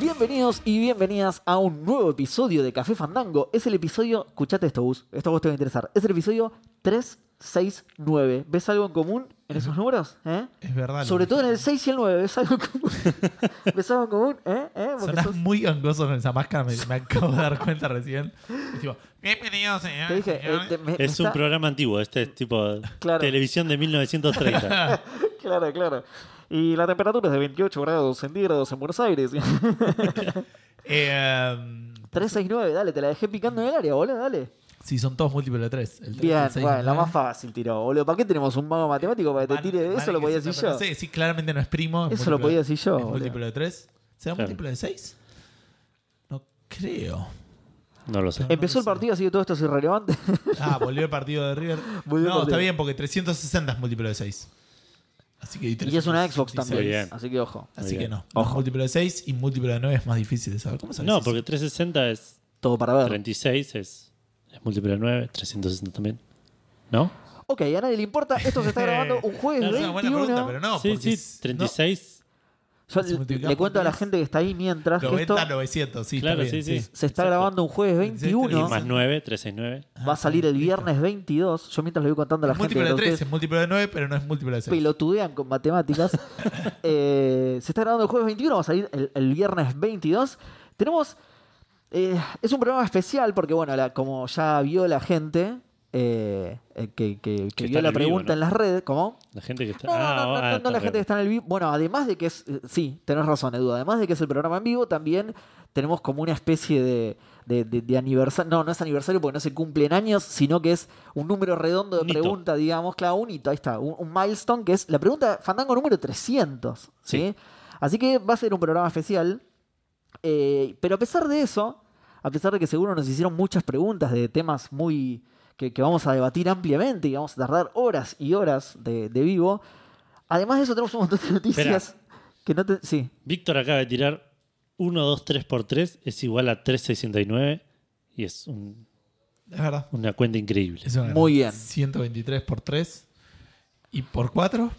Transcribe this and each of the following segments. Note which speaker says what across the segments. Speaker 1: Bienvenidos y bienvenidas a un nuevo episodio de Café Fandango. Es el episodio, escuchate esto, Gus, esto a vos te va a interesar. Es el episodio 369. ¿Ves algo en común en esos números? ¿Eh?
Speaker 2: Es verdad. lo
Speaker 1: Sobre
Speaker 2: que
Speaker 1: todo en el
Speaker 2: dijiste.
Speaker 1: 6 y el 9, ¿ves algo en común? ¿Ves algo en común? ¿Eh? ¿Eh? Porque
Speaker 2: Sonás
Speaker 1: sos-
Speaker 2: muy gangoso con esa máscara, me, me acabo de dar cuenta recién. Es tipo, bienvenidos, señor.
Speaker 1: Te dije, eh, te- me- me
Speaker 3: Es un
Speaker 1: está-
Speaker 3: programa antiguo, este es tipo
Speaker 1: Claro.
Speaker 3: televisión de 1930.
Speaker 1: Claro, claro. Y la temperatura es de 28 grados centígrados en Buenos Aires.
Speaker 2: Eh,
Speaker 1: 369, dale, te la dejé picando en el área, boludo, dale.
Speaker 2: sí, son todos múltiples de tres. El tres,
Speaker 1: Bien,
Speaker 2: el seis,
Speaker 1: bueno, la
Speaker 2: ¿eh?
Speaker 1: más fácil tiró, boludo. ¿Para qué tenemos un mago matemático para que te
Speaker 2: Van-
Speaker 1: tire?
Speaker 2: van
Speaker 1: Eso
Speaker 2: en
Speaker 1: lo
Speaker 2: que
Speaker 1: podía
Speaker 2: se
Speaker 1: decir
Speaker 2: trata.
Speaker 1: yo.
Speaker 2: Sí, sí, claramente no es primo. es
Speaker 1: Eso lo
Speaker 2: múltiplo-
Speaker 1: podía decir yo,
Speaker 2: Es
Speaker 1: boludo.
Speaker 2: múltiplo de tres. ¿Será
Speaker 3: Claro.
Speaker 2: múltiplo de seis? No creo.
Speaker 3: No lo sé.
Speaker 1: Empezó el partido, así que todo esto es irrelevante.
Speaker 2: Ah, volvió el partido de River.
Speaker 1: Volvió el
Speaker 2: no,
Speaker 1: partido.
Speaker 2: está bien, porque 360 es múltiplo de 6. Así que
Speaker 1: Y es una Xbox
Speaker 2: 366.
Speaker 1: también,
Speaker 3: bien.
Speaker 1: así que ojo.
Speaker 2: Así que no.
Speaker 1: Ojo.
Speaker 2: Ojo. Múltiplo de 6 y múltiplo de 9 es más difícil de saber. ¿Cómo sabes
Speaker 3: No,
Speaker 2: eso?
Speaker 3: porque 360 es
Speaker 1: Todo para ver.
Speaker 3: 36, es, es múltiplo de 9, 360 también. ¿no?
Speaker 1: Ok, a nadie le importa. Esto se está grabando un jueves
Speaker 2: Es una buena
Speaker 1: 21.
Speaker 2: pregunta, pero no.
Speaker 3: sí,
Speaker 2: porque
Speaker 3: sí,
Speaker 2: es-
Speaker 3: 36.
Speaker 1: Yo
Speaker 2: Si multiplicamos
Speaker 1: le cuento a la
Speaker 2: tres,
Speaker 1: gente que está ahí mientras
Speaker 2: no,
Speaker 1: que esto
Speaker 2: 90, 900, sí. está
Speaker 3: Claro,
Speaker 2: bien,
Speaker 3: sí,
Speaker 1: se
Speaker 3: sí.
Speaker 1: está
Speaker 3: Exacto.
Speaker 1: grabando un jueves
Speaker 3: Y
Speaker 1: 21.
Speaker 3: más 9, 369.
Speaker 1: Va a salir el viernes 22. Yo mientras le voy contando a la
Speaker 2: Es
Speaker 1: gente
Speaker 2: múltiplo de
Speaker 1: mientras
Speaker 2: 3,
Speaker 1: ustedes
Speaker 2: es múltiplo de 9, pero no es múltiplo de 6.
Speaker 1: pelotudean con matemáticas. Eh, se está grabando el jueves 21, va a salir el, el viernes 22. Tenemos... eh, es un programa especial porque, bueno, la- como ya vio la gente eh, eh, que, que- que
Speaker 3: Que está
Speaker 1: vio
Speaker 3: en
Speaker 1: la
Speaker 3: el vivo,
Speaker 1: pregunta
Speaker 3: ¿no?
Speaker 1: en las redes, ¿cómo?
Speaker 3: La gente que está.
Speaker 1: No, no,
Speaker 3: ah,
Speaker 1: no, no,
Speaker 3: ah,
Speaker 1: no,
Speaker 3: está
Speaker 1: la gente que
Speaker 3: bien.
Speaker 1: está en el vivo. Bueno, además de que es. eh, Sí, tenés razón, Edu. Además de que es el programa en vivo, también tenemos como una especie de. De, aniversario, no, no es aniversario porque no se cumplen años, sino que es un número redondo de
Speaker 3: Un hito.
Speaker 1: pregunta, digamos, claro, un hito, ahí está, un, un milestone que es la pregunta Fandango número 300, ¿sí?
Speaker 3: Sí.
Speaker 1: Así que va a ser un programa especial, eh, pero a pesar de eso, a pesar de que seguro nos hicieron muchas preguntas de temas muy que, que vamos a debatir ampliamente y vamos a tardar horas y horas de, de vivo, además de eso tenemos un montón de noticias que no te... Sí,
Speaker 3: Víctor acaba de tirar 1, 2, 3 por 3 es igual a 369 y es un-
Speaker 2: Es verdad.
Speaker 3: una cuenta increíble.
Speaker 2: Es una
Speaker 1: Muy
Speaker 2: gran-
Speaker 1: bien.
Speaker 2: 123 por 3 y por 4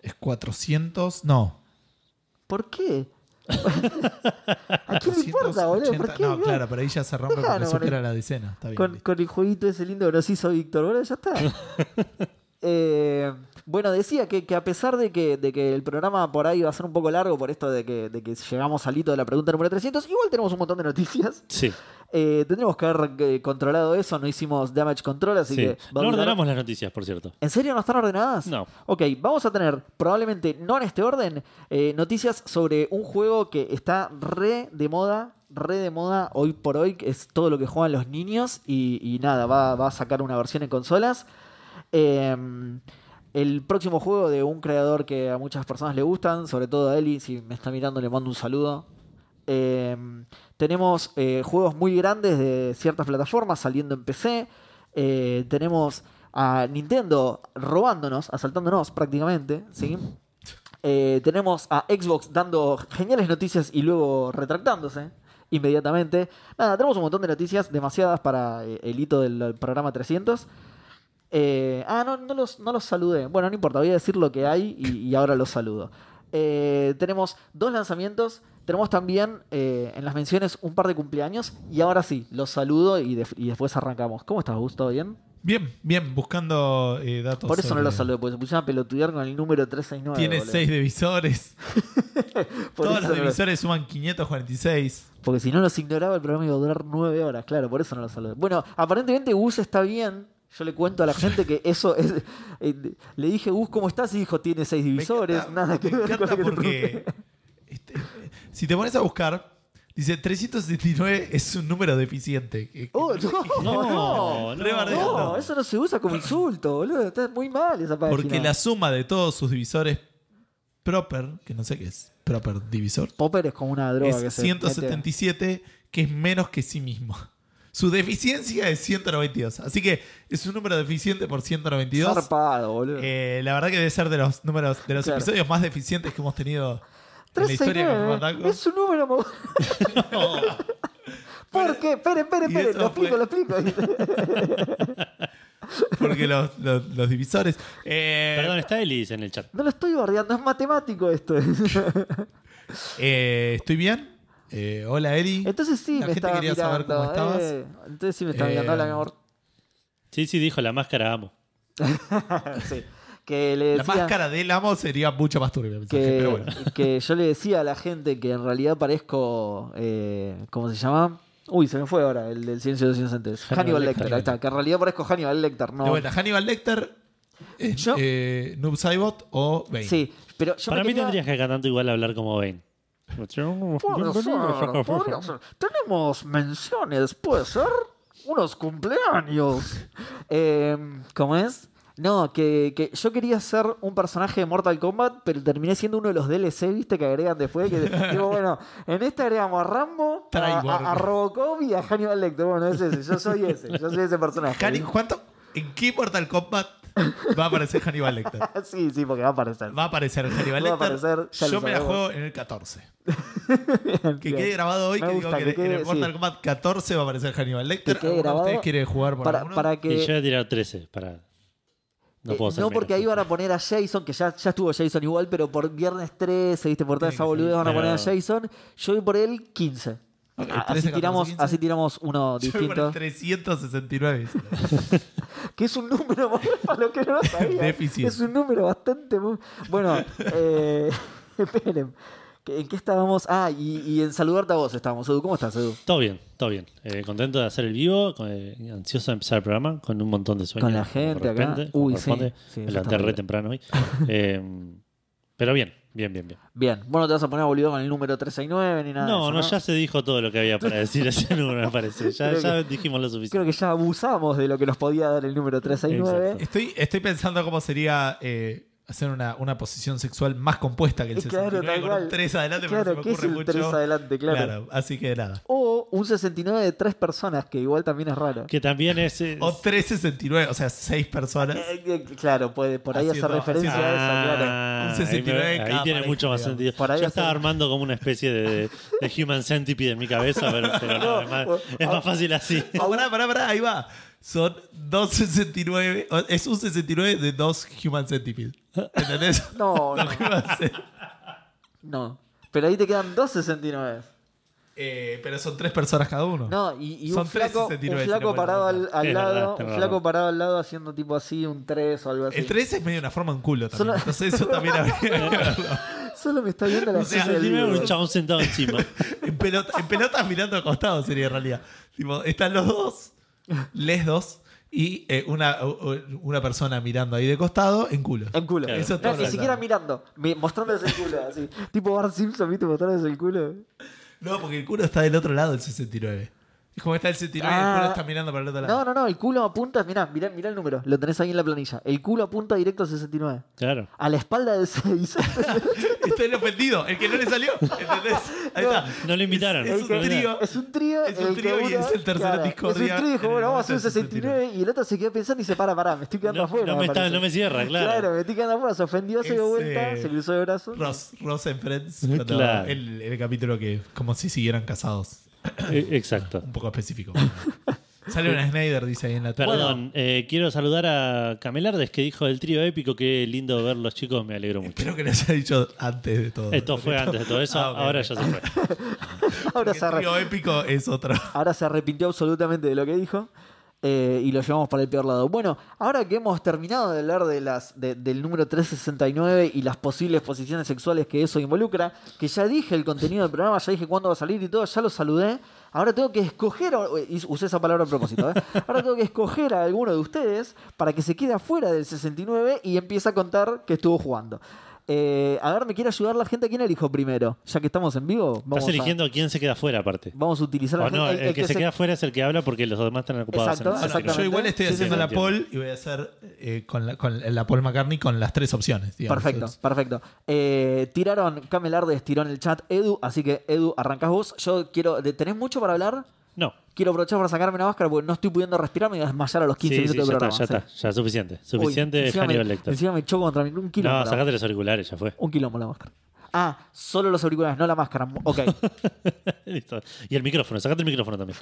Speaker 2: es 400. No.
Speaker 1: ¿por qué? ¿A quién le importa, boludo? ¿Por
Speaker 2: 480,
Speaker 1: qué?
Speaker 2: No, claro, pero ahí ya se rompe
Speaker 1: Déjalo,
Speaker 2: porque supera
Speaker 1: boludo.
Speaker 2: la decena. Está bien.
Speaker 1: con,
Speaker 2: listo.
Speaker 1: con el jueguito ese lindo que nos hizo Víctor, bueno, ya está. Eh, bueno, decía que, que a pesar de que, de que el programa por ahí va a ser un poco largo por esto de que, de que llegamos al hito de la pregunta número 300, igual tenemos un montón de noticias.
Speaker 3: Sí,
Speaker 1: Eh, tendríamos que haber eh, controlado eso, no hicimos damage control, así
Speaker 3: sí.
Speaker 1: que... va a
Speaker 3: No
Speaker 1: durar-
Speaker 3: ordenamos las noticias, por cierto.
Speaker 1: ¿En serio no están ordenadas?
Speaker 3: No.
Speaker 1: Ok, vamos a tener, probablemente no en este orden, eh, noticias sobre un juego que está re de moda, re de moda hoy por hoy, que es todo lo que juegan los niños y, y nada, va, va a sacar una versión en consolas. Eh, el próximo juego de un creador que a muchas personas le gustan, sobre todo a Eli, si me está mirando le mando un saludo. Eh, tenemos eh, juegos muy grandes de ciertas plataformas saliendo en PC. Eh, tenemos a Nintendo robándonos, asaltándonos prácticamente. ¿sí? Eh, tenemos a Xbox dando geniales noticias y luego retractándose inmediatamente. Nada, tenemos un montón de noticias, demasiadas para eh, el hito del del programa 300. Eh, ah, no, no, los, no los saludé. Bueno, no importa, voy a decir lo que hay y, y ahora los saludo. Eh, tenemos dos lanzamientos. Tenemos también eh, en las menciones un par de cumpleaños. Y ahora sí, los saludo y, def- y después arrancamos. ¿Cómo estás, Gusto? ¿Bien?
Speaker 2: Bien, bien, buscando eh, datos.
Speaker 1: Por eso no
Speaker 2: sobre-
Speaker 1: los saludé, porque se pusieron a pelotudear con el número 369.
Speaker 2: Tiene
Speaker 1: boludo.
Speaker 2: 6 divisores.
Speaker 1: Por
Speaker 2: Todos
Speaker 1: eso
Speaker 2: los
Speaker 1: no los-
Speaker 2: divisores suman 546.
Speaker 1: Porque si no los ignoraba, el programa iba a durar nueve horas, claro, por eso no los saludé. Bueno, aparentemente Gus está bien. Yo le cuento a la gente que eso es. eh, le dije, Gus, ¿cómo estás? Y dijo, tiene seis
Speaker 2: Me
Speaker 1: divisores,
Speaker 2: encanta-
Speaker 1: nada que
Speaker 2: me
Speaker 1: ver con lo
Speaker 2: encanta
Speaker 1: que te
Speaker 2: porque.
Speaker 1: pregunté.
Speaker 2: este, si te pones a buscar, dice 379 es un número deficiente. Que- que
Speaker 1: Oh,
Speaker 2: no-
Speaker 1: no, no,
Speaker 3: No,
Speaker 2: re bardeando.
Speaker 1: no, eso no se usa como insulto, boludo. Está muy mal esa página.
Speaker 2: Porque la suma de todos sus divisores proper, que no sé qué es, proper divisor,
Speaker 1: Popper es como una droga que
Speaker 2: es
Speaker 1: se
Speaker 2: 177, que es menos que sí mismo. Su deficiencia es 192. Así que es un número deficiente por
Speaker 1: mete.
Speaker 2: 192.
Speaker 1: Zarpado, boludo.
Speaker 2: Eh, la verdad que debe ser de los números, de los
Speaker 1: Claro.
Speaker 2: episodios más deficientes que hemos tenido en la historia de Café
Speaker 1: 369
Speaker 2: Fandango.
Speaker 1: es un número. mo- ¿Por qué? Esperen, esperen,
Speaker 2: Y
Speaker 1: esperen.
Speaker 2: eso
Speaker 1: Lo explico,
Speaker 2: fue-
Speaker 1: lo explico.
Speaker 2: Porque los, los- los divisores. eh,
Speaker 3: Perdón, está Elis en el chat.
Speaker 1: No lo estoy bardeando, es matemático esto.
Speaker 2: eh, ¿Estoy bien? Eh, hola, Eri.
Speaker 1: Entonces sí
Speaker 2: La
Speaker 1: me
Speaker 2: gente
Speaker 1: estaba
Speaker 2: quería
Speaker 1: mirando.
Speaker 2: saber cómo estabas.
Speaker 1: eh. entonces sí me estaba mirando.
Speaker 2: Eh,
Speaker 1: Hola, mi amor.
Speaker 3: Sí, sí, dijo la máscara amo.
Speaker 1: Sí. Que le
Speaker 2: ah, La
Speaker 1: decía
Speaker 2: máscara del amo sería mucho más turbia, el mensaje,
Speaker 1: que,
Speaker 2: pero bueno.
Speaker 1: que yo le decía a la gente que en realidad parezco. Eh, ¿Cómo se llama? Uy, se me fue ahora el del Ciencia de los Inocentes.
Speaker 3: Hannibal
Speaker 1: Hannibal
Speaker 3: Lecter.
Speaker 1: Lecter, ahí está. Que en realidad parezco Hannibal Lecter,
Speaker 2: De
Speaker 1: ¿no?
Speaker 2: vuelta, Hannibal Lecter, eh,
Speaker 1: Yo-
Speaker 2: eh, Noob Saibot o Bane.
Speaker 1: Sí, pero yo
Speaker 3: Para
Speaker 1: me
Speaker 3: mí
Speaker 1: quería-
Speaker 3: tendrías que acá tanto igual hablar como Bane.
Speaker 1: Puede ser, podría ser. Tenemos menciones, puede ser. Unos cumpleaños. Eh, ¿Cómo es? No, que, que yo quería ser un personaje de Mortal Kombat, pero terminé siendo uno de los DLC, ¿viste? Que agregan después. Que digo, bueno, en esta agregamos a Rambo, a,
Speaker 2: Tribor.
Speaker 1: a- a Robocop y a Hannibal Lecter. Bueno, es ese, yo soy ese, yo soy ese personaje.
Speaker 2: Cari- ¿Cuánto? ¿En qué Mortal Kombat va a aparecer Hannibal Lecter?
Speaker 1: Sí, sí, porque va a aparecer.
Speaker 2: Va a aparecer Hannibal
Speaker 1: Va a
Speaker 2: Lecter.
Speaker 1: aparecer, ya lo
Speaker 2: Yo me la
Speaker 1: sabemos.
Speaker 2: juego en el 14. Que
Speaker 1: Bien.
Speaker 2: quede grabado hoy
Speaker 1: Me
Speaker 2: que
Speaker 1: gusta,
Speaker 2: digo
Speaker 1: que
Speaker 2: que, en
Speaker 1: quede-
Speaker 2: el Mortal
Speaker 1: sí.
Speaker 2: Kombat 14 va a aparecer Hannibal Lecter.
Speaker 1: Que quede
Speaker 2: ¿Alguno de
Speaker 1: grabado
Speaker 2: ustedes quiere jugar por
Speaker 1: para,
Speaker 2: alguno?
Speaker 1: para que...
Speaker 3: Y yo voy a tirar 13 para. No
Speaker 1: Eh,
Speaker 3: puedo ser menos.
Speaker 1: porque ahí van a poner a Jason, que ya, ya estuvo Jason igual, pero por viernes 13, ¿viste? Por toda
Speaker 2: Tiene
Speaker 1: esa
Speaker 2: que
Speaker 1: boludez van a
Speaker 3: pero-
Speaker 1: poner a Jason. Yo voy por el 15.
Speaker 2: Ok,
Speaker 1: A-
Speaker 2: 13,
Speaker 1: así,
Speaker 2: 14,
Speaker 1: tiramos,
Speaker 2: 15.
Speaker 1: así tiramos uno
Speaker 2: Yo voy por el
Speaker 1: distinto.
Speaker 2: 369.
Speaker 1: Que es un número para lo que no lo sabía.
Speaker 2: Déficit.
Speaker 1: Es un número bastante. mu- Bueno, eh, esperen. ¿Que- ¿En qué estábamos? Ah, y, y en saludarte a vos estábamos, Edu. ¿Cómo estás, Edu?
Speaker 3: Todo bien, todo bien. Eh, contento de hacer el vivo, con- eh, ansioso de empezar el programa, con un montón de sueños.
Speaker 1: Con la
Speaker 3: como
Speaker 1: gente acá.
Speaker 3: corresponde, como
Speaker 1: Uy, sí,
Speaker 3: corresponde.
Speaker 1: sí,
Speaker 3: Me
Speaker 1: eso
Speaker 3: levanté
Speaker 1: está
Speaker 3: re
Speaker 1: bien.
Speaker 3: temprano hoy. Eh, pero bien, bien, bien, bien.
Speaker 1: Bien. Bueno, te vas a poner boludo con el número 369 ni nada. de
Speaker 3: no,
Speaker 1: eso,
Speaker 3: no, ya se dijo todo lo que había para decir ese número, me parece. Ya,
Speaker 1: Creo
Speaker 3: ya dijimos lo suficiente.
Speaker 1: Creo que ya abusamos de lo que nos podía dar el número 369.
Speaker 3: Exacto.
Speaker 2: Estoy, estoy pensando cómo sería eh, hacer una, una posición sexual más compuesta que el
Speaker 1: Eh, claro,
Speaker 2: 69
Speaker 1: tal
Speaker 2: con un
Speaker 1: cual.
Speaker 2: 3 adelante,
Speaker 1: Claro,
Speaker 2: pero se
Speaker 1: ¿qué
Speaker 2: me
Speaker 1: es
Speaker 2: ocurre
Speaker 1: el
Speaker 2: mucho.
Speaker 1: 3 adelante? Claro.
Speaker 2: Claro, así que nada.
Speaker 1: O un 69 de tres personas, que igual también es raro.
Speaker 3: Que también es. es-
Speaker 2: O 369, o sea, 6 personas.
Speaker 1: Eh, eh, claro, puede por ahí
Speaker 2: Haciendo-
Speaker 1: hacer referencia a eso, claro.
Speaker 3: Ah,
Speaker 2: Un 69
Speaker 3: ahí me- ahí,
Speaker 2: cada
Speaker 3: tiene
Speaker 2: pareja,
Speaker 3: mucho más
Speaker 2: digamos.
Speaker 3: sentido.
Speaker 1: Por ahí
Speaker 3: Yo
Speaker 1: hace-
Speaker 3: estaba armando como una especie de, de Human Centipede en mi cabeza, pero, pero no,
Speaker 1: No,
Speaker 3: es, más,
Speaker 1: o-
Speaker 3: es más fácil así.
Speaker 2: Ah, pará, pará, pará, ahí va. Son 269. o- Es un 69 de dos Human Centipede. ¿Entendés?
Speaker 1: No, no,
Speaker 2: Dos Human Cent-
Speaker 1: no. Pero ahí te quedan dos 69.
Speaker 2: Eh, pero son tres personas cada uno.
Speaker 1: No, y, y un
Speaker 2: Son tres
Speaker 1: flaco,
Speaker 2: 69,
Speaker 1: un
Speaker 2: si lo
Speaker 1: flaco
Speaker 2: puedes
Speaker 1: parado al,
Speaker 2: pensar.
Speaker 1: al
Speaker 3: Es verdad,
Speaker 1: lado,
Speaker 3: tenés
Speaker 1: un flaco
Speaker 3: razón.
Speaker 1: parado al lado haciendo tipo así, un 3 o algo así.
Speaker 2: El 3 es medio una forma en culo también.
Speaker 1: Solo-
Speaker 2: Entonces eso también habría
Speaker 1: Solo me está viendo la
Speaker 2: O sea,
Speaker 1: silla del
Speaker 3: Dime un
Speaker 1: video.
Speaker 3: chabón sentado encima.
Speaker 2: en, pelota, en pelotas mirando a costado sería en realidad. Tipo, están los dos, les dos, y eh, una, u- u- una persona mirando ahí de costado en culo.
Speaker 1: En culo.
Speaker 3: Claro.
Speaker 2: Eso
Speaker 1: No,
Speaker 2: todo
Speaker 1: ni
Speaker 2: lo
Speaker 1: siquiera
Speaker 2: hablamos.
Speaker 1: mirando, me- mostrándoles el culo, así. Tipo Bart Simpson, ¿viste? Mostrándoles el culo.
Speaker 2: No, porque el culo está del otro lado del 69. Es como está el 69 y el
Speaker 1: Ah.
Speaker 2: culo está mirando para el otro lado.
Speaker 1: No, no, no, el culo apunta, mirá, mirá, mirá el número, lo tenés ahí en la planilla. El culo apunta directo a 69.
Speaker 3: Claro.
Speaker 1: A la espalda del 6.
Speaker 2: Estoy el ofendido, el que no le salió. ¿Entendés? Ahí
Speaker 1: No.
Speaker 2: está.
Speaker 3: No lo invitaron.
Speaker 2: Es, es un
Speaker 3: No, mira.
Speaker 2: trío.
Speaker 1: es un trío.
Speaker 2: Es un
Speaker 1: el que
Speaker 2: trío y
Speaker 1: uno-
Speaker 2: es el tercero en discordia
Speaker 1: Es un trío y dijo,
Speaker 2: en el
Speaker 1: bueno, vamos a hacer un
Speaker 2: momento del
Speaker 1: 69. Y el otro se quedó pensando y se para, pará, me estoy quedando
Speaker 3: No-
Speaker 1: afuera.
Speaker 3: no me está-
Speaker 1: parece".
Speaker 3: no me cierra, claro.
Speaker 1: Claro, me estoy quedando afuera. Se ofendió, se dio
Speaker 2: Es,
Speaker 1: vuelta,
Speaker 2: eh,
Speaker 1: se cruzó de brazos.
Speaker 2: Ross, Ross and Friends. cuando
Speaker 3: Claro.
Speaker 2: el, el capítulo que como si siguieran casados. E,
Speaker 3: Eh, Exacto.
Speaker 2: Un poco específico. Sale una Snyder, dice ahí en la tele.
Speaker 3: Perdón, eh, quiero saludar a Camelardes que dijo del trío épico. Qué lindo verlos, chicos. Me alegro mucho.
Speaker 2: Espero que les haya dicho antes de todo.
Speaker 3: Esto fue antes de todo eso.
Speaker 2: Ah, ok,
Speaker 3: Ahora
Speaker 2: ok.
Speaker 3: ya se fue.
Speaker 1: Ahora
Speaker 2: Porque
Speaker 1: se,
Speaker 2: el
Speaker 1: arre-
Speaker 2: trío épico es otro.
Speaker 1: ahora se arrepintió absolutamente de lo que dijo. eh, y lo llevamos para el peor lado. Bueno, ahora que hemos terminado de hablar de las, de- del número 369 y las posibles posiciones sexuales que eso involucra, que ya dije el contenido del programa, ya dije cuándo va a salir y todo, ya lo saludé. Ahora tengo que escoger, o- eh, y usé esa palabra a propósito, ¿eh? ahora tengo que escoger a alguno de ustedes para que se quede afuera del 69 y empiece a contar que estuvo jugando. Eh, a ver, me quiere ayudar la gente, ¿quién elijo primero? Ya que estamos en vivo, vamos,
Speaker 3: Estás
Speaker 1: a-
Speaker 3: eligiendo quién se queda afuera, aparte.
Speaker 1: vamos a utilizar la
Speaker 3: O no,
Speaker 1: gente-
Speaker 3: el, que, se, queda afuera es el que habla porque los demás están ocupados.
Speaker 1: Exacto,
Speaker 3: en el-
Speaker 1: exactamente.
Speaker 2: Yo igual estoy
Speaker 1: Sí, sí,
Speaker 2: haciendo
Speaker 3: sí,
Speaker 2: la
Speaker 3: entiendo.
Speaker 2: poll y voy a hacer eh, con, la, con la Paul McCartney con las tres opciones. digamos.
Speaker 1: Perfecto,
Speaker 2: Entonces,
Speaker 1: perfecto. Eh, tiraron, Camelardes tiró en el chat Edu, así que Edu, arrancás vos. Yo quiero, de- ¿tenés mucho para hablar?
Speaker 3: No.
Speaker 1: Quiero aprovechar para sacarme una máscara porque no estoy pudiendo respirar, me voy a desmayar a los 15
Speaker 3: Sí, sí,
Speaker 1: minutos del
Speaker 3: ya está,
Speaker 1: programa.
Speaker 3: ya está.
Speaker 1: sí.
Speaker 3: Ya, suficiente.
Speaker 1: Uy,
Speaker 3: Suficiente
Speaker 1: encima
Speaker 3: Hannibal
Speaker 1: me-
Speaker 3: Lecter.
Speaker 1: Encima me choco contra mí, un quilombo.
Speaker 3: No,
Speaker 1: la-
Speaker 3: sacate los auriculares, ya fue.
Speaker 1: Un quilombo la máscara. Ah, solo los auriculares, no la máscara. Ok.
Speaker 3: Listo. Y el micrófono, sacate el micrófono también.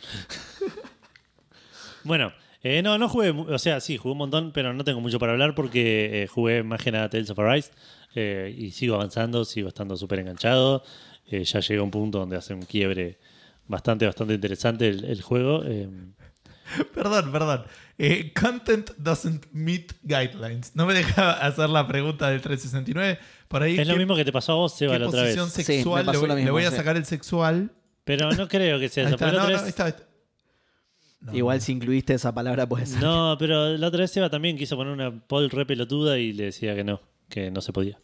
Speaker 3: bueno, eh, no, no jugué, mu- o sea, sí, jugué un montón, pero no tengo mucho para hablar porque eh, jugué más que nada Tales of Arise eh, y sigo avanzando, sigo estando súper enganchado. eh, ya llega un punto donde hace un quiebre bastante, bastante interesante el, el juego. eh,
Speaker 2: Perdón, perdón. Eh, content doesn't meet guidelines. No me dejaba hacer la pregunta del 369. Por ahí,
Speaker 3: es lo
Speaker 2: ¿qué-
Speaker 3: mismo que te pasó a vos, Seba,
Speaker 2: qué
Speaker 3: la otra vez.
Speaker 2: posición
Speaker 4: Sí, me
Speaker 2: sexual? le,
Speaker 4: pasó
Speaker 2: voy,
Speaker 4: lo
Speaker 2: le
Speaker 4: mismo,
Speaker 2: voy a
Speaker 4: sí.
Speaker 2: sacar el sexual.
Speaker 3: Pero no creo que sea
Speaker 2: Ahí está,
Speaker 3: eso. porque la
Speaker 2: no,
Speaker 3: otra
Speaker 2: no,
Speaker 3: vez-
Speaker 2: ahí está, ahí está. No.
Speaker 4: Igual si incluiste esa palabra, pues.
Speaker 3: No, pero la otra vez Seba también quiso poner una poll re pelotuda y le decía que no, que no se podía.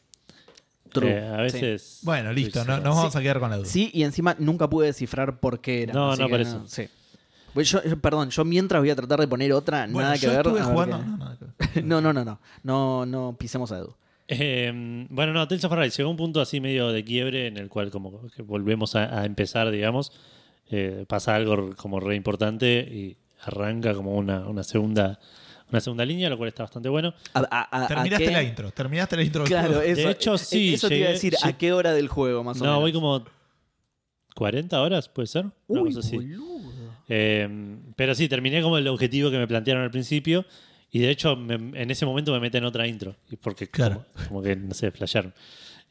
Speaker 4: True.
Speaker 3: Eh, a veces.
Speaker 2: Bueno, listo.
Speaker 3: Sí,
Speaker 2: No,
Speaker 3: sí.
Speaker 2: nos vamos a quedar con la duda.
Speaker 4: Sí, y encima nunca pude descifrar por qué era.
Speaker 3: No,
Speaker 4: así
Speaker 3: no,
Speaker 4: que
Speaker 3: por eso.
Speaker 4: sí. Pues yo- yo- perdón, yo mientras voy a tratar de poner otra,
Speaker 2: Bueno,
Speaker 4: nada que
Speaker 2: yo
Speaker 4: ver.
Speaker 2: estuve
Speaker 4: a ver
Speaker 2: jugando.
Speaker 4: qué-
Speaker 2: no, nada que ver.
Speaker 4: No, no, no, no. No, no pisemos a Edu.
Speaker 3: Eh, bueno, no, Tales of Arise llegó a un punto así medio de quiebre en el cual como que volvemos a, a empezar, digamos. Eh, pasa algo como re importante y arranca como una, una segunda una segunda línea, lo cual está bastante bueno.
Speaker 4: A- a- a- a
Speaker 2: Terminaste
Speaker 4: qué-
Speaker 2: la intro. Terminaste la intro. del
Speaker 4: Claro,
Speaker 2: juego.
Speaker 4: eso. eh,
Speaker 3: hecho, sí,
Speaker 4: Eso te iba a
Speaker 3: llegué-
Speaker 4: decir, ¿a
Speaker 3: llegué-
Speaker 4: qué hora del juego más o
Speaker 3: No,
Speaker 4: menos?
Speaker 3: voy como 40 horas, puede ser. Una
Speaker 4: Uy,
Speaker 3: cosa así.
Speaker 4: boludo.
Speaker 3: Eh, pero sí, terminé como el objetivo que me plantearon al principio. Y de hecho, me- en ese momento me meten otra intro. y Porque
Speaker 2: Claro.
Speaker 3: como, como que, no sé, flashearon.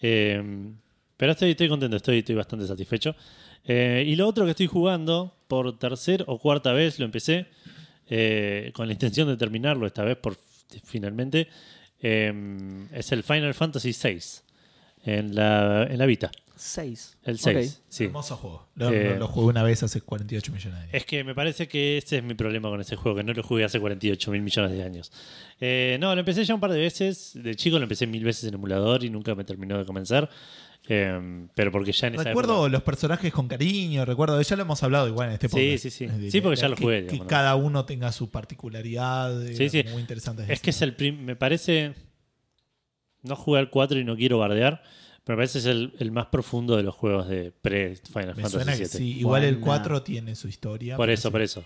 Speaker 3: Eh, pero estoy, estoy contento, estoy, estoy bastante satisfecho. Eh, y lo otro que estoy jugando, por tercera o cuarta vez lo empecé, eh, con la intención de terminarlo esta vez, por finalmente, eh, es el Final Fantasy VI en la, en la Vita.
Speaker 4: Seis.
Speaker 3: El 6,
Speaker 4: Ok.
Speaker 3: sí.
Speaker 2: Hermoso juego. Lo,
Speaker 3: Eh.
Speaker 2: lo- lo jugué una vez hace 48 millones de años.
Speaker 3: Es que me parece que ese es mi problema con este juego, que no lo jugué hace 48 mil millones de años. Eh, no, lo empecé ya un par de veces. De chico lo empecé mil veces en emulador y nunca me terminó de convencer. Eh, pero porque ya en esa
Speaker 2: Recuerdo
Speaker 3: época-
Speaker 2: los personajes con cariño, recuerdo, ya lo hemos hablado igual en este
Speaker 3: Sí,
Speaker 2: podcast.
Speaker 3: sí, sí.
Speaker 2: Es decir,
Speaker 3: Sí, porque ya lo
Speaker 2: que-
Speaker 3: jugué,
Speaker 2: Que,
Speaker 3: digamos, ¿no?
Speaker 2: cada uno tenga su particularidad,
Speaker 3: Sí,
Speaker 2: sí,
Speaker 3: sí.
Speaker 2: muy interesante.
Speaker 3: Es que es el prim- me parece. No jugué al 4 y no quiero bardear, pero me parece es el, el más profundo de los juegos de pre-Final
Speaker 2: Me suena
Speaker 3: Fantasy
Speaker 2: que
Speaker 3: VII.
Speaker 2: sí. Igual el
Speaker 4: Buena.
Speaker 2: 4 tiene su historia.
Speaker 3: Por
Speaker 2: pero
Speaker 3: eso,
Speaker 2: sí.
Speaker 3: por eso.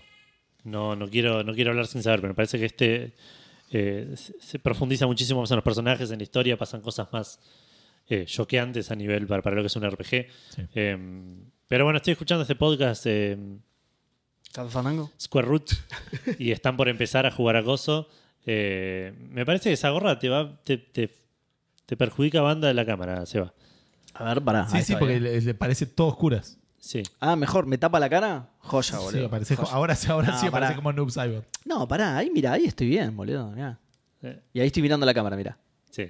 Speaker 3: No, no quiero, no quiero hablar sin saber, pero me parece que este eh, se, se profundiza muchísimo más en los personajes, en la historia, pasan cosas más eh, choqueantes a nivel para, para lo que es un RPG.
Speaker 2: Sí.
Speaker 3: Eh, pero bueno, estoy escuchando este podcast eh,
Speaker 4: ¿Café Fandango?
Speaker 3: Square Root y están por empezar a jugar a Gozo. Eh, me parece que esa gorra te va, te, te, te perjudica banda de la cámara, Seba.
Speaker 4: A ver,
Speaker 3: Ah,
Speaker 4: pará.
Speaker 2: Sí,
Speaker 4: ahí
Speaker 2: sí,
Speaker 4: está,
Speaker 2: porque
Speaker 4: bien.
Speaker 2: le, le parece todo oscuras.
Speaker 3: Sí.
Speaker 4: Ah, mejor, ¿me tapa la cara? Joya,
Speaker 2: Sí,
Speaker 4: boludo.
Speaker 2: aparece-
Speaker 4: Joya.
Speaker 2: ahora sí, ahora
Speaker 4: No,
Speaker 2: sí aparece
Speaker 4: pará.
Speaker 2: como Noob Cyber.
Speaker 4: No, pará, ahí mira, ahí estoy bien, boludo. mirá.
Speaker 3: Eh,
Speaker 4: Y ahí estoy mirando la cámara, mira.
Speaker 3: sí.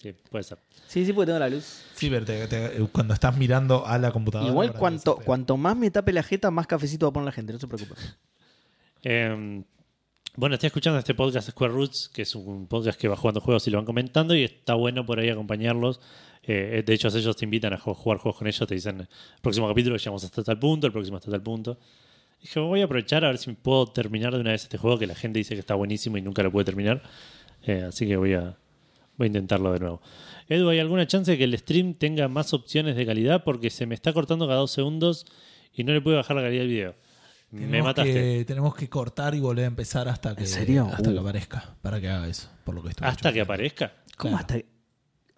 Speaker 3: Sí, puede ser.
Speaker 4: Sí, sí, porque tengo la luz.
Speaker 2: Sí, pero te- te- cuando estás mirando a la computadora.
Speaker 4: Igual
Speaker 2: ahora
Speaker 4: cuanto,
Speaker 2: te-
Speaker 4: cuanto más me tape la jeta, más cafecito va a poner la gente, no se preocupe.
Speaker 3: Eh, bueno, estoy escuchando este podcast Square Roots, que es un podcast que va jugando juegos y lo van comentando y está bueno por ahí acompañarlos. Eh, de hecho, ellos te invitan a jo- jugar juegos con ellos, te dicen, el próximo capítulo llegamos hasta tal punto, el próximo hasta tal punto. Dije, voy a aprovechar a ver si puedo terminar de una vez este juego que la gente dice que está buenísimo y nunca lo puede terminar. Eh, así que voy a, voy a intentarlo de nuevo. Edu, ¿hay alguna chance de que el stream tenga más opciones de calidad? Porque se me está cortando cada dos segundos y no le puedo bajar la calidad del video.
Speaker 2: Tenemos
Speaker 3: me mataste.
Speaker 2: Que, tenemos que cortar y volver a empezar hasta que,
Speaker 4: serio?
Speaker 2: Hasta
Speaker 4: Uh.
Speaker 2: que aparezca. Para que haga eso, por lo que estoy
Speaker 3: Hasta que
Speaker 2: escuchando.
Speaker 3: aparezca.
Speaker 4: ¿Cómo
Speaker 2: Claro.
Speaker 4: hasta.?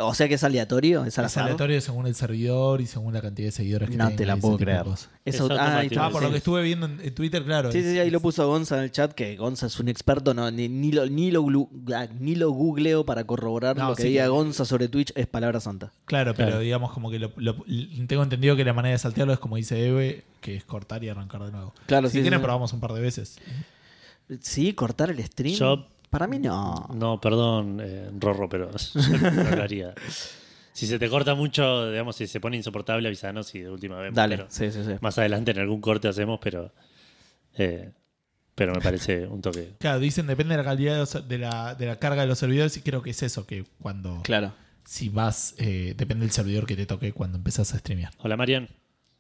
Speaker 4: O sea que es aleatorio, es al
Speaker 2: Es
Speaker 4: azar?
Speaker 2: aleatorio según el servidor y según la cantidad de seguidores que
Speaker 4: No
Speaker 2: tenga
Speaker 4: te la
Speaker 2: y ese
Speaker 4: puedo
Speaker 2: tipo de
Speaker 4: creer.
Speaker 2: cosas.
Speaker 4: Es
Speaker 3: Es
Speaker 4: aut- ah, ahí está,
Speaker 2: Ah, por lo
Speaker 3: Sí.
Speaker 2: que estuve viendo en, en Twitter, claro.
Speaker 4: Sí, sí,
Speaker 2: es-
Speaker 4: sí, ahí lo puso Gonza en el chat, que Gonza es un experto, no, ni, ni lo, ni, lo glu- ah, ni lo googleo para corroborar
Speaker 2: No,
Speaker 4: lo que
Speaker 2: sí
Speaker 4: diga
Speaker 2: que-
Speaker 4: Gonza sobre Twitch, es palabra santa.
Speaker 2: Claro, pero
Speaker 3: Claro.
Speaker 2: digamos como que lo- lo- l- tengo entendido que la manera de saltearlo es como dice Eve, que es cortar y arrancar de nuevo.
Speaker 4: Claro,
Speaker 2: si
Speaker 4: sí,
Speaker 2: quieren
Speaker 4: sí.
Speaker 2: probamos un par de veces.
Speaker 4: Sí, cortar el stream.
Speaker 3: Yo-
Speaker 4: Para mí no.
Speaker 3: No, perdón, eh, Rorro, pero yo no lo haría. Si se te corta mucho, digamos, si se pone insoportable, avisanos y de última vez.
Speaker 4: Dale,
Speaker 3: pero
Speaker 4: sí, sí, sí.
Speaker 3: más adelante en algún corte hacemos, pero. eh, pero me parece un toque.
Speaker 2: Claro, dicen depende de la calidad de, los- de la, de la carga de los servidores y creo que es eso, que cuando...
Speaker 4: Claro.
Speaker 2: Si vas, eh, depende del servidor que te toque cuando empezás a streamear.
Speaker 3: Hola, Marian.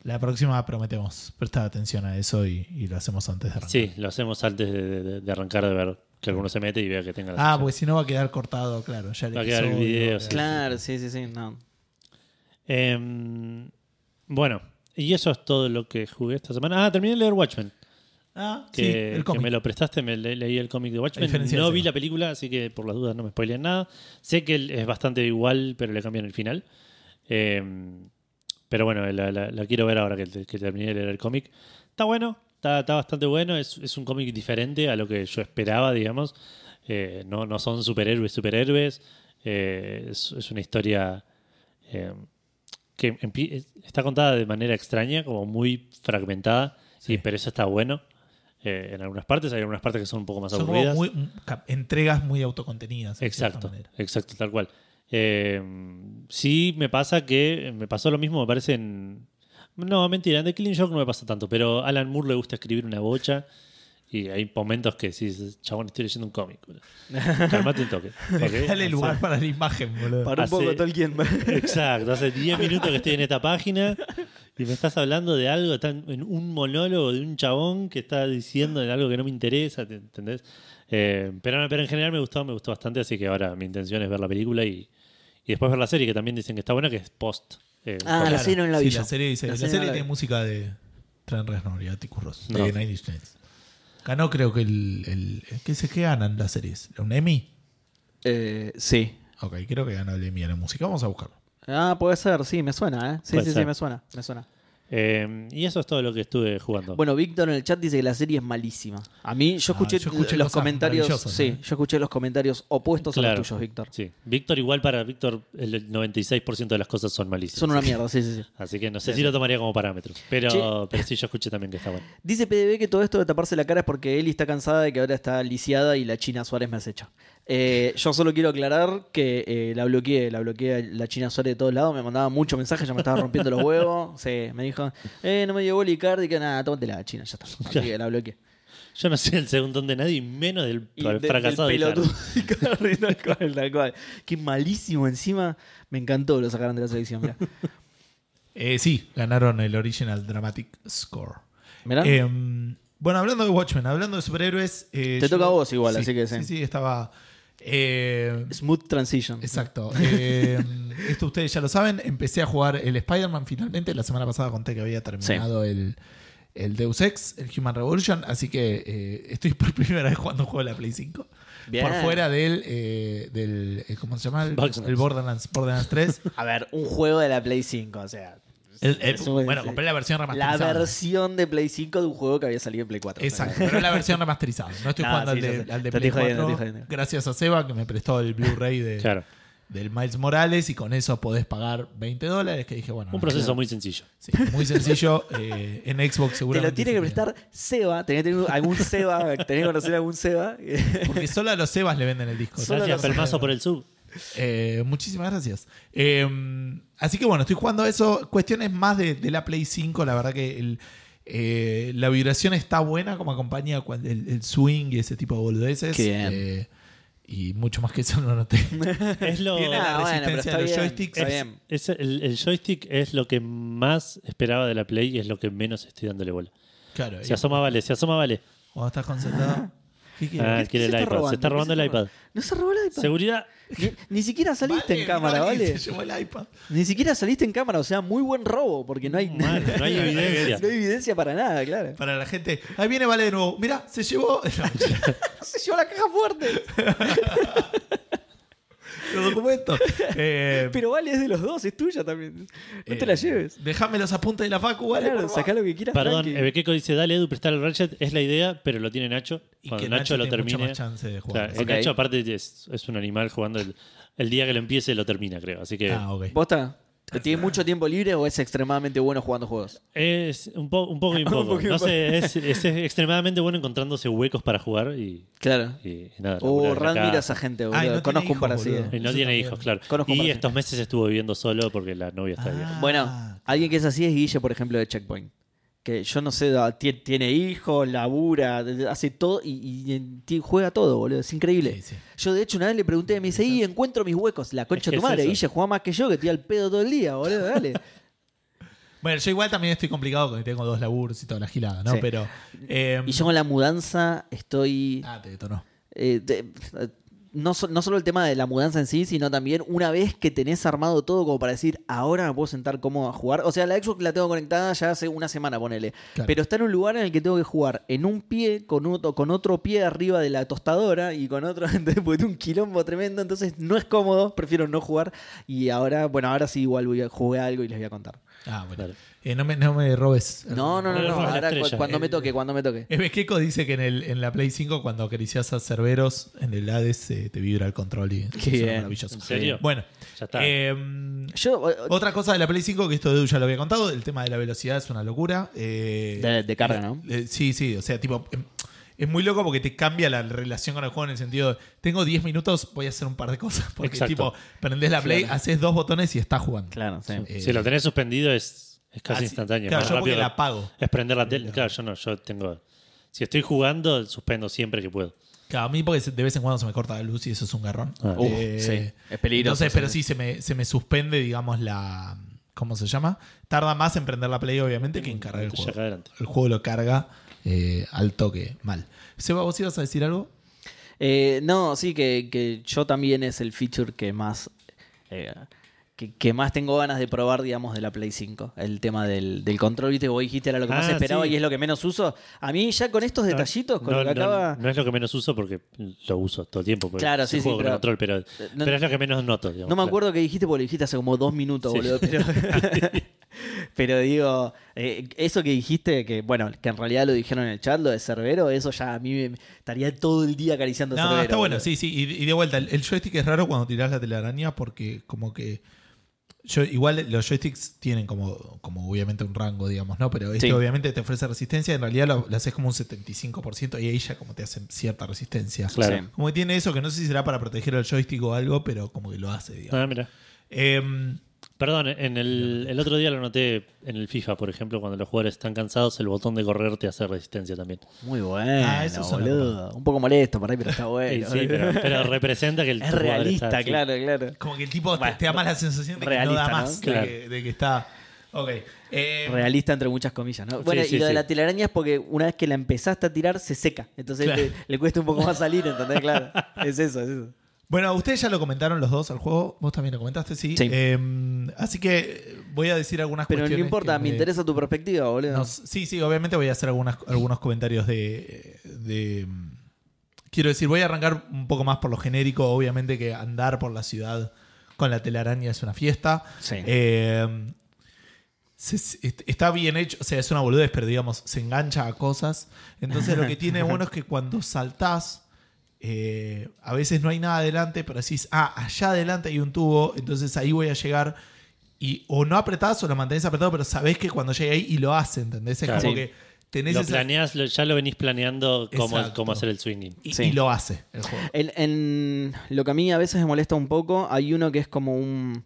Speaker 2: La próxima prometemos. Presta atención a eso y, y lo hacemos antes de arrancar. Ah,
Speaker 3: Sí, lo hacemos antes de, de- de arrancar, de ver que alguno se mete y vea que tenga la
Speaker 2: Ah, porque si no va a quedar cortado, claro. Ya el
Speaker 3: Va a quedar el
Speaker 2: episodio,
Speaker 3: video,
Speaker 2: va a
Speaker 3: sí.
Speaker 2: quedar-
Speaker 4: Claro, sí, sí, sí. No.
Speaker 3: Eh, bueno, y eso es todo lo que jugué esta semana. Ah, terminé de leer Watchmen.
Speaker 2: Ah,
Speaker 3: que,
Speaker 2: sí, el
Speaker 3: que
Speaker 2: cómic.
Speaker 3: me lo prestaste, me le- leí el cómic de
Speaker 2: A
Speaker 3: Watchmen.
Speaker 2: diferencia de
Speaker 3: No
Speaker 2: ese,
Speaker 3: vi
Speaker 2: ¿no?
Speaker 3: la película, así que por las dudas no me spoileen nada. Sé que el- es bastante igual, pero le cambian el final. Eh, pero bueno, la, la- la quiero ver ahora que, te- que terminé de leer el cómic. Está bueno, está, está bastante bueno. Es, es un cómic diferente a lo que yo esperaba, digamos. Eh, no, no son superhéroes, superhéroes. Eh, es, es una historia eh, que empie- es- está contada de manera extraña, como muy fragmentada,
Speaker 2: Sí.
Speaker 3: y, pero eso está bueno. eh, en algunas partes, hay algunas partes que son un poco más
Speaker 2: Son como
Speaker 3: aburridas.
Speaker 2: muy, mm, cap- entregas muy autocontenidas. en cierta
Speaker 3: Exacto,
Speaker 2: manera.
Speaker 3: exacto, tal cual. Eh, sí, me pasa que me pasó lo mismo, me parece en. No, mentira, en The Killing Joke no me pasa tanto, pero a Alan Moore le gusta escribir una bocha y hay momentos que decís, chabón, estoy leyendo un cómic. boludo. Calmate un toque. ¿ok?
Speaker 2: Dale
Speaker 3: Así-
Speaker 2: lugar para la imagen, boludo.
Speaker 1: Para un
Speaker 3: Hace-
Speaker 1: poco Tolkien.
Speaker 3: Exacto, hace 10 minutos que estoy en esta página y me estás hablando de algo, está en en un monólogo de un chabón que está diciendo de algo que no me interesa, ¿te- ¿entendés? Eh, pero, pero en general me gustó, me gustó bastante, así que ahora mi intención es ver la película y, y después ver la serie, que también dicen que está buena, que es post. eh,
Speaker 1: Ah,
Speaker 3: post-
Speaker 1: la serie no la
Speaker 2: Sí,
Speaker 1: vi.
Speaker 2: la
Speaker 1: yo.
Speaker 2: serie, dice-
Speaker 1: La
Speaker 2: la
Speaker 1: serie
Speaker 2: serie
Speaker 1: no la
Speaker 2: tiene
Speaker 1: vi.
Speaker 2: música de Trent Reznor y Atticus Ross,
Speaker 3: No.
Speaker 2: de Nine Inch Nails. Ganó creo que el... el ¿Qué, se, ¿Qué ganan las series? ¿Un Emmy?
Speaker 1: Eh, sí.
Speaker 2: Ok, creo que ganó el Emmy a la música. Vamos a buscarlo.
Speaker 1: Ah, puede ser, sí, me suena, ¿eh? Sí,
Speaker 3: Puede
Speaker 1: sí,
Speaker 3: ser.
Speaker 1: sí, me suena, me suena.
Speaker 3: eh, y eso es todo lo que estuve jugando.
Speaker 1: Bueno, Víctor en el chat dice que la serie es malísima. A mí, yo
Speaker 2: Ah,
Speaker 1: escuché,
Speaker 2: yo escuché
Speaker 1: los
Speaker 2: cosas
Speaker 1: comentarios.
Speaker 2: maravillosas,
Speaker 1: Sí,
Speaker 2: ¿no?
Speaker 1: yo escuché los comentarios opuestos a
Speaker 3: Claro.
Speaker 1: los tuyos, Víctor.
Speaker 3: Sí. Víctor, igual para Víctor, el 96% de las cosas son malísimas.
Speaker 1: Son una mierda, sí, sí, sí.
Speaker 3: Así que no sé si lo tomaría como parámetro. Pero,
Speaker 1: Che.
Speaker 3: pero sí, yo escuché también que está bueno.
Speaker 1: Dice PDB que todo esto de taparse la cara es porque Eli está cansada de que ahora está lisiada y la China Suárez me acecha. Eh, yo solo quiero aclarar que eh, la bloqueé, la bloqueé la China Suárez de todos lados, me mandaba muchos mensajes, ya me estaba rompiendo los huevos. Sí, me dijo, eh, no me dio bola Icardi, que nada, tómate la China, ya está. Así que la bloqueé.
Speaker 3: Yo no soy el segundón de nadie, y menos del
Speaker 1: Y de- del
Speaker 3: fracasado de Icardi.
Speaker 1: pelotudo Icardi, tal cual, tal cual. Qué malísimo encima. Me encantó que lo sacaron de la selección. Mirá.
Speaker 2: Eh, sí, ganaron el Original Dramatic Score.
Speaker 1: Mirá.
Speaker 2: Eh, bueno, hablando de Watchmen, hablando de superhéroes. eh,
Speaker 1: Te toca a vos igual, así que sí.
Speaker 2: sí. Sí, estaba. eh,
Speaker 1: Smooth transition.
Speaker 2: exacto. Eh, esto ustedes ya lo saben. Empecé a jugar el Spider-Man finalmente. La semana pasada conté que había terminado el, el Deus Ex, el Human Revolution. Así que eh, estoy por primera vez jugando un juego de la Play 5.
Speaker 1: Bien.
Speaker 2: Por fuera del. eh, del eh, ¿Cómo se llama? El,
Speaker 3: Borderlands.
Speaker 2: el Borderlands, Borderlands 3.
Speaker 1: A ver, un juego de la Play 5, o sea.
Speaker 2: El- el-
Speaker 1: Eso es-
Speaker 2: bueno, compré la versión
Speaker 1: La
Speaker 2: remasterizada.
Speaker 1: versión de Play 5 de un juego que había salido en Play 4.
Speaker 2: Exacto, pero es la versión remasterizada. No estoy
Speaker 1: No,
Speaker 2: jugando
Speaker 1: Ah, sí,
Speaker 2: al
Speaker 1: ya
Speaker 2: de,
Speaker 1: sé.
Speaker 2: al de
Speaker 1: Te
Speaker 2: Play
Speaker 1: estoy jodiendo,
Speaker 2: 4,
Speaker 1: te estoy jodiendo.
Speaker 2: Gracias a Seba que me prestó el Blu-ray de-
Speaker 3: Claro.
Speaker 2: del Miles Morales y con eso podés pagar 20 dólares. Que dije, bueno.
Speaker 3: Un
Speaker 2: no,
Speaker 3: proceso
Speaker 2: claro.
Speaker 3: muy sencillo.
Speaker 2: Sí, muy sencillo. eh, en Xbox
Speaker 1: Te
Speaker 2: seguramente.
Speaker 1: lo tiene que
Speaker 2: sí,
Speaker 1: prestar Seba. Tenés que tener algún Seba. Tenés que conocer algún Seba.
Speaker 2: Porque solo a los Sebas le venden el disco.
Speaker 1: Solo
Speaker 3: Gracias,
Speaker 1: los-
Speaker 3: Pelmazo, por el sub.
Speaker 2: Eh, muchísimas gracias. Eh, así que bueno, estoy jugando eso. Cuestiones más de, de la Play 5, la verdad que el, eh, la vibración está buena como acompaña cuan- el, el swing y ese tipo de boludeces.
Speaker 1: Qué bien.
Speaker 2: Eh, y mucho más que eso no noté.
Speaker 3: Es lo,
Speaker 2: Tiene la
Speaker 1: Ah, bueno, pero
Speaker 2: resistencia
Speaker 1: está
Speaker 2: de los
Speaker 1: bien,
Speaker 2: joysticks.
Speaker 1: está bien.
Speaker 3: es el, el joystick es lo que más esperaba de la Play y es lo que menos estoy dándole bola.
Speaker 2: Claro,
Speaker 3: Se
Speaker 2: y
Speaker 3: asoma vale, se asoma vale.
Speaker 2: cuando estás concentrado. ¿Qué quieres?
Speaker 3: Ah, quiere el
Speaker 1: ¿Qué
Speaker 3: iPad. Se está
Speaker 1: ¿Qué
Speaker 3: robando el
Speaker 1: está
Speaker 3: iPad.
Speaker 1: robando? No se robó el iPad.
Speaker 3: Seguridad.
Speaker 1: Ni, ni siquiera saliste
Speaker 2: Vale,
Speaker 1: en cámara,
Speaker 2: vale,
Speaker 1: ¿vale?
Speaker 2: Se llevó el iPad.
Speaker 1: Ni siquiera saliste en cámara. O sea, muy buen robo. Porque no hay,
Speaker 3: Mal, no hay
Speaker 1: no hay
Speaker 3: evidencia.
Speaker 1: evidencia para nada, claro.
Speaker 2: Para la gente. Ahí viene Vale de nuevo. Mira, se llevó. No,
Speaker 1: Se llevó la caja fuerte.
Speaker 2: los documentos. Eh,
Speaker 1: Pero vale, es de los dos. Es tuya también. No te
Speaker 2: eh,
Speaker 1: la lleves.
Speaker 2: Dejame los apuntes de la Facu, Vale.
Speaker 1: Claro,
Speaker 2: por favor.
Speaker 1: sacá lo que quieras.
Speaker 3: Perdón,
Speaker 1: tranqui.
Speaker 3: Ebequeco dice, dale Edu, prestar el Ratchet. Es la idea, pero lo tiene Nacho.
Speaker 2: Y
Speaker 3: Cuando
Speaker 2: que Nacho
Speaker 3: Nacho, lo
Speaker 2: tiene mucha
Speaker 3: termine.
Speaker 2: más chance de
Speaker 3: O sea,
Speaker 2: jugar.
Speaker 3: el
Speaker 1: Ok.
Speaker 3: Nacho aparte es, es un animal jugando. El, el día que lo empiece lo termina, creo. Así que
Speaker 2: Ah, ok.
Speaker 1: ¿Posta? ¿Tiene mucho tiempo libre o es extremadamente bueno jugando juegos?
Speaker 3: Es un, po- un poco y un poco.
Speaker 1: poco y un
Speaker 3: no
Speaker 1: poco.
Speaker 3: sé, es, es extremadamente bueno encontrándose huecos para jugar y,
Speaker 1: Claro.
Speaker 3: y nada.
Speaker 1: O
Speaker 3: laburar en la
Speaker 1: Rand mira Uh, a
Speaker 3: casa.
Speaker 1: esa gente,
Speaker 2: Ay,
Speaker 1: boludo.
Speaker 2: no tiene
Speaker 1: Conozco un
Speaker 2: hijos,
Speaker 1: par así.
Speaker 2: boludo.
Speaker 1: eh.
Speaker 3: Y no
Speaker 2: Eso
Speaker 3: tiene
Speaker 2: también.
Speaker 3: hijos, claro.
Speaker 1: Conozco
Speaker 3: Y
Speaker 1: para
Speaker 3: estos meses estuvo viviendo solo porque la novia está viva.
Speaker 2: Ah.
Speaker 1: Bueno, alguien que es así es Guille, por ejemplo, de Checkpoint. Que yo no sé, da- tie- tiene hijos, labura, hace todo y, y ti- juega todo, boludo. Es increíble.
Speaker 2: Sí, sí.
Speaker 1: Yo, de hecho, una vez le pregunté, me dice, y encuentro mis huecos. La
Speaker 3: Es
Speaker 1: concha
Speaker 3: que
Speaker 1: de tu
Speaker 3: es
Speaker 1: madre.
Speaker 3: eso.
Speaker 1: Guille juega más que yo, que estoy al pedo todo el día, boludo. Dale.
Speaker 2: Bueno, yo igual también estoy complicado porque tengo dos laburos y toda la gilada, ¿no?
Speaker 1: Sí.
Speaker 2: Pero. eh,
Speaker 1: y yo con la mudanza estoy.
Speaker 2: Ah, te detonó.
Speaker 1: Eh, de- eh, no, so- no solo el tema de la mudanza en sí, sino también una vez que tenés armado todo como para decir, ahora me puedo sentar cómodo a jugar. O sea, la Xbox la tengo conectada ya hace una semana, ponele.
Speaker 2: Claro.
Speaker 1: Pero está en un lugar en el que tengo que jugar en un pie, con otro, con otro pie arriba de la tostadora y con otro, entonces, porque tengo un quilombo tremendo, entonces no es cómodo, prefiero no jugar. Y ahora, bueno, ahora sí igual voy a jugar algo y les voy a contar.
Speaker 2: Ah, bueno.
Speaker 3: Claro.
Speaker 2: Eh, no, me, no me robes.
Speaker 1: No, no, no, no.
Speaker 3: Roba la
Speaker 1: Ahora cu-
Speaker 3: estrella.
Speaker 1: cuando me toque, cuando me toque.
Speaker 2: Es Bequeco dice que en, el, en la Play 5, cuando acaricias a Cerberos, en el Hades eh, te vibra el control y eso
Speaker 1: bien.
Speaker 2: es maravilloso.
Speaker 3: ¿En serio?
Speaker 2: Bueno,
Speaker 3: Ya está.
Speaker 2: em,
Speaker 1: Yo, eh,
Speaker 2: otra cosa de la Play 5, que esto Edu ya lo había contado, el tema de la velocidad es una locura. eh,
Speaker 1: De- de carga, ¿no?
Speaker 2: eh, sí, sí, o sea, tipo, em, es muy loco porque te cambia la relación con el juego en el sentido, de, tengo 10 minutos, voy a hacer un par de cosas. Porque
Speaker 3: Exacto.
Speaker 2: tipo, prendés la Play,
Speaker 1: Claro.
Speaker 2: haces dos botones y estás jugando.
Speaker 1: claro, sí.
Speaker 2: Eh,
Speaker 3: si lo tenés suspendido es, es casi
Speaker 2: así-
Speaker 3: instantáneo.
Speaker 2: Claro,
Speaker 3: más
Speaker 2: yo porque
Speaker 3: rápido
Speaker 2: la apago.
Speaker 3: Es prender la tele. Claro, yo no, yo tengo. Si estoy jugando, suspendo siempre que puedo.
Speaker 2: Claro, a mí porque se- de vez en cuando se me corta la luz y eso es un garrón. Eh,
Speaker 3: Ah.
Speaker 1: Uf, sí, es peligroso,
Speaker 2: Entonces, pero
Speaker 1: sí.
Speaker 2: sí, se me, se me suspende, digamos, la... ¿Cómo se llama? Tarda más en prender la Play, obviamente, que en cargar el
Speaker 3: Esto ya acá
Speaker 2: juego.
Speaker 3: adelante.
Speaker 2: El juego lo carga eh, al toque, mal. Seba, ¿vos ibas a decir algo?
Speaker 1: Eh, no, sí, que, que yo también es el feature que más. eh, que, que más tengo ganas de probar, digamos, de la Play 5. El tema del, del control, viste, vos dijiste era lo que más
Speaker 3: Ah,
Speaker 1: esperaba
Speaker 3: sí.
Speaker 1: y es lo que menos uso. A mí, ya con estos detallitos, con
Speaker 3: no,
Speaker 1: lo que
Speaker 3: no-
Speaker 1: acaba.
Speaker 3: no es lo que menos uso porque lo uso todo el tiempo. porque
Speaker 1: Claro, sí, sí,
Speaker 3: juego con
Speaker 1: pero-
Speaker 3: control, pero,
Speaker 1: no-
Speaker 3: pero es lo que menos noto. digamos,
Speaker 1: No me
Speaker 3: claro.
Speaker 1: acuerdo qué dijiste porque lo dijiste hace como dos minutos,
Speaker 3: Sí.
Speaker 1: boludo. Pero, pero digo, eh, eso que dijiste, que bueno, que en realidad lo dijeron en el chat, lo de Cerbero, eso ya a mí me- estaría todo el día acariciando
Speaker 2: No,
Speaker 1: Cerbero.
Speaker 2: está bueno,
Speaker 1: boludo.
Speaker 2: sí, sí. Y, y de vuelta, el, el joystick es raro cuando tirás la telaraña porque como que... Yo, igual los joysticks tienen como, como obviamente un rango, digamos, ¿no? Pero este
Speaker 1: Sí.
Speaker 2: obviamente te ofrece resistencia, en realidad lo, lo haces como un 75% y ahí ya como te hacen cierta resistencia.
Speaker 3: Claro.
Speaker 1: Sí.
Speaker 2: Como que tiene eso, que no sé si será para proteger al joystick o algo, pero como que lo hace, digamos.
Speaker 3: Ah, mira.
Speaker 2: Em,
Speaker 3: Perdón, en el, el otro día lo noté en el FIFA, por ejemplo, cuando los jugadores están cansados, el botón de correr te hace resistencia también.
Speaker 1: Muy bueno,
Speaker 2: Ah, eso es una
Speaker 1: boludo. Un poco molesto por ahí, pero está
Speaker 3: Sí,
Speaker 1: bueno.
Speaker 3: sí, pero, pero representa que el
Speaker 1: es
Speaker 3: jugador está
Speaker 1: realista,
Speaker 3: así.
Speaker 1: claro, claro.
Speaker 2: como que el tipo te-
Speaker 1: Bueno,
Speaker 2: te, da más la sensación de
Speaker 1: realista,
Speaker 2: que no da
Speaker 1: ¿no?
Speaker 2: más, de,
Speaker 3: Claro.
Speaker 2: que, de que está... Ok. em,
Speaker 1: Realista entre muchas comillas, ¿no?
Speaker 3: Sí,
Speaker 1: Bueno,
Speaker 3: sí,
Speaker 1: y lo de
Speaker 3: sí.
Speaker 1: la telaraña es porque una vez que la empezaste a tirar, se seca. Entonces
Speaker 2: Claro.
Speaker 1: le, le cuesta un poco más salir, ¿entendés? Claro. Es eso, es eso.
Speaker 2: Bueno, ustedes ya lo comentaron los dos al juego. Vos también lo comentaste, sí.
Speaker 1: Sí.
Speaker 2: Eh, así que eh, voy a decir algunas
Speaker 1: Pero no
Speaker 2: cuestiones.
Speaker 1: importa,
Speaker 2: que
Speaker 1: me interesa tu perspectiva, boludo.
Speaker 2: nos- sí, sí, obviamente voy a hacer algunas, algunos comentarios de, de- Quiero decir, voy a arrancar un poco más por lo genérico. Obviamente que andar por la ciudad con la telaraña es una fiesta.
Speaker 1: Sí.
Speaker 2: Eh, se- se- est- está bien hecho, o sea, es una boludez, pero digamos, se engancha a cosas. Entonces lo que tiene bueno es que cuando saltás, eh, a veces no hay nada adelante, pero decís, ah, allá adelante hay un tubo, entonces ahí voy a llegar. Y o no apretás o lo mantenés apretado, pero sabés que cuando llegue ahí y lo hace, ¿entendés? Es
Speaker 3: Claro.
Speaker 2: como
Speaker 3: Sí.
Speaker 2: que tenés
Speaker 3: Lo
Speaker 2: esa-
Speaker 3: planeás, lo- ya lo venís planeando cómo,
Speaker 2: Exacto.
Speaker 3: cómo hacer el swinging.
Speaker 2: y,
Speaker 1: Sí.
Speaker 2: y lo hace el juego.
Speaker 1: En, en lo que a mí a veces me molesta un poco, hay uno que es como un.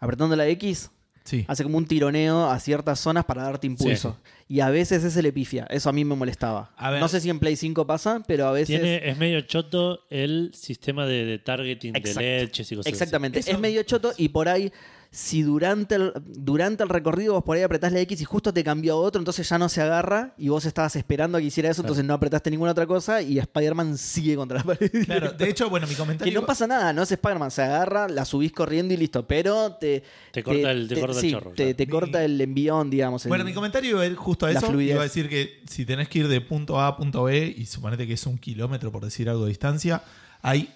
Speaker 1: apretando la X,
Speaker 2: Sí.
Speaker 1: hace como un tironeo a ciertas zonas para darte impulso. Y a veces ese le pifia. Eso a mí me molestaba.
Speaker 2: A ver.
Speaker 1: No sé si en Play 5 pasa, pero a veces.
Speaker 3: Tiene, es medio choto el sistema de, de targeting
Speaker 1: Exacto.
Speaker 3: de leches y cosas así.
Speaker 1: Exactamente.
Speaker 2: Eso-
Speaker 1: Es medio choto y por ahí. Si durante el, durante el recorrido vos por ahí apretás la X y justo te cambió a otro, entonces ya no se agarra y vos estabas esperando a que hiciera eso, entonces no apretaste ninguna otra cosa y Spider-Man sigue contra la pared.
Speaker 2: Claro, de hecho, bueno, mi comentario.
Speaker 1: Que no pasa nada, no es Spider-Man, se agarra, la subís corriendo y listo, pero te...
Speaker 3: Te corta el- te corta el
Speaker 1: sí,
Speaker 3: chorro,
Speaker 1: Te,
Speaker 3: claro.
Speaker 1: te
Speaker 2: Mi-
Speaker 1: corta el envión, digamos. el-
Speaker 2: Bueno, mi comentario iba a ir justo a
Speaker 1: La
Speaker 2: eso.
Speaker 1: fluidez.
Speaker 2: Iba a decir que si tenés que ir de punto A a punto B, y suponete que es un kilómetro, por decir algo de distancia, hay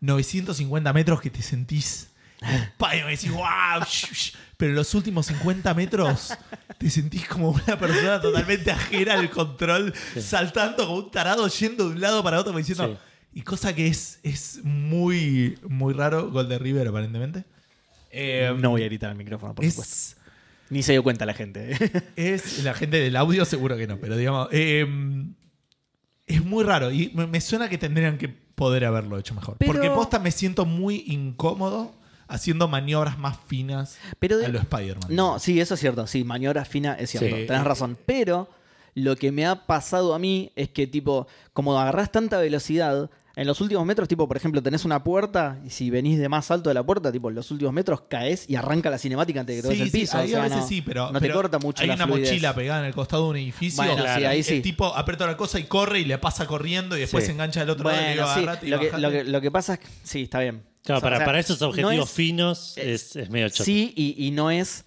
Speaker 2: 950 metros que te sentís. Y me decís, wow, sh- sh". pero los últimos 50 metros te sentís como una persona totalmente ajena al control, saltando como un tarado, yendo de un lado para otro, como diciendo. Y
Speaker 3: Sí.
Speaker 2: cosa que es, es muy, muy raro, Gol de River, aparentemente. Eh,
Speaker 1: No voy a gritar al micrófono, por supuesto.
Speaker 2: es,
Speaker 1: Ni se dio cuenta la gente.
Speaker 2: es la gente del audio, seguro que no, pero digamos. eh, es muy raro y me, me suena que tendrían que poder haberlo hecho mejor.
Speaker 1: Pero-
Speaker 2: Porque posta me siento muy incómodo haciendo maniobras más finas
Speaker 1: Pero de-
Speaker 2: a lo Spider-Man.
Speaker 1: no, sí, eso es cierto, sí, maniobra fina es cierto,
Speaker 2: Sí.
Speaker 1: tenés razón, pero lo que me ha pasado a mí es que tipo, como agarrás tanta velocidad... En los últimos metros, tipo, por ejemplo, tenés una puerta y si venís de más alto de la puerta, tipo, en los últimos metros caes y arranca la cinemática antes de que toques
Speaker 2: Sí,
Speaker 1: el
Speaker 2: sí,
Speaker 1: piso. o
Speaker 2: ahí
Speaker 1: sea,
Speaker 2: a veces
Speaker 1: no-
Speaker 2: sí, pero,
Speaker 1: no
Speaker 2: pero
Speaker 1: te corta mucho
Speaker 2: Hay
Speaker 1: la
Speaker 2: una
Speaker 1: fluidez.
Speaker 2: mochila pegada en el costado de un edificio.
Speaker 1: Bueno,
Speaker 3: sí,
Speaker 1: ahí sí.
Speaker 2: El tipo aprieta una cosa y corre y le pasa corriendo y después
Speaker 3: Sí.
Speaker 2: se engancha al otro lado y le
Speaker 1: Bueno,
Speaker 2: digo,
Speaker 1: sí,
Speaker 2: "Agarrate y
Speaker 1: lo que,
Speaker 2: bajate".
Speaker 1: lo que- lo que pasa es que sí, está bien.
Speaker 3: Claro,
Speaker 1: O sea,
Speaker 3: para,
Speaker 1: o sea,
Speaker 3: para esos
Speaker 1: no
Speaker 3: objetivos
Speaker 1: es-
Speaker 3: finos es, es medio choto.
Speaker 1: Sí, y, y no es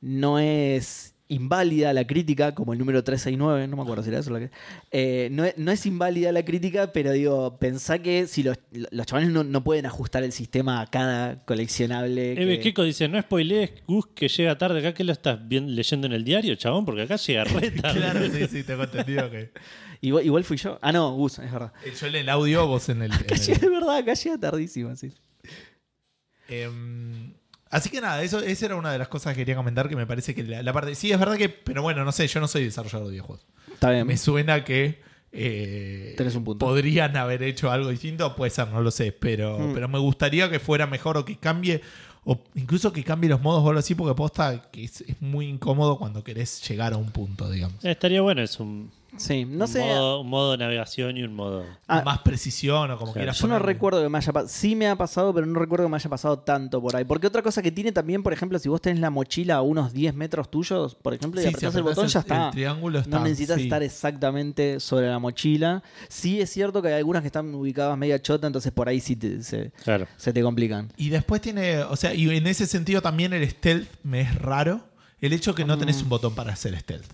Speaker 1: no es inválida la crítica, como el número 369, no me acuerdo si era eso. la que- eh, no, es, no es inválida la crítica, pero digo, pensá que si los, los chavales no, no pueden ajustar el sistema a cada coleccionable.
Speaker 3: Eve
Speaker 1: que-
Speaker 3: Eh, Kiko dice, no spoilees Gus que llega tarde acá, que lo estás bien- leyendo en el diario, chabón, porque acá llega re tarde.
Speaker 2: Claro, sí, sí, tengo entendido que. Eh,
Speaker 1: igual, igual fui yo. Ah, no, Gus, es verdad.
Speaker 2: Yo en el audio, vos en el. en el-
Speaker 1: Casi, es verdad, casi tardísimo, sí.
Speaker 2: Em, así que nada, eso, esa era una de las cosas que quería comentar que me parece que la, la parte. Sí, es verdad que. Pero bueno, no sé, yo no soy desarrollador de videojuegos.
Speaker 1: Está bien.
Speaker 2: Me suena que. eh,
Speaker 1: Em. Tenés un punto.
Speaker 2: Podrían haber hecho algo distinto, puede ser, no lo sé, pero,
Speaker 1: Mm.
Speaker 2: pero me gustaría que fuera mejor o que cambie, o incluso que cambie los modos o algo así, porque posta que es, es muy incómodo cuando querés llegar a un punto, digamos.
Speaker 3: Eh, Estaría bueno, es un,
Speaker 1: Sí, no
Speaker 3: un
Speaker 1: sé.
Speaker 3: modo, un modo de navegación y un modo...
Speaker 1: Ah,
Speaker 2: Más precisión o como
Speaker 3: Claro,
Speaker 2: quieras
Speaker 1: Yo no
Speaker 2: ponerle.
Speaker 1: recuerdo que me haya pasado. Sí me ha pasado, pero no recuerdo que me haya pasado tanto por ahí. Porque otra cosa que tiene también, por ejemplo, si vos tenés la mochila a unos 10 metros tuyos, por ejemplo, y
Speaker 2: Sí, si
Speaker 1: apretás el
Speaker 2: apretás
Speaker 1: botón, ya
Speaker 2: El
Speaker 1: está.
Speaker 2: triángulo está.
Speaker 1: no necesitas
Speaker 2: sí.
Speaker 1: estar exactamente sobre la mochila. Sí es cierto que hay algunas que están ubicadas media chota, entonces por ahí sí te- se,
Speaker 3: Claro.
Speaker 1: se te complican.
Speaker 2: Y después tiene, o sea, y en ese sentido también el stealth me es raro. El hecho que no tenés un botón para hacer stealth.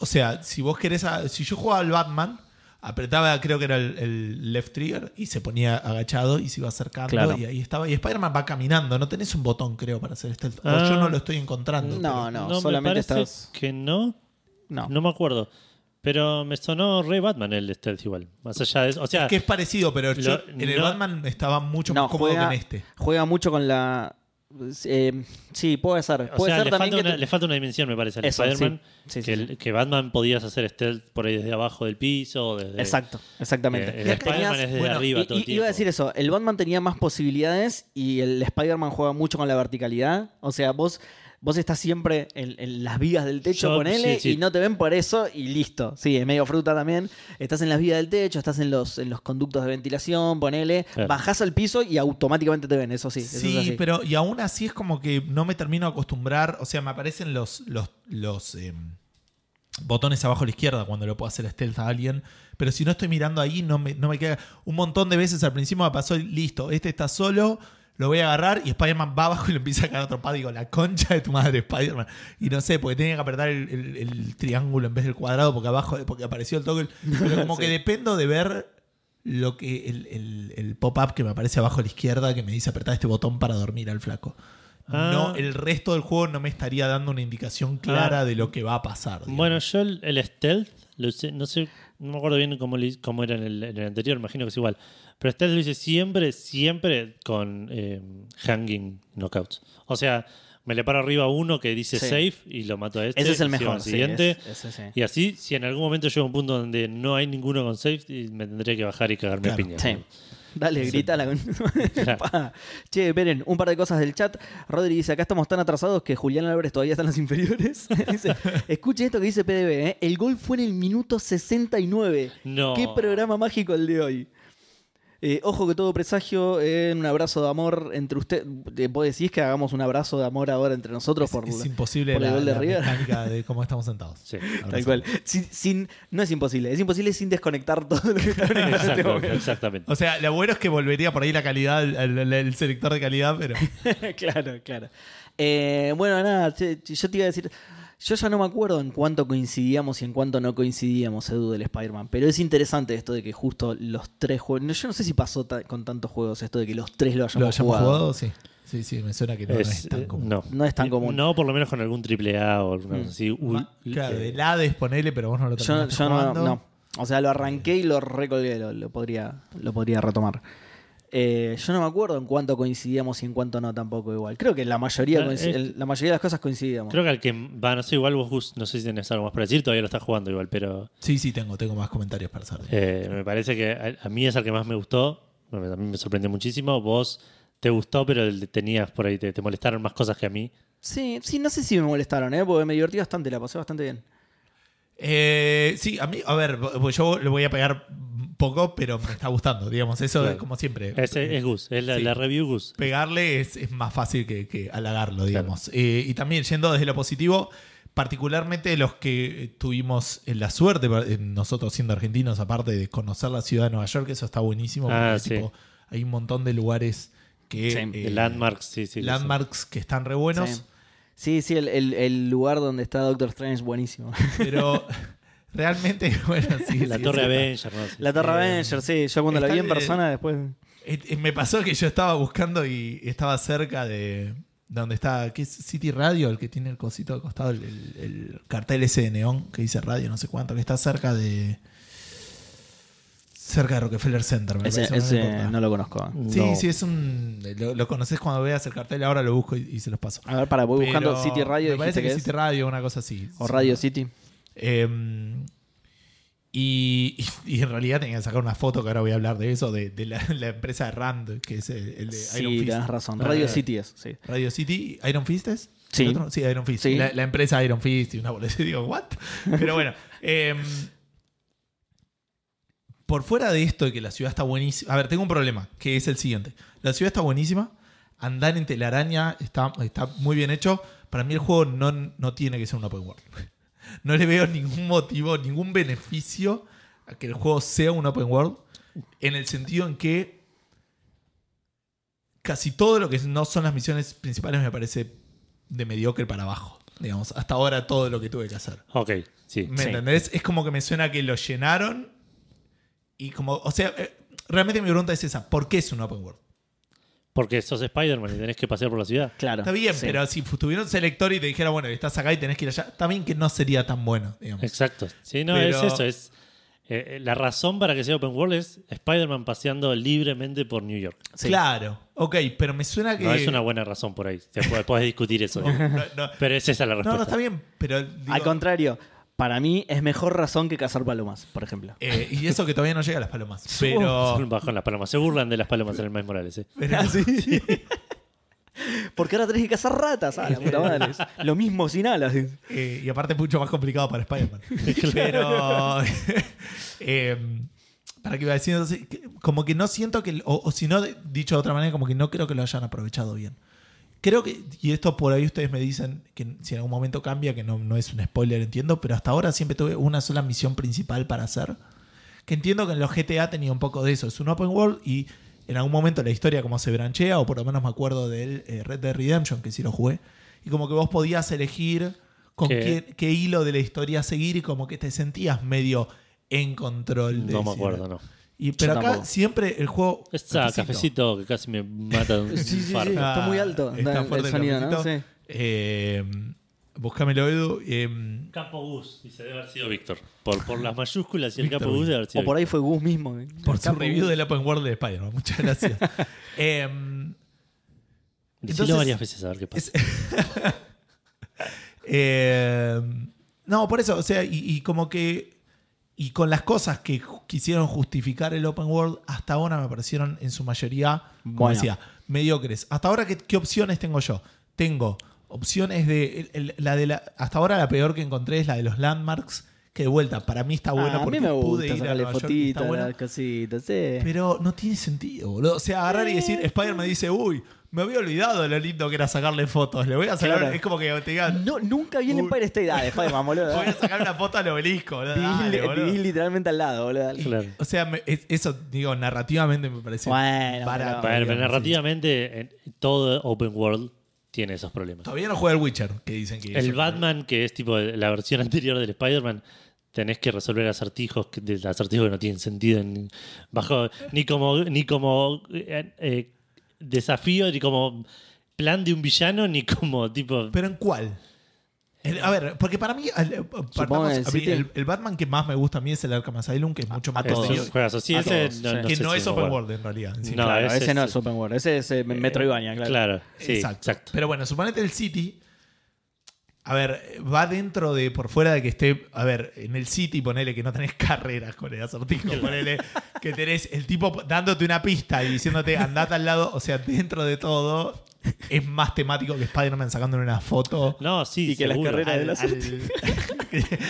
Speaker 2: O sea, si vos querés, a- si yo jugaba al Batman, apretaba, creo que era el, el left trigger y se ponía agachado y se iba acercando
Speaker 1: Claro.
Speaker 2: y ahí estaba. Y Spider-Man va caminando, no tenés un botón, creo, para hacer stealth.
Speaker 3: Ah.
Speaker 2: O yo no lo estoy encontrando.
Speaker 1: No,
Speaker 2: pero-
Speaker 1: no,
Speaker 3: me
Speaker 1: solamente
Speaker 3: parece
Speaker 1: estás.
Speaker 3: Que no,
Speaker 1: No.
Speaker 3: no me acuerdo. Pero me sonó re Batman el stealth igual. Más allá de eso. O sea,
Speaker 2: Que es parecido, pero yo
Speaker 3: Lo-
Speaker 2: en el
Speaker 3: no-
Speaker 2: Batman estaba mucho
Speaker 1: No,
Speaker 2: más cómodo
Speaker 1: juega,
Speaker 2: que en este.
Speaker 1: juega mucho con la. eh, sí, puede ser.
Speaker 3: o
Speaker 1: Puede
Speaker 3: sea,
Speaker 1: ser
Speaker 3: le,
Speaker 1: también
Speaker 3: falta
Speaker 1: que
Speaker 3: una,
Speaker 1: te-
Speaker 3: le falta una dimensión, me parece, al
Speaker 1: Eso,
Speaker 3: Spider-Man.
Speaker 1: sí. Sí, sí,
Speaker 3: que, el- que Batman podías hacer stealth por ahí desde abajo del piso. o Desde,
Speaker 1: Exacto,
Speaker 3: eh,
Speaker 1: exactamente.
Speaker 3: el
Speaker 2: Y acá
Speaker 3: Spider-Man
Speaker 2: tenías-
Speaker 3: es desde
Speaker 2: bueno,
Speaker 3: arriba
Speaker 1: I-
Speaker 3: todo
Speaker 1: i-
Speaker 3: el
Speaker 1: iba
Speaker 3: tiempo.
Speaker 1: a decir eso, el Batman tenía más posibilidades y el Spider-Man juega mucho con la verticalidad. O sea, vos, vos estás siempre en, en las vigas del techo,
Speaker 3: Yo-
Speaker 1: ponele,
Speaker 3: sí, sí.
Speaker 1: y no te ven por eso y listo. Sí, es medio fruta también. Estás en las vigas del techo, estás en los, en los conductos de ventilación, ponele,
Speaker 3: Claro.
Speaker 1: bajás al piso y automáticamente te ven, eso sí. eso es
Speaker 2: Sí,
Speaker 1: así.
Speaker 2: pero y aún así es como que no me termino de acostumbrar. O sea, me aparecen los, los, los em, botones abajo a la izquierda cuando lo puedo hacer stealth a alguien. Pero si no estoy mirando ahí, no me, no me queda. Un montón de veces al principio me pasó, listo, este está solo, lo voy a agarrar y Spider-Man va abajo y lo empieza a cagar atrapado. Digo, la concha de tu madre, Spider-Man. Y no sé, porque tenía que apretar el, el- el triángulo en vez del cuadrado porque abajo, porque apareció el toggle. Pero como que dependo de ver lo que el, el- el pop-up que me aparece abajo a la izquierda que me dice apretar este botón para dormir al flaco.
Speaker 3: Ah.
Speaker 2: No, el resto del juego no me estaría dando una indicación clara de lo que va a pasar. digamos.
Speaker 3: Bueno, yo el, el stealth, lo usé- no sé, no me acuerdo bien cómo, lo hice- cómo era en el, en el anterior, imagino que es igual. Pero stealth lo hice siempre, siempre con eh, hanging knockouts. O sea, me le paro arriba a uno que dice
Speaker 1: Sí.
Speaker 3: safe y lo mato a este.
Speaker 1: ese es el
Speaker 3: sigo
Speaker 1: mejor.
Speaker 3: al
Speaker 1: sí,
Speaker 3: siguiente.
Speaker 1: es- eh. ese sí.
Speaker 3: Y así, si en algún momento llega un punto donde no hay ninguno con safe, y me tendré que bajar y cagarme a
Speaker 2: Claro.
Speaker 3: piña.
Speaker 1: Sí. Dale,
Speaker 3: Sí.
Speaker 1: grita la
Speaker 3: Claro.
Speaker 1: Pa. Che, esperen, un par de cosas del chat. Rodri dice, acá estamos tan atrasados que Julián Álvarez todavía está en las inferiores. Dice, escuchen esto que dice PDB, ¿eh? el gol fue en el minuto 69.
Speaker 3: No.
Speaker 1: Qué programa mágico el de hoy. Eh, ojo que todo presagio, eh, un abrazo de amor entre usted. eh, Vos decís que hagamos un abrazo de amor ahora entre nosotros
Speaker 2: es,
Speaker 1: por,
Speaker 2: es imposible
Speaker 1: por el
Speaker 2: la,
Speaker 1: gol de
Speaker 2: la
Speaker 1: River.
Speaker 2: mecánica de cómo estamos sentados.
Speaker 3: Sí.
Speaker 1: Tal cual. Sin, sin- no es imposible, es imposible sin desconectar todo lo que está en este
Speaker 3: Exacto,
Speaker 1: momento.
Speaker 3: exactamente.
Speaker 2: O sea, lo bueno es que volvería por ahí la calidad, el, el- el selector de calidad, pero
Speaker 1: claro, claro. Eh, bueno, nada, che, che, yo te iba a decir. Yo ya no me acuerdo en cuánto coincidíamos y en cuánto no coincidíamos, Edu, del Spider-Man. Pero es interesante esto de que justo los tres juegos. no, Yo no sé si pasó ta- con tantos juegos esto de que los tres lo hayamos,
Speaker 2: lo hayamos
Speaker 1: jugado.
Speaker 2: jugado, sí. Sí, sí, me suena que no, no
Speaker 3: Es,
Speaker 2: es tan
Speaker 3: eh,
Speaker 2: común.
Speaker 3: no.
Speaker 1: No es tan común.
Speaker 3: No, por lo menos con algún triple A o alguna
Speaker 1: Mm.
Speaker 3: cosa así. Uy,
Speaker 2: Ma- claro,
Speaker 3: eh,
Speaker 2: el Hades ponele, pero vos no lo
Speaker 1: Yo,
Speaker 2: terminaste
Speaker 1: yo no,
Speaker 2: jugando. Eh.
Speaker 1: no. O sea, lo arranqué y lo recolgué, lo, lo podría, lo podría retomar. Eh, yo no me acuerdo en cuánto coincidíamos y en cuánto no tampoco igual. Creo que la mayoría,
Speaker 3: Ah,
Speaker 1: coinci-
Speaker 3: eh.
Speaker 1: el- la mayoría de las cosas coincidíamos.
Speaker 3: Creo que al que va, no sé, igual vos, Gus, no sé si tenés algo más para decir, todavía lo estás jugando igual, pero
Speaker 2: Sí, sí, tengo, tengo más comentarios para hacer.
Speaker 3: eh, me parece que a, a mí es el que más me gustó, Bueno, a mí me sorprendió muchísimo, vos te gustó, pero el- tenías por ahí, te, te molestaron más cosas que a mí.
Speaker 1: Sí, sí, no sé si me molestaron, ¿eh? porque me divertí bastante, la pasé bastante bien.
Speaker 2: Eh, sí, a mí, a ver, bo- bo- yo lo voy a pegar poco, pero me está gustando, digamos, eso
Speaker 3: Claro.
Speaker 2: es como siempre.
Speaker 3: Es, es Gus, es la,
Speaker 2: Sí.
Speaker 3: la review Gus.
Speaker 2: Pegarle es, es más fácil que, que halagarlo, digamos. Eh, y también yendo desde lo positivo, particularmente los que eh, tuvimos eh, la suerte, eh, nosotros siendo argentinos, aparte de conocer la ciudad de Nueva York, eso está buenísimo, porque
Speaker 3: Ah,
Speaker 2: es
Speaker 3: sí.
Speaker 2: tipo, hay un montón de lugares que...
Speaker 1: Sí,
Speaker 2: eh,
Speaker 3: el Landmarks, sí, sí. que
Speaker 2: landmarks que están re buenos.
Speaker 1: Sí. Sí, sí, el, el- el lugar donde está Doctor Strange es buenísimo.
Speaker 2: Pero realmente, bueno, sí.
Speaker 3: La
Speaker 2: sí,
Speaker 3: Torre
Speaker 2: sí.
Speaker 3: Avenger, no sé.
Speaker 1: La Torre Avenger, sí. Yo cuando la
Speaker 2: está
Speaker 1: vi en
Speaker 2: el-
Speaker 1: persona después...
Speaker 2: Eh, eh, Me pasó que yo estaba buscando y estaba cerca de donde está, ¿qué es City Radio? El que tiene el cosito al costado, el, el- el cartel ese de neón que dice radio, no sé cuánto, que está cerca de... Cerca de Rockefeller Center, me
Speaker 1: Ese,
Speaker 2: parece, no
Speaker 1: ese
Speaker 2: me importa.
Speaker 1: no lo conozco.
Speaker 2: Sí,
Speaker 1: No.
Speaker 2: sí, es un. Lo, lo conoces cuando veas el cartel, ahora lo busco y, y se los paso.
Speaker 1: A ver, para, voy buscando
Speaker 2: Pero
Speaker 1: City Radio,
Speaker 2: Me parece
Speaker 1: dijiste
Speaker 2: que,
Speaker 1: que es.
Speaker 2: City Radio, una cosa así.
Speaker 1: O
Speaker 2: Sí.
Speaker 1: Radio City.
Speaker 2: Eh, y, y- y en realidad tenía que sacar una foto, que ahora voy a hablar de eso, de, de la, la empresa de Rand, que es el, el de Iron
Speaker 1: Sí,
Speaker 2: Fist.
Speaker 1: tenés razón.
Speaker 2: Ah,
Speaker 1: Radio
Speaker 2: eh,
Speaker 1: City es, sí.
Speaker 2: Radio City, Iron Fist es?
Speaker 1: Sí.
Speaker 2: ¿El otro? Sí, Iron Fist.
Speaker 1: Sí.
Speaker 2: La, la empresa Iron Fist y una boludez. Y Digo, ¿what? Pero bueno. eh, por fuera de esto de que la ciudad está buenísima. A ver, tengo un problema, que es el siguiente. La ciudad está buenísima. Andar en telaraña está, está muy bien hecho. Para mí el juego no, no tiene que ser un open world. No le veo ningún motivo, ningún beneficio a que el juego sea un open world. En el sentido en que casi todo lo que no son las misiones principales me parece de mediocre para abajo. Digamos, hasta ahora todo lo que tuve que hacer.
Speaker 3: Ok, sí.
Speaker 2: ¿Me
Speaker 3: sí.
Speaker 2: entendés? Es como que me suena que lo llenaron y como, o sea, eh, realmente mi pregunta es esa, ¿por qué es un open world?
Speaker 3: Porque sos Spider-Man y tenés que pasear por la ciudad.
Speaker 1: Claro.
Speaker 2: Está bien,
Speaker 1: sí.
Speaker 2: pero si fu- tuviera un selector y te dijera, bueno, estás acá y tenés que ir allá, está bien que no sería tan bueno, digamos.
Speaker 3: Exacto. Sí, no,
Speaker 2: Pero-
Speaker 3: es eso. Es, eh, eh, la razón para que sea Open World es Spider-Man paseando libremente por New York.
Speaker 1: Sí.
Speaker 2: Claro, ok, pero me suena que...
Speaker 3: No es una buena razón por ahí. Se puede, podés discutir eso.
Speaker 2: No, no,
Speaker 3: Pero es esa la respuesta.
Speaker 2: no, no, está bien, pero... digo,
Speaker 1: Al contrario, para mí es mejor razón que cazar palomas, por ejemplo.
Speaker 2: eh, y eso que todavía no llega a las palomas, pero...
Speaker 3: Son bajón las palomas. Se burlan de las palomas en el Maíz Morales. eh.
Speaker 2: pero-
Speaker 1: Porque ahora tenés que cazar ratas. Ah, la puta madre. Lo mismo sin alas.
Speaker 2: Eh, y aparte es mucho más complicado para Spider-Man. Pero. eh, para que iba diciendo, sí, que- como que no siento que. O, o si no, de- dicho de otra manera, como que no creo que lo hayan aprovechado bien. Creo que. Y esto por ahí ustedes me dicen que si en algún momento cambia, que no, no es un spoiler, entiendo. Pero hasta ahora siempre tuve una sola misión principal para hacer. Que entiendo que en los GTA tenía un poco de eso. Es un open world y en algún momento la historia como se branchea, o por lo menos me acuerdo del eh, Red Dead Redemption, que sí lo jugué. Y como que vos podías elegir con
Speaker 3: Que-
Speaker 2: quién, qué hilo de la historia seguir y como que te sentías medio en control de
Speaker 3: No me
Speaker 2: decir-
Speaker 3: acuerdo, no.
Speaker 2: Y, pero
Speaker 1: Yo
Speaker 2: acá
Speaker 1: tampoco.
Speaker 2: siempre el juego.
Speaker 3: Está cafecito que casi me mata de un
Speaker 1: Sí, sí, sí.
Speaker 3: infarto.
Speaker 1: Está muy alto,
Speaker 2: está
Speaker 1: da- el
Speaker 2: fuerte
Speaker 1: sonido, ¿no?
Speaker 2: cafecito. Eh, búscamelo, Edu. Eh,
Speaker 3: Capo Gus, dice, debe haber sido Víctor. Por, por las mayúsculas y el
Speaker 2: Víctor,
Speaker 3: Capo Gus debe haber sido
Speaker 1: O por ahí fue Gus mismo.
Speaker 2: por su
Speaker 1: Capo
Speaker 2: review
Speaker 1: Gus.
Speaker 2: del Open World de Spider-Man. Muchas gracias. Eh,
Speaker 3: Víctor. Decilo
Speaker 2: Entonces-
Speaker 3: varias veces a ver qué pasa.
Speaker 2: Es- Eh, no, por eso, o sea, y, y como que. Y con las cosas que ju- quisieron justificar el open world, hasta ahora me parecieron en su mayoría, como
Speaker 1: Bueno.
Speaker 2: decía, mediocres. Hasta ahora, ¿qué, qué opciones tengo yo? Tengo opciones de. el- el- la de la, hasta ahora la peor que encontré es la de los landmarks, que de vuelta, para mí está buena
Speaker 1: Ah, a
Speaker 2: porque
Speaker 1: mí me
Speaker 2: pude
Speaker 1: gusta
Speaker 2: ir a
Speaker 1: sacarle
Speaker 2: Nueva York y está
Speaker 1: fotitas,
Speaker 2: buena.
Speaker 1: las cositas, sí.
Speaker 2: Pero no tiene sentido, boludo. O sea,
Speaker 1: Eh,
Speaker 2: agarrar y decir, Spider me dice, uy, me había olvidado de lo lindo que era sacarle fotos. Le voy a sacar.
Speaker 1: Claro.
Speaker 2: Es como que te digan,
Speaker 1: No, nunca vi el Empire State. Ah, después, mamá, boludo.
Speaker 2: voy a sacar una foto al obelisco, boludo.
Speaker 1: Vivís
Speaker 2: Dale,
Speaker 1: li-
Speaker 2: boludo.
Speaker 1: vivís literalmente al lado, boludo. dale.
Speaker 3: Claro.
Speaker 2: O sea, me- es- eso, digo, narrativamente me parece.
Speaker 1: Bueno,
Speaker 2: barato,
Speaker 3: Bueno, pero
Speaker 2: digamos, Ah, sí.
Speaker 3: narrativamente en- todo Open World tiene esos problemas.
Speaker 2: Todavía no juega el Witcher, que dicen que.
Speaker 3: El
Speaker 2: eso-
Speaker 3: Batman, que es tipo la versión anterior del Spider-Man, tenés que resolver acertijos que, de- acertijos que no tienen sentido ni, bajo, ni como, ni como eh, eh, desafío, ni como plan de un villano, ni como tipo.
Speaker 2: ¿Pero en cuál? En- a ver, porque para mí, al- eh, partamos-
Speaker 1: en el
Speaker 2: a mí,
Speaker 1: City.
Speaker 2: el, el Batman que más me gusta a mí es el Arkham Asylum, que es mucho más
Speaker 3: Eh,
Speaker 1: todos.
Speaker 2: contenido,
Speaker 3: sí, juegazos. Sí,
Speaker 1: A
Speaker 3: ese
Speaker 1: todos,
Speaker 3: no,
Speaker 1: sí.
Speaker 3: no
Speaker 2: Que
Speaker 3: sé
Speaker 2: no
Speaker 3: si
Speaker 2: es open world en realidad. en sí.
Speaker 3: No,
Speaker 1: Claro,
Speaker 3: ese
Speaker 1: ese,
Speaker 3: es-
Speaker 1: no es Open World, ese es eh, Metroidvania, claro.
Speaker 3: Claro, sí,
Speaker 2: exacto.
Speaker 3: exacto.
Speaker 2: Pero bueno, suponete el City. A ver, va dentro de, por fuera de que esté, a ver, en el City ponele que no tenés carreras con el acertijo, ponele que tenés el tipo dándote una pista y diciéndote andate al lado, o sea, dentro de todo es más temático que Spider-Man sacándole una foto.
Speaker 3: No, sí,
Speaker 1: Y que las
Speaker 3: seguro.
Speaker 1: carreras-
Speaker 2: al-
Speaker 1: de la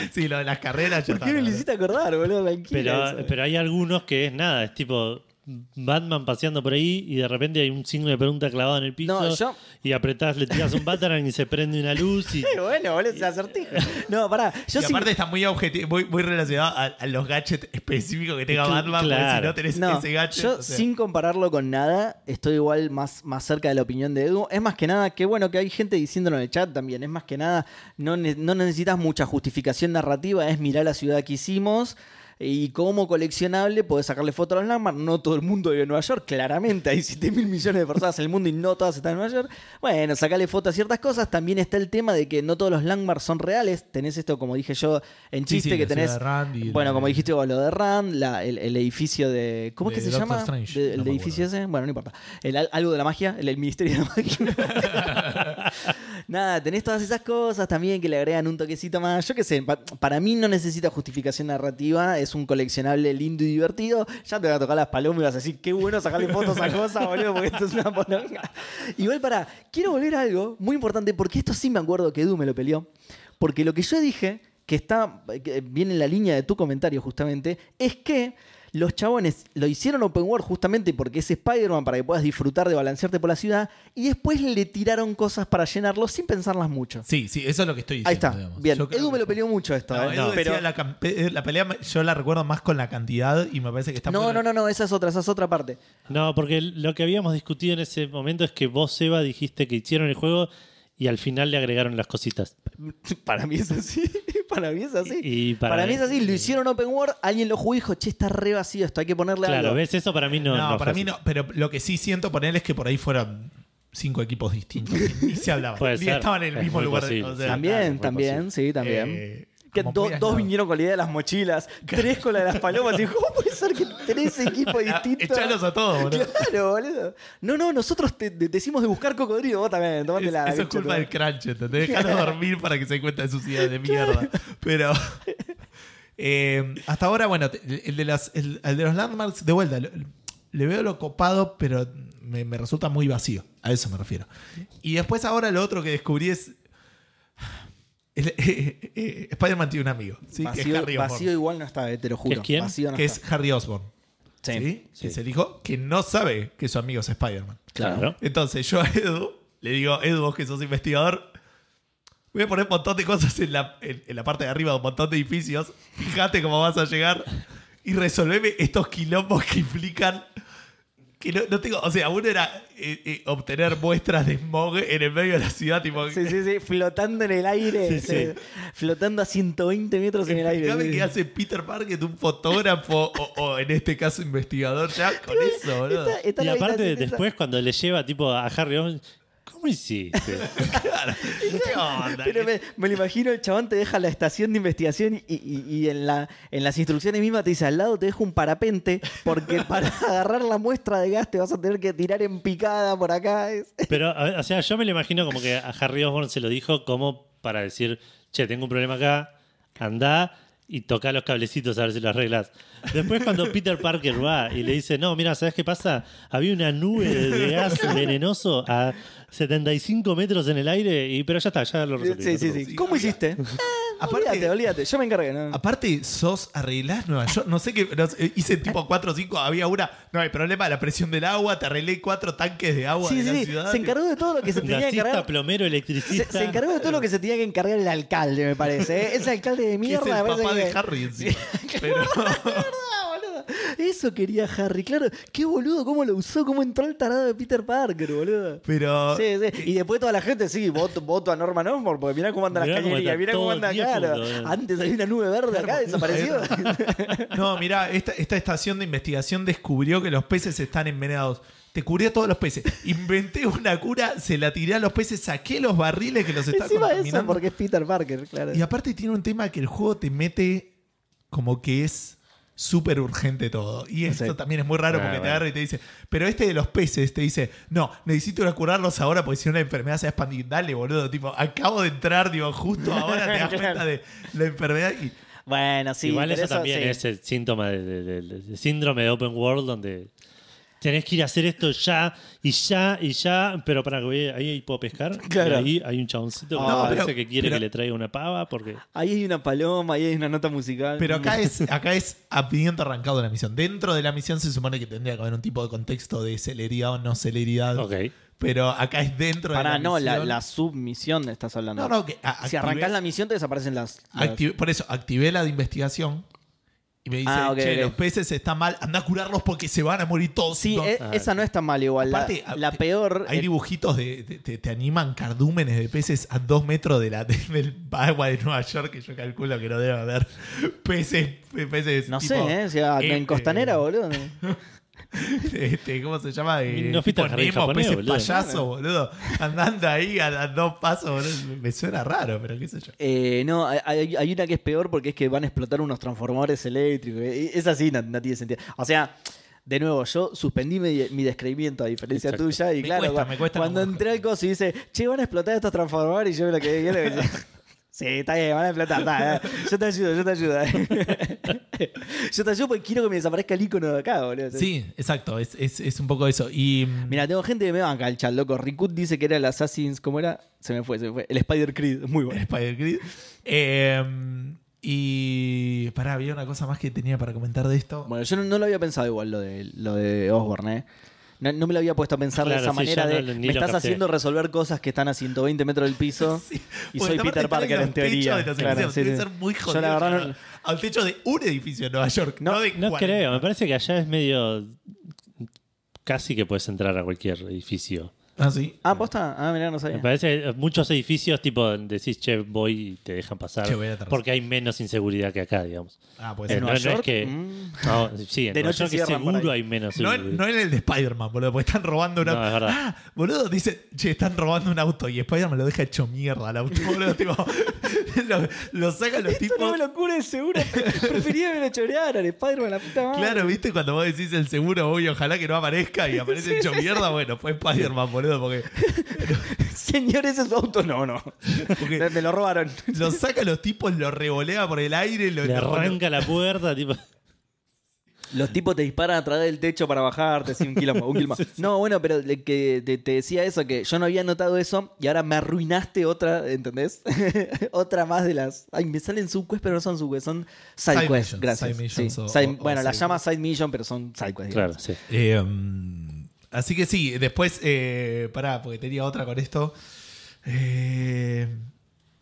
Speaker 2: al- sí, lo de las carreras ya
Speaker 1: ¿Por qué no le
Speaker 2: está,
Speaker 1: hiciste acordar, boludo? Tranquila
Speaker 3: Pero,
Speaker 1: eso.
Speaker 3: pero hay algunos que es nada, es tipo Batman paseando por ahí y de repente hay un signo de pregunta clavado en el piso.
Speaker 1: No, yo-
Speaker 3: Y apretás, le tiras un Batarang y se prende una luz. Y...
Speaker 1: Eh, bueno, boludo, se acertijo. No, pará. Yo
Speaker 2: y
Speaker 1: sí-
Speaker 2: aparte está muy, objeti- muy, muy relacionado a, a los gadgets específicos que tenga
Speaker 3: Cl-
Speaker 2: Batman, porque si
Speaker 3: claro.
Speaker 2: no tenés
Speaker 1: No,
Speaker 2: ese gadget.
Speaker 1: yo
Speaker 2: o sea,
Speaker 1: sin compararlo con nada, estoy igual más, más cerca de la opinión de Edu. Es más que nada, qué bueno que hay gente diciéndolo en el chat también. Es más que nada, no, ne- no necesitas mucha justificación narrativa, es mirar la ciudad que hicimos. Y como coleccionable podés sacarle foto a los landmarks. No todo el mundo vive en Nueva York, claramente. Hay 7 mil millones de personas en el mundo y no todas están en Nueva York. Bueno, sacarle foto a ciertas cosas. También está el tema de que no todos los landmarks son reales. Tenés esto, como dije yo, en
Speaker 2: Sí,
Speaker 1: chiste
Speaker 2: sí,
Speaker 1: que
Speaker 2: la ciudad
Speaker 1: tenés.
Speaker 2: de Randy,
Speaker 1: bueno,
Speaker 2: la-
Speaker 1: como dijiste vos, lo de Rand, la- el, el edificio de. ¿Cómo es
Speaker 2: De
Speaker 1: que se
Speaker 2: Doctor
Speaker 1: llama?
Speaker 2: Strange,
Speaker 1: De-
Speaker 2: no
Speaker 1: el
Speaker 2: me
Speaker 1: edificio ese. Bueno, no importa. El, al- algo de la magia, el, el Ministerio de la Magia. Nada, tenés todas esas cosas también que le agregan un toquecito más. Yo qué sé, pa- para mí no necesita justificación narrativa. Es un coleccionable lindo y divertido. Ya te va a tocar las palomas y vas a decir, qué bueno sacarle fotos a cosas, boludo, porque esto es una poronga. Igual para, quiero volver a algo muy importante, porque esto sí me acuerdo que Edu me lo peleó. Porque lo que yo dije, que está que viene en la línea de tu comentario justamente, es que los chabones lo hicieron open world justamente porque es Spider-Man para que puedas disfrutar de balancearte por la ciudad y después le tiraron cosas para llenarlo sin pensarlas mucho.
Speaker 2: Sí, sí, eso es lo que estoy diciendo.
Speaker 1: Ahí está.
Speaker 2: digamos.
Speaker 1: Bien,
Speaker 2: Yo creo
Speaker 1: Edu
Speaker 2: que
Speaker 1: me lo
Speaker 2: fue-
Speaker 1: peleó mucho esto.
Speaker 2: No,
Speaker 1: ¿eh?
Speaker 2: Edu decía
Speaker 1: pero-
Speaker 2: la, cam- pe- eh, la pelea me- yo la recuerdo más con la cantidad y me parece que está
Speaker 1: no,
Speaker 2: muy-
Speaker 1: no, no, no, esa es otra, esa es otra parte.
Speaker 3: No, porque lo que habíamos discutido en ese momento es que vos, Eva, dijiste que hicieron el juego y al final le agregaron las cositas.
Speaker 1: Para mí es así. Para mí es así.
Speaker 3: Y
Speaker 1: para
Speaker 3: para
Speaker 1: mí es así. Lo hicieron open world, alguien lo jugó y dijo, che, está re vacío esto, hay que ponerle
Speaker 3: Claro,
Speaker 1: algo.
Speaker 3: ¿ves? Eso para mí no.
Speaker 2: No,
Speaker 3: no
Speaker 2: para
Speaker 3: fue
Speaker 2: mí
Speaker 3: así.
Speaker 2: no. Pero lo que sí siento por él es que por ahí fueran cinco equipos distintos. Ni se hablaban.
Speaker 3: Puede
Speaker 2: ni
Speaker 3: ser.
Speaker 2: estaban en el
Speaker 3: Es
Speaker 2: mismo
Speaker 3: muy
Speaker 2: lugar.
Speaker 3: posible, sí.
Speaker 1: También,
Speaker 3: claro, fue
Speaker 1: también,
Speaker 3: posible.
Speaker 1: sí, también.
Speaker 2: eh,
Speaker 1: Que
Speaker 2: como
Speaker 1: do-
Speaker 2: muy aislado.
Speaker 1: dos vinieron con la idea de las mochilas, tres con la de las palomas. Y dijo, ¿cómo puede ser que tres equipos
Speaker 2: Ah,
Speaker 1: distintos?
Speaker 2: Echalos a todos, boludo.
Speaker 1: Claro, boludo. No, no, nosotros te, te decimos de buscar cocodrilo, vos también, tomate
Speaker 2: Es-
Speaker 1: la.
Speaker 2: eso es
Speaker 1: bicho,
Speaker 2: culpa
Speaker 1: tú.
Speaker 2: del crunch, ¿entendés? Dejanos dormir para que se dé cuenta de su ciudad de mierda. Pero. eh, hasta ahora, bueno, te- el de, las, el, el de los landmarks, de vuelta, lo- le veo lo copado, pero me, me resulta muy vacío. A eso me refiero. Y después, ahora lo otro que descubrí es. el- eh, eh, Spider-Man tiene un amigo, ¿sí? que
Speaker 1: Vacío,
Speaker 2: es Harry
Speaker 1: vacío
Speaker 2: Osborn.
Speaker 1: igual no está, eh, te lo juro.
Speaker 3: ¿Es quién?
Speaker 1: Vacío no
Speaker 2: Que
Speaker 1: está.
Speaker 2: es Harry Osborn. Sí.
Speaker 3: Sí.
Speaker 2: Que se dijo que no sabe que su amigo es Spider-Man.
Speaker 3: Claro.
Speaker 2: Entonces yo a Edu le digo, Edu, vos que sos investigador, voy a poner un montón de cosas en la, en, en la parte de arriba, un montón de edificios. Fíjate cómo vas a llegar y resolveme estos quilombos que implican. Que no, no tengo, o sea, uno era eh, eh, obtener muestras de smog en el medio de la ciudad, tipo.
Speaker 1: Sí, sí, sí, flotando en el aire.
Speaker 3: Sí, sí.
Speaker 1: sí, Flotando a 120 metros en el aire.
Speaker 2: Explicame
Speaker 1: sí,
Speaker 2: qué
Speaker 1: sí.
Speaker 2: hace Peter Parker, un fotógrafo o, o en este caso investigador ya con eso, boludo.
Speaker 1: Está- está
Speaker 3: Y
Speaker 1: la
Speaker 3: aparte,
Speaker 1: habitación esa.
Speaker 3: después cuando le lleva tipo a Harry Osborn, ¿cómo hiciste?
Speaker 2: ¿Qué onda?
Speaker 1: Pero me, me lo imagino, el chabón te deja la estación de investigación y, y- y en, la, en las instrucciones mismas te dice, al lado te dejo un parapente, porque para agarrar la muestra de gas te vas a tener que tirar en picada por acá. Es-
Speaker 3: Pero, a- o sea, yo me lo imagino como que a Harry Osborn se lo dijo como para decir, che, tengo un problema acá, andá y toca los cablecitos a ver si lo arreglas. Después cuando Peter Parker va y le dice, no, mira, ¿sabes qué pasa? Había una nube de, de gas venenoso a 75 metros en el aire, y pero ya está, ya lo resolví.
Speaker 1: Sí,
Speaker 3: no
Speaker 1: sí,
Speaker 3: te preocupes".
Speaker 1: sí. ¿Cómo hiciste? Ah,
Speaker 2: Aparte-
Speaker 1: olvídate, olvídate. Yo me encargué. ¿no?
Speaker 2: Aparte, sos arreglás Nueva York. No sé qué. no sé, hice tipo 4 o 5. Había una. No hay problema de la presión del agua. Te arreglé cuatro tanques de agua
Speaker 1: Sí,
Speaker 2: de la
Speaker 1: sí, sí.
Speaker 2: ciudad.
Speaker 1: Se encargó de todo lo que se tenía que
Speaker 3: Gasista,
Speaker 1: encargar.
Speaker 3: plomero,
Speaker 1: Se,
Speaker 3: electricista.
Speaker 1: se encargó de todo lo que se tenía que encargar el alcalde, me parece. ¿eh? Ese alcalde de
Speaker 2: Que
Speaker 1: mierda.
Speaker 2: es el
Speaker 1: me parece
Speaker 2: papá de
Speaker 1: que-
Speaker 2: Harry encima. Pero
Speaker 1: verdad, boludo. Eso quería Harry, claro. Qué boludo, cómo lo usó, cómo entró el tarado de Peter Parker, boludo.
Speaker 2: pero
Speaker 1: Sí, sí. Y después toda la gente, sí, voto, voto a Norman Osborn, porque mirá cómo anda las
Speaker 3: Mirá cómo
Speaker 1: cañerías,
Speaker 3: está
Speaker 1: mirá cómo
Speaker 3: todo
Speaker 1: anda
Speaker 3: el día
Speaker 1: acá.
Speaker 3: junto,
Speaker 1: lo-
Speaker 3: eh.
Speaker 1: Antes había una nube verde acá, desapareció.
Speaker 2: No, mirá, esta, esta estación de investigación descubrió que los peces están envenenados. Te curé a todos los peces. Inventé una cura, se la tiré a los peces, saqué los barriles que los estaban
Speaker 1: Encima de eso,
Speaker 2: contaminando.
Speaker 1: porque es Peter Parker, claro.
Speaker 2: Y aparte tiene un tema que el juego te mete como que es súper urgente todo. Y eso
Speaker 1: Sí.
Speaker 2: también es muy raro
Speaker 3: Ah,
Speaker 2: porque te
Speaker 3: bueno.
Speaker 2: agarra y te dice, pero este de los peces te dice, no, necesito ir a curarlos ahora porque si no la enfermedad se va a expandir. Dale, boludo, tipo, acabo de entrar, digo, justo ahora te das
Speaker 1: Claro.
Speaker 2: cuenta de la enfermedad. Y
Speaker 1: Bueno, sí,
Speaker 3: Igual
Speaker 1: pero
Speaker 3: eso también
Speaker 1: sí.
Speaker 3: es el síntoma de- de- de- de- síndrome de open world donde tenés que ir a hacer esto ya y ya y ya, pero para que voy- ahí, ahí puedo pescar.
Speaker 1: Claro.
Speaker 3: Y ahí hay un chaboncito que
Speaker 2: No,
Speaker 3: parece
Speaker 2: pero-
Speaker 3: que quiere
Speaker 2: pero-
Speaker 3: que le traiga una pava porque
Speaker 1: Ahí hay una paloma, ahí hay una nota musical.
Speaker 2: Pero acá es, acá es a pimiento arrancado de la misión. Dentro de la misión se supone que tendría que haber un tipo de contexto de celeridad o no celeridad.
Speaker 3: Ok.
Speaker 2: Pero acá es dentro de
Speaker 1: Pará,
Speaker 2: la
Speaker 1: no,
Speaker 2: misión.
Speaker 1: la, la submisión estás hablando.
Speaker 2: No, no, que a-
Speaker 1: si
Speaker 2: activé-
Speaker 1: arrancás la misión te desaparecen las... las-
Speaker 2: activé- por eso, activé la de investigación. Y me dice,
Speaker 1: Ah, ok,
Speaker 2: che,
Speaker 1: ok.
Speaker 2: los peces están mal, anda a curarlos porque se van a morir todos.
Speaker 1: Sí,
Speaker 2: No.
Speaker 1: e-
Speaker 3: Ah,
Speaker 1: esa no está mal igual. La,
Speaker 2: Aparte, a-
Speaker 1: la peor...
Speaker 2: Hay
Speaker 1: eh,
Speaker 2: dibujitos de. de- Te, te animan cardúmenes de peces a dos metros de la, de- del agua de Nueva York, que yo calculo que no debe haber peces. peces
Speaker 1: no
Speaker 2: tipo,
Speaker 1: sé, ¿eh? O sea,
Speaker 2: eh,
Speaker 1: en Costanera,
Speaker 2: eh,
Speaker 1: boludo.
Speaker 2: Este, ¿Cómo se llama? Eh,
Speaker 3: No
Speaker 2: tipo
Speaker 3: fuiste al jardín
Speaker 2: Nemo,
Speaker 3: japonés,
Speaker 2: peces
Speaker 3: boludo.
Speaker 2: payaso, boludo. Andando ahí a, a dos pasos, boludo. Me suena raro, pero qué sé yo.
Speaker 1: Eh, no, hay- hay, hay una que es peor porque es que van a explotar unos transformadores eléctricos. Eh, Esa sí no, no tiene sentido. O sea... De nuevo, yo suspendí mi, mi descreimiento a diferencia
Speaker 3: Exacto.
Speaker 1: tuya y
Speaker 2: Me
Speaker 1: claro,
Speaker 2: cuesta,
Speaker 1: cua-
Speaker 2: me cuesta
Speaker 1: cuando
Speaker 2: algunas
Speaker 1: entré al coso y dice, che, van a explotar estos transformadores y yo me lo quedé viendo y me dice, sí, está bien, van a explotar, está, bien. yo te ayudo, yo te ayudo. yo te ayudo porque quiero que me desaparezca el icono de acá, boludo.
Speaker 2: Sí, exacto, es, es, es un poco eso. Y. mm,
Speaker 1: Mira, tengo gente que me banca el chat, loco. Rikut dice que era el Assassin's, ¿cómo era? Se me fue, se me fue. El Spider Creed, muy bueno.
Speaker 2: Spider Grid. Em, y. Pará, había una cosa más que tenía para comentar de esto.
Speaker 1: Bueno, yo no, no lo había pensado igual lo de, lo de Osborne, ¿eh? No, no me lo había puesto a pensar de
Speaker 3: Claro,
Speaker 1: esa
Speaker 3: sí,
Speaker 1: manera
Speaker 3: ya
Speaker 1: de
Speaker 3: no- ni
Speaker 1: me
Speaker 3: lo
Speaker 1: estás
Speaker 3: capté.
Speaker 1: haciendo resolver cosas que están a 120 metros del piso
Speaker 2: Sí,
Speaker 1: y soy
Speaker 2: porque aparte
Speaker 1: Peter
Speaker 2: están
Speaker 1: Parker en
Speaker 2: los techos
Speaker 1: teoría.
Speaker 2: de los
Speaker 1: Claro,
Speaker 2: edificios,
Speaker 1: sí,
Speaker 2: debe
Speaker 1: sí.
Speaker 2: ser muy jodido.
Speaker 1: Yo la verdad no-
Speaker 2: llegar Al techo de un edificio en Nueva York, no, de
Speaker 3: No
Speaker 2: 40.
Speaker 3: creo, me parece que allá es medio. Casi que puedes entrar a cualquier edificio.
Speaker 2: Ah, sí.
Speaker 1: Ah, posta. Ah, mirá, no
Speaker 3: Me
Speaker 1: sabía.
Speaker 3: parece que muchos edificios, tipo, decís, che, voy y te dejan pasar.
Speaker 2: Che, voy atrás.
Speaker 3: Porque hay menos inseguridad que acá, digamos.
Speaker 2: Ah, pues
Speaker 3: Eh,
Speaker 1: ¿En
Speaker 3: no,
Speaker 2: no.
Speaker 1: Nueva
Speaker 3: no
Speaker 1: York?
Speaker 3: es que.
Speaker 1: Mm.
Speaker 3: No, sí, en
Speaker 1: De
Speaker 3: Nueva
Speaker 1: noche
Speaker 3: York
Speaker 1: cierran por
Speaker 3: seguro
Speaker 1: ahí.
Speaker 3: hay menos
Speaker 2: No, en-
Speaker 3: seguridad.
Speaker 2: no en el de Spider-Man, boludo, porque están robando una.
Speaker 3: No, es verdad.
Speaker 2: Ah, boludo, dice, che, están robando un auto y Spider-Man lo deja hecho mierda al auto, boludo. tipo, lo, lo sacan los
Speaker 1: Esto
Speaker 2: tipos.
Speaker 1: no me lo cubre seguro. Preferiría que me lo chorearan, Spider-Man, la puta madre.
Speaker 2: Claro, viste, cuando vos decís el seguro, uy, ojalá que no aparezca y aparece hecho mierda, bueno, fue Spider-Man, boludo, porque
Speaker 1: Señor, ese es su auto. No, no.
Speaker 2: Porque-
Speaker 1: me lo robaron.
Speaker 2: lo saca los tipos, lo revolea por el aire, lo
Speaker 3: Le
Speaker 2: lo-
Speaker 3: arranca la puerta, tipo.
Speaker 1: Los tipos te disparan a través del techo para bajarte, sí, un quilombo, un quilombo. No, bueno, pero le- que te, te decía eso, que yo no había notado eso y ahora me arruinaste otra, ¿entendés? otra más de las... Ay, me salen subquests, pero no son subquests, son
Speaker 2: Side
Speaker 1: sidequests,
Speaker 2: missions,
Speaker 1: gracias.
Speaker 2: side missions
Speaker 1: sí.
Speaker 2: o-
Speaker 1: Side-
Speaker 2: o- o
Speaker 1: bueno, las
Speaker 2: side-
Speaker 1: llamas side mission, pero son sidequests.
Speaker 3: Claro, sí.
Speaker 2: Eh, mm, así que sí, después, eh, pará, porque tenía otra con esto. Eh,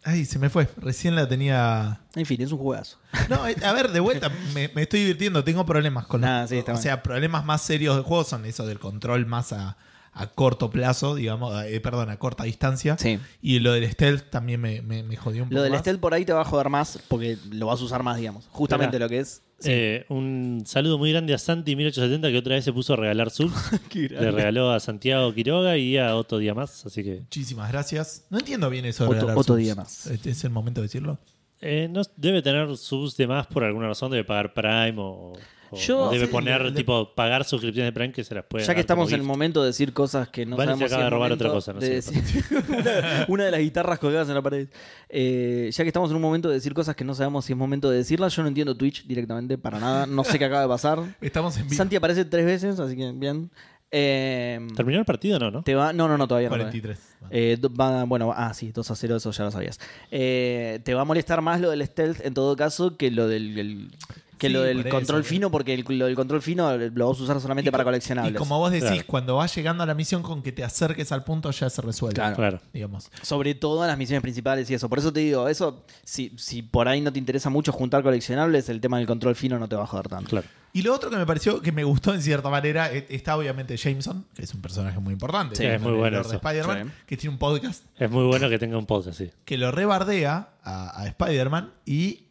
Speaker 2: ay, se me fue, recién la tenía...
Speaker 1: En fin, es un juegazo.
Speaker 2: No, eh, a ver, de vuelta, me, me estoy divirtiendo, tengo problemas con... los-
Speaker 1: Ah, sí, está
Speaker 2: o
Speaker 1: bien.
Speaker 2: sea, problemas más serios del juego son eso del control más a, a corto plazo, digamos, eh, perdón, a corta distancia.
Speaker 1: Sí.
Speaker 2: Y lo del stealth también me, me, me jodió un poco.
Speaker 1: Lo del
Speaker 2: más.
Speaker 1: stealth por ahí te va a joder más porque lo vas a usar más, digamos. Justamente
Speaker 3: Espera.
Speaker 1: lo que es...
Speaker 3: Eh, un saludo muy grande a Santi1870 que otra vez se puso a regalar subs. Le regaló a Santiago Quiroga y a otro día más, así que.
Speaker 2: Muchísimas gracias. No entiendo bien eso. de
Speaker 1: Otro-
Speaker 2: regalar
Speaker 1: otro
Speaker 2: subs.
Speaker 1: día más.
Speaker 2: Este es el momento de decirlo.
Speaker 3: Eh, no debe tener subs de más por alguna razón, debe pagar Prime o, o-
Speaker 1: Yo-
Speaker 3: o debe
Speaker 2: Sí,
Speaker 3: poner
Speaker 2: le- le-
Speaker 3: tipo pagar suscripciones de Prime que se las puede.
Speaker 1: Ya que estamos en el momento de decir cosas que no
Speaker 3: Vale, se
Speaker 1: sabemos
Speaker 3: acaba
Speaker 1: si
Speaker 3: de
Speaker 1: es
Speaker 3: robar otra
Speaker 1: momento
Speaker 3: cosa, no
Speaker 1: de
Speaker 3: sé
Speaker 1: decir- una, una de las guitarras colgadas en la pared. Eh, ya que estamos en un momento de decir cosas que no sabemos si es momento de decirlas, yo no entiendo Twitch directamente para nada. No sé qué acaba de pasar.
Speaker 2: Estamos en vivo.
Speaker 1: Santi aparece tres veces, así que bien. Eh,
Speaker 3: ¿Terminó el partido o no? no?
Speaker 1: te va, no, no, no, todavía no. todavía.
Speaker 2: 43.
Speaker 1: Eh, do- va- bueno, ah, sí, 2 a 0, eso ya lo sabías. Eh, te va a molestar más lo del stealth en todo caso que lo del, el- que
Speaker 2: Sí,
Speaker 1: lo del
Speaker 2: por eso,
Speaker 1: control
Speaker 2: que-
Speaker 1: fino, porque el, lo del control fino lo vas a usar solamente
Speaker 2: Y
Speaker 1: para
Speaker 2: co-
Speaker 1: coleccionables.
Speaker 2: Y como vos decís,
Speaker 3: Claro.
Speaker 2: cuando vas llegando a la misión con que te acerques al punto ya se resuelve.
Speaker 1: Claro.
Speaker 3: Claro.
Speaker 2: Digamos.
Speaker 1: Sobre todo en las misiones principales y eso. Por eso te digo, eso, si, si por ahí no te interesa mucho juntar coleccionables, el tema del control fino no te va a joder tanto.
Speaker 3: Claro.
Speaker 2: Y lo otro que me pareció que me gustó en cierta manera e- está obviamente Jameson, que es un personaje muy importante.
Speaker 1: Sí,
Speaker 2: ¿no?
Speaker 3: es muy
Speaker 2: El
Speaker 3: bueno
Speaker 2: Lord de
Speaker 3: eso.
Speaker 2: Spider-Man,
Speaker 1: Sí.
Speaker 2: que tiene un podcast
Speaker 3: Es muy bueno que tenga un podcast, sí.
Speaker 2: que lo rebardea a, a Spider-Man y,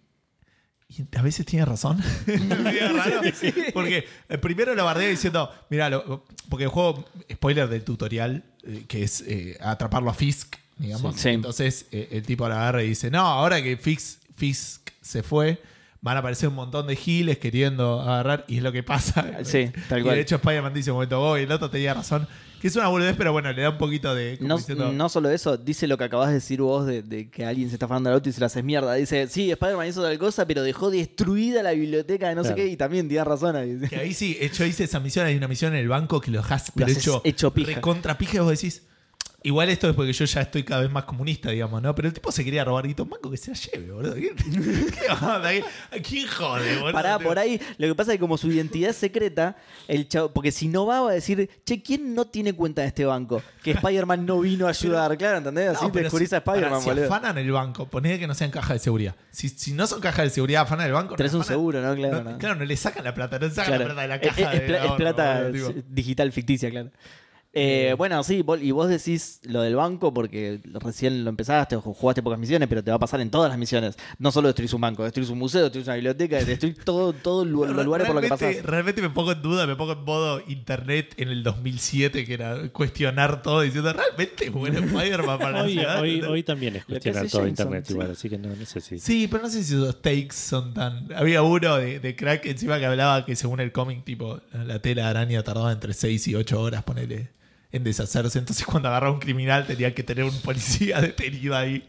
Speaker 2: y a veces tiene razón. Es medio raro, Porque eh, primero lo bardea diciendo, mira, lo- porque el juego, spoiler del tutorial, eh, que es eh, atraparlo a Fisk, digamos.
Speaker 1: Sí. Sí.
Speaker 2: Entonces eh, el tipo la agarra y dice, no, ahora que Fisk, Fisk se fue. van a aparecer un montón de giles queriendo agarrar, y es lo que pasa.
Speaker 1: Sí, tal
Speaker 2: Y
Speaker 1: cual.
Speaker 2: de hecho, Spider-Man dice un momento, oh, el otro tenía razón. Que es una boludez, pero bueno, le da un poquito de. como
Speaker 1: No,
Speaker 2: diciendo,
Speaker 1: no solo eso, dice lo que acabas de decir vos de, de que alguien se está fanando el auto y se la haces mierda. Dice, sí, Spider-Man hizo tal cosa, pero dejó destruida la biblioteca de no sé
Speaker 3: Claro.
Speaker 1: qué, y también tiene razón. ahí.
Speaker 2: Que ahí sí, hecho hice esa misión, hay una misión en el banco que lo dejas pero
Speaker 1: haces
Speaker 2: hecho,
Speaker 1: hecho pija.
Speaker 2: Contra pija, y vos decís. Igual esto es porque yo ya estoy cada vez más comunista, digamos, ¿no? Pero el tipo se quería robar guito un banco que se la lleve, boludo. ¿Qué, qué onda? ¿A quién jode, boludo?
Speaker 1: Pará, por ahí. Lo que pasa es que como su identidad es secreta, el chavo, porque si no va, va a decir, che, ¿quién no tiene cuenta de este banco? Que Spider-Man no vino a ayudar, claro, ¿entendés?
Speaker 2: No,
Speaker 1: Así te
Speaker 2: pero
Speaker 1: descubrís
Speaker 2: si-
Speaker 1: a Spider-Man,
Speaker 2: pará, si
Speaker 1: boludo.
Speaker 2: afanan el banco, ponele que no sean caja de seguridad. Si, si no son caja de seguridad, afanan el banco. no
Speaker 1: Tenés un
Speaker 2: afanan-
Speaker 1: seguro, ¿no? Claro,
Speaker 2: no,
Speaker 1: no.
Speaker 2: claro, no le sacan la plata, no le sacan
Speaker 1: Claro.
Speaker 2: la plata de la
Speaker 1: Es-
Speaker 2: caja.
Speaker 1: es,
Speaker 2: de
Speaker 1: pla- es
Speaker 2: ahorro,
Speaker 1: plata
Speaker 2: boludo, tipo.
Speaker 1: es digital ficticia, claro. Eh, bueno, sí, vol- y vos decís lo del banco porque recién lo empezaste o jugaste pocas misiones, pero te va a pasar en todas las misiones. No solo destruís un banco, destruís un museo, destruís una biblioteca, destruís todo, todo lu- los lugares por los que
Speaker 2: Realmente-
Speaker 1: pasás.
Speaker 2: Realmente me pongo en duda, me pongo en modo internet en el 2007, que era cuestionar todo diciendo, realmente es bueno Spider-Man para la
Speaker 3: Hoy,
Speaker 2: ciudad?"
Speaker 3: hoy, hoy también es
Speaker 1: La
Speaker 3: cuestionar
Speaker 1: casa
Speaker 3: todo
Speaker 1: Jameson,
Speaker 3: internet
Speaker 1: sí.
Speaker 3: igual, así que no, no sé si.
Speaker 2: Sí, pero no sé si los takes son tan. Había uno de, de crack encima que hablaba que según el cómic, tipo, la tela de araña tardaba entre 6 y 8 horas, ponele, en deshacerse. Entonces, cuando agarraba un criminal, tenía que tener un policía detenido ahí,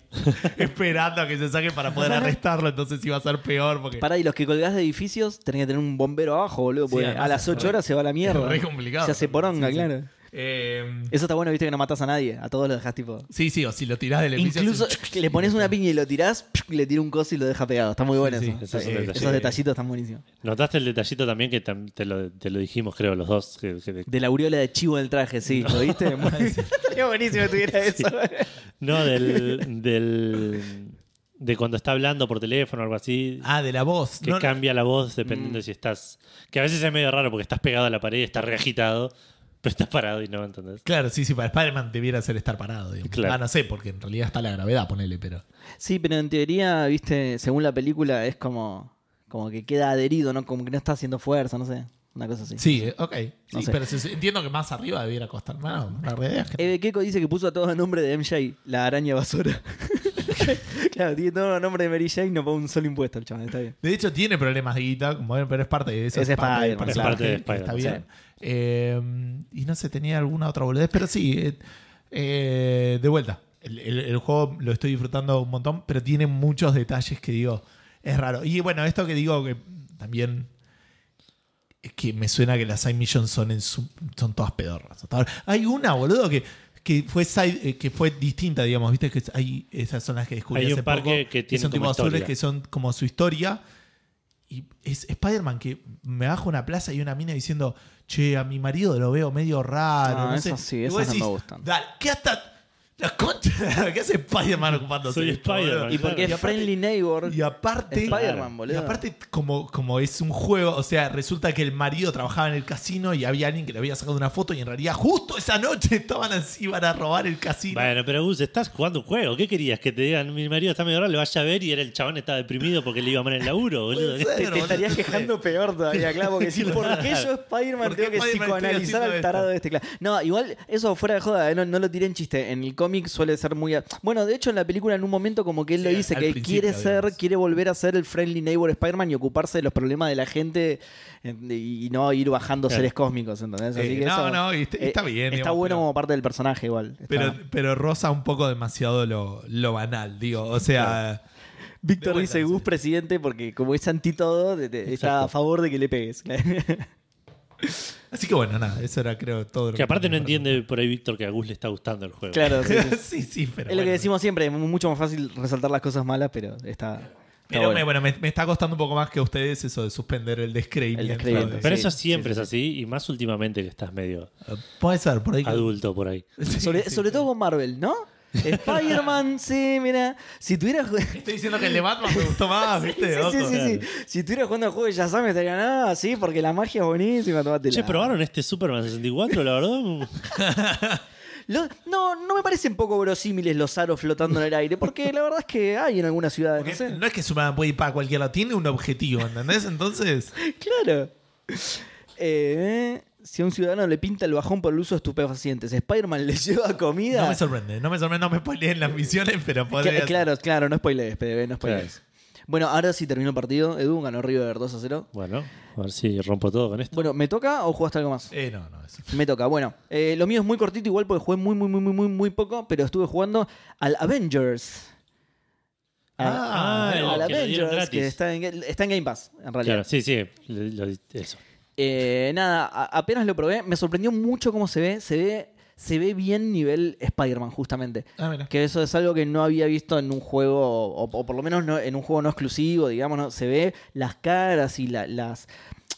Speaker 2: esperando a que se saque para poder arrestarlo. Entonces, iba a ser peor porque.
Speaker 1: Pará, y los que colgás de edificios, tenés que tener un bombero abajo, boludo,
Speaker 2: Sí,
Speaker 1: porque
Speaker 2: además
Speaker 1: a las
Speaker 2: es
Speaker 1: 8
Speaker 2: re-
Speaker 1: horas se va a la mierda.
Speaker 2: es re complicado.
Speaker 1: Se hace poronga,
Speaker 2: Sí, sí.
Speaker 1: claro.
Speaker 2: Eh,
Speaker 1: Eso está bueno, viste que no matás a nadie, a todos los dejás tipo.
Speaker 2: sí, sí, o si lo tirás del edificio.
Speaker 1: Incluso
Speaker 2: así,
Speaker 1: le pones una piña y lo tirás, le tira un coso y lo deja pegado. Está muy bueno
Speaker 2: sí,
Speaker 1: eso.
Speaker 3: esos son
Speaker 2: Eh,
Speaker 3: detalles.
Speaker 1: Esos detallitos están buenísimos.
Speaker 3: Notaste el detallito también que tam- te, lo, te lo dijimos, creo, los dos. que- que-
Speaker 1: De la aureola de chivo del traje, sí. ¿Lo viste? Muy- Estaría buenísimo que tuviera eso.
Speaker 3: no, del, del. de cuando está hablando por teléfono o algo así.
Speaker 2: Ah, de la voz.
Speaker 3: Que
Speaker 2: No, Mm. no,
Speaker 3: cambia la voz dependiendo de si estás. Que a veces es medio raro porque estás pegado a la pared, estás reagitado, pero estás parado y no, ¿entendés?
Speaker 2: Claro, sí, sí, para Spider-Man debiera ser estar parado. digamos.
Speaker 3: Claro.
Speaker 2: Ah, no sé, porque en realidad está la gravedad, ponele, pero.
Speaker 1: Sí, pero en teoría, viste, según la película, es como, como que queda adherido, ¿no? Como que no está haciendo fuerza, no sé. Una cosa así.
Speaker 2: Sí, eh, ok. Sí,
Speaker 1: No sé.
Speaker 2: Pero se- entiendo que más arriba debiera costar más. La realidad es que-
Speaker 1: Eve Eh, Keiko dice que puso a todos nombre de MJ, la araña basura. claro, tiene todo nombre de Mary Jane, no paga un solo impuesto el chaval, está bien.
Speaker 2: De hecho, tiene problemas de guita, como ven, pero es parte de eso.
Speaker 1: Es Spider-Man,
Speaker 2: personaje,
Speaker 1: claro.
Speaker 3: Es parte de
Speaker 2: que Está
Speaker 3: Spider-Man,
Speaker 2: bien. Eh, y no sé, tenía alguna otra boludez, pero sí. eh, eh, de vuelta. El, el- el juego lo estoy disfrutando un montón, pero tiene muchos detalles que digo, es raro. Y bueno, esto que digo que también. Es que me suena que las side missions son, en su- son todas pedorras. Hasta ahora. Hay una, boludo, que, que, fue side- eh, que fue distinta, digamos. Viste que hay esas son las que descubrí
Speaker 3: Hay un
Speaker 2: hace
Speaker 3: par
Speaker 2: poco,
Speaker 3: que- que tienen
Speaker 2: son
Speaker 3: como
Speaker 2: tipo azules
Speaker 3: historia.
Speaker 2: que son como su historia. Y es Spider-Man que me bajo a una plaza y una mina diciendo, che, a mi marido lo veo medio raro.
Speaker 1: Ah,
Speaker 2: no
Speaker 1: esas
Speaker 2: sé.
Speaker 1: sí,
Speaker 2: Y vos
Speaker 1: esas no me gustan.
Speaker 2: Dale, ¿qué hasta la concha? ¿Qué hace Spider-Man ocupándose?
Speaker 3: Soy
Speaker 2: de esto,
Speaker 3: Spider-Man,
Speaker 2: boludo?
Speaker 1: Y porque
Speaker 2: Y
Speaker 1: es
Speaker 2: aparte-
Speaker 1: Friendly Neighbor.
Speaker 2: Y aparte,
Speaker 1: Spider-Man, boludo.
Speaker 2: y aparte como, como es un juego, o sea, resulta que el marido trabajaba en el casino y había alguien que le había sacado una foto y en realidad justo esa noche estaban así, van a robar el casino.
Speaker 3: Bueno, pero Gus, estás jugando un juego. ¿Qué querías? Que te digan, mi marido está medio raro, le vaya a ver y era el chabón estaba deprimido porque le iba mal el laburo, boludo.
Speaker 2: Puede ser,
Speaker 1: Te, te
Speaker 2: boludo.
Speaker 1: estarías quejando peor todavía, claro, porque decís, ¿por qué yo
Speaker 2: ¿Por
Speaker 1: Spider-Man
Speaker 2: qué
Speaker 1: tengo que
Speaker 2: Spider-Man estoy
Speaker 1: psicoanalizar
Speaker 2: haciendo
Speaker 1: al tarado de este? Claro. No, igual, eso fuera de joda, eh, no, no lo tiré en chiste. En el cómic suele ser muy... a- Bueno, de hecho, en la película en un momento como que él
Speaker 2: Sí,
Speaker 1: lo
Speaker 2: al-
Speaker 1: dice,
Speaker 2: al
Speaker 1: que
Speaker 2: principio,
Speaker 1: quiere ser,
Speaker 2: digamos.
Speaker 1: quiere volver a ser el friendly neighbor Spider-Man y ocuparse de los problemas de la gente eh, y, y no ir bajando
Speaker 3: Claro.
Speaker 1: seres cósmicos, ¿entendés? Así
Speaker 2: Eh,
Speaker 1: que
Speaker 2: no,
Speaker 1: eso, eh,
Speaker 2: no, y está- está bien,
Speaker 1: Está
Speaker 2: digamos,
Speaker 1: bueno
Speaker 2: pero-
Speaker 1: como parte del personaje igual. Está-
Speaker 2: Pero, pero rosa un poco demasiado lo, lo banal, digo. O sea, de
Speaker 1: Víctor
Speaker 2: vuelta,
Speaker 1: dice
Speaker 2: sí.
Speaker 1: Gus presidente porque como es anti todo, te- te- está a
Speaker 3: Exacto.
Speaker 1: favor de que le pegues. claro.
Speaker 2: así que bueno, nada, eso era creo todo. lo
Speaker 3: Que aparte no
Speaker 2: tenía para-
Speaker 3: entiende por ahí Víctor que a Gus le está gustando el juego.
Speaker 1: claro, sí, sí.
Speaker 2: sí, sí, pero.
Speaker 1: Es lo que
Speaker 2: bueno.
Speaker 1: decimos siempre, es mucho más fácil resaltar las cosas malas, pero está. está
Speaker 2: Pero
Speaker 1: bueno.
Speaker 2: me, bueno, me, me está costando un poco más que a ustedes eso de suspender el descreimiento.
Speaker 1: El descreimiento,
Speaker 2: de-
Speaker 3: Pero
Speaker 1: Sí,
Speaker 3: eso
Speaker 1: sí,
Speaker 3: siempre es así, y más últimamente que estás medio
Speaker 2: Puede ser, por ahí. que-
Speaker 3: adulto por ahí.
Speaker 2: Sí,
Speaker 1: Sobre,
Speaker 2: sí.
Speaker 1: sobre todo con Marvel, ¿no? Spider-Man, sí, mira. Si tuviera. jug- Sí,
Speaker 2: Estoy diciendo que el de Batman me gustó más, ¿viste? Ojo.
Speaker 1: sí, sí, sí.
Speaker 3: claro.
Speaker 1: Si tuviera jugando al juego de Shazam, estaría nada, sí, porque la magia es buenísima. tómatela.
Speaker 3: Che, ¿probaron este Superman 64, la verdad?
Speaker 1: Lo- no, no me parecen poco verosímiles los aros flotando en el aire, porque la verdad es que hay en algunas ciudades,
Speaker 2: Porque
Speaker 1: no sé.
Speaker 2: no es que Superman puede ir para cualquier lado, tiene un objetivo, ¿entendés? Entonces,
Speaker 1: Claro. Eh, si a un ciudadano le pinta el bajón por el uso de estupefacientes, Spider-Man le lleva comida.
Speaker 2: no me sorprende, no me sorprende, no me spoileen las misiones, pero podría
Speaker 1: Cla- claro, claro, no spoilees, PDB, no spoilees. Bueno, ahora sí terminó el partido. Edu ganó River 2 a 0.
Speaker 3: Bueno, a ver si rompo todo con esto.
Speaker 1: Bueno, ¿me toca o jugaste algo más?
Speaker 2: Eh, no, no, eso.
Speaker 1: Me toca. Bueno, eh, lo mío es muy cortito igual porque jugué muy, muy, muy, muy, muy, muy poco, pero estuve jugando al Avengers. Al-
Speaker 2: Ah,
Speaker 1: al
Speaker 3: el que lo dieron
Speaker 1: Avengers, que
Speaker 3: gratis.
Speaker 1: está en, está en Game Pass, en realidad.
Speaker 3: Claro, sí, sí, lo- lo- eso.
Speaker 1: Eh, nada, a- apenas lo probé, me sorprendió mucho cómo se ve. Se ve, se ve bien nivel Spider-Man, justamente.
Speaker 2: Ah, mira.
Speaker 1: Que eso es algo que no había visto en un juego, o, o por lo menos no- en un juego no exclusivo, digamos, ¿no? se ve las caras y la- las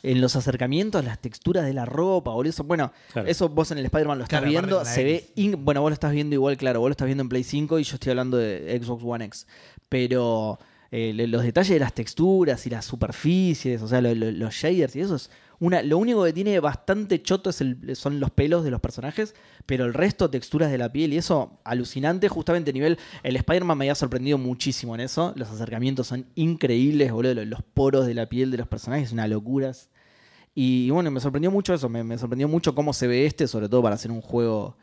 Speaker 1: en los acercamientos, las texturas de la ropa, boludo. Eso, bueno,
Speaker 3: Claro.
Speaker 1: eso vos en el Spider-Man lo estás
Speaker 2: Claro,
Speaker 1: viendo,
Speaker 2: aparte
Speaker 1: se
Speaker 2: con la
Speaker 1: ve... in- bueno, vos lo estás viendo igual, claro, vos lo estás viendo en Play 5 y yo estoy hablando de Xbox One X. Pero eh, le- los detalles de las texturas y las superficies, o sea, lo- lo- los shaders y eso es... Una, lo único que tiene bastante choto es el- son los pelos de los personajes, pero el resto, texturas de la piel y eso, alucinante. Justamente nivel, el Spider-Man me había sorprendido muchísimo en eso. Los acercamientos son increíbles, boludo. Los- Los poros de la piel de los personajes, una locura. Y bueno, me sorprendió mucho eso, me, me sorprendió mucho cómo se ve este, sobre todo para hacer un juego,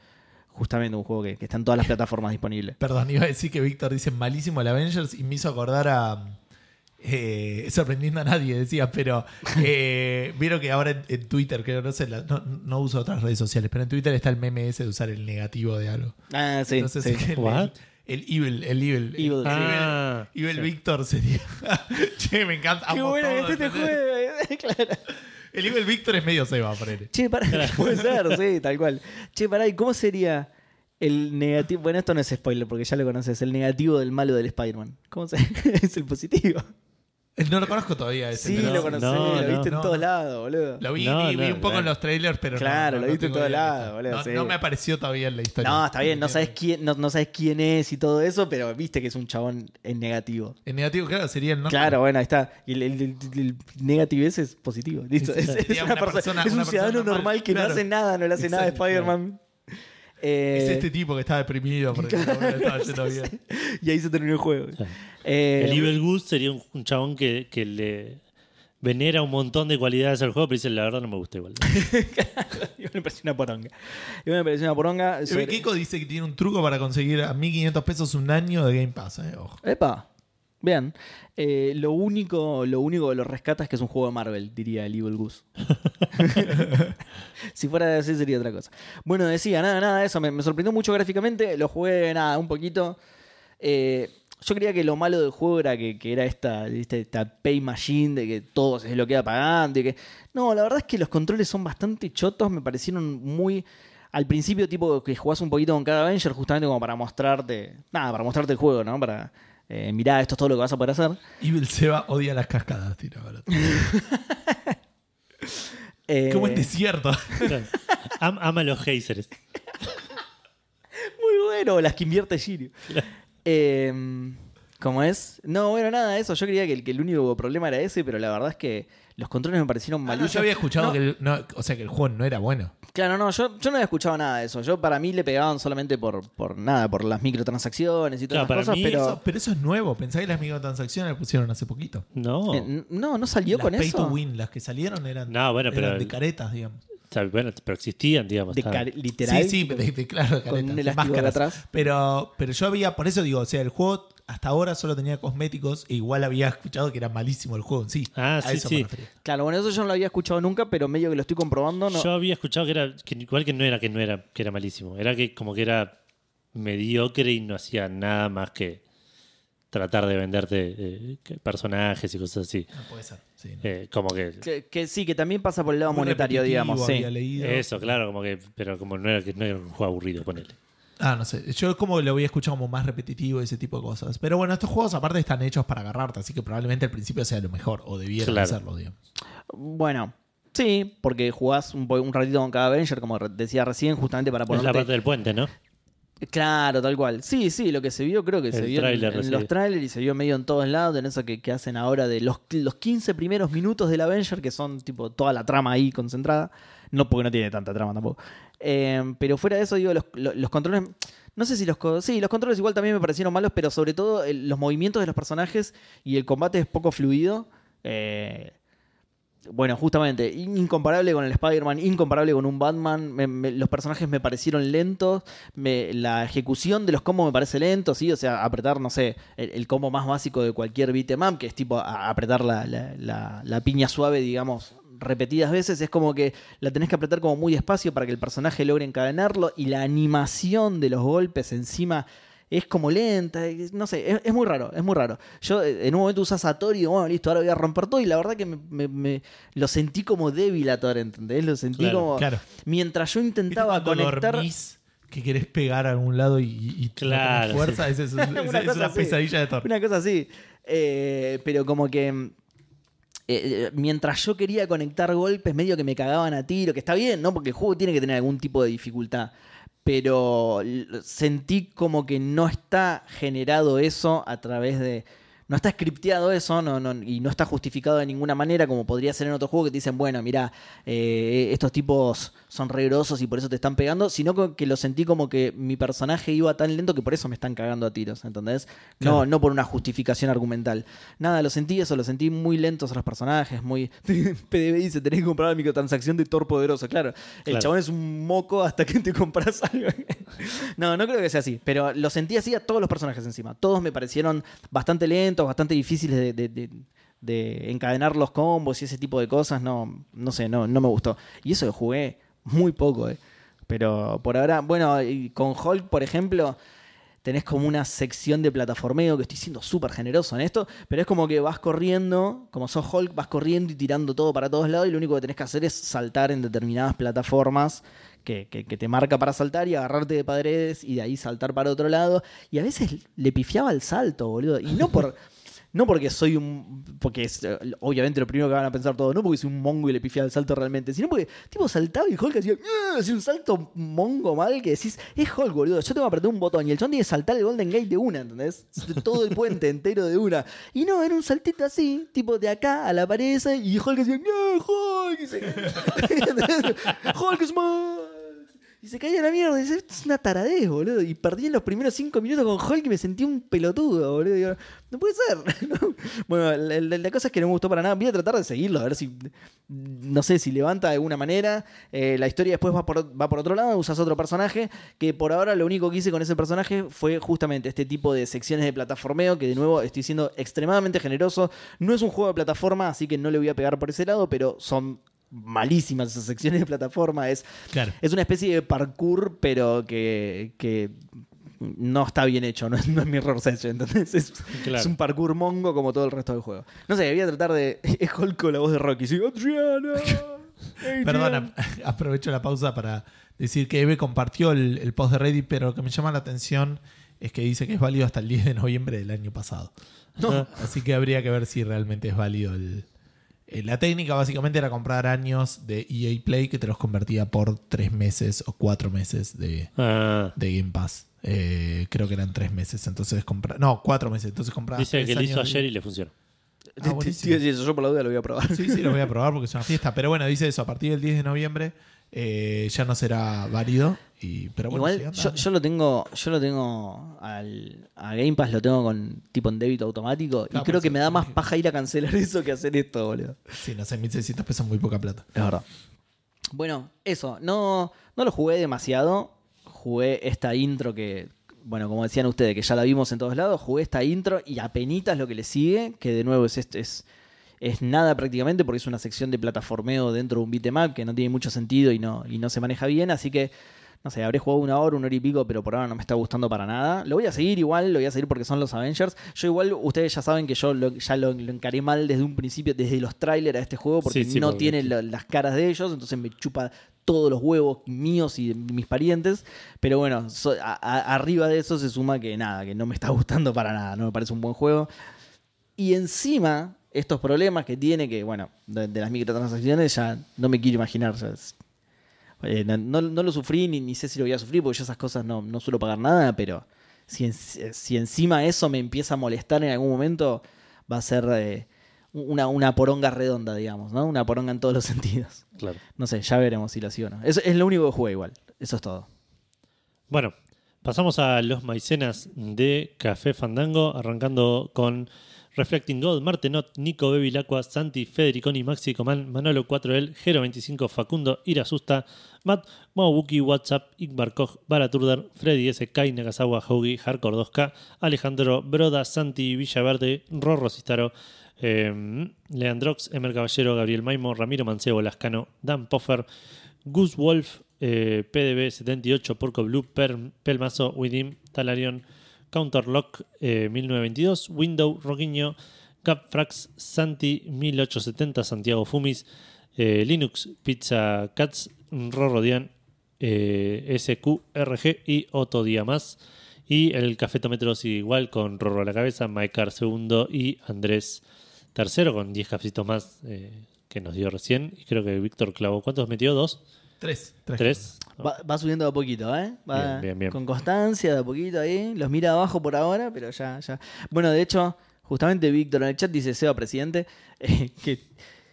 Speaker 1: justamente un juego que, que está en todas las plataformas disponibles.
Speaker 2: Perdón, iba a decir que Víctor dice malísimo el Avengers y me hizo acordar a. eh, sorprendiendo a nadie, decía, pero eh, vieron que ahora en, en Twitter, creo, no sé, la- no, no uso otras redes sociales, pero en Twitter está el meme ese de usar el negativo de algo.
Speaker 1: Ah, sí.
Speaker 2: Entonces,
Speaker 1: sí.
Speaker 2: el,
Speaker 3: What?
Speaker 2: el evil, el evil.
Speaker 1: Evil.
Speaker 2: El,
Speaker 3: Ah,
Speaker 2: evil, evil
Speaker 3: sí.
Speaker 2: Víctor sería. che, me encanta.
Speaker 1: Qué
Speaker 2: amo
Speaker 1: bueno que
Speaker 2: todo,
Speaker 1: esté este
Speaker 2: ¿entendés?
Speaker 1: juego, claro.
Speaker 2: El evil Víctor es medio Seba, ponele.
Speaker 1: Che, pará, puede ser, sí, tal cual. Che, pará, ¿y cómo sería el negativo? Bueno, esto no es spoiler porque ya lo conoces, el negativo del malo del Spider-Man. ¿Cómo se es el positivo?
Speaker 2: No lo conozco todavía ese,
Speaker 1: Sí,
Speaker 2: pero-
Speaker 1: lo conoces,
Speaker 3: no,
Speaker 1: lo viste
Speaker 2: no,
Speaker 1: en todos
Speaker 2: no.
Speaker 1: lados, boludo.
Speaker 2: Lo vi,
Speaker 3: No,
Speaker 2: vi-
Speaker 3: no,
Speaker 2: vi un poco
Speaker 3: bueno.
Speaker 2: en los trailers, pero no-
Speaker 1: Claro,
Speaker 2: no,
Speaker 1: lo
Speaker 2: no
Speaker 1: viste en
Speaker 2: tengo
Speaker 1: todos
Speaker 2: idea de qué
Speaker 1: lados,
Speaker 2: está.
Speaker 1: boludo,
Speaker 2: No,
Speaker 1: sí.
Speaker 2: no me apareció todavía en la historia.
Speaker 1: No, está bien, no sabes quién, no, no sabes quién es y todo eso, pero viste que es un chabón en negativo.
Speaker 2: En negativo, claro, sería el no.
Speaker 1: Claro, bueno, ahí está. Y el, el, el- el negativo ese es positivo. Listo. Es, es
Speaker 2: Sería
Speaker 1: una
Speaker 2: una
Speaker 1: perso-
Speaker 2: persona-
Speaker 1: es un
Speaker 2: una
Speaker 1: ciudadano
Speaker 2: persona
Speaker 1: normal,
Speaker 2: normal,
Speaker 1: que
Speaker 2: claro.
Speaker 1: no hace nada, no le hace nada a
Speaker 2: Exacto, claro.
Speaker 1: Spider-Man. Eh,
Speaker 2: Es este tipo que está deprimido porque no le estaba yendo bien.
Speaker 1: Y ahí se terminó el juego.
Speaker 3: Claro.
Speaker 1: Eh,
Speaker 3: El Evil Goose sería un, un chabón que, que le venera un montón de cualidades al juego, pero dice, la verdad no me gusta igual.
Speaker 1: igual me pareció una poronga. Igual me pareció una poronga. sobre-
Speaker 2: Eh, Kiko dice que tiene un truco para conseguir a 1500 pesos un año de Game Pass, eh, ojo.
Speaker 1: Epa. Vean, eh, lo único lo único que lo rescata es que es un juego de Marvel, diría el Evil Goose. si fuera de así sería otra cosa. Bueno, decía, nada, nada, eso me, me sorprendió mucho gráficamente, lo jugué, nada, un poquito. Eh, yo creía que lo malo del juego era que, que era esta, ¿viste? esta pay machine de que todo se desbloquea pagando y que... No, la verdad es que los controles son bastante chotos, me parecieron muy... Al principio, tipo, que jugás un poquito con cada Avenger justamente como para mostrarte... Nada, para mostrarte el juego, ¿no? Para... Eh, mirá, esto es todo lo que vas a poder hacer.
Speaker 2: Evil Seba odia las cascadas, tira, boludo.
Speaker 1: Eh,
Speaker 2: Qué buen desierto.
Speaker 3: Claro. Am- ama los hazers.
Speaker 1: Muy bueno, las que invierte Girio. Eh, ¿Cómo es? No, bueno, nada, eso. Yo creía que el, que el único problema era ese, pero la verdad es que los controles me parecieron
Speaker 2: Ah, no,
Speaker 1: malillos.
Speaker 2: yo había escuchado
Speaker 1: No,
Speaker 2: que el, no, o sea, que el juego no era bueno.
Speaker 1: Claro, no, yo, yo no había escuchado nada de eso. Yo para mí le pegaban solamente por, por nada, por las microtransacciones y todas
Speaker 3: Claro,
Speaker 1: esas cosas,
Speaker 3: para mí
Speaker 1: pero.
Speaker 2: Eso- pero eso es nuevo. Pensá que las microtransacciones las pusieron hace poquito.
Speaker 3: No.
Speaker 1: Eh, n- no, no salió
Speaker 2: las
Speaker 1: con
Speaker 2: pay to
Speaker 1: eso.
Speaker 2: win, las que salieron eran,
Speaker 3: No, bueno, pero-
Speaker 2: eran de caretas, digamos.
Speaker 3: Está bien, Bueno, pero existían, digamos.
Speaker 1: De
Speaker 3: está-
Speaker 1: car- literal.
Speaker 2: Sí, sí, de, de- claro,
Speaker 1: Con un
Speaker 2: caretas,
Speaker 1: elástico de
Speaker 2: máscaras.
Speaker 1: atrás.
Speaker 2: Pero, pero yo había, por eso digo, o sea, el juego hasta ahora solo tenía cosméticos e igual había escuchado que era malísimo el juego en sí.
Speaker 3: Ah,
Speaker 2: A
Speaker 3: sí,
Speaker 2: eso
Speaker 3: sí.
Speaker 2: me refería.
Speaker 1: Claro, bueno, eso yo no lo había escuchado nunca, pero medio que lo estoy comprobando. No,
Speaker 3: Yo había escuchado que era que igual que no era que no era que era malísimo, era que como que era mediocre y no hacía nada más que tratar de venderte eh, que- personajes y cosas así.
Speaker 2: No puede ser. Sí, no.
Speaker 3: Eh, como que
Speaker 1: que, que sí, que también pasa por el lado
Speaker 2: Muy
Speaker 1: monetario,
Speaker 2: repetitivo,
Speaker 1: digamos. Sí.
Speaker 2: había leído.
Speaker 3: eso, claro, como que pero como no era que no era un juego aburrido, ponele.
Speaker 2: Ah, no sé. Yo como lo había escuchado como más repetitivo ese tipo de cosas. Pero bueno, estos juegos aparte están hechos para agarrarte, así que probablemente al principio sea lo mejor o debieran
Speaker 3: Claro.
Speaker 2: hacerlo, digamos.
Speaker 1: Bueno, sí, porque jugás un, po- un ratito con cada Avenger, como re- decía recién, justamente para
Speaker 3: es
Speaker 1: ponerte...
Speaker 3: la parte del puente, ¿no?
Speaker 1: Claro, tal cual. Sí, sí, lo que se vio creo que se
Speaker 3: El
Speaker 1: vio en-
Speaker 3: tráiler
Speaker 1: en,
Speaker 3: recién.
Speaker 1: los trailers y se vio medio en todos lados, en eso que, que hacen ahora de los, los 15 primeros minutos del Avenger, que son tipo toda la trama ahí concentrada. No, porque no tiene tanta trama tampoco. Eh, pero fuera de eso, digo, los, lo- los controles... No sé si los... co- Sí, los controles igual también me parecieron malos, pero sobre todo el- los movimientos de los personajes y el combate es poco fluido. Eh, Bueno, justamente, incomparable con el Spider-Man, incomparable con un Batman. me- me- los personajes me parecieron lentos. me- la ejecución de los combos me parece lento, ¿sí? O sea, apretar, no sé, el, el combo más básico de cualquier beat'em up, que es tipo a- apretar la, la- la- la piña suave, digamos, repetidas veces. Es como que la tenés que apretar como muy despacio para que el personaje logre encadenarlo. Y la animación de los golpes encima es como lenta, es- no sé, es, es muy raro, es muy raro. Yo eh, en un momento usas a Thor y digo, bueno, listo, ahora voy a romper todo y la verdad que me, me- me- lo sentí como débil a Thor, ¿entendés? Lo sentí
Speaker 3: Claro,
Speaker 1: como...
Speaker 2: claro.
Speaker 1: Mientras yo
Speaker 2: ¿Viste
Speaker 1: intentaba
Speaker 2: cuando
Speaker 1: conectar...
Speaker 2: dormís que querés pegar a algún lado y, y- y no tenés
Speaker 3: Claro,
Speaker 2: fuerza? Ese Es, un- ese es
Speaker 1: Una
Speaker 2: una,
Speaker 1: cosa así.
Speaker 2: pesadilla de Thor.
Speaker 1: Una cosa así. Eh, pero como que. mm, eh, eh, mientras yo quería conectar golpes, medio que me cagaban a tiro, que está bien, ¿no? Porque el juego tiene que tener algún tipo de dificultad. Pero l- sentí como que no está generado eso a través de. No está scripteado eso no, no, y no está justificado de ninguna manera, como podría ser en otro juego que te dicen, bueno, mira, eh, estos tipos son regrosos y por eso te están pegando, sino co- que lo sentí como que mi personaje iba tan lento que por eso me están cagando a tiros, ¿entendés? No,
Speaker 2: Claro.
Speaker 1: no por una justificación argumental. Nada, lo sentí eso, lo sentí muy lentos a los personajes, muy... PDB dice, tenés que comprar la microtransacción de Thor Poderoso, claro. El
Speaker 3: Claro.
Speaker 1: chabón es un moco hasta que te compras algo. no, no creo que sea así, pero lo sentí así a todos los personajes encima. Todos me parecieron bastante lentos, bastante difíciles de... de- de- de encadenar los combos y ese tipo de cosas, no, no sé, no, no me gustó. Y eso lo jugué muy poco, eh. Pero por ahora, bueno, y con Hulk, por ejemplo, tenés como una sección de plataformeo, que estoy siendo súper generoso en esto, pero es como que vas corriendo, como sos Hulk, vas corriendo y tirando todo para todos lados y lo único que tenés que hacer es saltar en determinadas plataformas que, que- que te marca para saltar y agarrarte de paredes y de ahí saltar para otro lado. Y a veces le pifiaba el salto, boludo. Y no por... No porque soy un. Porque es eh, obviamente lo primero que van a pensar todos, no porque soy un mongo y le pifiaba el salto realmente, sino porque tipo saltaba y Hulk hacía, "Ugh", hacía un salto mongo mal que decís, es Hulk, boludo. Yo tengo que apretar un botón y el chon tiene que saltar el Golden Gate de una, ¿entendés? Todo el puente entero de una. Y no, era un saltito así, tipo de acá a la pared esa, y Hulk hacía, "No, Hulk! Y se- ¿Entendés? Hulk es más. Y se caía a la mierda. Y dice, esto es una taradez, boludo. Y perdí en los primeros cinco minutos con Hulk y me sentí un pelotudo, boludo. Digo, no puede ser. ¿no? bueno, la, la- la cosa es que no me gustó para nada. Voy a tratar de seguirlo, a ver si. No sé, si levanta de alguna manera. Eh, la historia después va por, va por otro lado, usas otro personaje. Que por ahora lo único que hice con ese personaje fue justamente este tipo de secciones de plataformeo. Que de nuevo estoy siendo extremadamente generoso. No es un juego de plataforma, así que no le voy a pegar por ese lado, pero son malísimas esas secciones de plataforma. Es
Speaker 2: Claro.
Speaker 1: es una especie de parkour, pero que, que no está bien hecho, no es, no es Mirror Edge, ¿entendés? Es,
Speaker 3: Claro.
Speaker 1: es un parkour mongo como todo el resto del juego. No sé, voy a tratar de... Es Hulk con la voz de Rocky, sí, Adriana. Adriana".
Speaker 2: Perdón, ap- aprovecho la pausa para decir que Eve compartió el, el post de Reddit, pero lo que me llama la atención es que dice que es válido hasta el 10 de noviembre del año pasado. Así que habría que ver si realmente es válido el... eh, La técnica básicamente era comprar años de EA Play que te los convertía por tres meses o cuatro meses de,
Speaker 3: Ah,
Speaker 2: de Game Pass. Eh, creo que eran tres meses, entonces compra No, cuatro meses, entonces compras.
Speaker 3: dice que lo hizo ayer y le funcionó.
Speaker 2: Ah, buenísimo.
Speaker 1: Sí, sí, eso yo por la duda lo voy a probar.
Speaker 2: Sí, sí, lo voy a probar porque es una fiesta. Pero bueno, dice eso, a partir del 10 de noviembre eh, ya no será válido. Y, pero bueno,
Speaker 1: Igual
Speaker 2: sigan
Speaker 1: yo,
Speaker 2: dando.
Speaker 1: yo lo tengo, yo lo tengo al, a Game Pass, lo tengo con tipo en débito automático y
Speaker 2: Claro,
Speaker 1: creo
Speaker 2: por
Speaker 1: que
Speaker 2: eso
Speaker 1: me da
Speaker 2: te
Speaker 1: más
Speaker 2: dije.
Speaker 1: paja ir a cancelar eso que hacer esto, boludo.
Speaker 2: Sí, no sé, 1.600 pesos es muy poca plata.
Speaker 1: Es verdad. Bueno, eso. No, no lo jugué demasiado. Jugué esta intro que, bueno, como decían ustedes, que ya la vimos en todos lados. Jugué esta intro y apenitas lo que le sigue, que de nuevo es, este- es, es nada prácticamente porque es una sección de plataformeo dentro de un beatmap que no tiene mucho sentido y no, y no se maneja bien. Así que, no sé, habré jugado una hora, una hora y pico, pero por ahora no me está gustando para nada. Lo voy a seguir igual, lo voy a seguir porque son los Avengers. Yo igual, ustedes ya saben que yo lo- ya lo, lo encaré mal desde un principio, desde los trailers a este juego, porque
Speaker 3: Sí, sí,
Speaker 1: no
Speaker 3: porque-
Speaker 1: tiene la- las caras de ellos, entonces me chupa todos los huevos míos y de mis parientes. Pero bueno, so- a- a- arriba de eso se suma que nada, que no me está gustando para nada, no me parece un buen juego. Y encima, estos problemas que tiene, que bueno, de, de las microtransacciones ya no me quiero imaginar. ya es- eh, no, no- no lo sufrí ni, ni sé si lo voy a sufrir, porque yo esas cosas no, no suelo pagar nada, pero si, en- si encima eso me empieza a molestar en algún momento, va a ser eh, una, una poronga redonda, digamos, ¿no? Una poronga en todos los sentidos.
Speaker 3: Claro.
Speaker 1: No sé, ya veremos si lo sigo o no. Eso es lo único que jugué igual. Eso es todo.
Speaker 3: Bueno, pasamos a los maicenas de Café Fandango, arrancando con Reflecting God, Martenot, Nico, Bevilacqua, Santi, Federiconi, Maxi, Coman, Manolo 4L, Gero25, Facundo, Irasusta, Matt, Maubuki, WhatsApp, Igmar Koch, Baraturder, Freddy S, Kai, Nagasawa, Hogi, Hardcore 2K, Alejandro, Broda, Santi, Villaverde, Rorro Cistaro, eh, Leandrox, Emer Caballero, Gabriel Maimo, Ramiro Mancebo, Lascano, Dan Poffer, Gus Wolf, eh, PDB78, Porco Blue, Per- Pelmazo, Widim, Talarion, Counterlock eh, 1922, Window, Roquiño, Capfrax, Santi 1870, Santiago Fumis, eh, Linux, Pizza Cats, Rorodian, eh, SQRG y Otto Díaz Y el Cafetómetro sigue igual con Rorro a la cabeza, Maikar segundo y Andrés tercero con 10 cafecitos más eh, que nos dio recién. Y creo que Víctor clavó. ¿Cuántos metió? ¿Dos?
Speaker 2: Tres.
Speaker 3: ¿Tres?
Speaker 1: Va, va subiendo de a poquito, ¿eh? Va
Speaker 3: Bien, bien, bien.
Speaker 1: Con constancia, de a poquito ahí. Los mira abajo por ahora, pero ya, ya. Bueno, de hecho, justamente Víctor en el chat dice Seba presidente, eh, que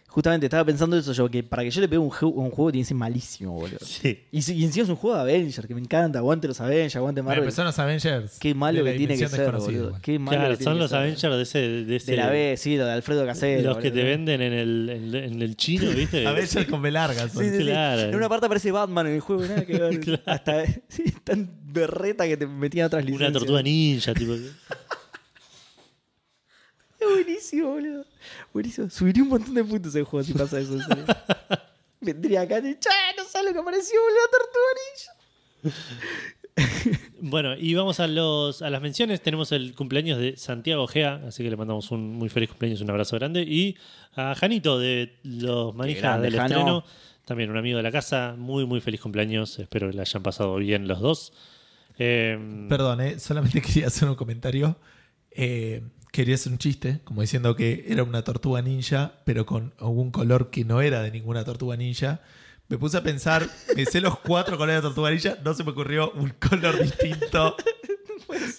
Speaker 1: justamente estaba pensando eso yo, que para que yo le pegue un, ju- un juego tiene que ser malísimo, boludo.
Speaker 3: Sí.
Speaker 1: Y, si- y encima es un juego de Avengers, que me encanta, aguante los Avengers, aguante
Speaker 2: Bueno,
Speaker 1: Marvel.
Speaker 2: empezaron los Avengers.
Speaker 1: Qué malo
Speaker 2: de la
Speaker 1: que tiene que
Speaker 2: dimensión
Speaker 1: ser,
Speaker 2: desconocida,
Speaker 1: boludo.
Speaker 2: igual.
Speaker 1: Qué malo
Speaker 3: Claro,
Speaker 1: que tiene
Speaker 3: son
Speaker 1: que
Speaker 3: los
Speaker 1: ser.
Speaker 3: Avengers de ese. De, ese-
Speaker 1: De la B, sí, lo de Alfredo Casero.
Speaker 3: Los que te
Speaker 1: boludo.
Speaker 3: venden en el, en, en el chino, ¿viste?
Speaker 2: Avengers con B larga. son.
Speaker 1: Sí, sí, sí.
Speaker 3: Claro.
Speaker 1: En una parte aparece Batman en el juego, nada que ver. Hasta sí, tan berreta que te metían otras licencias.
Speaker 3: Una tortuga ninja, tipo.
Speaker 1: Es buenísimo, boludo. Buenísimo. Subiría un montón de puntos el juego si pasa eso. en serio. Vendría acá y ¡Che! No sabes lo que apareció, boludo, la tortuga ninja.
Speaker 3: Bueno, y vamos a los a las menciones. Tenemos el cumpleaños de Santiago Gea, así que le mandamos un muy feliz cumpleaños, un abrazo grande. Y a Janito de los manijas
Speaker 1: grande,
Speaker 3: del
Speaker 1: Jano.
Speaker 3: estreno, también un amigo de la casa. Muy, muy feliz cumpleaños. Espero que la hayan pasado bien los dos.
Speaker 1: Mm.
Speaker 3: Eh,
Speaker 2: Perdón, eh, solamente quería hacer un comentario. Eh, quería hacer un chiste, como diciendo que era una tortuga ninja, pero con algún color que no era de ninguna tortuga ninja. Me puse a pensar, me sé los cuatro colores de tortuga ninja, no se me ocurrió un color distinto.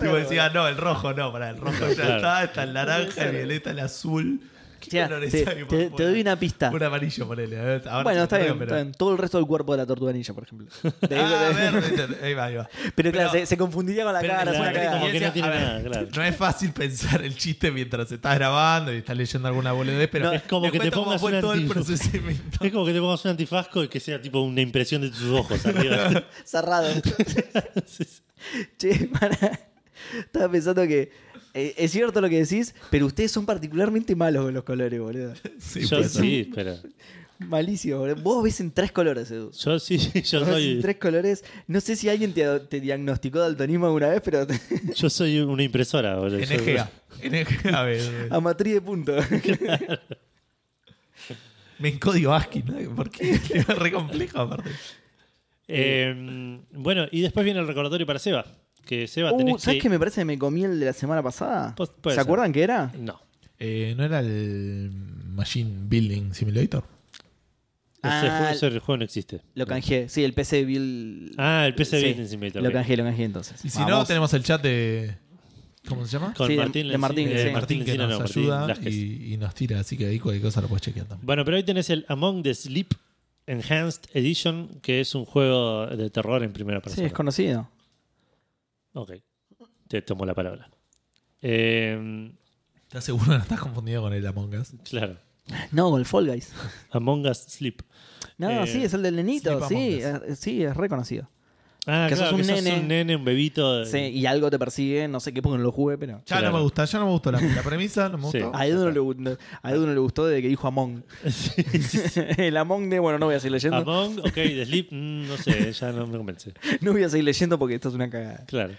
Speaker 2: Y me decía, no, el rojo no, para el rojo ya
Speaker 3: Claro.
Speaker 2: está, está el naranja, el violeta, el azul. ¿Qué
Speaker 1: Tía,
Speaker 2: colores
Speaker 1: te-
Speaker 2: hay, por
Speaker 1: te-
Speaker 2: favor?
Speaker 1: te doy una pista.
Speaker 2: Un amarillo, ponele. a ver, ahora se
Speaker 1: bueno,
Speaker 2: me
Speaker 1: está
Speaker 2: ocurrió,
Speaker 1: bien,
Speaker 2: pero-
Speaker 1: está bien. Todo el resto del cuerpo de la tortuga ninja, por ejemplo. De ahí-
Speaker 2: Ah, verde, ahí va, ahí va.
Speaker 1: Pero claro,
Speaker 2: Pero-
Speaker 1: se, se confundiría con la
Speaker 2: pero
Speaker 1: cara.
Speaker 2: claro,
Speaker 1: es una
Speaker 2: pero
Speaker 1: cagada.
Speaker 3: como que no tiene
Speaker 2: A ver,
Speaker 3: nada, claro.
Speaker 2: No es fácil pensar el chiste mientras estás grabando y estás leyendo alguna boludez, pero
Speaker 3: No, es como
Speaker 2: les
Speaker 3: que te
Speaker 2: cuento cómo
Speaker 3: pongas
Speaker 2: fue
Speaker 3: un
Speaker 2: todo el
Speaker 3: antigo.
Speaker 2: procesamiento.
Speaker 3: Es como que te pongas un antifasco y que sea tipo una impresión de tus ojos arriba.
Speaker 1: cerrado. che, para. Estaba pensando que eh, es cierto lo que decís, pero ustedes son particularmente malos con los colores, boludo.
Speaker 2: Sí,
Speaker 3: yo
Speaker 2: pues,
Speaker 3: sí, pero.
Speaker 1: Malísimo, boludo. Vos ves en tres colores, Edu.
Speaker 3: Yo sí, yo
Speaker 1: Vos ves en
Speaker 3: soy,
Speaker 1: tres colores. No sé si alguien te, te diagnosticó daltonismo alguna vez, pero
Speaker 3: yo soy una impresora, boludo. Yo-
Speaker 2: NGA. NGA, a ver,
Speaker 1: a matriz de punto.
Speaker 2: Me encodio ASCII, ¿no? ¿Por qué? Es re complejo, aparte.
Speaker 3: Eh, bueno, y después viene el recordatorio para Seba. Que Seba
Speaker 1: Uh,
Speaker 3: tenés
Speaker 1: ¿Sabes
Speaker 3: que-
Speaker 1: qué me parece que me comí el de la semana pasada?
Speaker 3: Pues, puede
Speaker 1: ¿Se
Speaker 3: ser.
Speaker 1: acuerdan que era?
Speaker 3: No.
Speaker 2: Eh, ¿No era el Machine Building Simulator?
Speaker 3: Ese,
Speaker 1: Ah,
Speaker 3: juego, ese juego no existe.
Speaker 1: Lo canjeé, sí, el PC Bill.
Speaker 3: Ah, el PC
Speaker 1: Sí,
Speaker 3: Building Simulator.
Speaker 1: Lo
Speaker 3: ok.
Speaker 1: canjeé, lo canjeé entonces.
Speaker 2: Y si
Speaker 1: Vamos.
Speaker 2: no, tenemos el chat de... ¿Cómo se llama?
Speaker 3: Con
Speaker 1: Sí, de-
Speaker 3: Martín,
Speaker 1: de
Speaker 3: Lencina-
Speaker 1: Martín,
Speaker 3: eh,
Speaker 1: sí.
Speaker 2: Martín, que
Speaker 3: Lencina,
Speaker 2: nos
Speaker 3: no, Martín
Speaker 2: ayuda
Speaker 3: Velázquez.
Speaker 2: y, y nos tira, así que ahí cualquier cosa lo puedes chequear también.
Speaker 3: Bueno, pero hoy tenés el Among the Sleep Enhanced Edition, que es un juego de terror en primera persona.
Speaker 1: Sí, es conocido.
Speaker 3: Ok. Te tomo la palabra. Eh,
Speaker 2: ¿Estás seguro que no estás confundido con el Among Us?
Speaker 3: claro.
Speaker 1: No, con el Fall Guys.
Speaker 3: Among Us Sleep.
Speaker 1: No,
Speaker 3: Eh,
Speaker 1: sí, es el del nenito,
Speaker 2: Sleep
Speaker 1: sí,
Speaker 2: Among
Speaker 1: eh, sí, es reconocido.
Speaker 3: Ah,
Speaker 1: Que
Speaker 3: claro,
Speaker 1: sos un
Speaker 3: que sos
Speaker 1: nene.
Speaker 3: un nene, un bebito. eh,
Speaker 1: Sí, y algo te persigue, no sé qué, porque no lo jugué, pero.
Speaker 2: Ya
Speaker 3: Claro.
Speaker 2: no me gusta, ya no me gustó la, la premisa, no me
Speaker 3: Sí.
Speaker 2: gustó.
Speaker 1: A Edu no le, gu- no- a Edu no le gustó desde que dijo Among. el Among de, bueno, no voy a seguir leyendo.
Speaker 3: Among, ok, The Sleep, mm, no sé, ya no me convence.
Speaker 1: No voy a seguir leyendo porque esto es una cagada.
Speaker 3: Claro.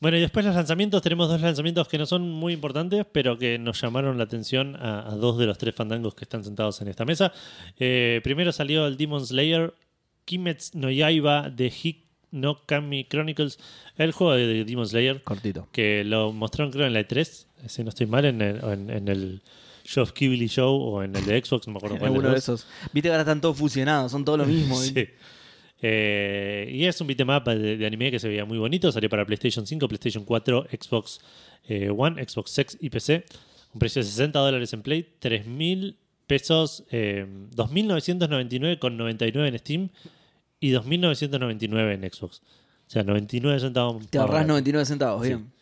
Speaker 3: Bueno, y después los lanzamientos, tenemos dos lanzamientos que no son muy importantes, pero que nos llamaron la atención a, a dos de los tres fandangos que están sentados en esta mesa. Eh, primero salió el Demon Slayer Kimetsu no Yaiba de Hik no Kami Chronicles, el juego de Demon Slayer,
Speaker 1: Cortito.
Speaker 3: que lo mostraron creo en la E3, si no estoy mal, en el, en, en el Geoff Keighley Show o en el de Xbox, no me acuerdo
Speaker 1: En
Speaker 3: cuál
Speaker 1: alguno de
Speaker 3: los dos.
Speaker 1: esos. Viste que ahora están todos fusionados, son todos lo mismo. ¿eh?
Speaker 3: Sí. Eh, y es un beatmap de, de anime que se veía muy bonito. Salió para PlayStation 5, PlayStation 4, Xbox eh, One, Xbox 6 y PC. Un precio de 60 dólares en Play, 3.000 pesos, eh, 2.999,99 en Steam y 2.999 en Xbox. O sea, 99 centavos.
Speaker 1: Te
Speaker 3: más
Speaker 1: ahorras
Speaker 3: barato.
Speaker 1: 99 centavos,
Speaker 3: Sí.
Speaker 1: bien.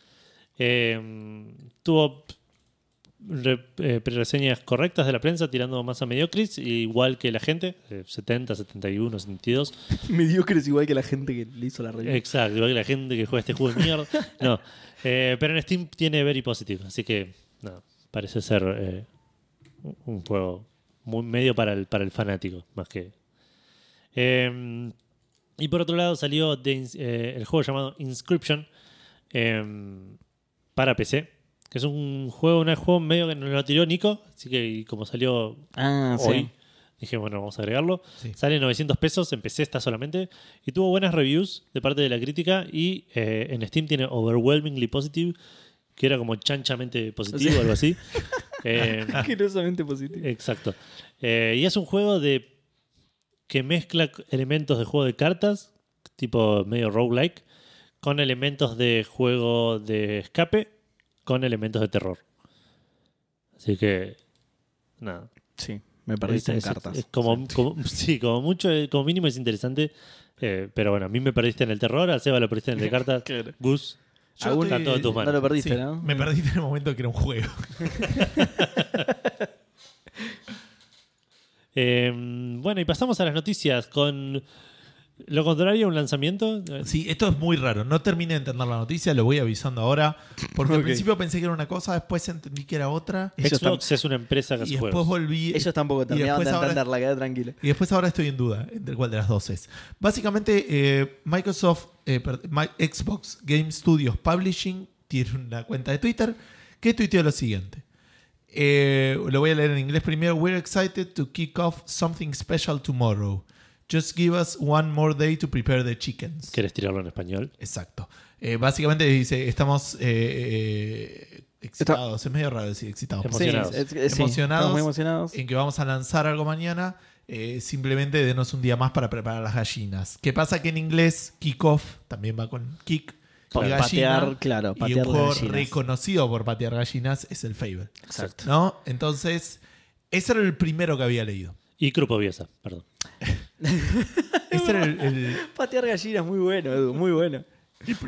Speaker 3: Eh, tuvo re- eh, prereseñas correctas de la prensa, tirando más a mediocres, igual que la gente, eh, 70, 71, 72.
Speaker 1: Mediocre es igual que la gente que le hizo la review.
Speaker 3: Exacto, igual que la gente que juega este juego de mierda. No, Eh, pero en Steam tiene Very Positive, así que no, parece ser eh, un- un juego muy medio para el, para el fanático, más que... Eh, y por otro lado salió The Ins- eh, el juego llamado Inscription eh, para PC, que es un juego, un juego medio que nos lo tiró Nico, así que y como salió
Speaker 1: Ah,
Speaker 3: hoy.
Speaker 1: sí.
Speaker 3: Dije, bueno, vamos a agregarlo.
Speaker 2: Sí.
Speaker 3: Sale 900 pesos, empecé esta solamente. Y tuvo buenas reviews de parte de la crítica. Y eh, en Steam tiene Overwhelmingly Positive, que era como chanchamente positivo
Speaker 1: Sí.
Speaker 3: o algo así. Eh,
Speaker 1: Asquerosamente positivo.
Speaker 3: exacto. Eh, y es un juego de que mezcla elementos de juego de cartas, tipo medio roguelike, con elementos de juego de escape, con elementos de terror. Así que, nada.
Speaker 1: Sí, me perdiste
Speaker 3: Es-
Speaker 1: en
Speaker 3: es-
Speaker 1: cartas.
Speaker 3: es como, como- sí, como mucho, eh, como mínimo es interesante. eh, pero bueno, a mí me perdiste en el terror, a Seba lo perdiste en el de cartas.
Speaker 1: Claro.
Speaker 3: Gus,
Speaker 2: Yo
Speaker 3: aún
Speaker 2: te-
Speaker 3: está todo en tus
Speaker 1: no
Speaker 3: manos.
Speaker 1: lo perdiste,
Speaker 2: Sí,
Speaker 1: ¿no? Mm.
Speaker 2: Me perdí en el momento que era un juego.
Speaker 3: Eh, bueno, y pasamos a las noticias con lo contrario a un lanzamiento. eh,
Speaker 2: Sí, esto es muy raro. No terminé de entender la noticia, lo voy avisando ahora. Porque al
Speaker 1: Ok.
Speaker 2: principio pensé que era una cosa, después entendí que era otra.
Speaker 1: ellos
Speaker 3: Xbox es una empresa que
Speaker 2: Y
Speaker 3: hace
Speaker 2: después
Speaker 3: juegos.
Speaker 2: volví.
Speaker 1: Ellos tampoco
Speaker 2: y
Speaker 1: terminaban de
Speaker 2: después ahora-
Speaker 1: entenderla, queda tranquila.
Speaker 2: Y después ahora estoy en duda entre cuál de las dos es. Básicamente, eh, Microsoft, eh, per- Mi- Xbox Game Studios Publishing tiene una cuenta de Twitter que tuiteó lo siguiente. Eh, lo voy a leer en inglés primero. We're excited to kick off something special tomorrow. Just give us one more day to prepare the chickens.
Speaker 3: ¿Querés tirarlo en español?
Speaker 2: Exacto. Eh, básicamente dice, estamos eh, eh, excitados. Es medio raro decir excitados.
Speaker 3: Emo- Emocionados.
Speaker 1: Sí, es- es- sí,
Speaker 2: Emocionados.
Speaker 1: estamos muy emocionados.
Speaker 2: En que vamos a lanzar algo mañana. eh, simplemente denos un día más para preparar las gallinas. ¿Qué pasa? Que en inglés, kickoff también va con kick. y
Speaker 1: Por
Speaker 2: gallina,
Speaker 1: patear, claro,
Speaker 2: y
Speaker 1: patear las
Speaker 2: un juego
Speaker 1: gallinas.
Speaker 2: reconocido por patear gallinas es el Fable.
Speaker 1: Exacto.
Speaker 2: ¿No? Entonces, ese era el primero que había leído.
Speaker 3: Y Grupo Biesa, perdón.
Speaker 2: Ese era el- el-
Speaker 1: Patear gallinas, muy bueno, Edu, muy bueno.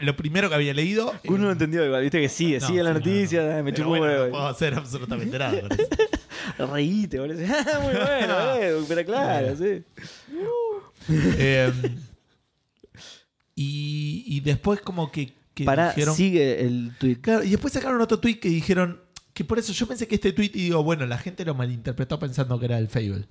Speaker 2: lo primero que había leído. Eh,
Speaker 1: Uno no entendió igual, viste que sigue,
Speaker 2: No,
Speaker 1: sigue la
Speaker 2: sí, no,
Speaker 1: noticia,
Speaker 2: no.
Speaker 1: me
Speaker 2: Pero
Speaker 1: chupó
Speaker 2: bueno,
Speaker 1: huevo.
Speaker 2: no puedo hacer absolutamente nada con eso.
Speaker 1: Reíte, boludo. Muy bueno, eh, pero claro, sí.
Speaker 2: Eh, y, y después como que, que
Speaker 1: Pará,
Speaker 2: dijeron...
Speaker 1: sigue el tweet.
Speaker 2: Claro, y después sacaron otro tweet que dijeron... Que por eso yo pensé que este tweet y digo, bueno, la gente lo malinterpretó pensando que era el Fable.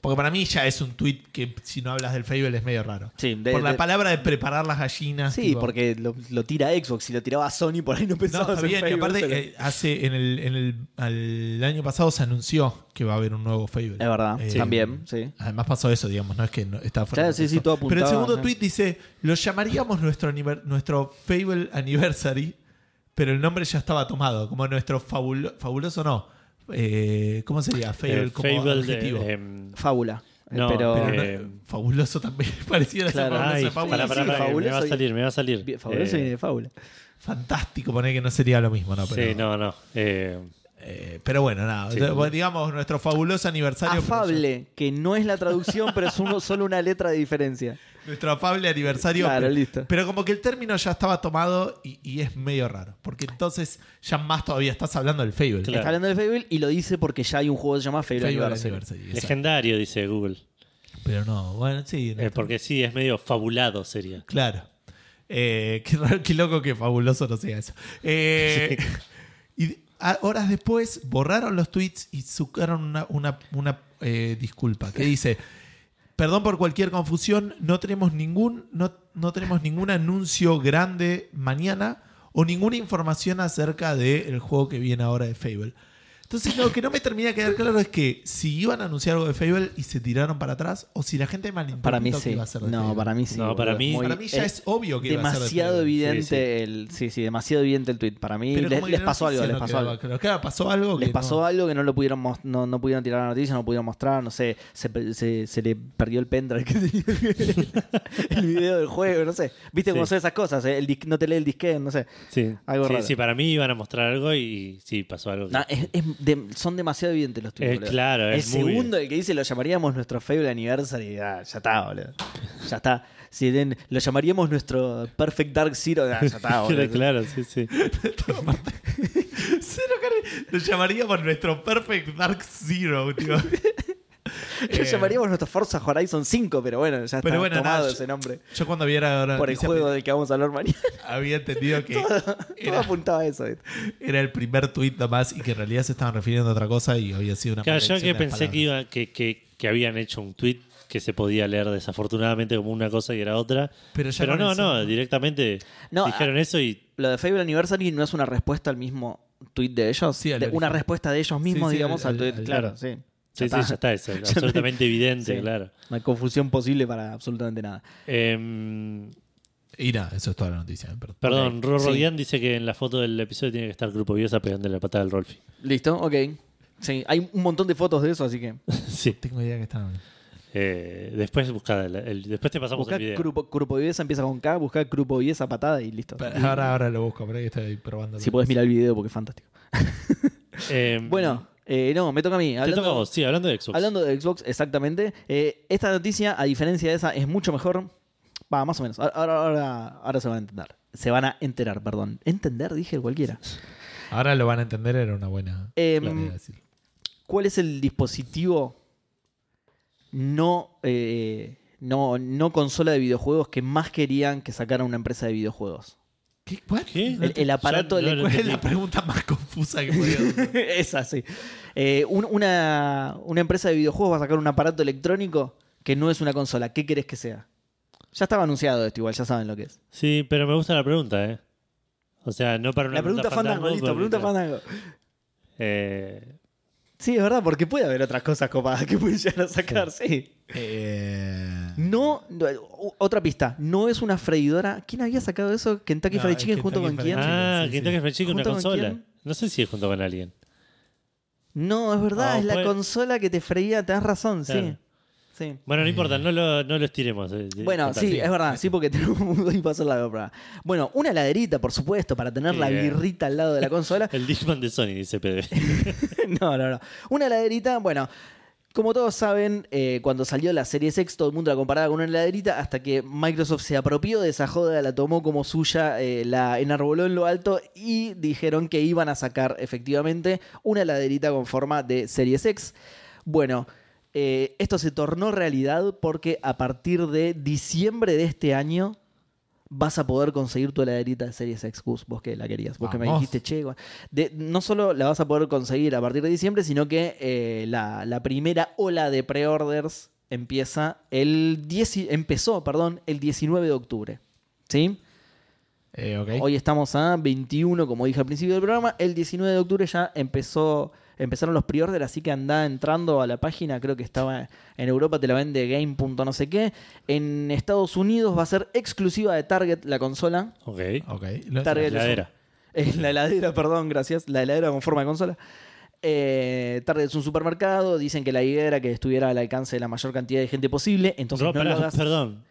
Speaker 2: Porque para mí ya es un tweet que si no hablas del Fable es medio raro.
Speaker 1: Sí, de-
Speaker 2: por la
Speaker 1: de-
Speaker 2: palabra de preparar las gallinas.
Speaker 1: Sí,
Speaker 2: tipo-
Speaker 1: porque lo, lo tira Xbox, si lo tiraba Sony por ahí no
Speaker 2: No,
Speaker 1: pensaba
Speaker 2: está
Speaker 1: hacer
Speaker 2: bien, y
Speaker 1: Facebook,
Speaker 2: aparte
Speaker 1: pero-
Speaker 2: eh, hace en el, en el, al año pasado se anunció que va a haber un nuevo Fable.
Speaker 1: Es verdad,
Speaker 2: Eh,
Speaker 1: también, sí.
Speaker 2: Además pasó eso, digamos, no es que no, estaba fuera
Speaker 1: Claro,
Speaker 2: de
Speaker 1: sí,
Speaker 2: contexto.
Speaker 1: sí, todo
Speaker 2: Pero el
Speaker 1: apuntaba,
Speaker 2: segundo
Speaker 1: ¿no?
Speaker 2: tweet dice, lo llamaríamos nuestro, aniver- nuestro Fable Anniversary, pero el nombre ya estaba tomado, como nuestro fabulo- fabuloso no. Eh, ¿Cómo sería? Fable
Speaker 3: Eh,
Speaker 2: como
Speaker 3: Fable de-
Speaker 2: adjetivo.
Speaker 3: em,
Speaker 1: Fábula. eh,
Speaker 3: No,
Speaker 1: pero.
Speaker 2: Pero no-
Speaker 3: eh,
Speaker 2: fabuloso también, pareciera
Speaker 1: Claro.
Speaker 2: ser fabuloso.
Speaker 3: ay,
Speaker 2: de fábula.
Speaker 3: pará, pará,
Speaker 1: sí,
Speaker 3: pará, que me
Speaker 1: fabuloso
Speaker 3: va a
Speaker 1: y-
Speaker 3: salir, me va a salir.
Speaker 1: bien, fabuloso
Speaker 3: Eh,
Speaker 1: viene de fábula.
Speaker 2: Fantástico, poner que no sería lo mismo, ¿no? Pero,
Speaker 3: Sí, no, no. eh,
Speaker 2: eh, pero bueno, nada.
Speaker 3: Sí.
Speaker 2: Bueno, digamos, nuestro fabuloso aniversario. pero
Speaker 1: Afable, que no es la traducción, pero es uno- solo una letra de diferencia.
Speaker 2: ya- nuestro afable aniversario.
Speaker 1: Claro,
Speaker 2: pero-
Speaker 1: listo.
Speaker 2: Pero como que el término ya estaba tomado y, y es medio raro. Porque entonces ya más todavía estás hablando del Fable.
Speaker 3: Claro.
Speaker 1: Está hablando del Fable y lo dice porque ya hay un juego que se llama Fable,
Speaker 2: Fable
Speaker 1: Anniversary.
Speaker 2: Anniversary, exacto.
Speaker 3: legendario, dice Google.
Speaker 2: Pero no, bueno, sí. este no
Speaker 3: Eh,
Speaker 2: está-
Speaker 3: porque sí, es medio fabulado sería.
Speaker 2: Claro. Eh, qué, raro, qué loco que fabuloso no sea eso. Eh, Y a- horas después borraron los tweets y sacaron una, una- una, eh, disculpa que dice: Perdón por cualquier confusión, no tenemos ningún, no, no tenemos ningún anuncio grande mañana o ninguna información acerca del juego que viene ahora de Fable. Entonces, lo que no me termina de quedar claro es que si iban a anunciar algo de Fable y se tiraron para atrás, o si la gente malinterpretó
Speaker 1: Para mí
Speaker 2: que
Speaker 1: sí.
Speaker 2: iba a ser de
Speaker 1: No,
Speaker 2: Fable.
Speaker 1: para mí sí.
Speaker 3: No,
Speaker 1: boludo,
Speaker 3: para
Speaker 1: es
Speaker 3: mí-
Speaker 1: muy-
Speaker 2: Para mí ya es obvio que iba a ser de
Speaker 1: demasiado
Speaker 2: Fable.
Speaker 1: evidente
Speaker 3: Sí, sí.
Speaker 1: el sí sí demasiado evidente el tweet para mí
Speaker 2: Pero
Speaker 1: les,
Speaker 2: como que
Speaker 1: les
Speaker 2: la
Speaker 1: pasó algo
Speaker 2: noticia
Speaker 1: les
Speaker 2: no
Speaker 1: pasó
Speaker 2: quedaba
Speaker 1: algo
Speaker 2: claro. Claro, pasó algo.
Speaker 1: les
Speaker 2: que
Speaker 1: pasó
Speaker 2: no-
Speaker 1: algo que no lo pudieron mos- no, no pudieron tirar la noticia no pudieron mostrar no sé se, pe- se, se le perdió el pendrive que tenía el video del juego no sé viste
Speaker 3: Sí.
Speaker 1: cómo son esas cosas eh? El dis- no te lee el disquete no sé
Speaker 3: Sí,
Speaker 1: Algo
Speaker 3: sí,
Speaker 1: raro.
Speaker 3: sí, para mí iban a mostrar algo y, y sí, pasó algo. que-
Speaker 2: Pues
Speaker 1: No, es- es de- son demasiado evidentes los tweets
Speaker 3: Eh,
Speaker 1: boludo.
Speaker 3: claro,
Speaker 1: el
Speaker 3: es muy
Speaker 1: segundo el que dice lo llamaríamos nuestro Fable Anniversary ah, ya está boludo ya está si den- lo llamaríamos nuestro Perfect Dark Zero ah, ya está boludo
Speaker 3: claro, sí, sí.
Speaker 2: Cero cari- Lo llamaríamos nuestro Perfect Dark Zero, tío.
Speaker 1: Lo
Speaker 2: Eh,
Speaker 1: llamaríamos nuestro Forza Horizon 5, pero bueno, ya
Speaker 2: pero
Speaker 1: está
Speaker 2: bueno,
Speaker 1: tomado
Speaker 2: nada,
Speaker 1: ese nombre.
Speaker 2: Yo cuando viera ahora
Speaker 1: Por el
Speaker 2: noticia,
Speaker 1: juego del que vamos a hablar mañana.
Speaker 2: había entendido que
Speaker 1: Todo
Speaker 2: era,
Speaker 1: apuntaba a eso. ¿viste?
Speaker 2: era el primer tweet nomás y que en realidad se estaban refiriendo a otra cosa y había sido una
Speaker 3: Claro, yo
Speaker 2: maldición
Speaker 3: que
Speaker 2: de
Speaker 3: pensé
Speaker 2: palabras.
Speaker 3: que, iba, que, que, que habían hecho un tweet que se podía leer desafortunadamente como una cosa y era otra.
Speaker 2: Pero
Speaker 3: Pero,
Speaker 2: ya con
Speaker 3: no,
Speaker 2: eso-
Speaker 3: no, directamente
Speaker 1: No,
Speaker 3: dijeron eso y
Speaker 1: Lo de Fable Anniversary no es una respuesta al mismo tweet de ellos.
Speaker 2: Sí, al
Speaker 1: de- una
Speaker 2: original.
Speaker 1: respuesta de ellos mismos,
Speaker 2: sí,
Speaker 1: digamos,
Speaker 2: al-
Speaker 1: al, tweet.
Speaker 2: al-
Speaker 1: claro,
Speaker 2: al-
Speaker 1: sí.
Speaker 3: sí, sí, ya está, es
Speaker 1: Ya
Speaker 3: absolutamente evidente,
Speaker 1: Sí.
Speaker 3: claro.
Speaker 1: No hay confusión posible para absolutamente nada.
Speaker 3: Em,
Speaker 2: Y nada, eso es toda la noticia. perdón.
Speaker 3: perdón,
Speaker 1: Ok,
Speaker 3: Rorro
Speaker 1: sí.
Speaker 3: Dian dice que en la foto del episodio tiene que estar Grupo Biosa pegándole la patada al Rolfi.
Speaker 1: Listo, ok. Sí, hay un montón de fotos de eso, así que.
Speaker 3: sí.
Speaker 2: Tengo idea que estaban.
Speaker 3: Eh, después buscá el- el- después te pasamos
Speaker 1: Buscá
Speaker 3: el video.
Speaker 1: Grupo, grupo Viviesa, empieza con K, buscá Grupo Viviesa patada y listo.
Speaker 2: Pero Ahora, ahora lo busco, pero ahí estoy probando.
Speaker 1: Si podés mirar el video porque es fantástico.
Speaker 3: Em,
Speaker 1: Bueno, eh, no, me toca a mí.
Speaker 3: te toca a
Speaker 1: Hablando,
Speaker 3: vos, sí, hablando de Xbox.
Speaker 1: hablando de Xbox, exactamente. eh, esta noticia, a diferencia de esa, es mucho mejor. Va, más o menos. Ahora, ahora, ahora, ahora se van a entender. Se van a enterar, perdón. Entender, dije cualquiera.
Speaker 2: Ahora lo van a entender, era una buena
Speaker 1: Em,
Speaker 2: manera de decirlo.
Speaker 1: ¿Cuál es el dispositivo no, eh, no, no consola de videojuegos que más querían que sacara una empresa de videojuegos?
Speaker 2: ¿Qué? ¿Cuál?
Speaker 3: ¿Qué?
Speaker 2: No
Speaker 1: El, el aparato
Speaker 3: Yo no
Speaker 1: electrónico.
Speaker 2: ¿Cuál Pues es la pregunta más confusa que podía hacer?
Speaker 1: Esa, sí. Eh, un- una, una empresa de videojuegos va a sacar un aparato electrónico que no es una consola. ¿Qué querés que sea? Ya estaba anunciado esto, igual, ya saben lo que es.
Speaker 3: Sí, pero me gusta la pregunta, ¿eh? O sea, no para una
Speaker 1: la pregunta fandango, listo,
Speaker 3: porque-
Speaker 1: pregunta fandango.
Speaker 3: Eh,
Speaker 1: Sí, es verdad, porque puede haber otras cosas copadas que pueden llegar a sacar, sí.
Speaker 2: Eh,
Speaker 1: No, no, u- otra pista, no es una freidora. ¿Quién había sacado eso? ¿Kentucky
Speaker 2: No,
Speaker 1: Fried
Speaker 2: es
Speaker 1: Chicken junto
Speaker 2: Kentucky
Speaker 1: con
Speaker 2: Fried
Speaker 1: quién?
Speaker 2: Chicken.
Speaker 3: ah,
Speaker 2: sí,
Speaker 3: Kentucky
Speaker 2: sí.
Speaker 3: Fried Chicken, una
Speaker 1: ¿Junto con
Speaker 3: consola.
Speaker 1: quién?
Speaker 3: No sé si es junto con alguien.
Speaker 1: No, es verdad,
Speaker 3: No,
Speaker 1: es la
Speaker 3: puede-
Speaker 1: consola que te freía, tenés razón,
Speaker 3: Claro.
Speaker 1: sí. Sí.
Speaker 3: Bueno, no importa, no lo, no lo estiremos. eh,
Speaker 1: Eh. Bueno,
Speaker 3: total.
Speaker 1: sí, es verdad, sí, porque tenemos un mundo y pasa la obra. Bueno, una laderita, por supuesto, para tener la
Speaker 3: Bien.
Speaker 1: birrita al lado de la consola.
Speaker 3: El Dishman de Sony, dice PD.
Speaker 1: no, no, no. Una laderita, bueno. Como todos saben, eh, cuando salió la Series X, todo el mundo la comparaba con una laderita hasta que Microsoft se apropió de esa joda, la tomó como suya, eh, la enarboló en lo alto y dijeron que iban a sacar efectivamente una laderita con forma de Series X. Bueno, eh, esto se tornó realidad porque a partir de diciembre de este año vas a poder conseguir tu heladerita de Series X Gus, vos que la querías, vos que me
Speaker 2: Vamos.
Speaker 1: dijiste, che, gua- de- no solo la vas a poder conseguir a partir de diciembre, sino que eh, la, la primera ola de pre-orders empieza el 10, empezó, perdón, el 19 de octubre. ¿Sí?
Speaker 2: eh, ok.
Speaker 1: Hoy estamos a 21, como dije al principio del programa. El 19 de octubre ya empezó, empezaron los pre-order, así que andá entrando a la página. Creo que estaba en Europa, te la vende game. punto no sé qué. En Estados Unidos va a ser exclusiva de Target la consola.
Speaker 3: ok.
Speaker 2: Ok. Lo-
Speaker 1: Target es un-
Speaker 3: Heladera.
Speaker 1: es la heladera, perdón, gracias. La heladera con forma de consola. Eh, Target es un supermercado. Dicen que la idea era que estuviera al alcance de la mayor cantidad de gente posible. Entonces
Speaker 3: Ro-
Speaker 1: no
Speaker 3: pará,
Speaker 1: lo hagas.
Speaker 3: Perdón.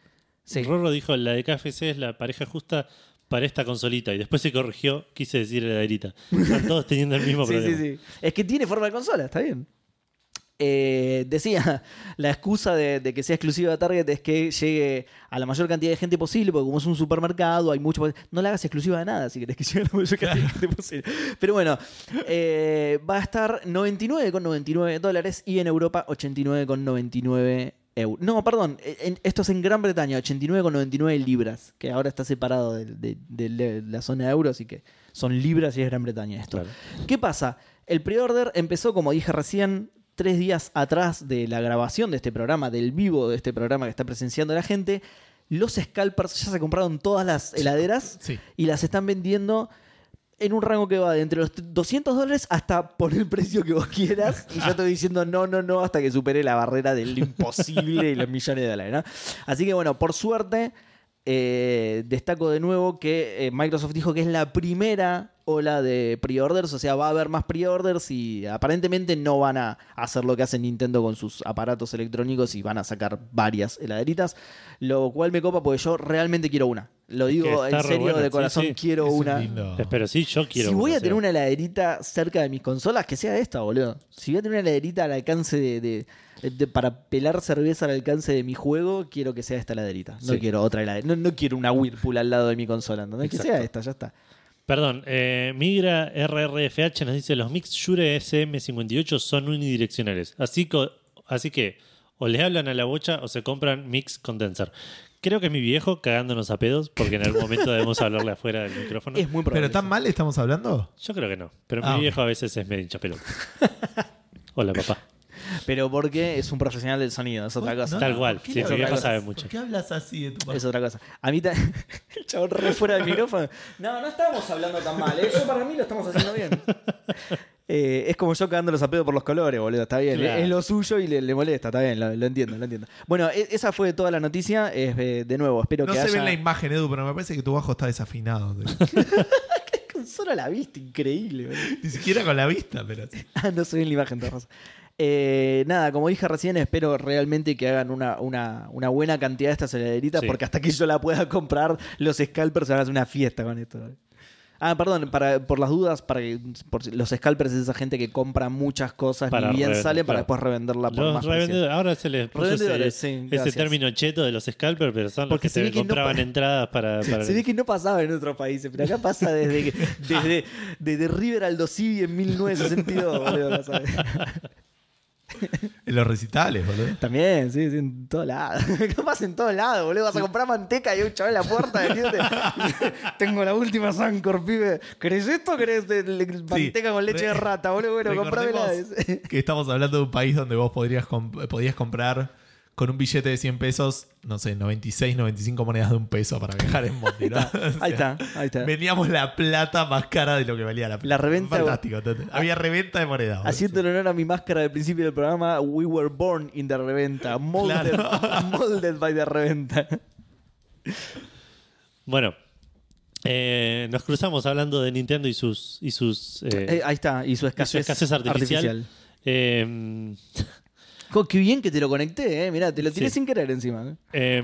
Speaker 1: Sí.
Speaker 3: Rorro dijo, la de KFC es la pareja justa para esta consolita. Y después se corrigió, quise decir heladerita. Están todos teniendo el mismo
Speaker 1: Sí,
Speaker 3: problema.
Speaker 1: sí, sí. Es que tiene forma de consola, está bien. Eh, decía, la excusa de, de que sea exclusiva de Target es que llegue a la mayor cantidad de gente posible, porque como es un supermercado, hay mucho. No la hagas exclusiva de nada si querés que llegue a la mayor cantidad de gente posible. Pero bueno, eh, va a estar 99,99 dólares y en Europa 89,99 euros. No, perdón, eh, en- esto es en Gran Bretaña, 89,99 libras, que ahora está separado de, de- de la- la zona de euros, así que son libras y es Gran Bretaña esto.
Speaker 3: Claro.
Speaker 1: ¿Qué pasa? El pre-order empezó, como dije recién, tres días atrás de la grabación de este programa, del vivo de este programa que está presenciando la gente. Los scalpers ya se compraron todas las heladeras
Speaker 2: Sí.
Speaker 1: y las están vendiendo en un rango que va de entre los 200 dólares hasta por el precio que vos quieras. Y yo estoy diciendo no, no, no, hasta que supere la barrera del imposible y los millones de dólares. ¿no? Así que bueno, por suerte, eh, destaco de nuevo que eh, Microsoft dijo que es la primera ola de pre-orders, o sea, va a haber más pre-orders y aparentemente no van a hacer lo que hace Nintendo con sus aparatos electrónicos y van a sacar varias heladeritas, lo cual me copa porque yo realmente quiero una. Lo
Speaker 3: que
Speaker 1: digo
Speaker 3: está
Speaker 1: en
Speaker 3: re
Speaker 1: serio,
Speaker 3: buena,
Speaker 1: de
Speaker 3: sí,
Speaker 1: corazón,
Speaker 3: sí.
Speaker 1: quiero
Speaker 2: Es un
Speaker 1: una
Speaker 2: lindo-
Speaker 3: Pero sí, yo quiero
Speaker 1: si voy a
Speaker 3: o sea,
Speaker 1: tener una laderita cerca de mis consolas, que sea esta, boludo. Si voy a tener una laderita al alcance de, de- de- para pelar cerveza al alcance de mi juego, quiero que sea esta laderita. No
Speaker 3: Sí.
Speaker 1: quiero otra heladera. No, no quiero una Whirlpool al lado de mi consola, ¿entendés? Que sea
Speaker 3: Exacto.
Speaker 1: esta, ya está.
Speaker 3: Perdón, eh, Migra RRFH nos dice: los mix Shure SM58 son unidireccionales. Así que, así que o le hablan a la bocha o se compran mix condenser. Creo que es mi viejo cagándonos a pedos porque en algún momento debemos hablarle afuera del micrófono.
Speaker 1: Es muy probable.
Speaker 2: ¿Pero tan
Speaker 1: sí.
Speaker 2: mal estamos hablando?
Speaker 3: Yo creo que no, pero
Speaker 2: Ah,
Speaker 3: mi
Speaker 2: ok.
Speaker 3: viejo a veces es medio hincha pelota. Hola, papá.
Speaker 1: Pero porque es un profesional del sonido, es otra cosa.
Speaker 2: No,
Speaker 3: Tal
Speaker 2: no,
Speaker 3: cual.
Speaker 2: ¿por qué
Speaker 3: Sí,
Speaker 2: le
Speaker 3: tu viejo
Speaker 2: hablas-
Speaker 3: sabe mucho.
Speaker 2: ¿Por qué hablas así de tu papá?
Speaker 1: Es otra cosa. A mí ta- el chabón re fuera del micrófono. No, no estamos hablando tan mal. ¿eh? Yo para mí lo estamos haciendo bien. Eh, es como yo cagándolos a pedo por los colores, boludo. Está bien. ¿eh?
Speaker 3: Claro.
Speaker 1: Es lo suyo y le, le molesta. Está bien, lo, lo entiendo, lo entiendo. Bueno, e- esa fue toda la noticia. Es, eh, de nuevo, espero
Speaker 2: No
Speaker 1: que
Speaker 2: se ve
Speaker 1: haya...
Speaker 2: en la imagen, Edu, pero me parece que tu bajo está desafinado. dude.
Speaker 1: Solo la viste, increíble, boludo.
Speaker 2: Ni siquiera con la vista, pero.
Speaker 1: Ah, no se ve en la imagen, tenés razón. Eh, nada, como dije recién, espero realmente que hagan una, una, una buena cantidad de estas heladeritas,
Speaker 3: Sí.
Speaker 1: porque hasta que yo la pueda comprar, los scalpers se van a hacer una fiesta con esto. Ah, perdón, para, por las dudas, para que- por si- los scalpers es esa gente que compra muchas cosas
Speaker 3: Para
Speaker 1: y bien
Speaker 3: revender,
Speaker 1: sale para
Speaker 3: claro.
Speaker 1: después revenderla por
Speaker 3: Los
Speaker 1: más precio.
Speaker 3: revendedores, ahora se les puso ese,
Speaker 1: Revendedores, sí,
Speaker 3: ese
Speaker 1: gracias.
Speaker 3: término cheto de los scalpers, pero son
Speaker 1: Porque
Speaker 3: los
Speaker 1: se
Speaker 3: que
Speaker 1: ve
Speaker 3: te
Speaker 1: que no
Speaker 3: compraban
Speaker 1: pa-
Speaker 3: entradas para. para-
Speaker 1: Se ve que no pasaba en otros países, pero acá pasa desde, que- desde, desde River Aldo Civi en 1962. boludo, acá, ¿sabes?
Speaker 2: En los recitales, boludo.
Speaker 1: También, sí, sí, en todos lados. Capaz en todos lados, boludo. Vas a comprar manteca y hay un chaval en la puerta vendiéndote. Tengo la última Sancor, pibe. ¿Querés esto o querés de- de- manteca con leche de
Speaker 2: re-
Speaker 1: rata, boludo? Bueno, comprámela.
Speaker 2: Recordemos que estamos hablando de un país donde vos podrías comp- podías comprar con un billete de 100 pesos, no sé, 96, 95 monedas de un peso para viajar en Bondi. ¿no? O sea,
Speaker 1: Ahí está, ahí está.
Speaker 2: Vendíamos la plata más cara de lo que valía la plata.
Speaker 1: La reventa-
Speaker 2: Fantástico. total. Había reventa de moneda. boludo.
Speaker 1: Haciendo honor a mi máscara del principio del programa, We Were Born in the Reventa. Molded, molded by the Reventa.
Speaker 3: Bueno, eh, nos cruzamos hablando de Nintendo y sus. Y sus eh,
Speaker 1: Eh,
Speaker 2: ah.
Speaker 1: ahí está, y su
Speaker 3: y
Speaker 1: escasez,
Speaker 3: su escasez artificial. Eh,
Speaker 1: Jo, qué bien que te lo conecté, eh. Mirá, te lo tiré
Speaker 3: Sí.
Speaker 1: sin querer encima. eh.
Speaker 3: eh,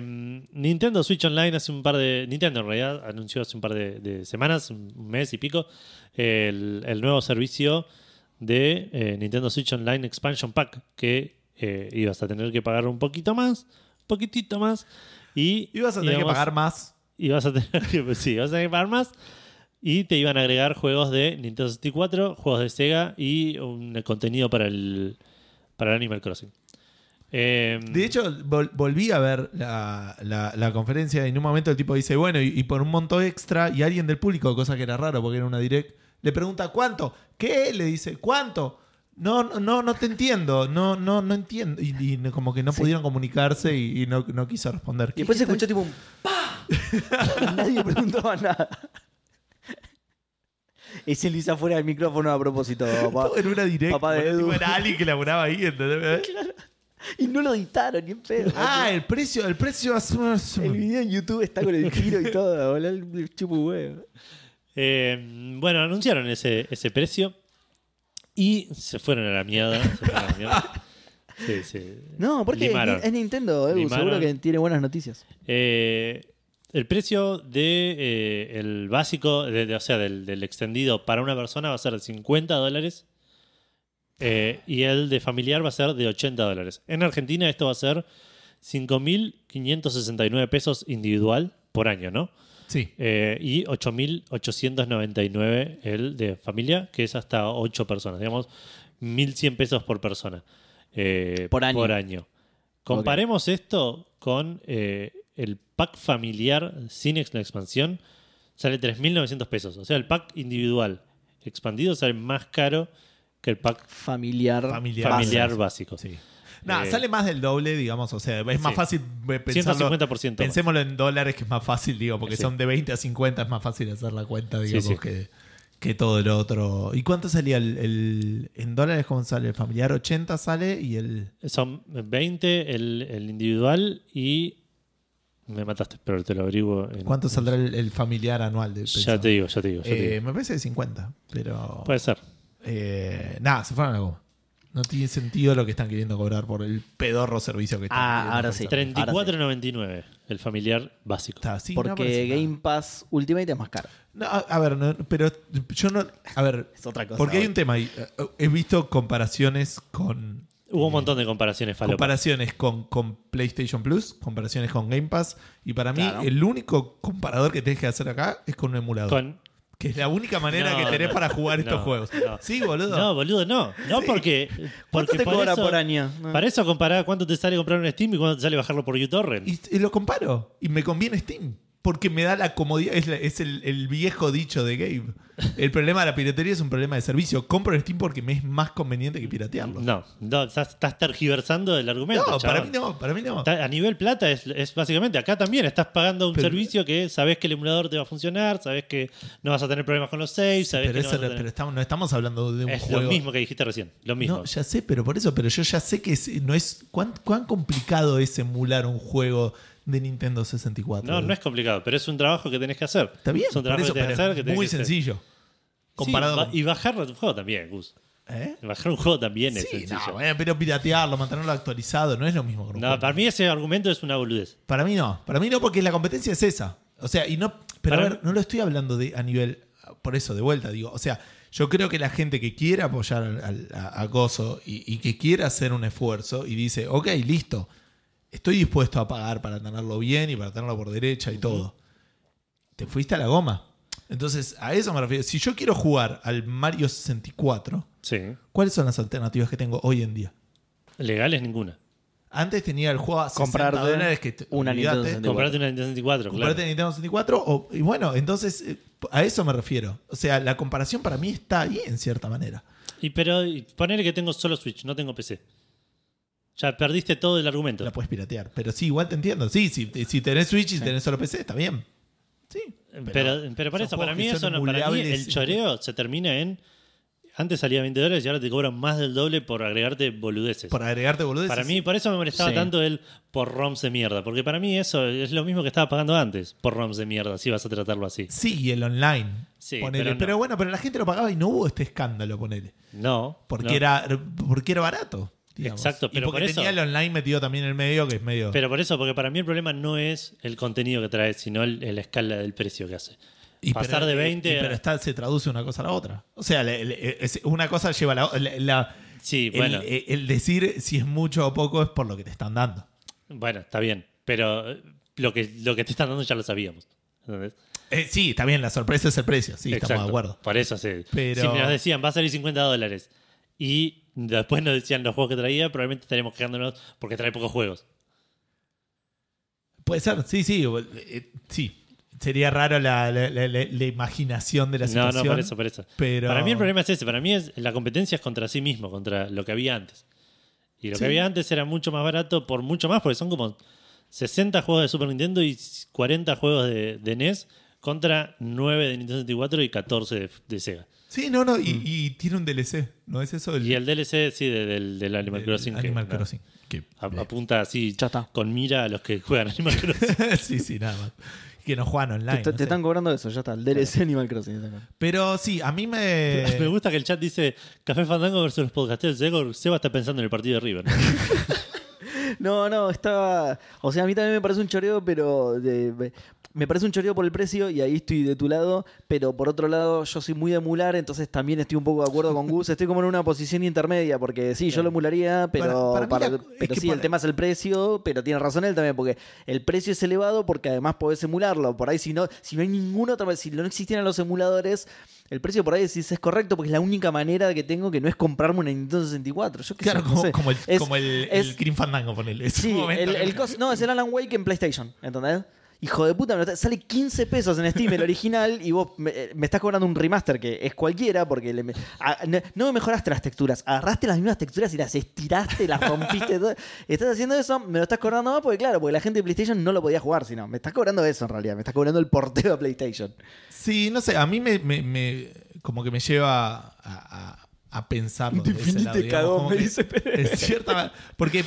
Speaker 3: Nintendo Switch Online hace un par de. Nintendo en realidad anunció hace un par de, de semanas, un un mes y pico, el, el nuevo servicio de eh, Nintendo Switch Online Expansion Pack que eh, ibas a tener que pagar un poquito más, poquitito más. Y
Speaker 2: Ibas a tener que
Speaker 3: íbamos-
Speaker 2: pagar más.
Speaker 3: ibas a tener que, sí, ibas a tener que pagar más. Y te iban a agregar juegos de Nintendo 64, juegos de Sega y un contenido para el, para el Animal Crossing. Eh,
Speaker 1: Mm.
Speaker 2: De hecho, vol- volví a ver la, la- la conferencia y en un momento el tipo dice, bueno, y, y por un monto extra, y alguien del público, cosa que era raro porque era una direct, le pregunta, ¿cuánto? ¿Qué? Le dice, ¿cuánto? No, no, no, no te entiendo, no, no, no entiendo. Y, y no- como que no pudieron comunicarse y, y no, no quiso responder.
Speaker 1: Y después se escuchó tipo un ¡Pah! Nadie preguntaba nada. Ese Luis afuera del micrófono a propósito, papá.
Speaker 2: Todo en una direct.
Speaker 1: Papá de
Speaker 2: boludo,
Speaker 1: Edu.
Speaker 2: tipo, Era alguien que laburaba ahí, ¿entendés?
Speaker 1: Y no lo editaron, ni en pedo.
Speaker 2: Ah, el precio, el precio hace unos-
Speaker 1: el video en YouTube está con el giro y todo, boludo. El chupu huevo.
Speaker 3: eh, bueno, anunciaron ese, ese precio y se fueron a la mierda. se fueron a la mierda. Sí, sí.
Speaker 1: No, porque
Speaker 3: Limaron.
Speaker 1: es, es Nintendo, Edu.
Speaker 3: Limaron.
Speaker 1: Seguro que tiene buenas noticias.
Speaker 3: Eh, el precio de eh, el básico, de- de- o sea, del, del extendido para una persona va a ser de 50 dólares. eh, y el de familiar va a ser de 80 dólares. En Argentina esto va a ser 5.569 pesos individual por año, ¿no?
Speaker 2: Sí.
Speaker 3: Eh, y 8.899 el de familia, que es hasta 8 personas, digamos, 1.100 pesos por persona. eh,
Speaker 1: Por año.
Speaker 3: Comparemos esto con eh, el pack familiar sin ex- la expansión, sale 3.900 pesos. O sea, el pack individual expandido sale más caro que el pack
Speaker 1: Familiar.
Speaker 2: Familiar.
Speaker 3: familiar básico.
Speaker 2: Sí. Nah,
Speaker 3: Eh,
Speaker 2: sale más del doble, digamos, o sea, es más
Speaker 3: Sí.
Speaker 2: fácil eh, pensarlo.
Speaker 3: 150% más.
Speaker 2: Pensémoslo en dólares, que es más fácil, digo, porque
Speaker 3: Sí.
Speaker 2: son de 20 a 50, es más fácil hacer la cuenta,
Speaker 3: Sí,
Speaker 2: digamos,
Speaker 3: sí.
Speaker 2: Que, que todo el otro. ¿Y cuánto salía el, el- en dólares? ¿Cómo sale? El familiar 80 sale y el.
Speaker 3: Son 20 el, el individual y... Me mataste, pero te lo averiguo. en-
Speaker 2: ¿Cuánto saldrá el, el familiar anual? de-
Speaker 3: Ya te digo, ya te digo. ya te
Speaker 2: Eh,
Speaker 3: digo.
Speaker 2: me parece de 50, pero.
Speaker 3: Puede ser.
Speaker 2: eh, nada, se fueron a la goma. No tiene sentido lo que están queriendo cobrar por el pedorro servicio que están
Speaker 1: Ah,
Speaker 2: queriendo
Speaker 1: ahora sí.
Speaker 2: ofrecer.
Speaker 3: 34.99, el familiar básico.
Speaker 2: Está, sí, no
Speaker 1: Porque
Speaker 2: parece nada.
Speaker 1: Game Pass Ultimate es más caro.
Speaker 2: No, a, a ver, no, pero yo no. A ver,
Speaker 1: Es otra cosa.
Speaker 2: porque hay
Speaker 1: boludo.
Speaker 2: un tema ahí. Eh, He visto comparaciones con.
Speaker 3: Hubo un montón de comparaciones falopas.
Speaker 2: Comparaciones con, con PlayStation Plus, comparaciones con Game Pass. Y para mí,
Speaker 1: Claro.
Speaker 2: el único comparador que tenés que hacer acá es con un emulador.
Speaker 3: Con-
Speaker 2: Que es la única manera
Speaker 3: No,
Speaker 2: que tenés
Speaker 3: no,
Speaker 2: para jugar estos
Speaker 3: no,
Speaker 2: juegos.
Speaker 3: no.
Speaker 2: Sí, boludo.
Speaker 3: No, boludo, no. No, porque.
Speaker 1: ¿Cuánto
Speaker 3: porque
Speaker 1: te
Speaker 3: por
Speaker 1: cobra
Speaker 3: eso-
Speaker 1: por año? No.
Speaker 3: Para eso comparar cuánto te sale comprar un Steam y cuánto te sale bajarlo por uTorrent.
Speaker 2: Y, y lo comparo. Y me conviene Steam. Porque me da la comodidad. Es, la- es el, el viejo dicho de Gabe. El problema de la piratería es un problema de servicio. Compro en Steam porque me es más conveniente que piratearlo.
Speaker 3: No, no, estás, estás tergiversando el argumento.
Speaker 2: No, para
Speaker 3: chabón.
Speaker 2: mí no. Para mí no.
Speaker 3: Está- A nivel plata es, es básicamente, acá también estás pagando un
Speaker 2: Pero-
Speaker 3: servicio que sabes que el emulador te va a funcionar, sabes que no vas a tener problemas con los saves, sabes
Speaker 2: Pero,
Speaker 3: que
Speaker 2: eso
Speaker 3: no vas a
Speaker 2: no-
Speaker 3: tener-
Speaker 2: pero estamos, no estamos hablando de un
Speaker 3: es
Speaker 2: juego.
Speaker 3: lo mismo que dijiste recién, lo mismo.
Speaker 2: No, ya sé, pero por eso, pero yo ya sé que es- no es. ¿cuán, cuán complicado es emular un juego de Nintendo 64?
Speaker 3: No, no es complicado, pero es un trabajo que tenés que hacer.
Speaker 2: Está bien,
Speaker 3: es
Speaker 2: por
Speaker 3: un trabajo
Speaker 2: eso,
Speaker 3: que tenés
Speaker 2: pero
Speaker 3: que hacer. Que
Speaker 2: es
Speaker 3: tenés
Speaker 2: muy
Speaker 3: que hacer.
Speaker 2: sencillo. Comparado
Speaker 3: Sí, ba-
Speaker 2: con-
Speaker 3: Y bajarlo a tu juego también, Gus.
Speaker 2: ¿Eh?
Speaker 3: Bajar un juego también es
Speaker 2: Sí, no,
Speaker 3: sencillo.
Speaker 2: bueno, pero piratearlo, mantenerlo actualizado, no es lo mismo. que un
Speaker 3: No,
Speaker 2: juego.
Speaker 3: para mí ese argumento es una boludez.
Speaker 2: Para mí no. Para mí no, porque la competencia es esa. O sea, y no. Pero
Speaker 3: Para
Speaker 2: a ver,
Speaker 3: mí-
Speaker 2: no lo estoy hablando de a nivel. Por eso, de vuelta, digo. O sea, yo creo que la gente que quiera apoyar al- al- a, a Gozo y, y que quiera hacer un esfuerzo y dice, ok, listo. Estoy dispuesto a pagar para tenerlo bien y para tenerlo por derecha y todo. Te fuiste a la goma. Entonces, a eso me refiero. Si yo quiero jugar al Mario 64,
Speaker 3: Sí.
Speaker 2: ¿cuáles son las alternativas que tengo hoy en día?
Speaker 3: Legal es ninguna.
Speaker 2: Antes tenía el juego a 60
Speaker 1: Comprarte
Speaker 2: dólares que te-
Speaker 1: una Nintendo
Speaker 2: olvidate.
Speaker 1: 64.
Speaker 3: Comprarte una Nintendo 64,
Speaker 2: Comprarte
Speaker 3: claro.
Speaker 2: Nintendo 64 o- y bueno, entonces eh, a eso me refiero. O sea, la comparación para mí está ahí en cierta manera.
Speaker 3: Y pero y poner que tengo solo Switch, no tengo PC. Ya perdiste todo el argumento.
Speaker 2: La puedes piratear, pero sí, igual te entiendo. Sí, si, si tenés Switch y tenés solo PC, está bien. Sí.
Speaker 3: Pero, pero por
Speaker 2: son
Speaker 3: eso, para
Speaker 2: juegos
Speaker 3: mí
Speaker 2: que
Speaker 3: eso
Speaker 2: son
Speaker 3: no, para mí
Speaker 2: emulables.
Speaker 3: el choreo se termina en antes salía 20 dólares y ahora te cobran más del doble por agregarte boludeces.
Speaker 2: Por agregarte boludeces.
Speaker 3: para mí, por eso me molestaba
Speaker 1: Sí.
Speaker 3: tanto el por ROMs de mierda, porque para mí eso es lo mismo que estaba pagando antes, por ROMs de mierda, si vas a tratarlo así.
Speaker 2: Sí, y el online.
Speaker 3: Sí,
Speaker 2: ponele.
Speaker 3: pero
Speaker 2: pero,
Speaker 3: no.
Speaker 2: bueno, pero la gente lo pagaba y no hubo este escándalo, ponele.
Speaker 3: No.
Speaker 2: Porque,
Speaker 3: no.
Speaker 2: era, porque era barato. digamos.
Speaker 3: Exacto,
Speaker 2: y
Speaker 3: pero
Speaker 2: porque
Speaker 3: por eso-
Speaker 2: tenía el online metido también en el medio, que es medio.
Speaker 3: Pero por eso, porque para mí el problema no es el contenido que trae, sino el- la escala del precio que hace.
Speaker 2: Y
Speaker 3: pasar
Speaker 2: pero-
Speaker 3: de
Speaker 2: y-
Speaker 3: 20
Speaker 2: y
Speaker 3: a-
Speaker 2: pero está, se traduce una cosa a la otra. O sea, le- le- es- una cosa lleva a la, o- la- la-
Speaker 3: Sí,
Speaker 2: el, eh,
Speaker 3: bueno.
Speaker 2: el- el decir si es mucho o poco es por lo que te están dando.
Speaker 3: Bueno, está bien, pero eh, lo que, lo que te están dando ya lo sabíamos. ¿entendés?
Speaker 2: Eh, sí, está bien, la sorpresa es el precio, sí, estamos
Speaker 3: Exacto.
Speaker 2: de acuerdo.
Speaker 3: Por eso se.
Speaker 2: Pero-
Speaker 3: Si nos decían, va a salir 50 dólares y después nos decían los juegos que traía, probablemente estaríamos quejándonos porque trae pocos juegos.
Speaker 2: Puede ser, sí, sí, o- eh, sí. Sería raro la, la- la- la- la imaginación de la
Speaker 3: No,
Speaker 2: situación.
Speaker 3: no, por eso, por eso.
Speaker 2: Pero-
Speaker 3: Para mí el problema es ese. Para mí es, la competencia es contra sí mismo, contra lo que había antes. Y lo
Speaker 2: Sí.
Speaker 3: que había antes era mucho más barato por mucho más, porque son como 60 juegos de Super Nintendo y 40 juegos de, de NES contra 9 de Nintendo 64 y 14 de, de Sega.
Speaker 2: Sí, no, no, y, y tiene un DLC, ¿no es eso?
Speaker 3: Mm. Y el DLC, sí, de- del, del Animal
Speaker 2: el
Speaker 3: Crossing. que,
Speaker 2: Animal
Speaker 3: nada,
Speaker 2: Crossing. que-
Speaker 3: a- apunta así
Speaker 1: Ya está.
Speaker 3: con mira a los que juegan Animal Crossing.
Speaker 2: sí, sí, nada más. Que no juegan online.
Speaker 1: Te, te-
Speaker 2: no
Speaker 1: te
Speaker 2: sé.
Speaker 1: están cobrando eso, ya está. El DLC Animal Crossing. te están cobrando.
Speaker 2: Pero sí, a mí me.
Speaker 3: Me gusta que el chat dice Café Fandango versus los podcasteros. Sego- Seba está pensando en el partido de River.
Speaker 1: No, no, estaba. O sea, a mí también me parece un choreo, pero. de- me parece un choreo por el precio y ahí estoy de tu lado, pero por otro lado yo soy muy de emular, entonces también estoy un poco de acuerdo con Gus. Estoy como en una posición intermedia, porque sí, yo lo emularía, pero,
Speaker 2: Para- para mí
Speaker 1: para-
Speaker 2: la- es
Speaker 1: pero
Speaker 2: que
Speaker 1: sí,
Speaker 2: para-
Speaker 1: el tema es el precio, pero tiene razón él también, porque el precio es elevado porque además podés emularlo. Por ahí si no, si no hay ningún otro, si no existieran los emuladores, el precio por ahí decís es correcto porque es la única manera que tengo que no es comprarme una Nintendo 64. Yo qué
Speaker 2: Claro,
Speaker 1: sé, no
Speaker 2: como,
Speaker 1: sé.
Speaker 2: como el,
Speaker 1: Es-
Speaker 2: como el,
Speaker 1: es-
Speaker 2: el Grim Fandango, ponele. Es un
Speaker 1: Sí,
Speaker 2: momento
Speaker 1: el,
Speaker 2: que-
Speaker 1: el cos- no, es el Alan Wake en PlayStation, ¿entendés? Hijo de puta, me lo está- sale 15 pesos en Steam el original y vos me, eh, me estás cobrando un remaster que es cualquiera porque le me- a- no, no mejoraste las texturas, agarraste las mismas texturas y las estiraste, las rompiste. todo. Estás haciendo eso, me lo estás cobrando más porque claro, porque la gente de PlayStation no lo podía jugar, sino me estás cobrando eso en realidad, me estás cobrando el porteo a PlayStation.
Speaker 2: Sí, no sé, a mí me, me- me- como que me lleva a, a, a pensarlo. de ese
Speaker 1: Definite
Speaker 2: lado, digamos,
Speaker 1: cagón,
Speaker 2: como
Speaker 1: me
Speaker 2: que-
Speaker 1: dice Pérez.
Speaker 2: en cierta ma- porque,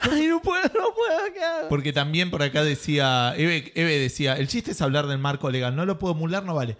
Speaker 1: Ay, no puedo, no puedo, ¿qué hago?
Speaker 2: porque también por acá decía, Eve, Eve decía, el chiste es hablar del marco legal, no lo puedo emular, no vale.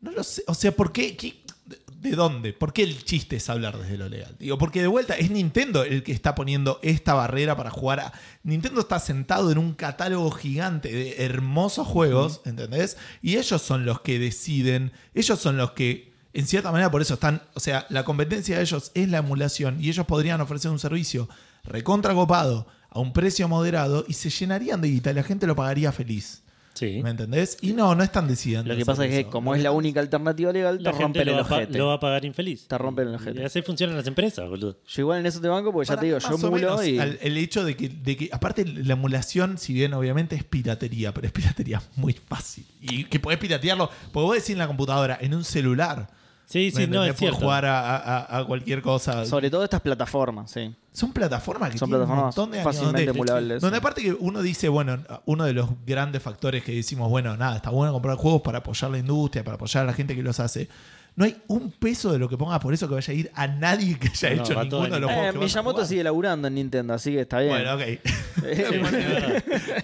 Speaker 2: No lo sé, o sea, ¿por qué? ¿Qué- de- ¿De dónde? ¿Por qué el chiste es hablar desde lo legal? Digo, porque de vuelta es Nintendo el que está poniendo esta barrera para jugar a... Nintendo está sentado en un catálogo gigante de hermosos juegos, ¿entendés? Y ellos son los que deciden, ellos son los que, en cierta manera, por eso están, o sea, la competencia de ellos es la emulación y ellos podrían ofrecer un servicio recontracopado a un precio moderado y se llenarían de guita y la gente lo pagaría feliz.
Speaker 3: Sí.
Speaker 2: ¿Me entendés? Y no, no es tan decidente.
Speaker 1: Lo que pasa
Speaker 2: hacer
Speaker 1: es que,
Speaker 2: eso.
Speaker 1: como es la única alternativa legal, te
Speaker 3: La gente
Speaker 1: rompen
Speaker 3: lo
Speaker 1: el
Speaker 3: va, a pa-
Speaker 1: ojete.
Speaker 3: lo va a pagar infeliz.
Speaker 1: Te rompen el
Speaker 3: Y
Speaker 1: ojete.
Speaker 3: así funcionan las empresas, boludo.
Speaker 1: Yo igual en eso te banco, porque Pues ya
Speaker 2: Para
Speaker 1: te digo,
Speaker 2: mí,
Speaker 1: yo
Speaker 2: más o
Speaker 1: mulo
Speaker 2: menos,
Speaker 1: y.
Speaker 2: al- el hecho de que, de que, aparte, la emulación, si bien obviamente es piratería, pero es piratería muy fácil. Y que podés piratearlo, porque vos decís en la computadora, en un celular.
Speaker 3: Sí, sí,
Speaker 2: ¿me
Speaker 3: no,
Speaker 2: entendés?
Speaker 3: es
Speaker 2: Podés
Speaker 3: cierto.
Speaker 2: jugar a, a- a cualquier cosa.
Speaker 1: Sobre todo estas plataformas, sí.
Speaker 2: Son plataformas que
Speaker 1: Son
Speaker 2: tienen un
Speaker 1: plataformas
Speaker 2: montón de años.
Speaker 1: fácilmente
Speaker 2: donde-
Speaker 1: emulables.
Speaker 2: Donde aparte que uno dice, bueno, uno de los grandes factores que decimos, bueno, nada, está bueno comprar juegos para apoyar la industria, para apoyar a la gente que los hace. No hay un peso de lo que pongas por eso que vaya a ir a nadie que haya
Speaker 3: No,
Speaker 2: hecho
Speaker 3: va todo
Speaker 2: ninguno
Speaker 3: a
Speaker 2: de los
Speaker 3: Nintendo.
Speaker 2: juegos.
Speaker 1: Eh,
Speaker 2: que vas a
Speaker 1: Miyamoto
Speaker 2: jugar.
Speaker 1: sigue laburando en Nintendo, así que está bien.
Speaker 2: Bueno, ok.
Speaker 1: Sí.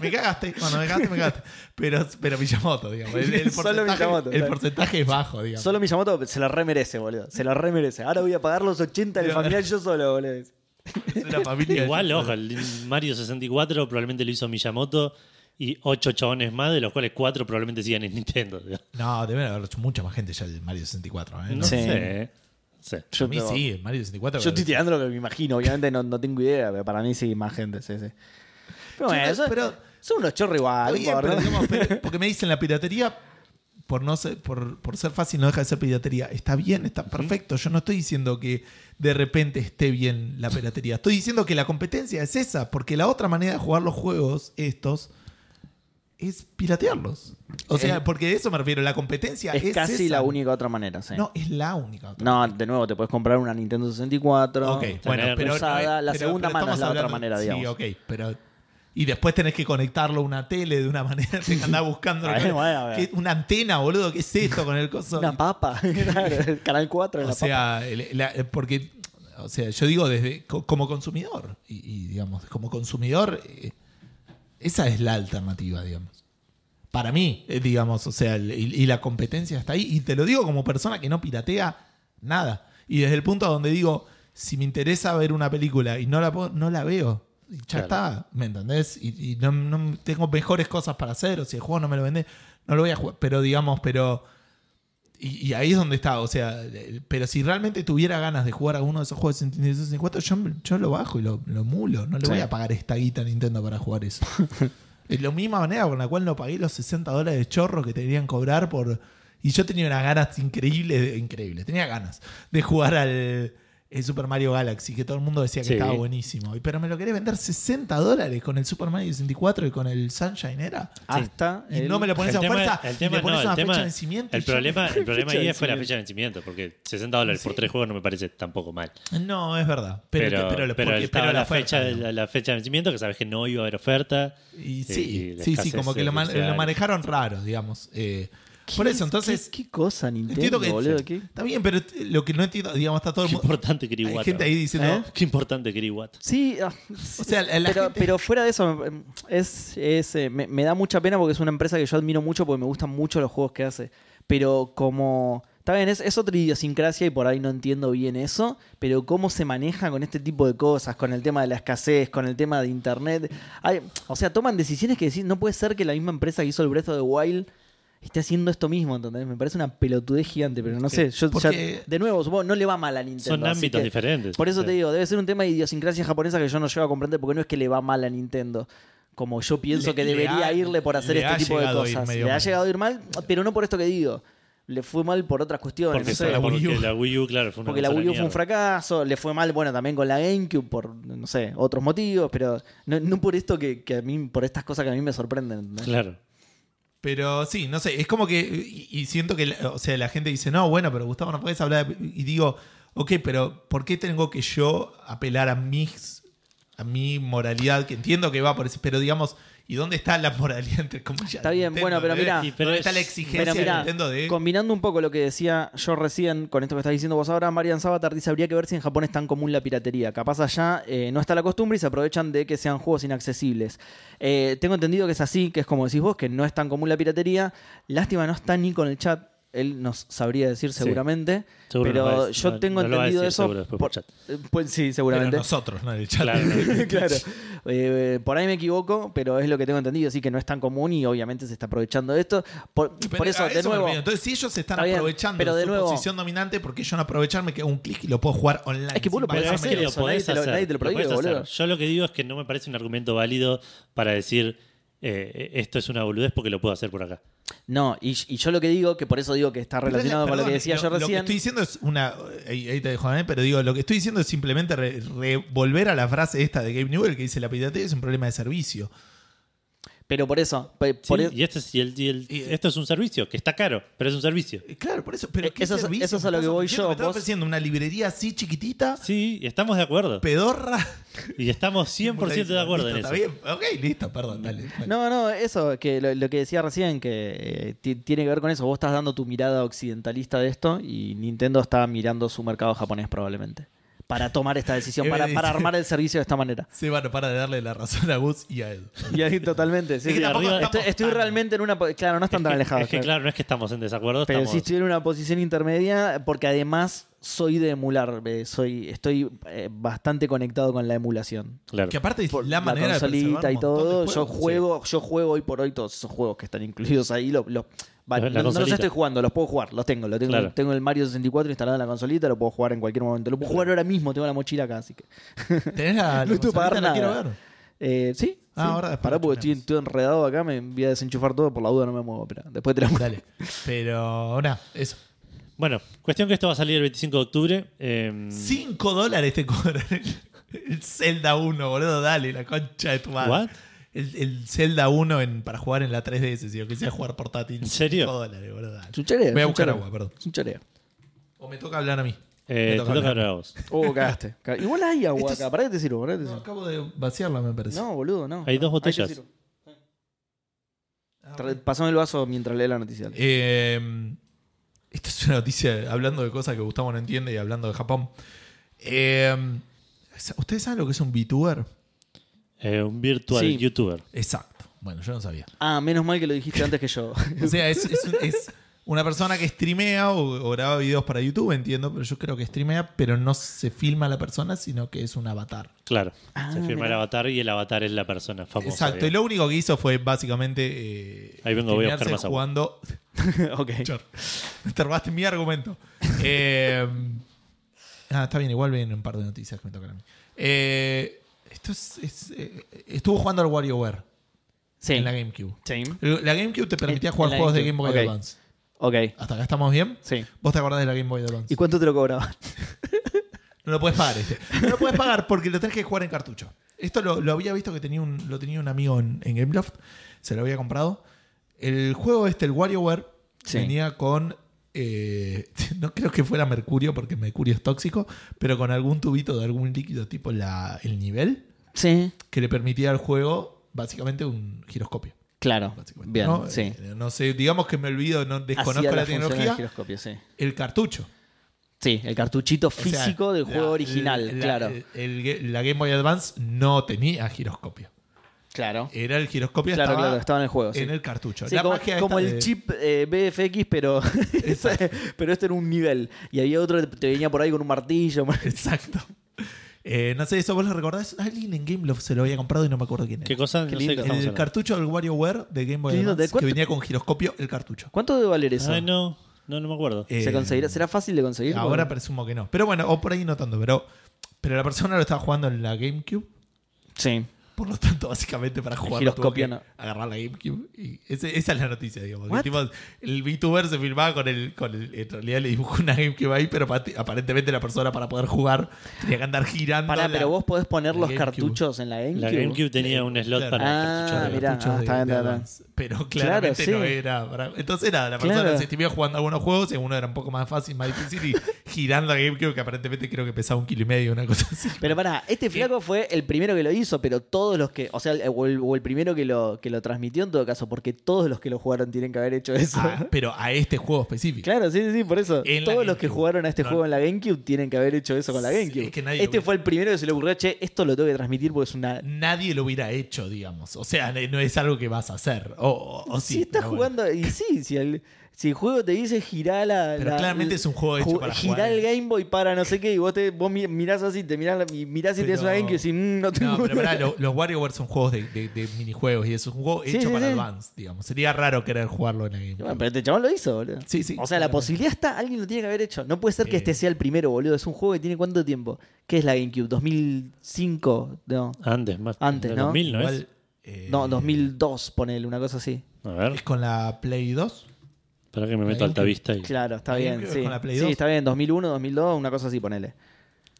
Speaker 2: me cagaste. Bueno, me cagaste, me cagaste. Pero, pero Miyamoto, digamos. El, el
Speaker 1: Solo
Speaker 2: porcentaje,
Speaker 1: Miyamoto,
Speaker 2: el
Speaker 1: claro.
Speaker 2: porcentaje es bajo, digamos.
Speaker 1: Solo Miyamoto se la remerece, boludo. Se la remerece. Ahora voy a pagar los 80 del
Speaker 2: Claro.
Speaker 1: familiar yo solo, boludo.
Speaker 2: Es una familia.
Speaker 3: Igual, ojo, el Mario 64 probablemente lo hizo Miyamoto y ocho chabones más, de los cuales cuatro probablemente sigan en Nintendo. digo.
Speaker 2: No, deben haber hecho mucha más gente ya el Mario 64. ¿eh?
Speaker 3: No
Speaker 2: No.
Speaker 1: Sí.
Speaker 3: sé. ¿eh? Sí.
Speaker 2: A mí
Speaker 1: te-
Speaker 2: sí, el Mario 64.
Speaker 1: Yo estoy tirando lo que me imagino, obviamente no, no tengo idea, pero para mí sí, más gente, sí, sí. Pero bueno,
Speaker 2: Chicos,
Speaker 1: son,
Speaker 2: pero-
Speaker 1: son unos chorros igual, no
Speaker 2: Está bien,
Speaker 1: importa.
Speaker 2: pero digamos, pero- porque me dicen la piratería, por, no ser, por, por ser fácil, no deja de ser piratería. Está bien, está perfecto. Yo no estoy diciendo que de repente esté bien la piratería. Estoy diciendo que la competencia es esa, porque la otra manera de jugar los juegos estos es piratearlos. O sea,
Speaker 1: Es-
Speaker 2: porque de eso me refiero. La competencia es,
Speaker 1: es casi
Speaker 2: esa.
Speaker 1: la única otra manera, sí.
Speaker 2: No, es la única. otra.
Speaker 1: No, de nuevo, te puedes comprar una Nintendo 64.
Speaker 2: Ok, bueno,
Speaker 3: tener
Speaker 2: Eh, pero,
Speaker 1: usada, la segunda mano
Speaker 2: estamos
Speaker 1: es la otra manera, digamos.
Speaker 2: Sí, ok, pero. Y después tenés que conectarlo a una tele de una manera que andás buscando.
Speaker 1: Ay, bueno, bueno.
Speaker 2: ¿Qué- una antena, boludo, ¿qué es esto con el coso?
Speaker 1: Una papa. claro, el Canal 4 en
Speaker 2: o
Speaker 1: la papa.
Speaker 2: sea, el- la- eh, porque. O sea, yo digo desde. co- como consumidor. Y, y, digamos, como consumidor. eh, esa es la alternativa, digamos. Para mí, eh, digamos, o sea, el- y, y la competencia está ahí. Y te lo digo como persona que no piratea nada. Y desde el punto donde digo, si me interesa ver una película y no la, puedo- no la veo, y ya está, ¿me entendés? Y, y no, no tengo mejores cosas para hacer, o si el juego no me lo vende, no lo voy a jugar. Pero digamos, pero... Y, y ahí es donde está, o sea, el- pero si realmente tuviera ganas de jugar a uno de esos juegos de 64, yo, yo lo bajo y lo, lo mulo. No le
Speaker 1: Sí.
Speaker 2: voy a pagar esta guita a Nintendo para jugar eso. De la misma manera con la cual no pagué los 60 dólares de chorro que te querían cobrar por. Y yo tenía unas ganas increíbles, de- increíbles, tenía ganas de jugar al el Super Mario Galaxy, que todo el mundo decía que
Speaker 3: Sí.
Speaker 2: estaba buenísimo. Y- Pero me lo quería vender 60 dólares con el Super Mario 64 y con el Sunshine era.
Speaker 1: Hasta.
Speaker 2: Y
Speaker 1: el-
Speaker 2: no me lo pones a fuerza,
Speaker 3: el
Speaker 2: y le
Speaker 3: tema
Speaker 2: pones
Speaker 3: no, el
Speaker 2: una
Speaker 3: tema-
Speaker 2: fecha de vencimiento.
Speaker 3: el
Speaker 2: y yo-
Speaker 3: problema, el problema
Speaker 1: Fecha de
Speaker 3: ahí fue la
Speaker 1: vencimiento.
Speaker 3: fecha de vencimiento, porque 60 dólares por tres juegos no me parece tampoco mal.
Speaker 2: No, es verdad. Pero,
Speaker 3: Pero,
Speaker 2: pero,
Speaker 3: pero,
Speaker 2: porque- pero
Speaker 3: estaba
Speaker 2: la
Speaker 3: la,
Speaker 2: oferta,
Speaker 3: fecha, de-
Speaker 2: ¿no?
Speaker 3: la, la fecha de vencimiento, que sabes que no iba a haber oferta.
Speaker 2: Y
Speaker 3: Sí,
Speaker 2: sí,
Speaker 3: y
Speaker 2: sí,
Speaker 3: la
Speaker 2: sí,
Speaker 3: escasez
Speaker 2: como que
Speaker 3: de
Speaker 2: lo, man-
Speaker 3: publicidad.
Speaker 2: lo manejaron raro, digamos. Eh,
Speaker 1: ¿Qué
Speaker 2: por
Speaker 1: es-
Speaker 2: eso, entonces,
Speaker 1: ¿Qué, qué cosa, Nintendo,
Speaker 2: entiendo que...
Speaker 1: boludo? ¿Qué?
Speaker 2: Está bien, pero t- lo que no entiendo, digamos, está todo el
Speaker 3: Qué
Speaker 2: mundo...
Speaker 3: importante que
Speaker 2: Hay
Speaker 3: Iriwata.
Speaker 2: gente ahí diciendo...
Speaker 3: Qué importante que Iriwata.
Speaker 1: Sí, ah,
Speaker 2: O sea, la- la
Speaker 1: pero,
Speaker 2: gente-
Speaker 1: pero fuera de eso, me- es, es, eh, me, me da mucha pena porque es una empresa que yo admiro mucho porque me gustan mucho los juegos que hace. Pero como... Está bien, es, es otra idiosincrasia y por ahí no entiendo bien eso, pero cómo se maneja con este tipo de cosas, con el tema de la escasez, con el tema de internet. Hay- o sea, toman decisiones que decís, no puede ser que la misma empresa que hizo el Breath of the Wild esté haciendo esto mismo, ¿entendés? Me parece una pelotudez gigante, pero no sé, yo ya-
Speaker 2: porque-
Speaker 1: de nuevo, supongo, no le va mal a Nintendo.
Speaker 3: Son
Speaker 1: así
Speaker 3: ámbitos
Speaker 1: que-
Speaker 3: diferentes.
Speaker 1: por eso te
Speaker 3: Sí.
Speaker 1: digo, debe ser un tema de idiosincrasia japonesa que yo no llego a comprender porque no es que le va mal a Nintendo. Como yo pienso
Speaker 2: Le-
Speaker 1: que
Speaker 2: le
Speaker 1: debería
Speaker 2: ha-
Speaker 1: irle por hacer
Speaker 2: le ha
Speaker 1: este tipo de
Speaker 2: llegado a ir
Speaker 1: cosas.
Speaker 2: medio
Speaker 1: Le ha
Speaker 2: mal.
Speaker 1: llegado a ir mal, pero no por esto que digo. Le fue mal por otras cuestiones.
Speaker 3: Porque,
Speaker 1: no sé.
Speaker 3: fue-
Speaker 2: la
Speaker 3: porque
Speaker 2: Wii U.
Speaker 3: la Wii U, claro, fue una
Speaker 1: Porque la Wii U fue un
Speaker 3: fracaso.
Speaker 1: fracaso, le fue mal, bueno, también con la GameCube por, no sé, otros motivos, pero no, no por esto que, que a mí, por estas cosas que a mí me sorprenden. ¿entendés?
Speaker 3: Claro.
Speaker 2: Pero sí, no sé, es como que. Y, y siento que, la- o sea, la gente dice, no, bueno, pero Gustavo, no puedes hablar. de-". Y digo, ok, pero ¿por qué tengo que yo apelar a mis. a mi moralidad? Que entiendo que va por eso, pero digamos, ¿y dónde está la moralidad entre comillas? ¿eh?
Speaker 1: Está
Speaker 2: de
Speaker 1: bien, bueno, pero
Speaker 2: ¿Dónde-
Speaker 1: mirá.
Speaker 3: Y pero
Speaker 2: ¿Dónde
Speaker 3: es-
Speaker 2: está la exigencia
Speaker 1: Pero mirá,
Speaker 2: de Nintendo de.
Speaker 1: combinando un poco lo que decía yo recién con esto que estás diciendo vos ahora, Marian Sabatar dice, habría que ver si en Japón es tan común la piratería. Capaz allá eh, no está la costumbre y se aprovechan de que sean juegos inaccesibles. Eh, tengo entendido que es así, que es como decís vos, que no es tan común la piratería. Lástima, no está ni con el chat. Él nos sabría decir seguramente.
Speaker 3: Seguro
Speaker 1: pero
Speaker 3: no va a-
Speaker 1: yo
Speaker 3: no-
Speaker 1: tengo
Speaker 3: no lo va a
Speaker 1: entendido
Speaker 3: decir
Speaker 1: eso.
Speaker 3: seguro después por chat.
Speaker 1: eh, pues sí,
Speaker 2: Pero
Speaker 1: seguramente.
Speaker 2: nosotros, ¿no? En el chat.
Speaker 3: Claro.
Speaker 1: claro. Eh, por ahí me equivoco, pero es lo que tengo entendido, así que no es tan común y obviamente se está aprovechando de esto. Por,
Speaker 2: Pero ah,
Speaker 1: por eso,
Speaker 2: a
Speaker 1: de
Speaker 2: me
Speaker 1: nuevo,
Speaker 2: refiero. Entonces, si ellos están
Speaker 1: Está bien,
Speaker 2: aprovechando
Speaker 1: pero de
Speaker 2: su
Speaker 1: nuevo-
Speaker 2: posición dominante, porque yo no aprovecharme que hago un clic y lo puedo jugar online?
Speaker 1: Es que vos
Speaker 2: sin
Speaker 1: lo podés
Speaker 2: pagarme
Speaker 3: Pero es
Speaker 1: hacer
Speaker 3: que
Speaker 2: el-
Speaker 3: lo
Speaker 1: eso,
Speaker 3: podés
Speaker 1: nadie te lo-
Speaker 3: hacer,
Speaker 1: nadie te lo prohíbe,
Speaker 3: podés hacer.
Speaker 1: boludo.
Speaker 3: Yo lo que digo es que no me parece un argumento válido para decir eh, esto es una boludez porque lo puedo hacer por acá.
Speaker 1: No, y, y yo lo que digo, que por eso digo que está relacionado con lo que
Speaker 2: Perdón,
Speaker 1: decía yo
Speaker 2: Lo que
Speaker 1: recién.
Speaker 2: estoy diciendo es una. Ahí, ahí te dejo, Daniel, pero digo, lo que estoy diciendo es simplemente re- revolver a la frase esta de Gabe Newell que dice: la piratería es un problema de servicio.
Speaker 1: Pero por eso. eh, pe-
Speaker 3: Sí,
Speaker 1: por e-
Speaker 3: y, este es- y el- y el-
Speaker 2: Y-
Speaker 3: esto es un servicio que está caro, pero es un servicio.
Speaker 2: Eh, Claro, por eso. Pero
Speaker 1: Eh,
Speaker 2: ¿qué
Speaker 1: eso es-
Speaker 2: servicio
Speaker 1: eso es
Speaker 2: me
Speaker 1: a lo que
Speaker 2: estás
Speaker 1: voy
Speaker 2: ofreciendo?
Speaker 1: yo,
Speaker 2: Me estás
Speaker 1: vos-
Speaker 2: ofreciendo una librería así chiquitita,
Speaker 3: Sí, y estamos de acuerdo.
Speaker 2: pedorra.
Speaker 3: Y estamos 100% de acuerdo en
Speaker 2: Listo,
Speaker 3: eso.
Speaker 2: Está bien. Ok, listo, perdón, dale.
Speaker 1: No,
Speaker 2: Bueno.
Speaker 1: no, eso, que lo, lo que decía recién, que eh, ti- tiene que ver con eso. Vos estás dando tu mirada occidentalista de esto y Nintendo está mirando su mercado japonés probablemente. Para tomar esta decisión, para, para armar el servicio de esta manera.
Speaker 2: Se van a de darle la razón a Gus y a Edu.
Speaker 1: Y ahí totalmente. sí,
Speaker 2: Es que
Speaker 1: sí.
Speaker 2: tampoco
Speaker 1: Estoy,
Speaker 2: estamos
Speaker 1: estoy
Speaker 2: tan-
Speaker 1: realmente en una... po- Claro, no están tan alejados.
Speaker 3: Es que
Speaker 1: claro.
Speaker 3: claro, no es que estamos en desacuerdo,
Speaker 1: Pero
Speaker 3: estamos...
Speaker 1: sí estoy en una posición intermedia porque además soy de emular, eh, soy, estoy eh, bastante conectado con la emulación.
Speaker 3: claro.
Speaker 2: Que aparte es
Speaker 1: Por
Speaker 2: la manera de preservar
Speaker 1: consolita
Speaker 2: un
Speaker 1: y
Speaker 2: montón de
Speaker 1: todo, yo
Speaker 2: juegos, sí.
Speaker 1: juego, yo juego hoy por hoy todos esos juegos que están incluidos ahí, lo- lo- va,
Speaker 3: La- la
Speaker 1: no, no los
Speaker 3: consolita.
Speaker 1: estoy jugando, los puedo jugar, los tengo, lo tengo,
Speaker 3: Claro.
Speaker 1: tengo el Mario 64 instalado en la consolita, lo puedo jugar en cualquier momento, lo puedo jugar ahora mismo, tengo la mochila acá, así que
Speaker 2: Tenés la, la
Speaker 1: No tuve que pagar
Speaker 2: consolita, la quiero
Speaker 1: nada.
Speaker 2: ver.
Speaker 1: eh, sí,
Speaker 2: Ah,
Speaker 1: sí.
Speaker 2: ahora después
Speaker 1: pará
Speaker 2: lo
Speaker 1: porque estoy,
Speaker 2: chusmeamos.
Speaker 1: estoy enredado acá, me voy a desenchufar todo por la duda no me muevo, pero después te la
Speaker 2: Dale. Pero ahora, eso.
Speaker 3: Bueno, cuestión que esto va a salir el 25 de octubre. eh,
Speaker 2: 5 dólares te cobran el, el Zelda 1, boludo. Dale, la concha de tu madre.
Speaker 3: What?
Speaker 2: El, el Zelda 1 en- para jugar en la 3DS, si yo quisiera jugar portátil.
Speaker 3: ¿En serio?
Speaker 2: 5 dólares, boludo. dale.
Speaker 1: Es un choreo,
Speaker 2: Voy a
Speaker 1: es un
Speaker 2: buscar
Speaker 1: choreo.
Speaker 2: agua, perdón.
Speaker 1: Es un choreo.
Speaker 2: O me toca hablar a mí.
Speaker 3: eh,
Speaker 2: Me
Speaker 3: te toca hablar a vos.
Speaker 1: Oh, cagaste. Ca- Igual hay agua
Speaker 2: Esto es-
Speaker 1: acá, pará que te sirvo, pará que te
Speaker 2: No,
Speaker 1: sirvo.
Speaker 2: acabo de vaciarla, me parece.
Speaker 1: No, boludo, no.
Speaker 3: Hay dos
Speaker 1: Ahí te
Speaker 3: botellas.
Speaker 1: sirvo.
Speaker 2: Ah,
Speaker 1: Tra- Pasame el vaso mientras lee la noticia.
Speaker 2: Eh, esta es una noticia hablando de cosas que Gustavo no entiende y hablando de Japón. Eh, ¿Ustedes saben lo que es un VTuber?
Speaker 3: Eh, un virtual
Speaker 1: Sí.
Speaker 3: youtuber.
Speaker 2: Exacto. Bueno, yo no sabía.
Speaker 1: Ah, menos mal que lo dijiste antes que yo.
Speaker 2: O sea, es, es un- es una persona que streamea o, o graba videos para YouTube, entiendo, pero yo creo que streamea, pero no se filma la persona, sino que es un avatar.
Speaker 3: Claro.
Speaker 1: Ah,
Speaker 3: Se firma el
Speaker 1: mirá.
Speaker 3: avatar y el avatar es la persona famosa.
Speaker 2: Exacto. Y
Speaker 3: digamos.
Speaker 2: lo único que hizo fue básicamente. eh,
Speaker 3: pues, Ahí vengo, voy a buscar
Speaker 2: streamearse
Speaker 3: más agua.
Speaker 2: jugando.
Speaker 1: ok.
Speaker 2: Chor. Te robaste mi argumento. Eh, ah, está bien, igual vienen un par de noticias que me tocan a mí. Eh, esto es, es, eh, estuvo jugando al WarioWare
Speaker 1: Sí.
Speaker 2: en la GameCube.
Speaker 1: Sí.
Speaker 2: La GameCube te permitía
Speaker 1: En-
Speaker 2: jugar
Speaker 1: en la
Speaker 2: juegos de Game
Speaker 1: GameCube,
Speaker 2: Boy
Speaker 1: ok.
Speaker 2: Advance.
Speaker 1: Ok.
Speaker 2: ¿Hasta acá estamos bien?
Speaker 1: Sí.
Speaker 2: ¿Vos te acordás de la Game Boy Advance?
Speaker 1: ¿Y cuánto te lo cobraban?
Speaker 2: No lo puedes pagar este. No lo puedes pagar porque lo tenés que jugar en cartucho. Esto lo, lo había visto que tenía un, lo tenía un amigo en, en Gameloft. Se lo había comprado. El juego este, el WarioWare,
Speaker 1: Sí.
Speaker 2: venía con. eh, no creo que fuera mercurio porque mercurio es tóxico, pero con algún tubito de algún líquido tipo la, el nivel
Speaker 1: Sí.
Speaker 2: que le permitía al juego básicamente un giroscopio.
Speaker 1: Claro.
Speaker 2: básicamente,
Speaker 1: Bien,
Speaker 2: ¿no?
Speaker 1: sí.
Speaker 2: Eh, no sé, digamos que me olvido, no desconozco
Speaker 1: Hacía
Speaker 2: la
Speaker 1: las funciones del
Speaker 2: tecnología.
Speaker 1: giroscopio, sí.
Speaker 2: El cartucho.
Speaker 1: Sí, el cartuchito
Speaker 2: O sea,
Speaker 1: físico del
Speaker 2: la-
Speaker 1: juego original,
Speaker 2: la- eh,
Speaker 1: claro.
Speaker 2: el- el- la Game Boy Advance no tenía giroscopio.
Speaker 1: claro.
Speaker 2: Era el giroscopio
Speaker 1: Claro,
Speaker 2: estaba,
Speaker 1: claro, estaba en el juego, sí.
Speaker 2: En el cartucho.
Speaker 1: Sí,
Speaker 2: eh, La
Speaker 1: como,
Speaker 2: magia
Speaker 1: como
Speaker 2: esta
Speaker 1: el
Speaker 2: de-
Speaker 1: chip eh, BFX, pero, pero este era un nivel. Y había otro que te venía por ahí con un martillo.
Speaker 2: Exacto. Eh, no sé, eso vos lo recordás. Alguien en Game Love se lo había comprado y no me acuerdo quién era.
Speaker 3: ¿Qué cosa?
Speaker 1: Qué
Speaker 3: no sé
Speaker 1: lindo.
Speaker 3: de qué
Speaker 2: el
Speaker 3: estamos hablando.
Speaker 2: cartucho del WarioWare de Game Boy
Speaker 1: Sí, ¿de
Speaker 2: Advance que
Speaker 1: cuánto?
Speaker 2: venía con giroscopio el cartucho.
Speaker 1: ¿Cuánto debe valer eso?
Speaker 3: Ay, no. No, no me acuerdo.
Speaker 2: Eh,
Speaker 1: ¿Se conseguirá? ¿Será fácil de conseguir?
Speaker 2: Ahora
Speaker 1: Bueno.
Speaker 2: presumo que no. Pero bueno, o por ahí no tanto. Pero, pero la persona lo estaba jugando en la GameCube.
Speaker 1: Sí.
Speaker 2: Por lo tanto, básicamente para jugar tuvo
Speaker 1: giroscopio
Speaker 2: que
Speaker 1: no.
Speaker 2: agarrar la GameCube. Y ese- esa es la noticia, digamos. que
Speaker 1: What?
Speaker 2: tipo, el VTuber se filmaba con el, con el. En realidad le dibujó una GameCube ahí, pero pat- aparentemente la persona para poder jugar tenía que andar girando.
Speaker 1: Pará,
Speaker 2: la-
Speaker 1: pero vos podés poner
Speaker 2: la
Speaker 1: los
Speaker 2: GameCube.
Speaker 1: cartuchos en la GameCube.
Speaker 3: La GameCube tenía un slot
Speaker 2: Claro.
Speaker 3: para
Speaker 1: Ah,
Speaker 3: cartuchos de-
Speaker 2: los
Speaker 1: mirá.
Speaker 2: cartuchos
Speaker 1: ah,
Speaker 2: de-
Speaker 1: está bien,
Speaker 2: de
Speaker 1: está bien.
Speaker 2: Advance. Pero claramente
Speaker 1: Claro,
Speaker 2: no
Speaker 1: sí.
Speaker 2: era. para- Entonces era, la persona
Speaker 1: Claro.
Speaker 2: se estuvía jugando algunos juegos y uno era un poco más fácil, más difícil, y girando la GameCube, que aparentemente creo que pesaba un kilo y medio, una cosa así.
Speaker 1: Pero pará, este flaco fue el primero que lo hizo, pero todos los que. O sea, el- o el, o el primero que lo, que lo transmitió en todo caso, porque todos los que lo jugaron tienen que haber hecho eso.
Speaker 2: Ah, pero a este juego específico.
Speaker 1: Claro, sí, sí, sí, por eso.
Speaker 2: En la
Speaker 1: Todos los que
Speaker 2: GameCube.
Speaker 1: jugaron a este
Speaker 2: No.
Speaker 1: juego en la GameCube tienen que haber hecho eso con la
Speaker 2: Sí,
Speaker 1: GameCube.
Speaker 2: es que nadie lo
Speaker 1: este
Speaker 2: hubiera-
Speaker 1: fue el primero que se le ocurrió, che, esto lo tengo que transmitir porque es una.
Speaker 2: nadie lo hubiera hecho, digamos. O sea, no es algo que vas a hacer. O, o- o sí,
Speaker 1: si estás
Speaker 2: pero bueno.
Speaker 1: jugando. Y sí, si el, si el juego te dice girar la.
Speaker 2: Pero
Speaker 1: la-
Speaker 2: claramente es un juego hecho
Speaker 1: ju-
Speaker 2: para
Speaker 1: girá
Speaker 2: jugar.
Speaker 1: el Game Boy para no sé qué, y vos, te, vos mi- mirás así, te mirás, la- y mirás si
Speaker 2: Pero-
Speaker 1: tienes una GameCube y decís, "Mm, no tengo.
Speaker 2: No, pero pará, lo- los WarioWare son juegos de, de- de minijuegos y eso es un juego
Speaker 1: Sí,
Speaker 2: hecho
Speaker 1: sí,
Speaker 2: para
Speaker 1: sí.
Speaker 2: Advance, digamos. Sería raro querer jugarlo en la GameCube.
Speaker 1: Y bueno, pero este chabón lo hizo, boludo.
Speaker 2: Sí, sí,
Speaker 1: O sea, la
Speaker 2: claramente.
Speaker 1: posibilidad está, alguien lo tiene que haber hecho. No puede ser que
Speaker 2: Eh.
Speaker 1: este sea el primero, boludo. Es un juego que tiene cuánto tiempo. ¿Qué es la GameCube? ¿2005? No.
Speaker 3: Antes, más.
Speaker 1: Antes,
Speaker 3: de
Speaker 1: ¿no?
Speaker 3: 2000, ¿no es?
Speaker 2: Igual, eh, eh,
Speaker 1: No, 2002, ponele, una cosa así.
Speaker 3: A
Speaker 2: ¿Es
Speaker 3: ver,
Speaker 2: con la Play 2?
Speaker 3: espera que me meto al altavista y.
Speaker 1: Claro, está
Speaker 2: Ahí
Speaker 1: bien.
Speaker 2: creo que
Speaker 1: Sí.
Speaker 2: con la Play
Speaker 1: sí,
Speaker 2: 2.
Speaker 1: está bien. 2001, 2002, una cosa así, ponele.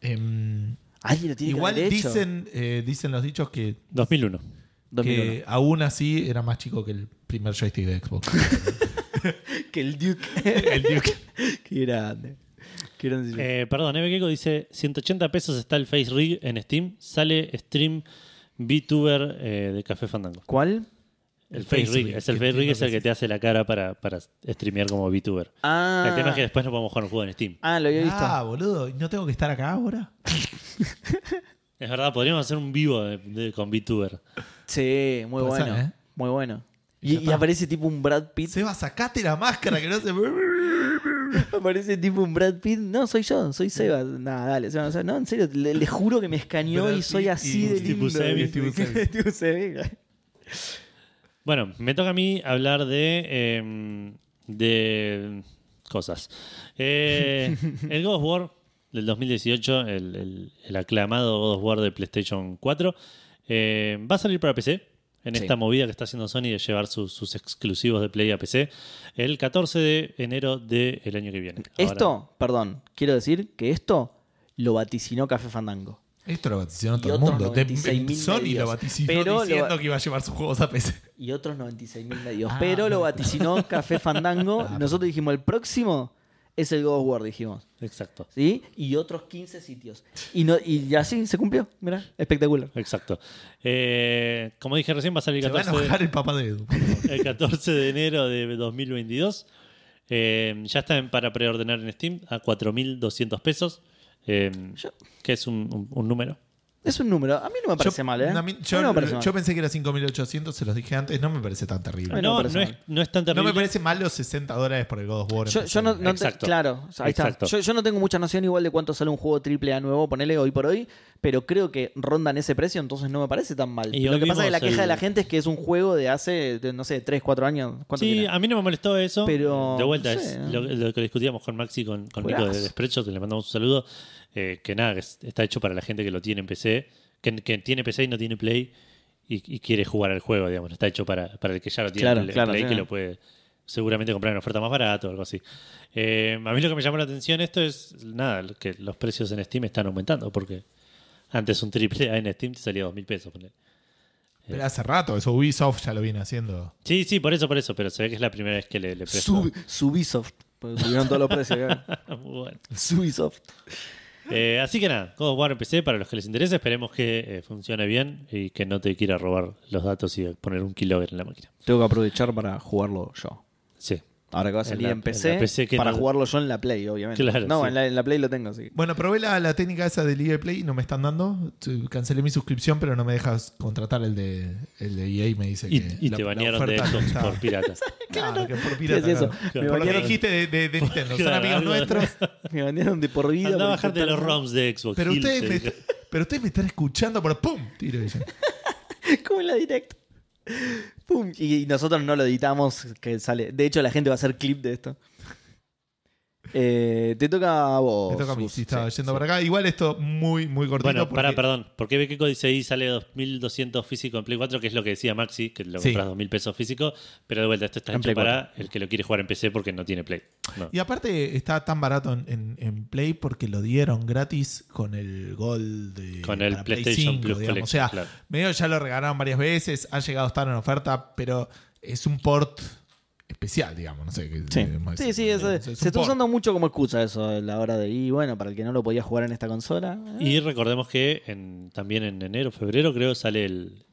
Speaker 2: Em,
Speaker 1: Ay, lo tiene que
Speaker 2: igual
Speaker 1: haber hecho.
Speaker 2: dicen, eh, dicen los dichos que,
Speaker 3: 2001.
Speaker 1: 2001.
Speaker 2: que aún así era más chico que el primer joystick de Xbox.
Speaker 1: Que el Duke.
Speaker 2: el Duke.
Speaker 1: Qué grande. Qué grande. sí.
Speaker 3: Eh, perdón, Eve Gecko dice: 180 pesos está el Face Rig en Steam. Sale stream VTuber eh, de Café Fandango.
Speaker 1: ¿Cuál?
Speaker 3: El Face Rig. Es el Face Rig, es el que
Speaker 2: decís.
Speaker 3: te hace la cara para, para streamear como VTuber.
Speaker 1: Ah.
Speaker 3: El tema es que después no podemos jugar un juego en Steam.
Speaker 1: Ah, lo había visto.
Speaker 2: Ah, boludo, ¿y ¿no tengo que estar acá ahora?
Speaker 3: Es verdad, podríamos hacer un vivo de- de- con VTuber.
Speaker 1: sí, muy
Speaker 2: Puede ser,
Speaker 1: bueno.
Speaker 2: ¿eh?
Speaker 1: Muy bueno.
Speaker 2: Ya
Speaker 1: Y, y
Speaker 2: está.
Speaker 1: aparece tipo un Brad Pitt.
Speaker 2: Seba, sacate la máscara que no se...
Speaker 1: Aparece tipo un Brad Pitt. No, soy yo, soy Seba. Nada, dale. Seba, Seba. No, en serio, le, le juro que me escaneó
Speaker 2: Brad
Speaker 1: y soy
Speaker 2: Pitt
Speaker 1: así
Speaker 2: y
Speaker 1: de
Speaker 3: Steve
Speaker 1: lindo.
Speaker 3: Buscemi.
Speaker 2: Steve Buscemi.
Speaker 1: Steve Buscemi.
Speaker 3: Bueno, me toca a mí hablar de. eh, de. cosas. Eh, el God of War del 2018, el, el- el aclamado God of War de PlayStation 4, eh, va a salir para PC. En
Speaker 1: Sí.
Speaker 3: esta movida que está haciendo Sony de llevar sus, sus exclusivos de Play a PC el 14 de enero del año que viene. Ahora-
Speaker 1: Esto, perdón, quiero decir que esto lo vaticinó Café Fandango.
Speaker 2: Esto lo vaticinó todo
Speaker 1: Y
Speaker 2: el
Speaker 1: otros
Speaker 2: mundo. De-
Speaker 1: 96.000
Speaker 2: Sony lo
Speaker 1: medios.
Speaker 2: vaticinó
Speaker 1: Pero lo-
Speaker 2: diciendo que iba a llevar sus juegos a PC.
Speaker 1: Y otros 96 mil medios.
Speaker 2: Ah,
Speaker 1: pero lo
Speaker 2: bueno.
Speaker 1: vaticinó Café Fandango.
Speaker 2: Ah,
Speaker 1: Nosotros dijimos, el próximo es el God of War, dijimos.
Speaker 3: Exacto.
Speaker 1: ¿Sí? Y otros 15 sitios. Y, no, y así se cumplió. Mirá, espectacular.
Speaker 3: Exacto. Eh, como dije recién, va a salir
Speaker 2: Se
Speaker 3: el
Speaker 2: va a
Speaker 3: 14 de-
Speaker 2: enojar el papá de Edu.
Speaker 3: el 14 de enero de 2022. Eh, ya está en- para preordenar en Steam a 4.200 pesos, eh,
Speaker 1: Yo-
Speaker 3: que es un, un- un número.
Speaker 1: Es un número. A mí no me parece mal, ¿eh?
Speaker 2: a
Speaker 1: A
Speaker 2: mí-
Speaker 1: mí
Speaker 2: yo,
Speaker 1: no me parece mal.
Speaker 2: yo pensé que era 5.800, se los dije antes. No me parece tan terrible.
Speaker 1: Ay, no me
Speaker 3: no,
Speaker 1: parece
Speaker 3: no es,
Speaker 1: mal.
Speaker 3: no es tan
Speaker 2: no
Speaker 3: terrible.
Speaker 2: me parece mal los 60 dólares por el God of War. en
Speaker 1: Yo, yo no,
Speaker 2: PC.
Speaker 1: no te-
Speaker 3: Exacto.
Speaker 1: claro, o sea, ahí está.
Speaker 3: Exacto.
Speaker 1: Yo, yo no tengo mucha noción igual de cuánto sale un juego AAA nuevo, ponele hoy por hoy, pero creo que rondan ese precio, entonces no me parece tan mal.
Speaker 3: Y
Speaker 1: Lo
Speaker 3: hoy
Speaker 1: que pasa es que la
Speaker 3: vimos
Speaker 1: queja de la
Speaker 3: el-
Speaker 1: gente es que es un juego de hace, de, no sé, 3, 4 años. ¿Cuánto
Speaker 3: Sí,
Speaker 1: tiene?
Speaker 3: a mí no me molestó eso.
Speaker 1: Pero,
Speaker 3: de vuelta,
Speaker 1: no
Speaker 3: es
Speaker 1: sé, ¿eh?
Speaker 3: lo, lo que discutíamos con Maxi, con, con Nico de
Speaker 1: Juegazo.
Speaker 3: Desprecho, que le mandamos un saludo. eh, que nada, que es- está hecho para la gente que lo tiene en PC, que, que tiene PC y no tiene Play y, y quiere jugar al juego, digamos. Está hecho para, para el que ya lo tiene
Speaker 1: Claro,
Speaker 3: en Play,
Speaker 1: claro,
Speaker 3: Play,
Speaker 1: sí.
Speaker 3: que lo puede seguramente comprar en oferta más barata o algo así. Eh, a mí lo que me llamó la atención esto es, nada, que los precios en Steam están aumentando, porque antes un triple A en Steam te salía dos mil pesos. ponele.
Speaker 2: Pero hace rato, eso Ubisoft ya lo viene haciendo.
Speaker 3: Sí, sí, por eso, por eso, pero se ve que es la primera vez que le, le presto.
Speaker 1: Sub- Subisoft. porque Subieron todos los precios. claro.
Speaker 3: Muy bueno.
Speaker 1: Subisoft.
Speaker 3: Eh, así que nada, God of War en PC, para los que les interese, esperemos que eh, funcione bien y que no te quiera robar los datos y poner un kilo en la máquina.
Speaker 1: Tengo que aprovechar para jugarlo yo.
Speaker 3: Sí.
Speaker 1: Ahora que va a
Speaker 3: En
Speaker 1: salir
Speaker 3: la-
Speaker 1: en,
Speaker 3: en
Speaker 1: PC,
Speaker 3: la PC que
Speaker 1: para
Speaker 3: no-
Speaker 1: jugarlo yo en la Play, obviamente.
Speaker 3: Claro,
Speaker 1: no,
Speaker 3: sí.
Speaker 1: en, la, en la Play lo tengo, así. que-
Speaker 2: Bueno, probé la, la técnica esa del EA Play y no me están dando. Tu- Cancelé mi suscripción, pero no me dejas contratar el de, el de EA y me dice
Speaker 3: Y,
Speaker 2: que.
Speaker 3: y
Speaker 2: Eh, la-
Speaker 3: te
Speaker 2: la
Speaker 3: bañaron de
Speaker 2: oferta no
Speaker 3: Xbox
Speaker 2: está.
Speaker 3: por piratas.
Speaker 2: Claro, que por
Speaker 1: ¿Qué es eso?
Speaker 2: claro.
Speaker 1: Me
Speaker 2: Por lo que
Speaker 1: bañaron-
Speaker 2: dijiste de, de- de Nintendo, son
Speaker 3: Claro,
Speaker 2: amigos
Speaker 3: algo-
Speaker 2: nuestros.
Speaker 1: Me vendieron de por vida.
Speaker 3: Andá a
Speaker 1: por
Speaker 3: bajarte los
Speaker 1: intentar-
Speaker 3: ROMs de Xbox.
Speaker 2: Pero
Speaker 3: Pues Gil,
Speaker 2: ustedes,
Speaker 3: te
Speaker 2: me,
Speaker 3: dijo.
Speaker 2: pero ustedes me están escuchando, pero ¡pum! Tiro ella.
Speaker 1: Como en la direct. Pum. Y, y nosotros no lo editamos, que sale. De hecho, la gente va a hacer clip de esto. Eh, te toca a vos.
Speaker 3: Oh,
Speaker 2: Me toca a mí,
Speaker 1: Gus.
Speaker 2: si estaba
Speaker 1: Sí,
Speaker 2: yendo
Speaker 1: sí.
Speaker 2: para acá. Igual esto muy, muy cortito.
Speaker 3: Bueno,
Speaker 2: porque-
Speaker 3: pará, perdón. Porque Bequeco dice ahí sale 2.200 físico en Play 4, que es lo que decía Maxi, que lo
Speaker 2: Sí.
Speaker 3: compras 2.000 pesos físico, pero de vuelta, esto está
Speaker 1: En
Speaker 3: hecho
Speaker 1: Play
Speaker 3: para el que lo quiere jugar en PC porque no tiene Play. No.
Speaker 2: Y aparte está tan barato en, en- en Play porque lo dieron gratis con el Gold de
Speaker 3: Con el
Speaker 2: la Play
Speaker 3: PlayStation
Speaker 2: 5,
Speaker 3: Plus
Speaker 2: digamos. O
Speaker 3: Collection,
Speaker 2: sea,
Speaker 3: claro.
Speaker 2: medio ya lo regalaron varias veces, ha llegado a estar en oferta, pero es un port especial, digamos. No sé qué
Speaker 1: Sí,
Speaker 2: digamos,
Speaker 1: sí, sí, eso-
Speaker 2: es un
Speaker 1: se está
Speaker 2: port.
Speaker 1: usando mucho como excusa eso a la hora de. Y bueno, para el que no lo podía jugar en esta consola. eh.
Speaker 3: Y recordemos que en- también en enero, febrero, creo, sale el,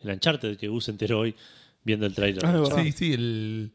Speaker 3: el Uncharted que Gus se enteró hoy viendo el trailer.
Speaker 1: Ah, es verdad.
Speaker 2: Sí, sí, el.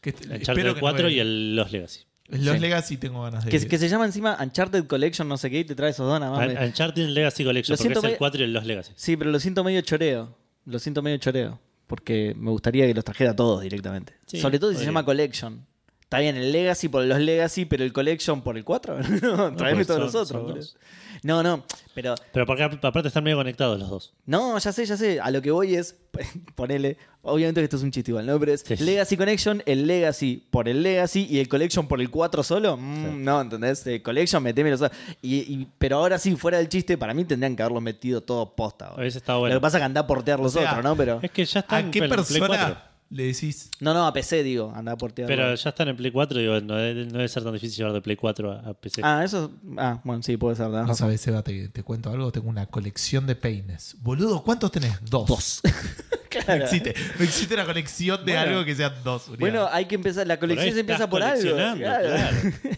Speaker 2: Que, est-
Speaker 3: El
Speaker 2: espero
Speaker 3: Uncharted
Speaker 2: que
Speaker 3: 4
Speaker 2: no-
Speaker 3: y el Los Legacy.
Speaker 1: Ah,
Speaker 2: Los
Speaker 1: Sí.
Speaker 2: Legacy tengo ganas de.
Speaker 1: que, que se llama encima Uncharted Collection, no sé qué, y te trae esos dos nada más.
Speaker 3: Un- Ah, Uncharted Legacy Collection,
Speaker 1: Lo
Speaker 3: porque
Speaker 1: siento,
Speaker 3: es el
Speaker 1: me-
Speaker 3: 4 y el Los Legacy.
Speaker 1: Sí, pero lo siento medio choreo. Lo siento medio choreo. Porque me gustaría que los trajera todos directamente.
Speaker 3: Sí,
Speaker 1: Sobre todo si se
Speaker 3: podría.
Speaker 1: llama Collection. Está bien, el Legacy por los Legacy, pero el Collection por el 4. No, Traeme
Speaker 3: pues
Speaker 1: todos
Speaker 3: son-
Speaker 1: los otros.
Speaker 3: son
Speaker 1: boludo.
Speaker 3: dos.
Speaker 1: No, no, pero
Speaker 3: Pero porque ap- aparte están medio conectados los dos.
Speaker 1: no, ya sé, ya sé. A lo que voy es, ponele, obviamente que esto es un chiste igual, ¿no? Pero es
Speaker 3: Sí.
Speaker 1: Legacy Connection, el Legacy por el Legacy y el Collection por el 4 solo. Mm,
Speaker 3: Sí.
Speaker 1: No, ¿entendés? El Collection, meteme los y, y- Pero ahora sí, fuera del chiste, para mí tendrían que haberlo metido todo posta. boludo.
Speaker 3: Hubiese estado
Speaker 1: Lo que
Speaker 3: bueno.
Speaker 1: pasa es que anda a portear los
Speaker 2: O sea,
Speaker 1: otros, ¿no? Pero...
Speaker 3: Es que ya están
Speaker 2: ¿A qué
Speaker 3: en Play cuatro.
Speaker 2: persona le decís?
Speaker 1: No, no, a PC digo, anda a portear.
Speaker 3: Pero ya están en Play 4, digo, no debe, no debe ser tan difícil llevar de Play 4 a, a PC.
Speaker 1: Ah, eso... Ah, bueno, sí, puede ser. ¿no?
Speaker 2: No sabes, Seba, te, te cuento algo. Tengo una colección de peines. Boludo, ¿cuántos tenés? Dos.
Speaker 1: Dos.
Speaker 2: No
Speaker 1: claro.
Speaker 2: existe, no existe una colección de
Speaker 1: Bueno.
Speaker 2: algo que sean dos. Uriel.
Speaker 1: Bueno, hay que empezar, la
Speaker 3: ahí
Speaker 1: colección se
Speaker 3: estás
Speaker 1: empieza por algo.
Speaker 3: coleccionando,
Speaker 1: claro.
Speaker 3: claro.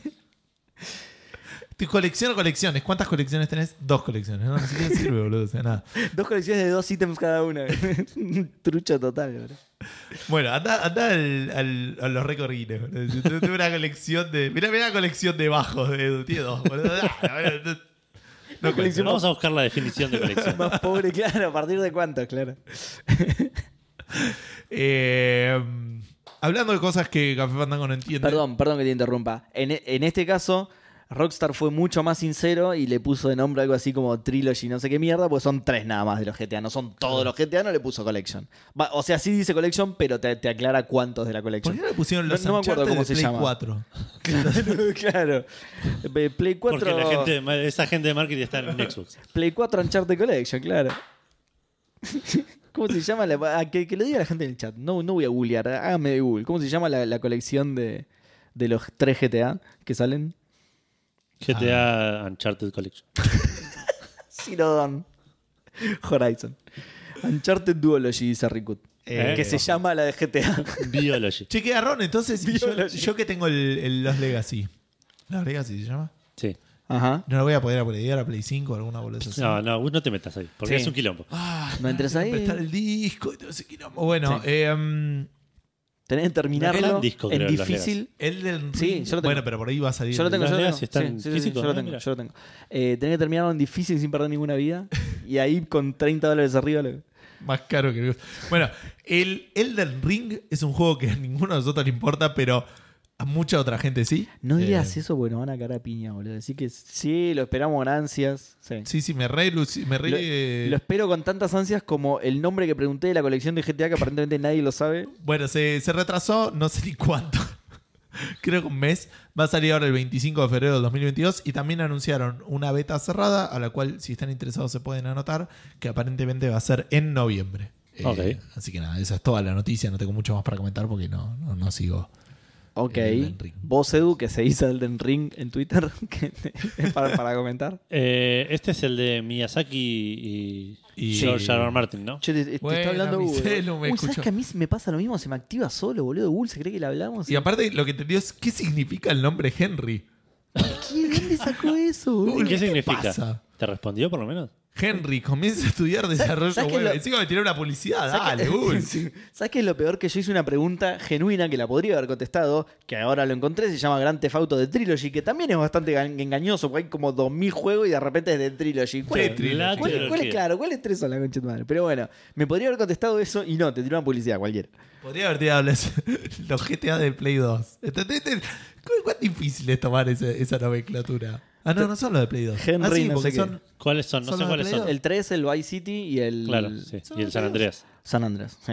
Speaker 2: Te colecciono colecciones. ¿Cuántas colecciones tenés? Dos colecciones. No, ni siquiera sirve, boludo. O sea, nada.
Speaker 1: Dos colecciones de dos ítems cada una. Trucho total, bro.
Speaker 2: Bueno, anda, anda al, al- a los recorridos. Tengo una colección de. Mirá, mirá la colección de bajos de Edu. Tiene dos, boludo. Ah, boludo, no- No, cuento.
Speaker 3: Vamos a buscar la definición de colección.
Speaker 1: Más pobre, claro. ¿A partir de cuánto? Claro.
Speaker 2: Eh, hablando de cosas que Café Fandango no entiende.
Speaker 1: Perdón, perdón que te interrumpa. En, en este caso, Rockstar fue mucho más sincero y le puso de nombre algo así como Trilogy, no sé qué mierda, pues son tres nada más de los GTA. No son todos los GTA, no le puso Collection. Va, o sea, sí dice Collection, pero te, te aclara cuántos de la
Speaker 2: ¿Por qué
Speaker 1: Collection.
Speaker 2: no le pusieron
Speaker 1: No-
Speaker 2: los
Speaker 1: no me acuerdo
Speaker 2: Uncharted
Speaker 1: cómo
Speaker 2: de
Speaker 1: se
Speaker 2: Play
Speaker 1: llama.
Speaker 2: 4?
Speaker 1: Claro, claro. Eh, Play 4,
Speaker 3: Porque la gente, de ma- esa gente de marketing está en Xbox.
Speaker 1: Play 4 Uncharted Collection, claro. ¿Cómo se llama? La, a que, que lo diga la gente en el chat. No, no voy a googlear. Háganme de Google. ¿Cómo se llama la, la colección de, de los tres GTA que salen?
Speaker 3: GTA Uncharted Collection.
Speaker 1: Sinodon. Horizon. Uncharted Duology, dice Ricut.
Speaker 2: Eh,
Speaker 1: que se llama la de GTA.
Speaker 3: Biology.
Speaker 2: Chequea Ron, entonces. y Yo,
Speaker 1: Biology.
Speaker 2: yo que tengo el, el- los Legacy. ¿Los Legacy se llama?
Speaker 3: Sí.
Speaker 1: Ajá.
Speaker 2: No lo voy a poder apodar a Play 5 o alguna boludez así.
Speaker 3: No, no, vos no te metas ahí. Porque
Speaker 1: Sí.
Speaker 3: es un quilombo.
Speaker 2: Ah,
Speaker 1: No entres ahí.
Speaker 2: Prestar el disco y todo ese quilombo. Bueno,
Speaker 1: Sí.
Speaker 2: eh,
Speaker 1: Tenés que terminarlo
Speaker 3: Gran disco,
Speaker 1: en
Speaker 3: creo, las
Speaker 1: difícil.
Speaker 2: el del.
Speaker 1: Sí, yo lo tengo.
Speaker 2: Bueno, pero por ahí va a salir.
Speaker 1: Yo lo
Speaker 2: el-
Speaker 1: tengo, yo lo tengo.
Speaker 3: Las
Speaker 1: Sí,
Speaker 3: Legacy están
Speaker 1: sí, sí, sí, yo
Speaker 3: físicos,
Speaker 1: lo
Speaker 3: ¿no?
Speaker 1: tengo,
Speaker 3: Mira.
Speaker 1: yo lo tengo. Eh, tenés que terminarlo en difícil sin perder ninguna vida. Y ahí con 30 dólares arriba. lo-
Speaker 2: Más caro que Dios. Bueno, el Elden Ring es un juego que a ninguno de nosotros le importa, pero a mucha otra gente sí.
Speaker 1: No
Speaker 2: Eh,
Speaker 1: digas eso porque nos van a caer a piña, boludo. Así que sí, lo esperamos con ansias. Sí.
Speaker 2: Sí, sí, me re, ilusi- me re-
Speaker 1: Lo,
Speaker 2: eh,
Speaker 1: lo espero con tantas ansias como el nombre que pregunté de la colección de GTA que aparentemente nadie lo sabe.
Speaker 2: Bueno, se, se retrasó, no sé ni cuánto. Creo que un mes. Va a salir ahora el 25 de febrero del 2022. Y también anunciaron una beta cerrada, a la cual, si están interesados, se pueden anotar, que aparentemente va a ser en noviembre. Eh,
Speaker 3: Ok.
Speaker 2: Así que nada, esa es toda la noticia. No tengo mucho más para comentar porque no, no, no sigo.
Speaker 1: Ok.
Speaker 2: Elden Ring.
Speaker 1: Vos, Edu, que se hizo Elden Ring en Twitter que- para, para comentar.
Speaker 3: Eh, este es el de Miyazaki y,
Speaker 2: Y-
Speaker 3: George R. R. Martin, ¿no?
Speaker 1: Che, te, te
Speaker 2: Bueno,
Speaker 1: está hablando
Speaker 2: mi
Speaker 1: Google.
Speaker 2: celu me
Speaker 1: Uy, ¿sabes
Speaker 2: escuchó.
Speaker 1: que a mí me pasa lo mismo? Se me activa solo, boludo. Google se cree que le hablamos.
Speaker 2: Y aparte, lo que entendió es qué significa el nombre Henry.
Speaker 1: ¿Quién dónde sacó eso,
Speaker 3: ¿Y
Speaker 1: boludo?
Speaker 3: ¿Qué, significa?
Speaker 2: pasa?
Speaker 3: ¿Te respondió por lo menos?
Speaker 2: Henry, comienza a estudiar desarrollo
Speaker 1: sabes que
Speaker 2: web.
Speaker 1: lo-
Speaker 2: Encima me tiró una publicidad.
Speaker 1: ¿Sabes
Speaker 2: Ah, Dale,
Speaker 1: qué-
Speaker 2: Google.
Speaker 1: Sí. ¿Sabes qué es lo peor? Que yo hice una pregunta genuina que la podría haber contestado, que ahora lo encontré, se llama Grand Theft Auto de Trilogy, que también es bastante ga- engañoso, porque hay como 2000 juegos y de repente es de Trilogy. ¿Cuál es?
Speaker 2: Sí, Trilogy.
Speaker 3: La
Speaker 1: ¿Cuál, es- cuál es
Speaker 3: trilogía.
Speaker 1: claro? ¿Cuál es tres son la concha de tu madre? Pero bueno, me podría haber contestado eso y no, te tiró una publicidad cualquiera.
Speaker 2: Podría haber tirado los, los GTA de Play 2. ¿Entendés? este, ¿Cu- ¿Cuán difícil es tomar ese- esa nomenclatura? Ah, no, no son los de Play 2.
Speaker 1: Henry,
Speaker 2: ah, sí,
Speaker 1: no
Speaker 2: porque
Speaker 1: sé qué.
Speaker 2: son,
Speaker 3: ¿Cuáles son? No
Speaker 2: ¿Son
Speaker 3: sé
Speaker 2: los
Speaker 3: cuáles
Speaker 2: de
Speaker 3: son.
Speaker 1: El 3, el Vice City y el
Speaker 3: Claro, sí.
Speaker 2: son
Speaker 3: Y el
Speaker 2: los
Speaker 3: San
Speaker 2: de
Speaker 3: Andreas.
Speaker 1: San Andrés. Sí.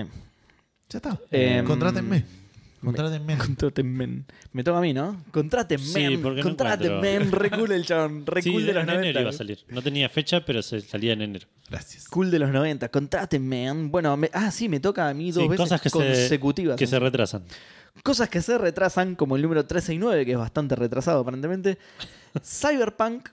Speaker 2: Ya está.
Speaker 1: Em,
Speaker 2: Contrátenme. Contrátenme.
Speaker 1: Contrátenme. Me toca a mí, ¿no? Contrátenme.
Speaker 3: Sí, porque no
Speaker 1: Contrátenme.
Speaker 3: encuentro.
Speaker 1: Re cool el chabón. Re
Speaker 3: Sí,
Speaker 1: cool de los
Speaker 3: en enero
Speaker 1: 90.
Speaker 3: iba a salir. No tenía fecha, pero se salía en enero.
Speaker 2: Gracias.
Speaker 1: Cool de los 90. Contrátenme. Bueno, me- ah, sí, me toca a mí dos
Speaker 3: Sí,
Speaker 1: veces
Speaker 3: cosas que
Speaker 1: consecutivas. ¿eh?
Speaker 3: se que se retrasan.
Speaker 1: Cosas que se retrasan, como el número 369, que es bastante retrasado aparentemente. Cyberpunk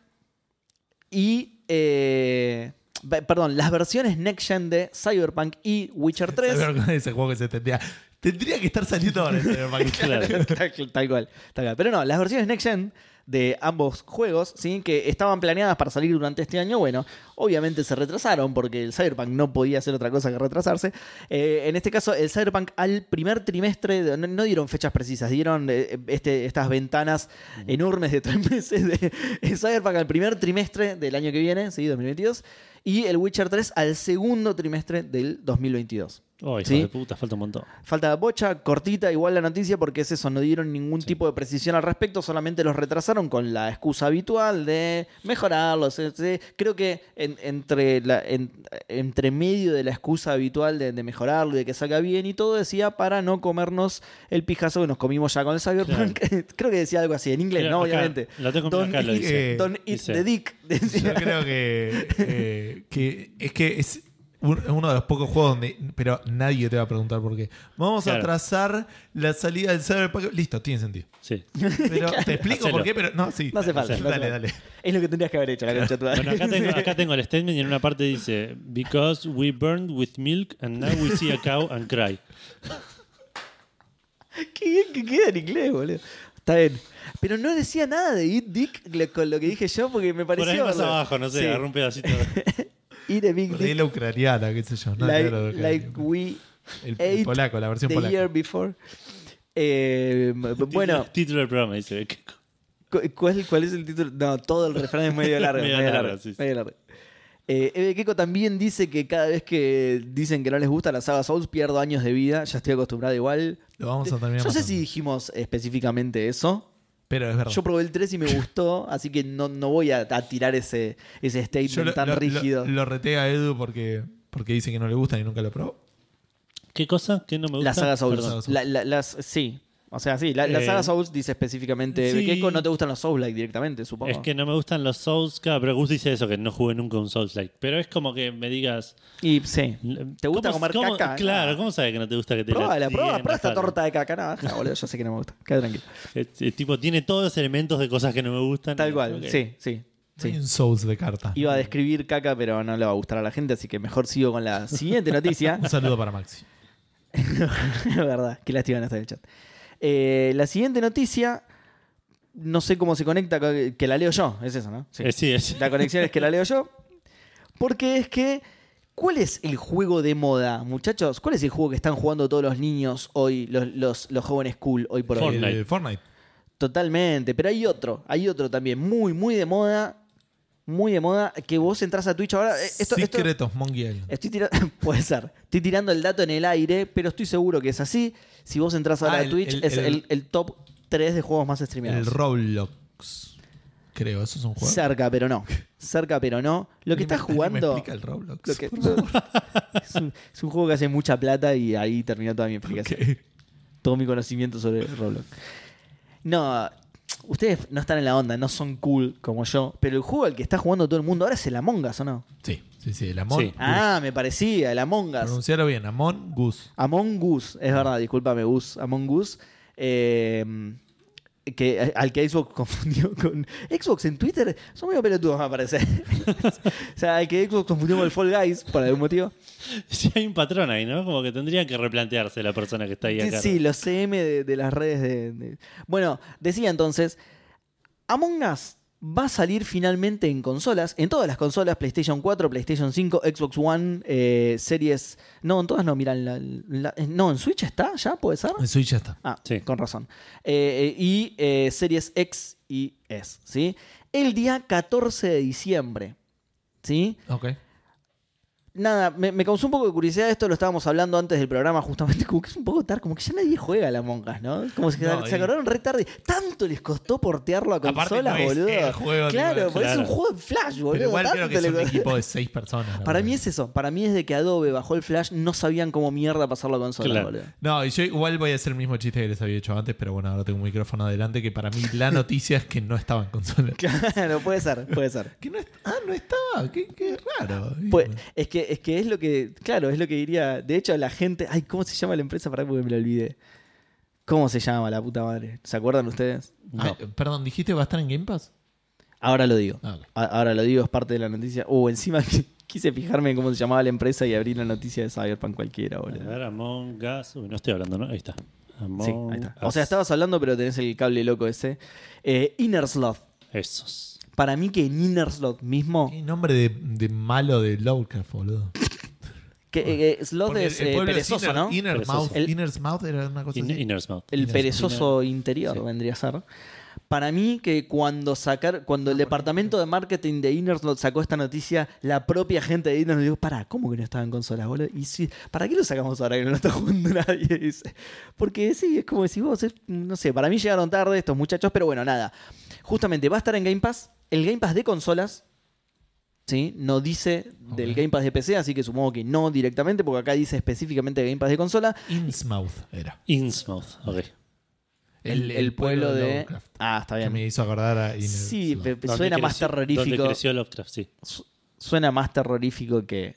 Speaker 1: y. eh, be- perdón, las versiones next gen de Cyberpunk y Witcher 3.
Speaker 2: Cyberpunk es el juego que se tendría. Tendría que estar saliendo ahora. Cyberpunk.
Speaker 3: Claro.
Speaker 1: tal, tal cual, tal cual. Pero no, las versiones next gen de ambos juegos, ¿sí? que estaban planeadas para salir durante este año. Bueno, obviamente se retrasaron porque el Cyberpunk no podía hacer otra cosa que retrasarse. Eh, en este caso, el Cyberpunk al primer trimestre, de- no, no dieron fechas precisas, dieron eh, este- estas ventanas enormes de tres meses de el Cyberpunk al primer trimestre del año que viene, ¿sí? 2022, y el Witcher 3 al segundo trimestre del 2022.
Speaker 3: Oh, hijo
Speaker 1: ¿Sí?
Speaker 3: de puta, falta un montón.
Speaker 1: Falta bocha, cortita igual la noticia porque es eso, no dieron ningún tipo de precisión al respecto, solamente los retrasaron con la excusa habitual de mejorarlos. eh, eh. Creo que en- entre, la- en- entre medio de la excusa habitual de, de mejorarlo y de que salga bien y todo, decía para no comernos el pijazo que nos comimos ya con el Cyberpunk. Creo que decía algo así, en inglés,
Speaker 3: Mira,
Speaker 1: ¿no?
Speaker 3: acá,
Speaker 1: Obviamente.
Speaker 3: Lo tengo
Speaker 1: Don't
Speaker 3: acá, lo
Speaker 2: eat,
Speaker 3: dice.
Speaker 2: eh,
Speaker 1: Don't eat
Speaker 3: dice.
Speaker 1: the dick.
Speaker 2: Yo
Speaker 1: decía.
Speaker 2: creo que, eh, que es que es un- uno de los pocos juegos donde. Pero nadie te va a preguntar por qué. Vamos a
Speaker 3: Claro.
Speaker 2: atrasar la salida del Cyberpunk. Listo, tiene sentido.
Speaker 3: Sí.
Speaker 2: Pero te explico
Speaker 3: Hacelo.
Speaker 2: por qué, pero no, sí.
Speaker 1: No hace falta.
Speaker 2: Dale,
Speaker 1: no hace falta.
Speaker 2: dale, dale.
Speaker 1: Es lo que tendrías que haber hecho, la concha de tu madre.
Speaker 3: Bueno, acá tengo, acá tengo el statement y en una parte dice: Because we burned with milk and now we see a cow and cry.
Speaker 1: Qué bien que queda en inglés, boludo. Está bien. Pero no decía nada de Eat Dick lo- con lo que dije yo porque me
Speaker 3: Por
Speaker 1: pareció.
Speaker 3: ahí más
Speaker 1: boludo.
Speaker 3: abajo, no sé,
Speaker 1: Sí.
Speaker 3: agarró un pedacito.
Speaker 1: Eat a big
Speaker 2: Por ahí
Speaker 1: dick
Speaker 2: la ucraniana, qué sé yo. No,
Speaker 1: like,
Speaker 2: claro, que-
Speaker 1: like we
Speaker 2: el, el
Speaker 1: ate
Speaker 2: polaco, la versión
Speaker 1: the
Speaker 2: polaca.
Speaker 1: year before. Eh, bueno,
Speaker 3: Título- Título del programa dice:
Speaker 1: cu- ¿cuál, ¿cuál es el título? No, todo el refrán es medio largo.
Speaker 3: Medio
Speaker 1: medio,
Speaker 3: largo,
Speaker 1: largo,
Speaker 3: sí, sí.
Speaker 1: medio largo. Eh, Ebe Keiko también dice que cada vez que dicen que no les gusta la saga Souls pierdo años de vida. Ya estoy acostumbrado igual.
Speaker 2: Lo vamos a terminar.
Speaker 1: Yo no sé
Speaker 2: matando.
Speaker 1: si dijimos específicamente eso.
Speaker 2: Pero es verdad.
Speaker 1: Yo probé el 3 y me gustó, así que no, no voy a, a tirar ese, ese statement
Speaker 2: Yo lo,
Speaker 1: tan
Speaker 2: lo- lo-
Speaker 1: rígido.
Speaker 2: lo reté a Edu porque, porque dice que no le gusta y nunca lo probó.
Speaker 3: ¿Qué cosa? ¿Qué no me gusta?
Speaker 1: la saga Souls.
Speaker 2: Perdón.
Speaker 1: La- la- las, sí. O sea, sí, la, la
Speaker 3: Eh,
Speaker 1: saga Souls dice específicamente
Speaker 3: sí.
Speaker 1: que no te gustan los Souls-like directamente, supongo.
Speaker 3: Es que no me gustan los Souls, claro, pero Gus dice eso, que no jugué nunca un Souls-like. Pero es como que me digas.
Speaker 1: Y sí. ¿Te gusta
Speaker 3: ¿cómo-
Speaker 1: comer
Speaker 3: cómo-
Speaker 1: caca?
Speaker 3: Claro,
Speaker 1: No.
Speaker 3: ¿cómo sabes que no te gusta que te la
Speaker 1: Pruébala,
Speaker 3: tiren
Speaker 1: pruébala,
Speaker 3: en
Speaker 1: prueba
Speaker 3: la
Speaker 1: esta
Speaker 3: cara?
Speaker 1: torta de caca. No, no, boludo, yo sé que no me gusta. Quédate tranquilo.
Speaker 3: Es- es tipo, tiene todos los elementos de cosas que no me gustan.
Speaker 1: Tal
Speaker 3: Y-
Speaker 1: cual,
Speaker 3: ok.
Speaker 1: sí, sí. sí.
Speaker 2: Hay un Souls de carta.
Speaker 1: Iba a describir caca, pero no le va a gustar a la gente, así que mejor sigo con la siguiente noticia.
Speaker 2: Un saludo para Maxi.
Speaker 1: Es verdad, qué lástima no estar en el chat. Eh, la siguiente noticia, no sé cómo se conecta, con- que la leo yo, es eso, ¿no? Sí.
Speaker 3: Eh, sí, es-
Speaker 1: La conexión es que la leo yo, porque es que, ¿cuál es el juego de moda, muchachos? ¿Cuál es el juego que están jugando todos los niños hoy, los, los, los jóvenes cool hoy por hoy?
Speaker 3: Fortnite.
Speaker 2: Eh, Fortnite.
Speaker 1: Totalmente, pero hay otro, hay otro también, muy, muy de moda, muy de moda, que vos entras a Twitch ahora. eh, Esto, esto-
Speaker 2: Secret of Monkey Island.
Speaker 1: Estoy tirando, puede ser. Estoy tirando el dato en el aire, pero estoy seguro que es así. Si vos entras ahora
Speaker 2: Ah,
Speaker 1: a
Speaker 2: el-
Speaker 1: Twitch,
Speaker 2: el-
Speaker 1: es
Speaker 2: el-
Speaker 1: el, el top 3 de juegos más
Speaker 2: El
Speaker 1: streameados.
Speaker 2: Roblox. Creo, eso es un juego.
Speaker 1: Cerca, pero no. Cerca, pero no. Lo que
Speaker 2: Alguien me-
Speaker 1: estás
Speaker 2: alguien Me
Speaker 1: jugando.
Speaker 2: explica el Roblox.
Speaker 1: lo que-
Speaker 2: por favor.
Speaker 1: es, un, es un juego que hace mucha plata y ahí terminó toda mi explicación. Todo mi conocimiento sobre Roblox. No, ustedes no están en la onda, no son cool como yo. Pero el juego al que está jugando todo el mundo ahora es el Among Us, ¿o no?
Speaker 2: Sí, sí, sí. El Amon.
Speaker 3: Sí.
Speaker 2: Gus.
Speaker 1: Ah, me parecía, el Among Us.
Speaker 2: Pronuncialo bien. Amon Gus.
Speaker 1: Among Us, es verdad, discúlpame, Gus. Among Us. eh, que, eh, al que Xbox confundió con. Xbox en Twitter son medio pelotudos, me parece. o sea, al que Xbox confundió con el Fall Guys, por algún motivo.
Speaker 3: Sí, hay un patrón ahí, ¿no? Como que tendrían que replantearse la persona que está ahí
Speaker 1: Sí,
Speaker 3: acá.
Speaker 1: sí, los CM de, de las redes de, de- Bueno, decía entonces, Among Us va a salir finalmente en consolas, en todas las consolas, PlayStation 4, PlayStation 5, Xbox One, eh, series... No, en todas no, mirá, en la- la- en- no, en Switch está, ya puede ser.
Speaker 2: En Switch ya está.
Speaker 1: Ah,
Speaker 3: Sí.
Speaker 1: con razón. Eh, eh, y eh, series X y S, ¿sí? El día 14 de diciembre, ¿sí?
Speaker 2: Ok.
Speaker 1: Nada, me, me causó un poco de curiosidad esto, lo estábamos hablando antes del programa justamente, como que es un poco tarde, como que ya nadie juega a la mongas, ¿no? Como que
Speaker 2: No,
Speaker 1: se,
Speaker 2: y-
Speaker 1: acordaron re tarde. Tanto les costó portearlo a
Speaker 2: Aparte
Speaker 1: consolas,
Speaker 2: no es
Speaker 1: boludo.
Speaker 2: el juego,
Speaker 1: claro,
Speaker 2: tipo,
Speaker 1: porque es un
Speaker 3: claro.
Speaker 1: juego de Flash, boludo.
Speaker 2: Pero igual creo que
Speaker 1: tanto
Speaker 2: es
Speaker 1: le
Speaker 2: un
Speaker 1: costó.
Speaker 2: equipo de seis personas. la
Speaker 1: Para
Speaker 2: verdad.
Speaker 1: mí es eso, para mí es de que Adobe bajó el Flash, no sabían cómo mierda pasarlo a consolas,
Speaker 3: Claro.
Speaker 1: boludo.
Speaker 2: No, y yo igual voy a hacer el mismo chiste que les había hecho antes, pero bueno, ahora tengo un micrófono adelante que para mí la noticia es que no estaba en consola.
Speaker 1: Claro, puede ser, puede ser.
Speaker 2: Que no est- ah, no estaba. Qué, qué raro.
Speaker 1: Pues, es que, es que es lo que, claro, es lo que diría. De hecho, la gente. Ay, ¿cómo se llama la empresa? Para porque me la olvidé. ¿Cómo se llama la puta madre? ¿Se acuerdan ustedes?
Speaker 2: Ah, Perdón, ¿dijiste que va a estar en Game Pass?
Speaker 1: Ahora lo digo.
Speaker 2: Ah, ok.
Speaker 1: A- Ahora lo digo, es parte de la noticia. Uh, encima quise fijarme en cómo se llamaba la empresa y abrí la noticia de Cyberpunk cualquiera,
Speaker 3: A
Speaker 2: Ah,
Speaker 1: boludo.
Speaker 3: ver, Among Us. Uy, no estoy hablando, ¿no? Ahí está.
Speaker 1: Sí,
Speaker 3: Among
Speaker 1: ahí está.
Speaker 3: Us.
Speaker 1: O sea, estabas hablando, pero tenés el cable loco ese. Eh, Inner Sloth.
Speaker 3: Esos.
Speaker 1: Para mí que en Inner Sloth mismo...
Speaker 2: Qué nombre de, de malo de Lovecraft, boludo.
Speaker 1: Que, eh, eh, sloth
Speaker 2: Porque
Speaker 1: es
Speaker 2: el
Speaker 1: eh,
Speaker 2: pueblo es
Speaker 1: perezoso,
Speaker 2: Inner-
Speaker 1: ¿no?
Speaker 2: Inner
Speaker 3: Perezoso.
Speaker 2: Mouth,
Speaker 1: El-
Speaker 2: Inner's Mouth era una cosa
Speaker 3: In-
Speaker 2: así.
Speaker 3: Inner Smell.
Speaker 1: El
Speaker 2: Inner-
Speaker 1: perezoso interior vendría a ser. Para mí que cuando sacar, cuando el departamento de marketing de Inner Sloth sacó esta noticia, la propia gente de Inner Sloth dijo, para, ¿cómo que no estaba en consolas, boludo? Y sí, ¿para qué lo sacamos ahora que no lo está jugando nadie? Dice. Porque sí, es como decís vos, es- no sé, para mí llegaron tarde estos muchachos, pero bueno, nada. Justamente va a estar en Game Pass, el Game Pass de consolas, ¿sí? No dice del
Speaker 2: Ok.
Speaker 1: Game Pass de PC, así que supongo que no directamente, porque acá dice específicamente Game Pass de consola.
Speaker 2: Innsmouth era.
Speaker 3: Innsmouth. Ok.
Speaker 1: El, el pueblo de...
Speaker 2: Lovecraft.
Speaker 1: Ah, está
Speaker 2: Que
Speaker 1: bien.
Speaker 2: me hizo acordar a Inner
Speaker 1: Sí,
Speaker 2: Sloth.
Speaker 1: pe- pe-
Speaker 3: Donde
Speaker 1: suena más
Speaker 3: creció- Donde
Speaker 1: terrorífico.
Speaker 3: creció Lovecraft, sí.
Speaker 1: su- Suena más terrorífico que,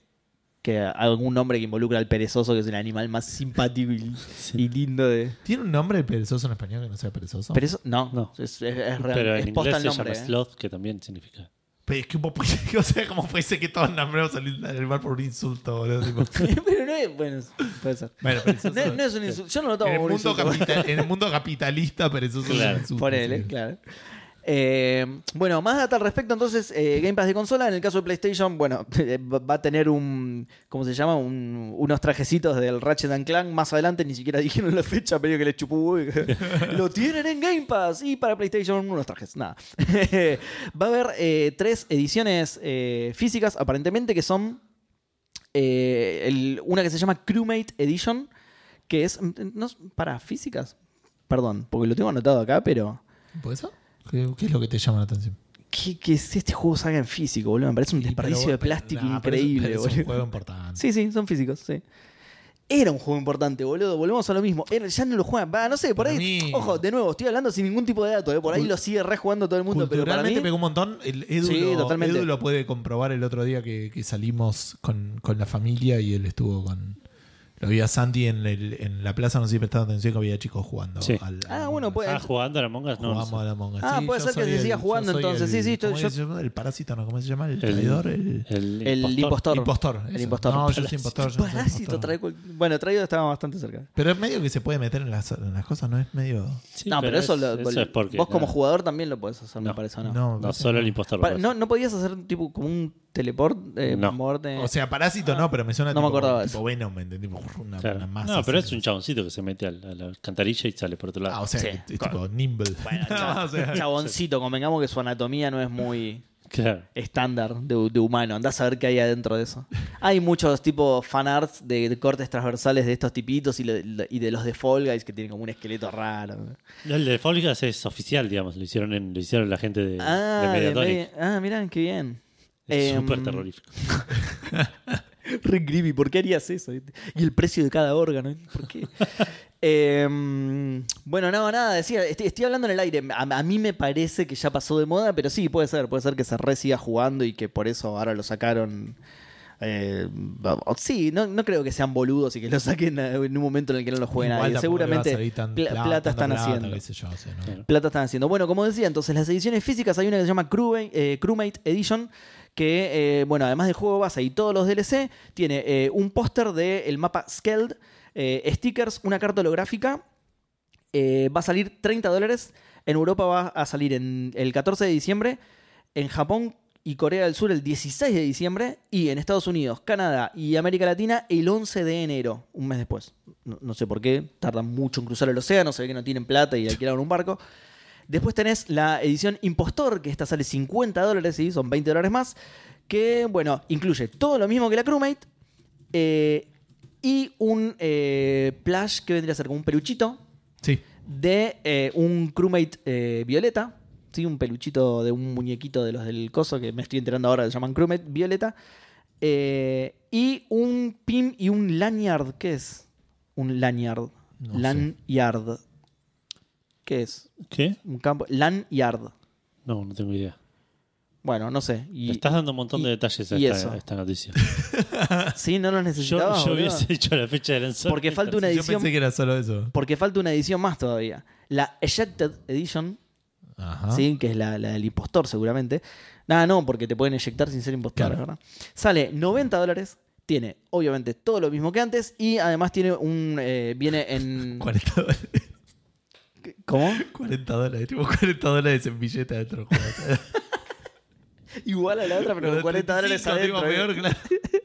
Speaker 1: que algún nombre que involucra al perezoso, que es el animal más simpático y, y lindo de.
Speaker 2: ¿Tiene un nombre el perezoso en español que no sea perezoso?
Speaker 1: Perezo- no,
Speaker 3: No.
Speaker 1: Es, es, es real-
Speaker 3: Pero
Speaker 1: es
Speaker 3: en
Speaker 1: posta
Speaker 3: inglés
Speaker 1: el
Speaker 3: se llama
Speaker 1: nombre. ¿eh?
Speaker 3: Sloth, que también significa.
Speaker 2: Pero es que vos podés- o sea, como fuese que todos nombramos salir del mar por un insulto, boludo. tipo.
Speaker 1: Pero no es. Bueno, puede ser.
Speaker 2: Bueno, perezoso.
Speaker 1: No, no es un insulto. Yo no lo tomo
Speaker 2: en, el
Speaker 1: como un
Speaker 2: mundo
Speaker 1: insulto.
Speaker 2: capital- en el mundo capitalista, perezoso es un
Speaker 3: Claro.
Speaker 2: insulto,
Speaker 1: Ponele,
Speaker 2: sí.
Speaker 1: claro. Eh, bueno, más data al respecto entonces, eh, Game Pass de consola, en el caso de PlayStation, bueno, eh, va va a tener un, ¿cómo se llama? Un- unos trajecitos del Ratchet and Clank más adelante, ni siquiera dijeron la fecha, pero que le chupó un huevo. Lo tienen en Game Pass y para PlayStation unos trajes, nada. va a haber eh, tres ediciones eh, físicas, aparentemente, que son eh, el- una que se llama Crewmate Edition, que es, mm, no, para físicas, perdón, porque lo tengo anotado acá, pero...
Speaker 2: ¿Por eso? ¿Qué, qué es lo que te llama la atención?
Speaker 1: ¿Qué, qué si este juego salga en físico, boludo? Me parece un desperdicio de plástico increíble,
Speaker 2: Es un
Speaker 1: boludo.
Speaker 2: juego importante.
Speaker 1: Sí, sí, son físicos, sí. Era un juego importante, boludo. Volvemos a lo mismo. Era- ya no lo juegan. Va, no sé, por
Speaker 2: Para
Speaker 1: ahí.
Speaker 2: mí-
Speaker 1: Ojo, de nuevo, estoy hablando sin ningún tipo de dato. ¿eh? Por ahí
Speaker 2: Cul-
Speaker 1: lo sigue rejugando todo el mundo. Pero para
Speaker 2: Culturalmente
Speaker 1: mí.
Speaker 2: pegó un montón. El Edu,
Speaker 1: Sí,
Speaker 2: lo,
Speaker 1: totalmente.
Speaker 2: Edu lo puede comprobar el otro día que, que salimos con, con la familia y él estuvo con. Lo vi a Santi en, el- en la plaza, no sé si prestaron atención que había chicos jugando.
Speaker 3: Sí.
Speaker 2: al- al
Speaker 1: Ah,
Speaker 2: Among
Speaker 1: bueno,
Speaker 2: Us.
Speaker 1: puede.
Speaker 3: Ah, jugando a la Among Us, no.
Speaker 2: Jugamos
Speaker 3: no sé.
Speaker 2: a la Among Us.
Speaker 1: Ah, puede
Speaker 2: yo
Speaker 1: ser que
Speaker 2: soy
Speaker 1: se siga
Speaker 2: yo
Speaker 1: jugando
Speaker 2: soy
Speaker 1: entonces. Sí, sí, estoy-
Speaker 2: ¿cómo
Speaker 1: yo-
Speaker 2: se llama? El parásito, ¿no? ¿Cómo se llama? El
Speaker 3: El- eh,
Speaker 2: traidor. El,
Speaker 3: El,
Speaker 1: el impostor.
Speaker 2: impostor.
Speaker 1: El
Speaker 2: eso.
Speaker 1: impostor.
Speaker 2: No, yo soy impostor. yo no soy
Speaker 1: Parásito,
Speaker 2: impostor.
Speaker 1: trae cual- Bueno, traído estaba bastante cerca.
Speaker 2: Pero es medio que se puede meter en las, en las cosas, ¿no? Es medio.
Speaker 3: Sí,
Speaker 1: no, pero, eso,
Speaker 3: es-
Speaker 1: lo-
Speaker 3: eso es porque.
Speaker 1: Vos como
Speaker 3: no,
Speaker 1: jugador también lo podés hacer, me
Speaker 3: No.
Speaker 1: parece, ¿o Ah, ¿no?
Speaker 2: No, me
Speaker 3: No,
Speaker 2: parece
Speaker 3: solo
Speaker 2: que
Speaker 3: el impostor.
Speaker 1: Pa-
Speaker 3: lo
Speaker 1: ¿no? ¿No podías hacer tipo como un teleport? Eh,
Speaker 3: No.
Speaker 1: moverte?
Speaker 2: O sea, parásito no, pero me suena
Speaker 1: No me
Speaker 2: tipo,
Speaker 1: acordaba de
Speaker 2: tipo
Speaker 1: eso.
Speaker 2: Venom, ¿me entendés? Tipo, Una,
Speaker 3: Claro.
Speaker 2: una masa.
Speaker 3: No, pero
Speaker 2: así
Speaker 3: es un chaboncito que se mete al- a la alcantarilla y sale por otro
Speaker 2: Ah,
Speaker 3: lado.
Speaker 2: o sea,
Speaker 1: Sí,
Speaker 2: es tipo Nimble.
Speaker 1: Cha-
Speaker 2: o sea,
Speaker 1: chaboncito, convengamos que su anatomía no es muy
Speaker 3: Claro.
Speaker 1: estándar de, de humano. Andás a ver qué hay adentro de eso. Hay muchos tipos fanarts de, de cortes transversales de estos tipitos y, le- le- y de los de Fall Guys que tienen como un esqueleto raro.
Speaker 3: El de Fall Guys es oficial, digamos. Lo hicieron, en, lo hicieron la gente de,
Speaker 1: Ah,
Speaker 3: de
Speaker 1: de
Speaker 3: Mediatonic.
Speaker 1: Medi- ah, mirá, qué bien.
Speaker 3: Es
Speaker 1: Em,
Speaker 3: súper terrorífico.
Speaker 1: Re creepy, ¿por qué harías eso? Y el precio de cada órgano, ¿eh? ¿por qué? Em, bueno, no, nada, decía, estoy, estoy hablando en el aire. A, a mí me parece que ya pasó de moda, pero sí, puede ser, puede ser que se re siga jugando y que por eso ahora lo sacaron. eh, o- sí, no, no creo que sean boludos y que lo saquen eh, en un momento en el que no lo jueguen
Speaker 2: igual
Speaker 1: nadie.
Speaker 2: tampoco le va a
Speaker 1: Seguramente
Speaker 2: salir tan
Speaker 1: pla- plata,
Speaker 2: tanta
Speaker 1: están
Speaker 2: plata,
Speaker 1: haciendo.
Speaker 2: qué sé yo, o sea, ¿no?
Speaker 3: Claro.
Speaker 1: Plata están haciendo. Bueno, como decía, entonces las ediciones físicas hay una que se llama Crewmate, eh, Crewmate Edition. Que, eh, bueno, además del juego base y todos los DLC, tiene eh, un póster del mapa Skeld, eh, stickers, una carta holográfica. eh, va a salir 30 dólares. En Europa va a salir en el 14 de diciembre. En Japón y Corea del Sur el 16 de diciembre. Y en Estados Unidos, Canadá y América Latina el 11 de enero, un mes después. No, no sé por qué, tardan mucho en cruzar el océano, se ve que no tienen plata y alquilaron un barco. Después tenés la edición Impostor, que esta sale 50 dólares, ¿sí? son 20 dólares más, que, bueno, incluye todo lo mismo que la Crewmate eh, y un eh, plush que vendría a ser como un peluchito
Speaker 2: Sí.
Speaker 1: de eh, un crewmate eh, violeta, ¿sí? un peluchito de un muñequito de los del coso, que me estoy enterando ahora, que se llaman crewmate violeta, eh, y un pin y un lanyard, ¿qué es? Un lanyard.
Speaker 2: No
Speaker 1: lanyard. ¿Qué es?
Speaker 3: ¿Qué?
Speaker 1: Un campo. Lanyard.
Speaker 3: No, no tengo idea.
Speaker 1: Bueno, no sé.
Speaker 3: Le
Speaker 1: Y,
Speaker 3: estás dando un montón de
Speaker 1: y-
Speaker 3: detalles a
Speaker 1: y
Speaker 3: esta,
Speaker 1: eso.
Speaker 3: a esta noticia.
Speaker 1: Sí, no los
Speaker 3: Yo,
Speaker 1: necesitaba.
Speaker 3: yo
Speaker 1: boludo.
Speaker 3: hubiese hecho la fecha de lanzamiento.
Speaker 1: Porque falta una
Speaker 2: Sí, Yo
Speaker 1: edición.
Speaker 2: pensé que era solo eso.
Speaker 1: Porque falta una edición más todavía. La Ejected Edition,
Speaker 2: Ajá.
Speaker 1: ¿sí? que es la, la del impostor seguramente. Nada, no, porque te pueden eyectar sin ser impostor,
Speaker 2: Claro.
Speaker 1: ¿verdad? Sale 90 dólares, Tiene, obviamente, todo lo mismo que antes y además tiene un. eh, viene en.
Speaker 2: 40 dólares.
Speaker 1: ¿Cómo?
Speaker 2: 40 dólares. Tipo 40 dólares en billete adentro. del juego.
Speaker 1: Igual a la otra, pero con 40 dólares
Speaker 2: 35, tipo,
Speaker 1: adentro. ¿eh?
Speaker 2: peor, claro.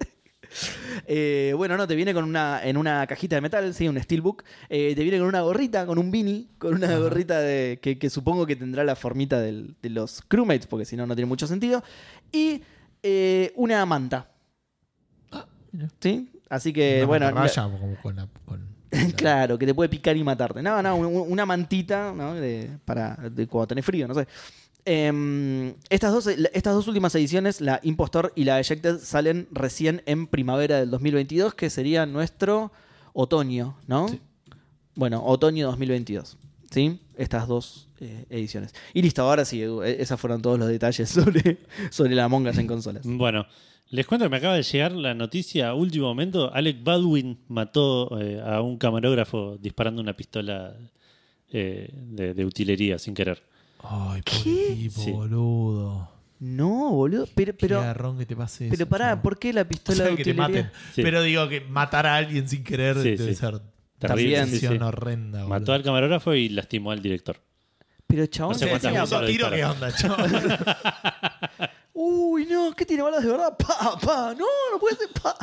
Speaker 1: Eh, bueno, no, te viene con una, en una cajita de metal, sí, un steelbook. Eh, te viene con una gorrita, con un beanie, con una gorrita de, que, que supongo que tendrá la formita del- de los crewmates, porque si no, no tiene mucho sentido. Y eh, una manta.
Speaker 2: Ah, mira.
Speaker 1: ¿Sí? Así que,
Speaker 2: Una
Speaker 1: Eh, bueno. la-
Speaker 2: raya, como con la- con- con la-
Speaker 1: Claro, que te puede picar y matarte. No, no, un- un- una mantita ¿no? de- para de cuando tenés frío, no sé. Em, estas, dos, estas dos últimas ediciones, la Impostor y la Ejected, salen recién en primavera del 2022, que sería nuestro otoño, ¿no?
Speaker 2: Sí.
Speaker 1: Bueno, otoño 2022. ¿Sí? Estas dos eh, ediciones. Y listo, ahora sí, Edu, e- esos fueron todos los detalles sobre, sobre la Among Us en consolas.
Speaker 3: Bueno, les cuento que me acaba de llegar la noticia a último momento. Alec Baldwin mató eh, a un camarógrafo disparando una pistola eh, de, de utilería sin querer.
Speaker 2: Ay, pobre
Speaker 1: ¿Qué?
Speaker 2: tipo,
Speaker 3: Sí.
Speaker 2: boludo.
Speaker 1: No, boludo, pero,
Speaker 2: Pero,
Speaker 1: pero,
Speaker 2: Qué garrón que te pase eso.
Speaker 1: pero pará, pues,
Speaker 2: chabón.
Speaker 1: ¿por qué la
Speaker 2: O
Speaker 1: pistola
Speaker 2: sea,
Speaker 1: de
Speaker 2: que te
Speaker 1: utilería?
Speaker 2: maten.
Speaker 3: Sí.
Speaker 2: Pero digo que matar a alguien sin querer
Speaker 3: Sí,
Speaker 2: debe
Speaker 3: sí.
Speaker 2: ser
Speaker 3: Terrible.
Speaker 1: También,
Speaker 3: sí,
Speaker 2: acción
Speaker 3: sí.
Speaker 2: horrenda. boludo.
Speaker 3: Mató al camarógrafo y lastimó al director.
Speaker 1: Pero chabón,
Speaker 3: No sé
Speaker 2: Sí, sí,
Speaker 3: cuántas
Speaker 1: tenía-
Speaker 3: veces
Speaker 2: un
Speaker 3: lo
Speaker 2: tiro, ¿qué
Speaker 3: dispara.
Speaker 2: onda, chaval?
Speaker 1: Uy, no, ¿qué tiene balas de verdad? Pa, pa, no, no puede ser, pa.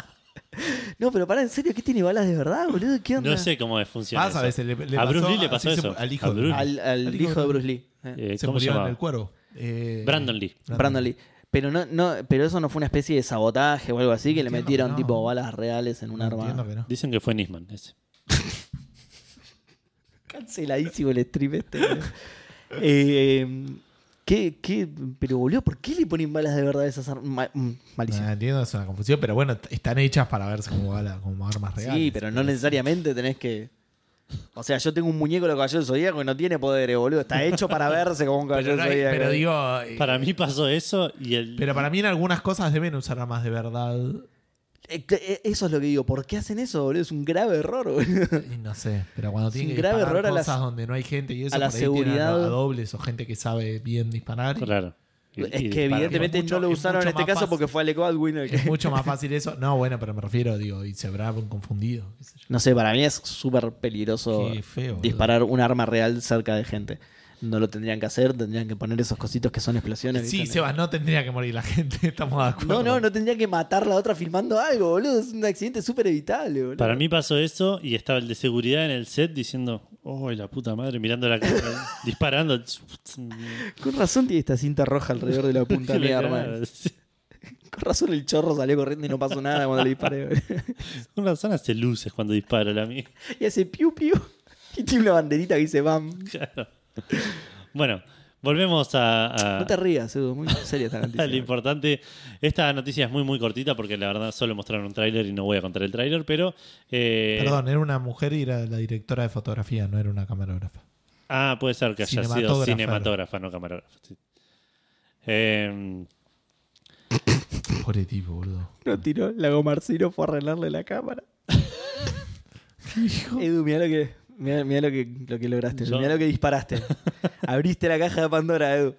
Speaker 1: No, pero pará, en serio, ¿qué tiene balas de verdad, boludo? ¿Qué onda?
Speaker 3: No sé cómo funciona.
Speaker 2: Pasa a
Speaker 3: eso.
Speaker 2: veces, le- le
Speaker 3: a Bruce
Speaker 2: pasó-
Speaker 3: Lee le pasó
Speaker 2: así se-
Speaker 3: eso.
Speaker 2: al hijo
Speaker 3: A
Speaker 2: de-
Speaker 3: Bruce Lee.
Speaker 1: Al, al
Speaker 2: Al hijo
Speaker 1: hijo de
Speaker 2: de
Speaker 1: Bruce Lee. eh,
Speaker 3: Eh,
Speaker 2: Se
Speaker 3: ¿Cómo se
Speaker 2: murió en
Speaker 3: llamaba?
Speaker 2: el cuervo. Eh,
Speaker 3: Brandon Lee.
Speaker 1: Brandon Lee. Pero no, no, pero eso no fue una especie de sabotaje o algo así, que le
Speaker 2: Entiendo que
Speaker 1: metieron
Speaker 2: no.
Speaker 1: tipo balas reales en un
Speaker 2: Entiendo
Speaker 1: arma.
Speaker 2: que no.
Speaker 3: Dicen que fue Nisman ese.
Speaker 1: Canceladísimo el stream este. boludo. Eh, ¿Qué, qué? Pero boludo, ¿por qué le ponen balas de verdad a esas armas? Ma- mm, malísimo.
Speaker 2: Ah, entiendo, es una confusión, pero bueno, t- están hechas para verse como, bala- como armas reales.
Speaker 1: Sí, pero no necesariamente tenés que. O sea, yo tengo un muñeco de los caballeros del Zodíaco que no tiene poderes, boludo. Está hecho para verse como un
Speaker 2: Pero,
Speaker 1: caballero
Speaker 2: no
Speaker 1: del
Speaker 2: hay-
Speaker 1: Zodíaco.
Speaker 2: pero digo. eh,
Speaker 3: Para mí pasó eso y el.
Speaker 2: Pero para mí en algunas cosas deben usar armas de verdad.
Speaker 1: Eh, que- eh, Eso es lo que digo. ¿Por qué hacen eso, boludo? Es un grave error, boludo.
Speaker 2: Y No sé, pero cuando
Speaker 1: Es un
Speaker 2: tienen que
Speaker 1: grave
Speaker 2: disparar
Speaker 1: error a la-
Speaker 2: cosas donde no hay gente y eso
Speaker 1: a la
Speaker 2: por ahí tienen
Speaker 1: seguridad.
Speaker 2: a dobles o gente que sabe bien disparar.
Speaker 3: Claro. Y-
Speaker 1: Es
Speaker 3: y
Speaker 1: que
Speaker 3: dispara.
Speaker 1: evidentemente
Speaker 2: Es mucho-
Speaker 1: no lo
Speaker 2: es
Speaker 1: usaron en
Speaker 2: mucho
Speaker 1: este
Speaker 2: más
Speaker 1: caso
Speaker 2: fácil.
Speaker 1: porque fue Alec Baldwin el que-
Speaker 2: Es mucho más fácil eso. No, bueno, pero me refiero, digo, y se habrá confundido. qué sé yo.
Speaker 1: No sé, para mí es súper peligroso
Speaker 2: Qué feo, boludo.
Speaker 1: disparar un arma real cerca de gente. No lo tendrían que hacer, tendrían que poner esos cositos que son explosiones.
Speaker 2: Sí,
Speaker 1: ¿viste?
Speaker 2: Sebas, no tendría que morir la gente, estamos de acuerdo.
Speaker 1: No, no, no tendrían que matar a la otra filmando algo, boludo. Es un accidente súper evitable, boludo.
Speaker 3: Para mí pasó eso y estaba el de seguridad en el set diciendo, ¡Oh, la puta madre! Mirando la cámara, disparando.
Speaker 1: Con razón tiene esta cinta roja alrededor de la punta de mi arma.
Speaker 3: Sí.
Speaker 1: Con razón el chorro salió corriendo y no pasó nada cuando le disparé. boludo.
Speaker 3: Con razón hace luces cuando dispara la mía.
Speaker 1: y hace piu piu. Y tiene una banderita que dice bam.
Speaker 3: Bueno, volvemos a, a-
Speaker 1: No te rías, Edu. Muy seria esta
Speaker 3: a lo
Speaker 1: noticia.
Speaker 3: importante. Esta noticia es muy, muy cortita porque la verdad solo mostraron un tráiler y no voy a contar el tráiler, pero... eh,
Speaker 2: Perdón, era una mujer y era la directora de fotografía, no era una camarógrafa.
Speaker 3: Ah, puede ser que haya sido
Speaker 2: Cinematógrafa.
Speaker 3: cinematógrafa, no camarógrafa. sí. Eh,
Speaker 2: Pobre tipo, boludo.
Speaker 1: No tiró la gomarcino fue a arreglarle la cámara. Edu, mirá lo que, mirá, mirá lo que, lo que lograste.
Speaker 3: Yo-
Speaker 1: Mirá lo que disparaste. Abriste la caja de Pandora, Edu.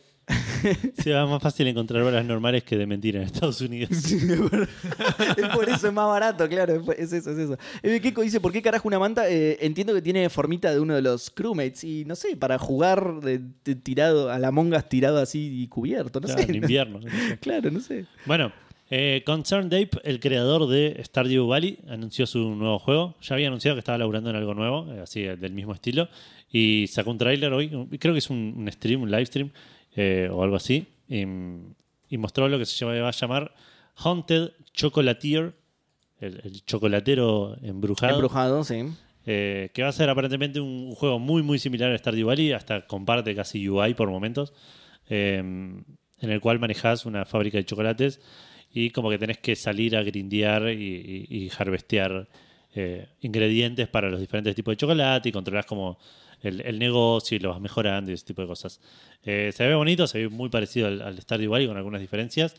Speaker 3: se va más fácil encontrar balas normales que de mentira en Estados Unidos.
Speaker 1: es por eso es más barato, claro. es por- Es eso, es eso. Eh, Keiko dice, ¿por qué carajo una manta? Eh, entiendo que tiene formita de uno de los crewmates. Y no sé, para jugar de- de tirado a la mongas tirado así y cubierto. No
Speaker 3: Claro, en
Speaker 1: sé.
Speaker 3: invierno. no sé.
Speaker 1: claro, no sé.
Speaker 3: Bueno, eh, Concerned Ape, el creador de Stardew Valley, anunció su nuevo juego. Ya había anunciado que estaba laburando en algo nuevo, eh, así eh, del mismo estilo. Y sacó un tráiler hoy, un- creo que es un, un stream, un live stream eh, o algo así. Y, y mostró lo que se llama- va a llamar Haunted Chocolatier, el, el chocolatero
Speaker 1: Embrujado, sí.
Speaker 3: eh, que va a ser aparentemente un un juego muy muy similar a Stardew Valley, hasta comparte casi UI por momentos, eh, en el cual manejás una fábrica de chocolates y como que tenés que salir a grindear y, y- y harvestear eh, ingredientes para los diferentes tipos de chocolate y controlás como el, el negocio y lo vas mejorando y ese tipo de cosas. Eh, se ve bonito, se ve muy parecido al, al Stardew Valley con algunas diferencias.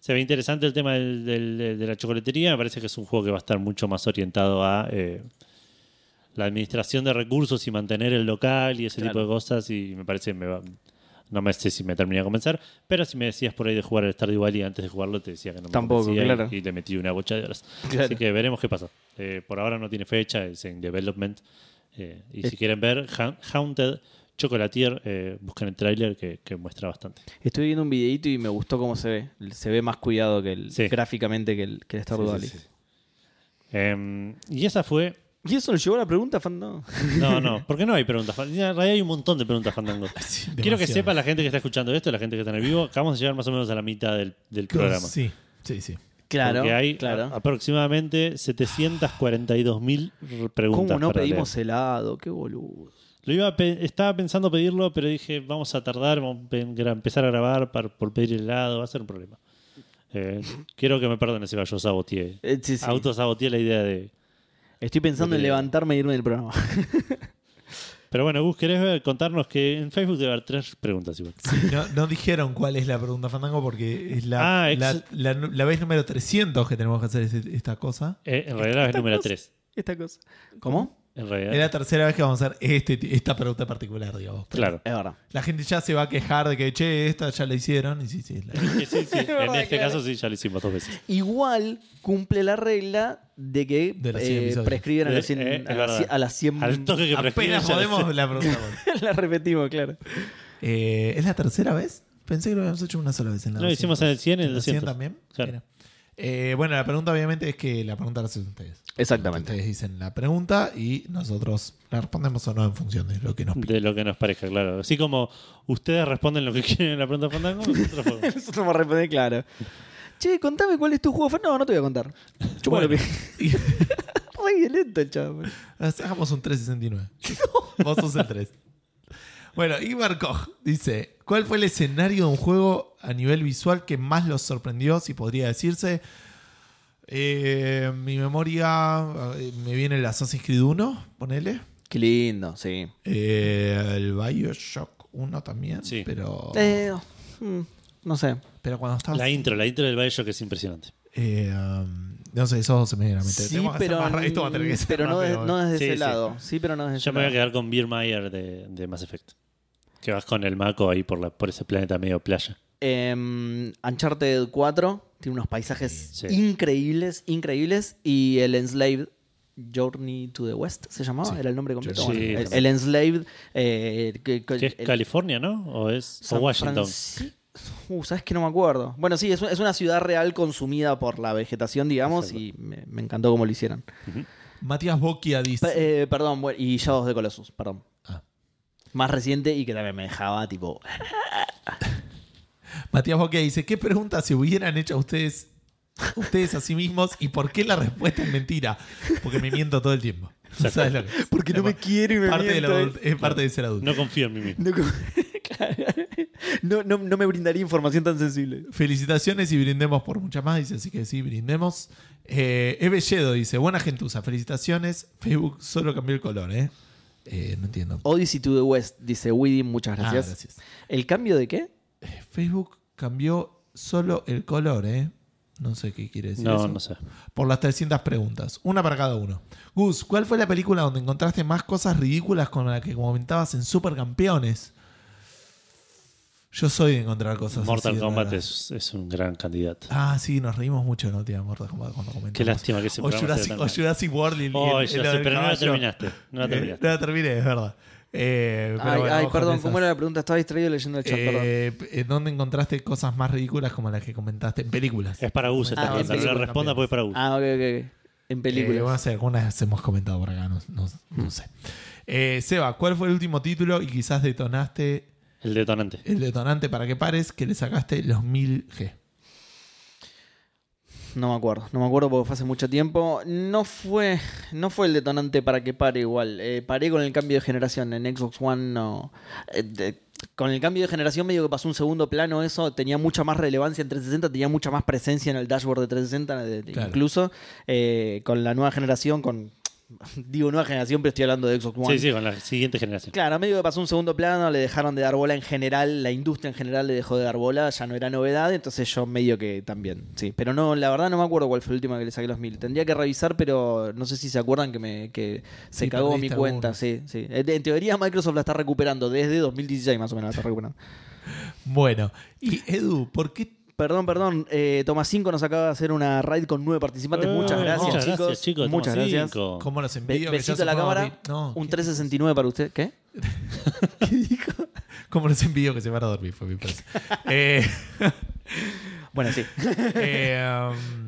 Speaker 3: Se ve interesante el tema del- del- de- de la chocolatería, me parece que es un juego que va a estar mucho más orientado a... eh, la administración de recursos y mantener el local y ese
Speaker 1: Claro.
Speaker 3: tipo de cosas y me parece me va- No me sé si me terminé de convencer, pero si me decías por ahí de jugar el Stardew Valley antes de jugarlo, te decía que no me
Speaker 1: Tampoco,
Speaker 3: convencía y-
Speaker 1: claro.
Speaker 3: y, le metí una bocha de horas.
Speaker 1: Claro.
Speaker 3: Así que veremos qué pasa. Eh, por ahora no tiene fecha, es en development. Eh, y si
Speaker 1: Es-
Speaker 3: quieren ver Ha- Haunted Chocolatier, eh, busquen el tráiler que, que muestra bastante.
Speaker 1: Estoy viendo un videito y me gustó cómo se ve. Se ve más cuidado que el,
Speaker 3: Sí.
Speaker 1: gráficamente que el, que el Stardew
Speaker 3: Sí, sí,
Speaker 1: Valley.
Speaker 3: sí, sí. Em, y esa fue
Speaker 1: ¿Y eso nos llevó a la pregunta, Fan? No.
Speaker 3: No, no, porque no hay preguntas. En realidad hay un montón de preguntas fandango. Quiero que
Speaker 2: demasiadas.
Speaker 3: sepa la gente que está escuchando esto, la gente que está en el vivo, acabamos de llegar más o menos a la mitad del, del programa.
Speaker 2: Sí, sí, sí.
Speaker 1: Claro,
Speaker 3: Porque hay a-
Speaker 1: claro.
Speaker 3: aproximadamente 742 mil preguntas.
Speaker 1: ¿Cómo no
Speaker 3: para
Speaker 1: pedimos helado? Qué boludo.
Speaker 3: leer. Lo iba a pe- estaba pensando pedirlo, pero dije, vamos a tardar, vamos a pe- gra- empezar a grabar para, por pedir helado, va a ser un problema. Eh, quiero que me perdonen si yo saboteé.
Speaker 1: Eh, sí, sí.
Speaker 3: Autosaboteé la idea de...
Speaker 1: Estoy pensando en
Speaker 3: Porque-
Speaker 1: levantarme y irme del programa.
Speaker 3: Pero bueno, Gus, ¿querés ver- contarnos que en Facebook debe haber tres preguntas igual?
Speaker 2: No, no dijeron cuál es la pregunta Fandango porque es la,
Speaker 3: Ah, ex-
Speaker 2: la, la nu- la vez número 300 que tenemos que hacer este- esta cosa.
Speaker 3: Eh, en realidad es número
Speaker 1: cosa.
Speaker 3: 3.
Speaker 1: Esta cosa. ¿Cómo?
Speaker 3: En realidad.
Speaker 2: Es la tercera vez que vamos a hacer este, esta pregunta en particular, digamos.
Speaker 3: Claro.
Speaker 1: Es verdad.
Speaker 2: La gente ya se va a quejar de que, che, esta ya la hicieron. Y sí, sí, la-
Speaker 3: Sí, sí, sí. en
Speaker 1: verdad,
Speaker 3: este
Speaker 1: claro.
Speaker 3: caso sí, ya lo hicimos dos veces.
Speaker 1: Igual cumple la regla de que
Speaker 2: De los cien
Speaker 1: eh,
Speaker 2: episodios.
Speaker 1: prescriben a,
Speaker 3: Eh,
Speaker 1: las 100,
Speaker 3: eh, es
Speaker 1: a, las
Speaker 3: verdad.
Speaker 1: 100 a las 100
Speaker 3: Al toque que prescribe
Speaker 2: apenas
Speaker 3: ya lo
Speaker 2: podemos
Speaker 3: sé.
Speaker 2: la pregunta. bueno.
Speaker 1: la repetimos, claro.
Speaker 2: Eh, ¿Es la tercera vez? Pensé que lo habíamos hecho una sola vez en la
Speaker 3: Lo
Speaker 2: 200.
Speaker 3: hicimos en el 100 y en el
Speaker 2: la 100
Speaker 3: 200.
Speaker 2: también.
Speaker 3: Claro.
Speaker 2: Mira. Eh, bueno, la pregunta obviamente es que la pregunta la hacen ustedes.
Speaker 1: Exactamente.
Speaker 2: Ustedes dicen la pregunta y nosotros la respondemos o no en función de lo que nos pide.
Speaker 3: De lo que nos parezca, claro. Así como ustedes responden lo que quieren en la pregunta fandango, nosotros podemos.
Speaker 1: Nosotros vamos a responder claro. Che, contame cuál es tu juego. fa- No, no te voy a contar. Chupame
Speaker 2: Bueno. Y
Speaker 1: Re violento, chaval.
Speaker 2: Ah, hagamos un 369. Vos sos el 3. Bueno, Ibar Koch dice: ¿Cuál fue el escenario de un juego a nivel visual que más los sorprendió, si podría decirse? Eh, mi memoria eh, me viene el Assassin's Creed 1, ponele.
Speaker 1: Qué lindo, sí.
Speaker 2: Eh, el Bioshock 1 también.
Speaker 3: Sí.
Speaker 2: Pero,
Speaker 1: Eh, mm, no sé.
Speaker 2: pero cuando estabas.
Speaker 3: La intro, la intro del Bioshock que es impresionante.
Speaker 2: eh, um, no sé, eso se me viene a meter.
Speaker 1: Sí,
Speaker 2: Tenemos que hacer
Speaker 1: pero, mm,
Speaker 2: más ra- esto va a tener que ser
Speaker 1: pero no,
Speaker 2: rápido, eh.
Speaker 1: de- no desde
Speaker 3: Sí,
Speaker 1: ese
Speaker 3: sí.
Speaker 1: lado. Sí, pero no desde ese
Speaker 3: Yo me voy a
Speaker 1: lado.
Speaker 3: quedar con Beer Meyer de, de Mass Effect. Que vas con el Mako ahí por, la, por ese planeta medio playa.
Speaker 1: Em, Uncharted 4 tiene unos paisajes
Speaker 3: Sí.
Speaker 1: increíbles, increíbles. Y el Enslaved Journey to the West se llamaba,
Speaker 2: Sí.
Speaker 1: era el nombre completo.
Speaker 3: Sí,
Speaker 1: Bueno, el,
Speaker 3: también.
Speaker 1: el Enslaved. eh, que- que-
Speaker 3: Que es
Speaker 1: el-
Speaker 3: California, ¿no? O es o
Speaker 1: San
Speaker 3: Washington.
Speaker 1: Franci- Uh, sabes que no me acuerdo. Bueno, sí, es, un- es una ciudad real consumida por la vegetación, digamos, y me, me encantó cómo lo hicieron.
Speaker 2: Matías Boquia dice.
Speaker 1: Pe- eh, perdón, bueno, y Shadows de Colossus, perdón.
Speaker 2: Ah.
Speaker 1: Más reciente y que también me dejaba tipo.
Speaker 2: Matías Boquia dice: ¿Qué preguntas se hubieran hecho a ustedes, ustedes a sí mismos y por qué la respuesta es mentira? Porque me miento todo el tiempo. ¿Sabes lo que es?
Speaker 1: Porque no me quiero y me
Speaker 2: parte del
Speaker 1: miento,
Speaker 2: adulto- es parte de ser adulto.
Speaker 3: No confío en mí mismo.
Speaker 1: No, como- claro. no, no- no me brindaría información tan sensible.
Speaker 2: Felicitaciones y brindemos por muchas más, dice, así que sí, brindemos. Eh, Eve Yedo dice, buena gentuza, felicitaciones. Facebook solo cambió el color, ¿eh? Eh, no entiendo.
Speaker 1: Odyssey to the West, dice Widdy, muchas
Speaker 2: Ah,
Speaker 1: gracias. ¿El cambio de qué?
Speaker 2: Eh, Facebook cambió solo el color, ¿eh? No sé qué quiere decir
Speaker 3: No,
Speaker 2: eso.
Speaker 3: no sé.
Speaker 2: Por las 300 preguntas, una para cada uno. Gus, ¿cuál fue la película donde encontraste más cosas ridículas con la que comentabas en Supercampeones? Yo soy de encontrar cosas
Speaker 3: Mortal
Speaker 2: así
Speaker 3: Kombat
Speaker 2: raras.
Speaker 3: es, es un gran candidato.
Speaker 2: Ah, sí, nos reímos mucho, ¿no? Tía, de Mortal Kombat cuando comentamos.
Speaker 3: Qué lástima que ese
Speaker 2: O
Speaker 3: programa sea
Speaker 2: Jurassic,
Speaker 3: tan
Speaker 2: o
Speaker 3: mal.
Speaker 2: Jurassic World y el-
Speaker 3: Oh,
Speaker 2: el-
Speaker 3: ya
Speaker 2: el-
Speaker 3: sé,
Speaker 2: el
Speaker 3: pero no la
Speaker 2: caballo.
Speaker 3: terminaste. No la
Speaker 2: Eh,
Speaker 3: terminaste.
Speaker 2: no la terminé, es verdad. Eh, pero
Speaker 1: ay,
Speaker 2: bueno,
Speaker 1: ay,
Speaker 2: ojo con
Speaker 1: perdón,
Speaker 2: esas.
Speaker 1: ¿cómo era la pregunta? Estaba distraído leyendo el chat, perdón.
Speaker 2: Eh, ¿en ¿Dónde encontraste cosas más ridículas como las que comentaste? En películas.
Speaker 3: Es para Gus esta
Speaker 1: Ah,
Speaker 3: pregunta.
Speaker 1: en
Speaker 3: No le
Speaker 2: películas
Speaker 3: responda
Speaker 2: también.
Speaker 3: porque es para Gus.
Speaker 1: Ah, ok, ok. ok. En películas. Hmm.
Speaker 2: Eh, bueno, sí, algunas hemos comentado por acá, no, no- no sé. Eh, Seba, ¿cuál fue el último título y quizás detonaste
Speaker 3: El detonante.
Speaker 2: el detonante para que pares que le sacaste los 1000G?
Speaker 1: No me acuerdo, no me acuerdo porque fue hace mucho tiempo. No fue, no fue el detonante para que pare igual. Eh, paré con el cambio de generación. En Xbox One no. Eh, de- con el cambio de generación medio que pasó un segundo plano eso. Tenía mucha más relevancia en 360, tenía mucha más presencia en el dashboard de 360 de- de-
Speaker 2: Claro.
Speaker 1: incluso. Eh, con la nueva generación, con... Digo nueva generación, pero estoy hablando de Xbox One.
Speaker 3: Sí, sí, con la siguiente generación.
Speaker 1: Claro, medio que pasó un segundo plano, le dejaron de dar bola en general, la industria en general le dejó de dar bola, ya no era novedad, entonces yo medio que también, sí. Pero no, la verdad no me acuerdo cuál fue el último que le saqué los mil. Tendría que revisar, pero no sé si se acuerdan que me que se
Speaker 2: Sí,
Speaker 1: cagó mi
Speaker 2: perdiste
Speaker 1: cuenta,
Speaker 2: alguno.
Speaker 1: sí, sí. En en teoría Microsoft la está recuperando, desde 2016 más o menos la está recuperando.
Speaker 2: Bueno, y Edu, ¿por qué
Speaker 1: Perdón, perdón. Eh, Toma 5 nos acaba de hacer una raid con nueve participantes.
Speaker 3: Eh,
Speaker 1: muchas gracias,
Speaker 3: muchas
Speaker 1: chicos.
Speaker 3: gracias, chicos. Toma
Speaker 1: Muchas gracias.
Speaker 3: cinco.
Speaker 2: ¿Cómo los
Speaker 1: Be-
Speaker 2: envidio? que ya
Speaker 1: besito
Speaker 2: se
Speaker 1: a la
Speaker 2: fue
Speaker 1: cámara.
Speaker 2: dormir? No,
Speaker 1: un
Speaker 2: ¿qué-
Speaker 1: 369 para usted. ¿Qué? ¿Qué dijo?
Speaker 2: ¿Cómo los envidio que se van a dormir? Fue mi frase. Eh,
Speaker 1: Bueno, sí.
Speaker 2: eh, um,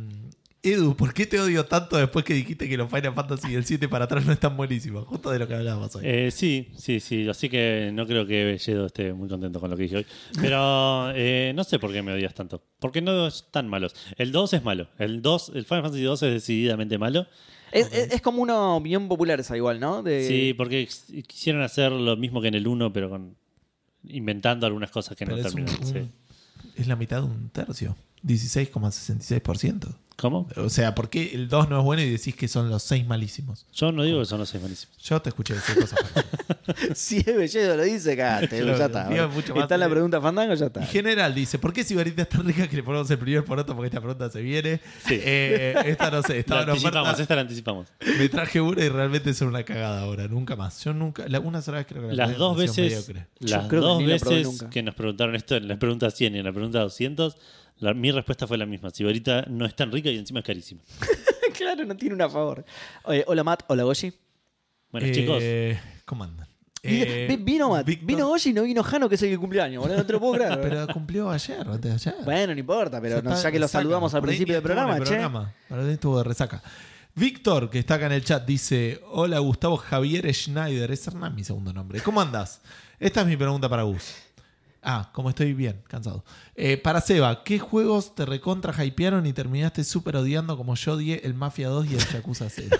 Speaker 2: Edu, ¿por qué te odio tanto después que dijiste que los Final Fantasy del 7 para atrás no están buenísimos? Justo de lo que hablábamos hoy.
Speaker 3: Eh, sí, sí, sí. Así que no creo que Belledo esté muy contento con lo que dije hoy. Pero eh, no sé por qué me odias tanto. Porque no están malos. El 2 es malo. El 2, el Final Fantasy 2 es decididamente malo.
Speaker 1: Es, es- es como una opinión popular esa igual, ¿no? De-
Speaker 3: Sí, porque ex- quisieron hacer lo mismo que en el 1, pero con inventando algunas cosas que
Speaker 2: Pero
Speaker 3: no
Speaker 2: es, un-
Speaker 3: terminan. sí.
Speaker 2: un- es la mitad de un tercio. 16,66%.
Speaker 3: ¿Cómo?
Speaker 2: O sea, ¿por qué el 2 no es bueno y decís que son los 6 malísimos?
Speaker 3: Yo no digo que son los seis malísimos.
Speaker 2: Yo te escuché decir cosas.
Speaker 1: Si es Belledo lo dice, cagaste,
Speaker 2: Yo
Speaker 1: ya está.
Speaker 2: digo mucho más.
Speaker 1: Está la pregunta fandango, ya está.
Speaker 2: En general dice, ¿por qué Sibarita es tan rica que le ponemos el primer poroto? Porque esta pregunta se viene.
Speaker 3: Sí.
Speaker 2: Eh, esta no sé,
Speaker 3: La
Speaker 2: estaba en
Speaker 3: anticipamos,
Speaker 2: oferta.
Speaker 3: esta la anticipamos.
Speaker 2: Me traje una y realmente son una cagada ahora, nunca más. Yo nunca, la- una sola vez creo que la
Speaker 3: Las
Speaker 2: probé,
Speaker 3: dos
Speaker 2: me pareció
Speaker 3: veces,
Speaker 2: mediocre.
Speaker 1: Yo
Speaker 3: las
Speaker 1: creo que
Speaker 3: dos
Speaker 1: ni la probé
Speaker 3: veces
Speaker 1: nunca.
Speaker 3: que nos preguntaron esto en la pregunta 100 y en la pregunta 200, la- mi respuesta fue la misma. Sibarita no es tan rica y encima es carísima.
Speaker 1: claro, no tiene una a favor. Oye, hola Matt, hola Goshi.
Speaker 3: Bueno,
Speaker 2: Eh,
Speaker 3: chicos,
Speaker 2: ¿Cómo andan?
Speaker 1: Vi- vino Matt,
Speaker 2: Eh, Víctor-
Speaker 1: vino Goshi y no vino Jano, que es el que cumpleaños, boludo, no te lo puedo creer.
Speaker 2: Pero cumplió ayer, antes de ayer.
Speaker 1: bueno, no importa, pero
Speaker 2: Se
Speaker 1: no-
Speaker 2: está
Speaker 1: ya que lo
Speaker 2: resaca,
Speaker 1: saludamos al
Speaker 2: por ahí
Speaker 1: principio del
Speaker 2: estuvo en el
Speaker 1: programa, che.
Speaker 2: programa, Para mí estuvo de resaca. Víctor, que está acá en el chat, dice: Hola Gustavo Javier Schneider. Es Hernán mi segundo nombre. ¿Cómo andas? Esta es mi pregunta para Gus. Ah, como estoy bien, cansado. Eh, para Seba, ¿qué juegos te recontra hypearon y terminaste súper odiando como yo odié el Mafia 2 y el Yakuza 0?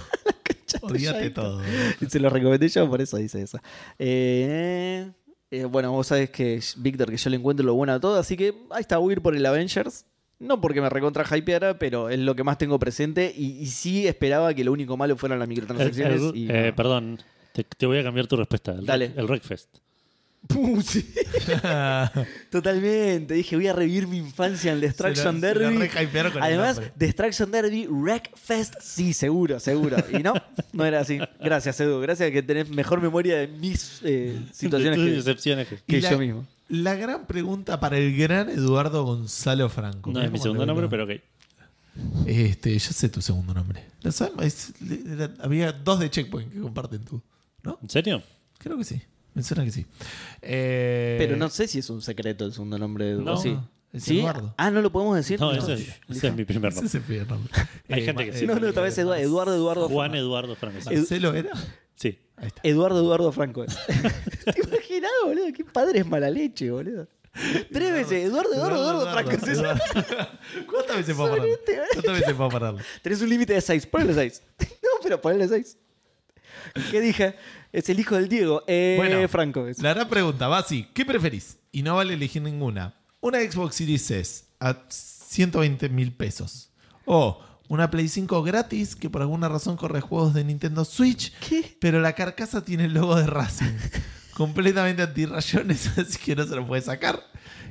Speaker 2: Odiate
Speaker 1: Yakuza.
Speaker 2: todo.
Speaker 1: Se lo recomendé yo, por eso dice eso. Eh, eh, bueno, vos sabés que, Víctor, que yo le encuentro lo bueno a todo, así que ahí está, voy a ir por el Avengers. No porque me recontra hypeara, pero es lo que más tengo presente. Y, y sí esperaba que lo único malo fueran las
Speaker 3: el-
Speaker 1: microtransacciones.
Speaker 3: el-
Speaker 1: y
Speaker 3: eh,
Speaker 1: no.
Speaker 3: perdón, te, te voy a cambiar tu respuesta. El,
Speaker 1: Dale.
Speaker 3: el Wreckfest.
Speaker 1: Pum, Uh, sí. Totalmente. Dije, voy a revivir mi infancia en el Destruction
Speaker 2: Se lo- se lo
Speaker 1: Derby.
Speaker 2: rehypearon con el
Speaker 1: Además,
Speaker 2: nombre.
Speaker 1: Destruction Derby, Wreck Fest, sí, seguro, seguro. Y no, no era así. Gracias, Edu. Gracias que tenés mejor memoria de mis eh, situaciones
Speaker 3: De tus
Speaker 1: que,
Speaker 3: decepciones que-
Speaker 1: que
Speaker 2: Y la-
Speaker 1: yo mismo.
Speaker 2: La gran pregunta para el gran Eduardo Gonzalo Franco.
Speaker 3: No
Speaker 2: Mirá
Speaker 3: es mi
Speaker 2: cómo
Speaker 3: segundo
Speaker 2: te
Speaker 3: nombre,
Speaker 2: veo.
Speaker 3: pero ok.
Speaker 2: Este, yo sé tu segundo nombre. Lo sabemos, es- le- era- había dos de Checkpoint que comparten tú, ¿no?
Speaker 3: ¿En serio?
Speaker 2: Creo que sí. Me suena que sí. Eh,
Speaker 1: Pero no sé si es un secreto el segundo nombre de Edu.
Speaker 3: No,
Speaker 1: ¿o sí?
Speaker 2: es
Speaker 1: ¿Sí?
Speaker 2: Eduardo.
Speaker 1: Ah, no lo podemos decir.
Speaker 3: No,
Speaker 1: No.
Speaker 3: ese, es, ese es mi primer
Speaker 2: Ese
Speaker 3: nombre.
Speaker 2: es el primer nombre.
Speaker 3: Hay
Speaker 2: Eh,
Speaker 3: gente que
Speaker 2: Ma-
Speaker 3: sí.
Speaker 1: No, no, tal vez Eduardo Eduardo. Eduardo
Speaker 3: Juan Eduardo Franco.
Speaker 2: ¿Marcelo era?
Speaker 3: Sí.
Speaker 2: Ahí está.
Speaker 1: Eduardo Eduardo Franco. es. ¿Te imaginas, boludo? Qué padre es mala leche, boludo. Tres veces, Eduardo, Eduardo, Eduardo, Franco. es eso.
Speaker 2: Eduardo. ¿Cuántas veces puedo pararlo?
Speaker 1: Solete, boludo.
Speaker 2: ¿Cuántas veces puedo pararlo?
Speaker 1: Tenés un límite de 6, ponele 6. No, pero ponele 6. ¿Qué dije? Es el hijo del Diego. Eh,
Speaker 2: Bueno,
Speaker 1: Franco. es.
Speaker 2: La gran pregunta va así: ¿qué preferís? Y no vale elegir ninguna. Una Xbox Series S a 120 mil pesos. O una Play 5 gratis que por alguna razón corre juegos de Nintendo Switch,
Speaker 1: ¿Qué?
Speaker 2: pero la carcasa tiene el logo de Racing. completamente antirrayones, así que no se lo puede sacar.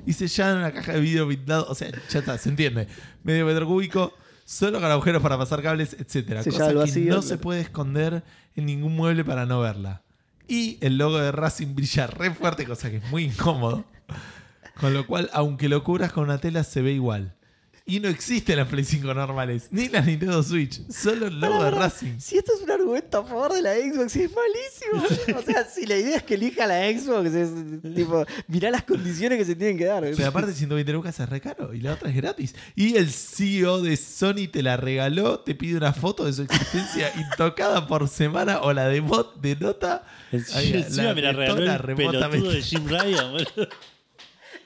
Speaker 2: Y sellada en una caja de vidrio pintado. O sea, ya está, se entiende. Medio metro cúbico, solo con agujeros para pasar cables, etc.
Speaker 1: Sellada
Speaker 2: Cosa
Speaker 1: al
Speaker 2: que
Speaker 1: vacío,
Speaker 2: no
Speaker 1: claro.
Speaker 2: se puede esconder en ningún mueble para no verla. Y el logo de Racing brilla re fuerte, cosa que es muy incómodo. Con lo cual, aunque lo cubras con una tela, se ve igual. Y no existen las Play 5 normales, ni las Nintendo Switch, solo el logo de Racing.
Speaker 1: Si esto es un argumento a favor de la Xbox, es malísimo. O sea, si la idea es que elija la Xbox, es tipo, mirá las condiciones que se tienen que dar.
Speaker 2: Pero aparte 120 lucas es re caro y la otra es gratis. Y el CEO de Sony te la regaló, te pide una foto de su existencia intocada por semana o la de bot de nota. Ahí,
Speaker 3: E Encima me la regaló
Speaker 2: detona
Speaker 3: el pelotudo de
Speaker 2: remotamente.
Speaker 3: Jim Ryan. boludo.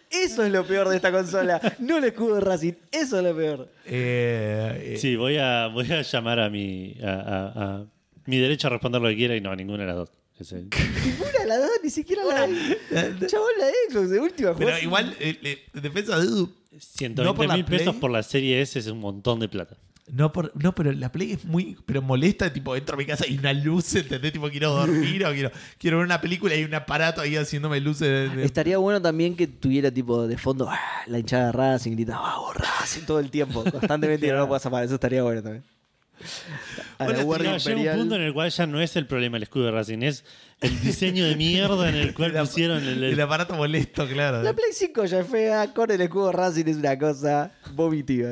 Speaker 1: Eso es lo peor de esta consola. No el escudo de Racing. Eso es lo peor.
Speaker 2: Eh, eh,
Speaker 3: Sí, voy a, voy a llamar a mi, a, a- a mi derecho a responder lo que quiera y no a ninguna de las dos. Ese-
Speaker 1: Ninguna de las dos, ni siquiera la. Chabón, la Xbox, de última.
Speaker 2: Pero
Speaker 1: jugás-
Speaker 2: igual, eh, eh, en defensa de Edu,
Speaker 3: 120
Speaker 2: por la
Speaker 3: mil pesos
Speaker 2: Play.
Speaker 3: por la serie S es un montón de plata.
Speaker 2: No, por- no, pero la Play es muy. Pero molesta, tipo, entro a mi casa y hay una luz, ¿entendés? Tipo, quiero dormir o quiero, quiero ver una película y hay un aparato ahí haciéndome luces. de- de-
Speaker 1: Estaría bueno también que tuviera tipo de fondo ah, la hinchada de Racing gritando "Vamos Racing todo el tiempo, constantemente y no lo puedas apagar, eso estaría bueno también. a
Speaker 2: Hola,
Speaker 1: la Guardia
Speaker 3: No, llega un
Speaker 1: Imperial.
Speaker 3: punto en el cual ya no es el problema el escudo de Racing, es el diseño de mierda en el cual
Speaker 2: El ap-
Speaker 3: pusieron el,
Speaker 2: El aparato molesto, claro.
Speaker 1: La Play 5 ya es fea, con el escudo Racing es una cosa vomitiva.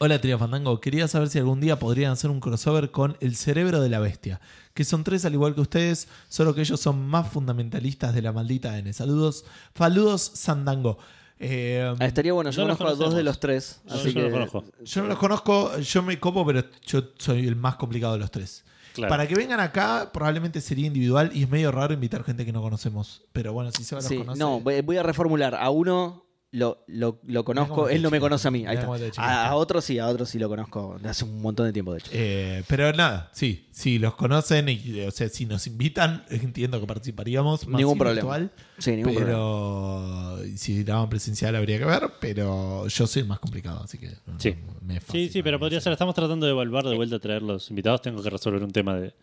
Speaker 2: Hola Trio Fandango, quería saber si algún día podrían hacer un crossover con El Cerebro de la Bestia, que son tres al igual que ustedes, solo que ellos son más fundamentalistas de la maldita N. Saludos, saludos Sandango. Eh,
Speaker 1: Ah, estaría bueno, yo
Speaker 3: No los
Speaker 1: conozco a dos
Speaker 3: conocemos.
Speaker 1: de los tres.
Speaker 3: No,
Speaker 1: así
Speaker 3: Ah, yo los
Speaker 1: que-
Speaker 3: conozco.
Speaker 2: yo no los conozco, yo me copo, pero yo soy el más complicado de los tres.
Speaker 3: Claro.
Speaker 2: Para que vengan acá, probablemente sería individual y es medio raro invitar gente que no conocemos. Pero bueno, si se los
Speaker 1: Sí,
Speaker 2: conoce.
Speaker 1: no, voy voy a reformular. A uno lo, lo- lo
Speaker 2: cómo
Speaker 1: conozco,
Speaker 2: te
Speaker 1: él no me
Speaker 2: chicaste,
Speaker 1: conoce a mí.
Speaker 2: mirá
Speaker 1: Ahí está.
Speaker 2: cómo te chicaste.
Speaker 1: A, a otro sí, a otro sí lo conozco de hace un montón de tiempo, de hecho.
Speaker 2: Eh, pero nada, sí, si los conocen y o sea, si nos invitan, entiendo que participaríamos. Más
Speaker 1: Ningún
Speaker 2: si
Speaker 1: problema.
Speaker 2: virtual,
Speaker 1: Sí, ningún problema.
Speaker 2: pero y si daban presencial habría que ver, pero yo soy el más complicado, así que no,
Speaker 3: Sí.
Speaker 2: no, me
Speaker 3: Sí,
Speaker 2: fascina.
Speaker 3: sí, pero podría ser. Estamos tratando de evaluar de vuelta a traer los invitados. Tengo que resolver un tema de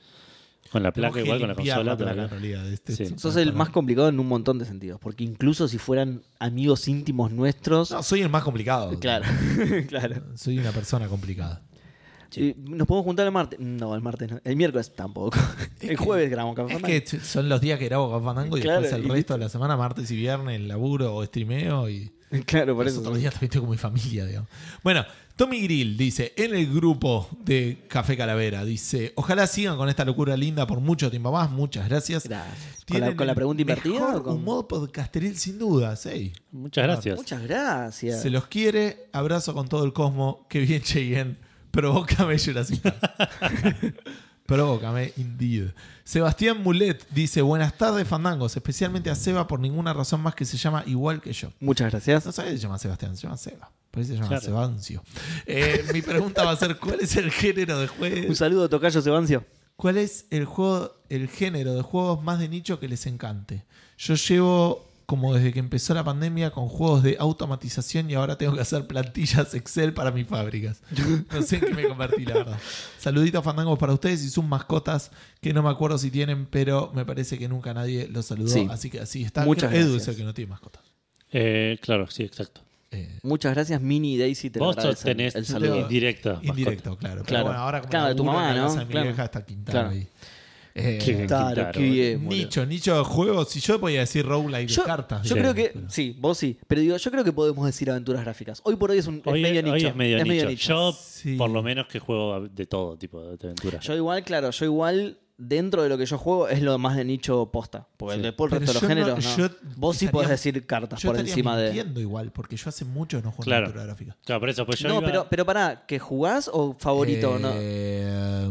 Speaker 3: con la
Speaker 2: Tenemos
Speaker 3: placa, igual
Speaker 2: que
Speaker 3: con la
Speaker 2: limpiar
Speaker 3: consola.
Speaker 2: placa,
Speaker 3: todavía.
Speaker 2: en realidad, este-
Speaker 3: Sí.
Speaker 2: este-
Speaker 1: Sos el más complicado en un montón de sentidos, porque incluso si fueran amigos íntimos nuestros... eh,
Speaker 2: No, soy el más complicado.
Speaker 1: Claro, claro.
Speaker 2: Soy una persona complicada.
Speaker 1: Eh, ¿Nos podemos juntar el martes? No, el martes no. El miércoles tampoco. el jueves grabamos Café
Speaker 2: Es
Speaker 1: Fandango.
Speaker 2: que t- son los días que grabo con Fandango y
Speaker 1: Claro,
Speaker 2: después el
Speaker 1: y
Speaker 2: resto de la semana, martes y viernes, laburo o streameo y.
Speaker 1: Claro, por
Speaker 2: Los
Speaker 1: eso.
Speaker 2: otros días también estoy con mi familia, digamos. Bueno, Tommy Grill dice, en el grupo de Café Calavera, dice, ojalá sigan con esta locura linda por mucho tiempo más, muchas gracias.
Speaker 1: Gracias. ¿Con
Speaker 2: Tienen
Speaker 1: la, con la
Speaker 2: el
Speaker 1: pregunta invertida?
Speaker 2: mejor
Speaker 1: o con-
Speaker 2: humor podcasteril sin duda, sí.
Speaker 3: Muchas gracias.
Speaker 1: Muchas gracias.
Speaker 2: Se los quiere, abrazo con todo el cosmo, que bien Cheyenne, provócame Jurassic Park. Provócame, indeed. Sebastián Mulet dice, buenas tardes Fandangos, especialmente a Seba por ninguna razón más que se llama igual que yo.
Speaker 1: Muchas
Speaker 2: No
Speaker 1: gracias.
Speaker 2: sabía que se llama Sebastián, se llama Seba. Por eso se llama
Speaker 3: Claro.
Speaker 2: Sebancio. Eh, mi pregunta va a ser: ¿cuál es el género de
Speaker 1: Un
Speaker 2: juegos?
Speaker 1: saludo, Tocayo Sebancio.
Speaker 2: ¿Cuál es el juego, el género de juegos más de nicho que les encante? Yo llevo como desde que empezó la pandemia con juegos de automatización y ahora tengo que hacer plantillas Excel para mis fábricas. No sé en qué me convertí, la verdad. Saluditos fandangos para ustedes y sus mascotas que no me acuerdo si tienen, pero me parece que nunca nadie los saludó.
Speaker 1: Sí.
Speaker 2: Así que así está.
Speaker 1: Muchas
Speaker 2: Creo- Edu
Speaker 1: gracias.
Speaker 2: es el que no tiene mascota.
Speaker 3: Eh, claro, sí, exacto.
Speaker 2: Eh,
Speaker 1: Muchas gracias, Mini y Daisy. Te lo
Speaker 3: Vos
Speaker 1: agradecen.
Speaker 3: tenés
Speaker 1: el
Speaker 2: saludo.
Speaker 1: saludo.
Speaker 3: indirecta. mascota.
Speaker 2: Indirecto, claro. Pero
Speaker 1: Claro.
Speaker 2: bueno, ahora como
Speaker 1: Claro, de tu
Speaker 2: laburo en
Speaker 1: mamá,
Speaker 2: la
Speaker 1: ¿no?
Speaker 2: casa de mi
Speaker 1: Claro.
Speaker 2: vieja está Quintana
Speaker 1: Claro.
Speaker 2: ahí. Eh,
Speaker 3: Qué-
Speaker 1: Claro,
Speaker 3: Quintaro,
Speaker 1: qué bien, boludo.
Speaker 2: nicho, nicho de juegos. Si yo podía decir roguelike de
Speaker 1: Yo,
Speaker 2: cartas.
Speaker 1: yo
Speaker 2: digamos,
Speaker 1: creo que,
Speaker 2: pero-
Speaker 1: sí, vos sí, pero digo, yo creo que podemos decir aventuras gráficas. Hoy por hoy es un es
Speaker 3: Hoy,
Speaker 1: medio
Speaker 3: es, hoy
Speaker 1: nicho.
Speaker 3: es medio nicho. Yo,
Speaker 2: Sí.
Speaker 3: por lo menos, que juego de todo tipo de aventuras.
Speaker 1: Yo igual, claro, yo igual dentro de lo que yo juego es lo más de nicho posta. Porque
Speaker 3: Sí.
Speaker 1: después el
Speaker 2: Pero
Speaker 1: resto de los
Speaker 2: yo no-
Speaker 1: géneros no.
Speaker 2: yo
Speaker 1: Vos sí
Speaker 2: estaría-
Speaker 1: podés decir cartas
Speaker 2: Yo
Speaker 1: por
Speaker 2: estaría
Speaker 1: encima de.
Speaker 2: mintiendo igual, porque yo hace mucho no juego en
Speaker 3: Claro.
Speaker 2: aventura gráfica.
Speaker 3: Claro, por eso, pues yo
Speaker 1: No,
Speaker 3: iba-
Speaker 1: pero, pero pará, ¿que jugás o favorito? no?
Speaker 2: Eh,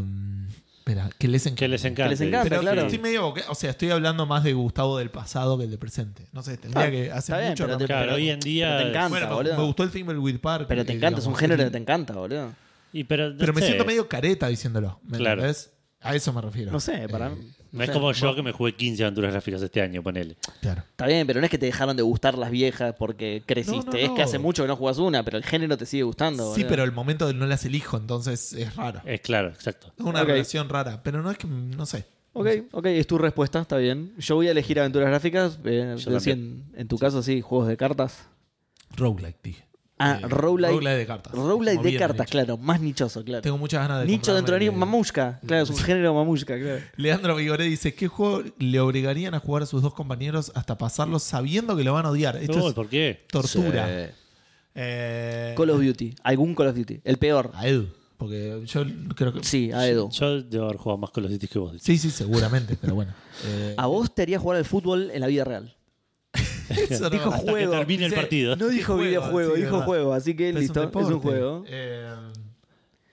Speaker 2: Espera, que les encanta.
Speaker 3: que les encanta.
Speaker 1: les encanta,
Speaker 2: Pero
Speaker 1: claro.
Speaker 2: estoy medio boque- O sea, estoy hablando más de Gustavo del pasado que del presente. No sé, tendría
Speaker 1: Ah,
Speaker 2: que
Speaker 1: está
Speaker 2: hace
Speaker 1: bien,
Speaker 2: mucho
Speaker 1: pero
Speaker 2: no
Speaker 1: te-
Speaker 2: me-
Speaker 3: Claro, hoy en día.
Speaker 1: Pero te encanta,
Speaker 2: Bueno, me-
Speaker 1: boludo.
Speaker 2: me gustó el Fingerwood Park.
Speaker 1: Pero te
Speaker 2: eh,
Speaker 1: encanta, es un
Speaker 2: digamos,
Speaker 1: género
Speaker 2: es
Speaker 1: que te encanta, boludo.
Speaker 3: Y, pero, no
Speaker 2: Pero me
Speaker 3: sé.
Speaker 2: siento medio careta diciéndolo. ¿Me
Speaker 3: Claro.
Speaker 2: entendés? A eso me refiero.
Speaker 1: No sé, para
Speaker 2: Eh,
Speaker 1: mí.
Speaker 3: No es como yo que me jugué 15 aventuras gráficas este año, ponele.
Speaker 2: Claro.
Speaker 1: Está bien, pero no es que te dejaron de gustar las viejas porque creciste.
Speaker 2: No, no,
Speaker 1: Es que
Speaker 2: no.
Speaker 1: hace mucho que no jugás una, pero el género te sigue gustando.
Speaker 2: Sí,
Speaker 1: boludo.
Speaker 2: pero el momento de no las elijo, entonces es raro. Es
Speaker 3: Es claro, exacto.
Speaker 2: una
Speaker 1: Ok.
Speaker 2: relación rara. Pero no es que. No sé.
Speaker 1: Ok, ok, es tu respuesta, está bien. Yo voy a elegir aventuras gráficas. eh,
Speaker 3: Yo
Speaker 1: decí en, en tu caso, sí, juegos de cartas.
Speaker 2: Roguelike, dije.
Speaker 1: Ah,
Speaker 2: Eh,
Speaker 1: roguelike.
Speaker 2: roguelike de cartas.
Speaker 1: Roguelike
Speaker 2: Como
Speaker 1: de
Speaker 2: bien
Speaker 1: cartas,
Speaker 2: dicho.
Speaker 1: claro. Más nichoso, claro.
Speaker 2: Tengo muchas ganas de. Eh.
Speaker 1: Nicho dentro de
Speaker 2: comprarme-
Speaker 1: mamushka. Claro, es un género mamushka, claro.
Speaker 2: Leandro Vigoré dice: ¿Qué juego le obligarían a jugar a sus dos compañeros hasta pasarlo sabiendo que lo van a odiar? Esto
Speaker 3: Uy,
Speaker 2: es
Speaker 3: ¿Por qué?
Speaker 2: tortura. Eh,
Speaker 1: Call of Duty. Algún Call of Duty. El peor.
Speaker 2: A Edu. Porque yo creo que.
Speaker 1: Sí, a Edu.
Speaker 3: Yo debo haber jugado más con los Duty que vos.
Speaker 2: Sí, sí, seguramente, pero bueno. Eh,
Speaker 1: A vos te haría jugar al fútbol en la vida real.
Speaker 2: eso
Speaker 1: dijo
Speaker 2: no-
Speaker 3: Hasta que
Speaker 1: juego.
Speaker 3: termine el
Speaker 2: Sí.
Speaker 3: partido.
Speaker 1: No dijo
Speaker 2: Juego,
Speaker 1: videojuego,
Speaker 2: sí,
Speaker 1: dijo
Speaker 2: verdad.
Speaker 1: juego. Así que
Speaker 2: Pero
Speaker 1: listo, es un,
Speaker 2: deporte.
Speaker 1: juego.
Speaker 2: Eh,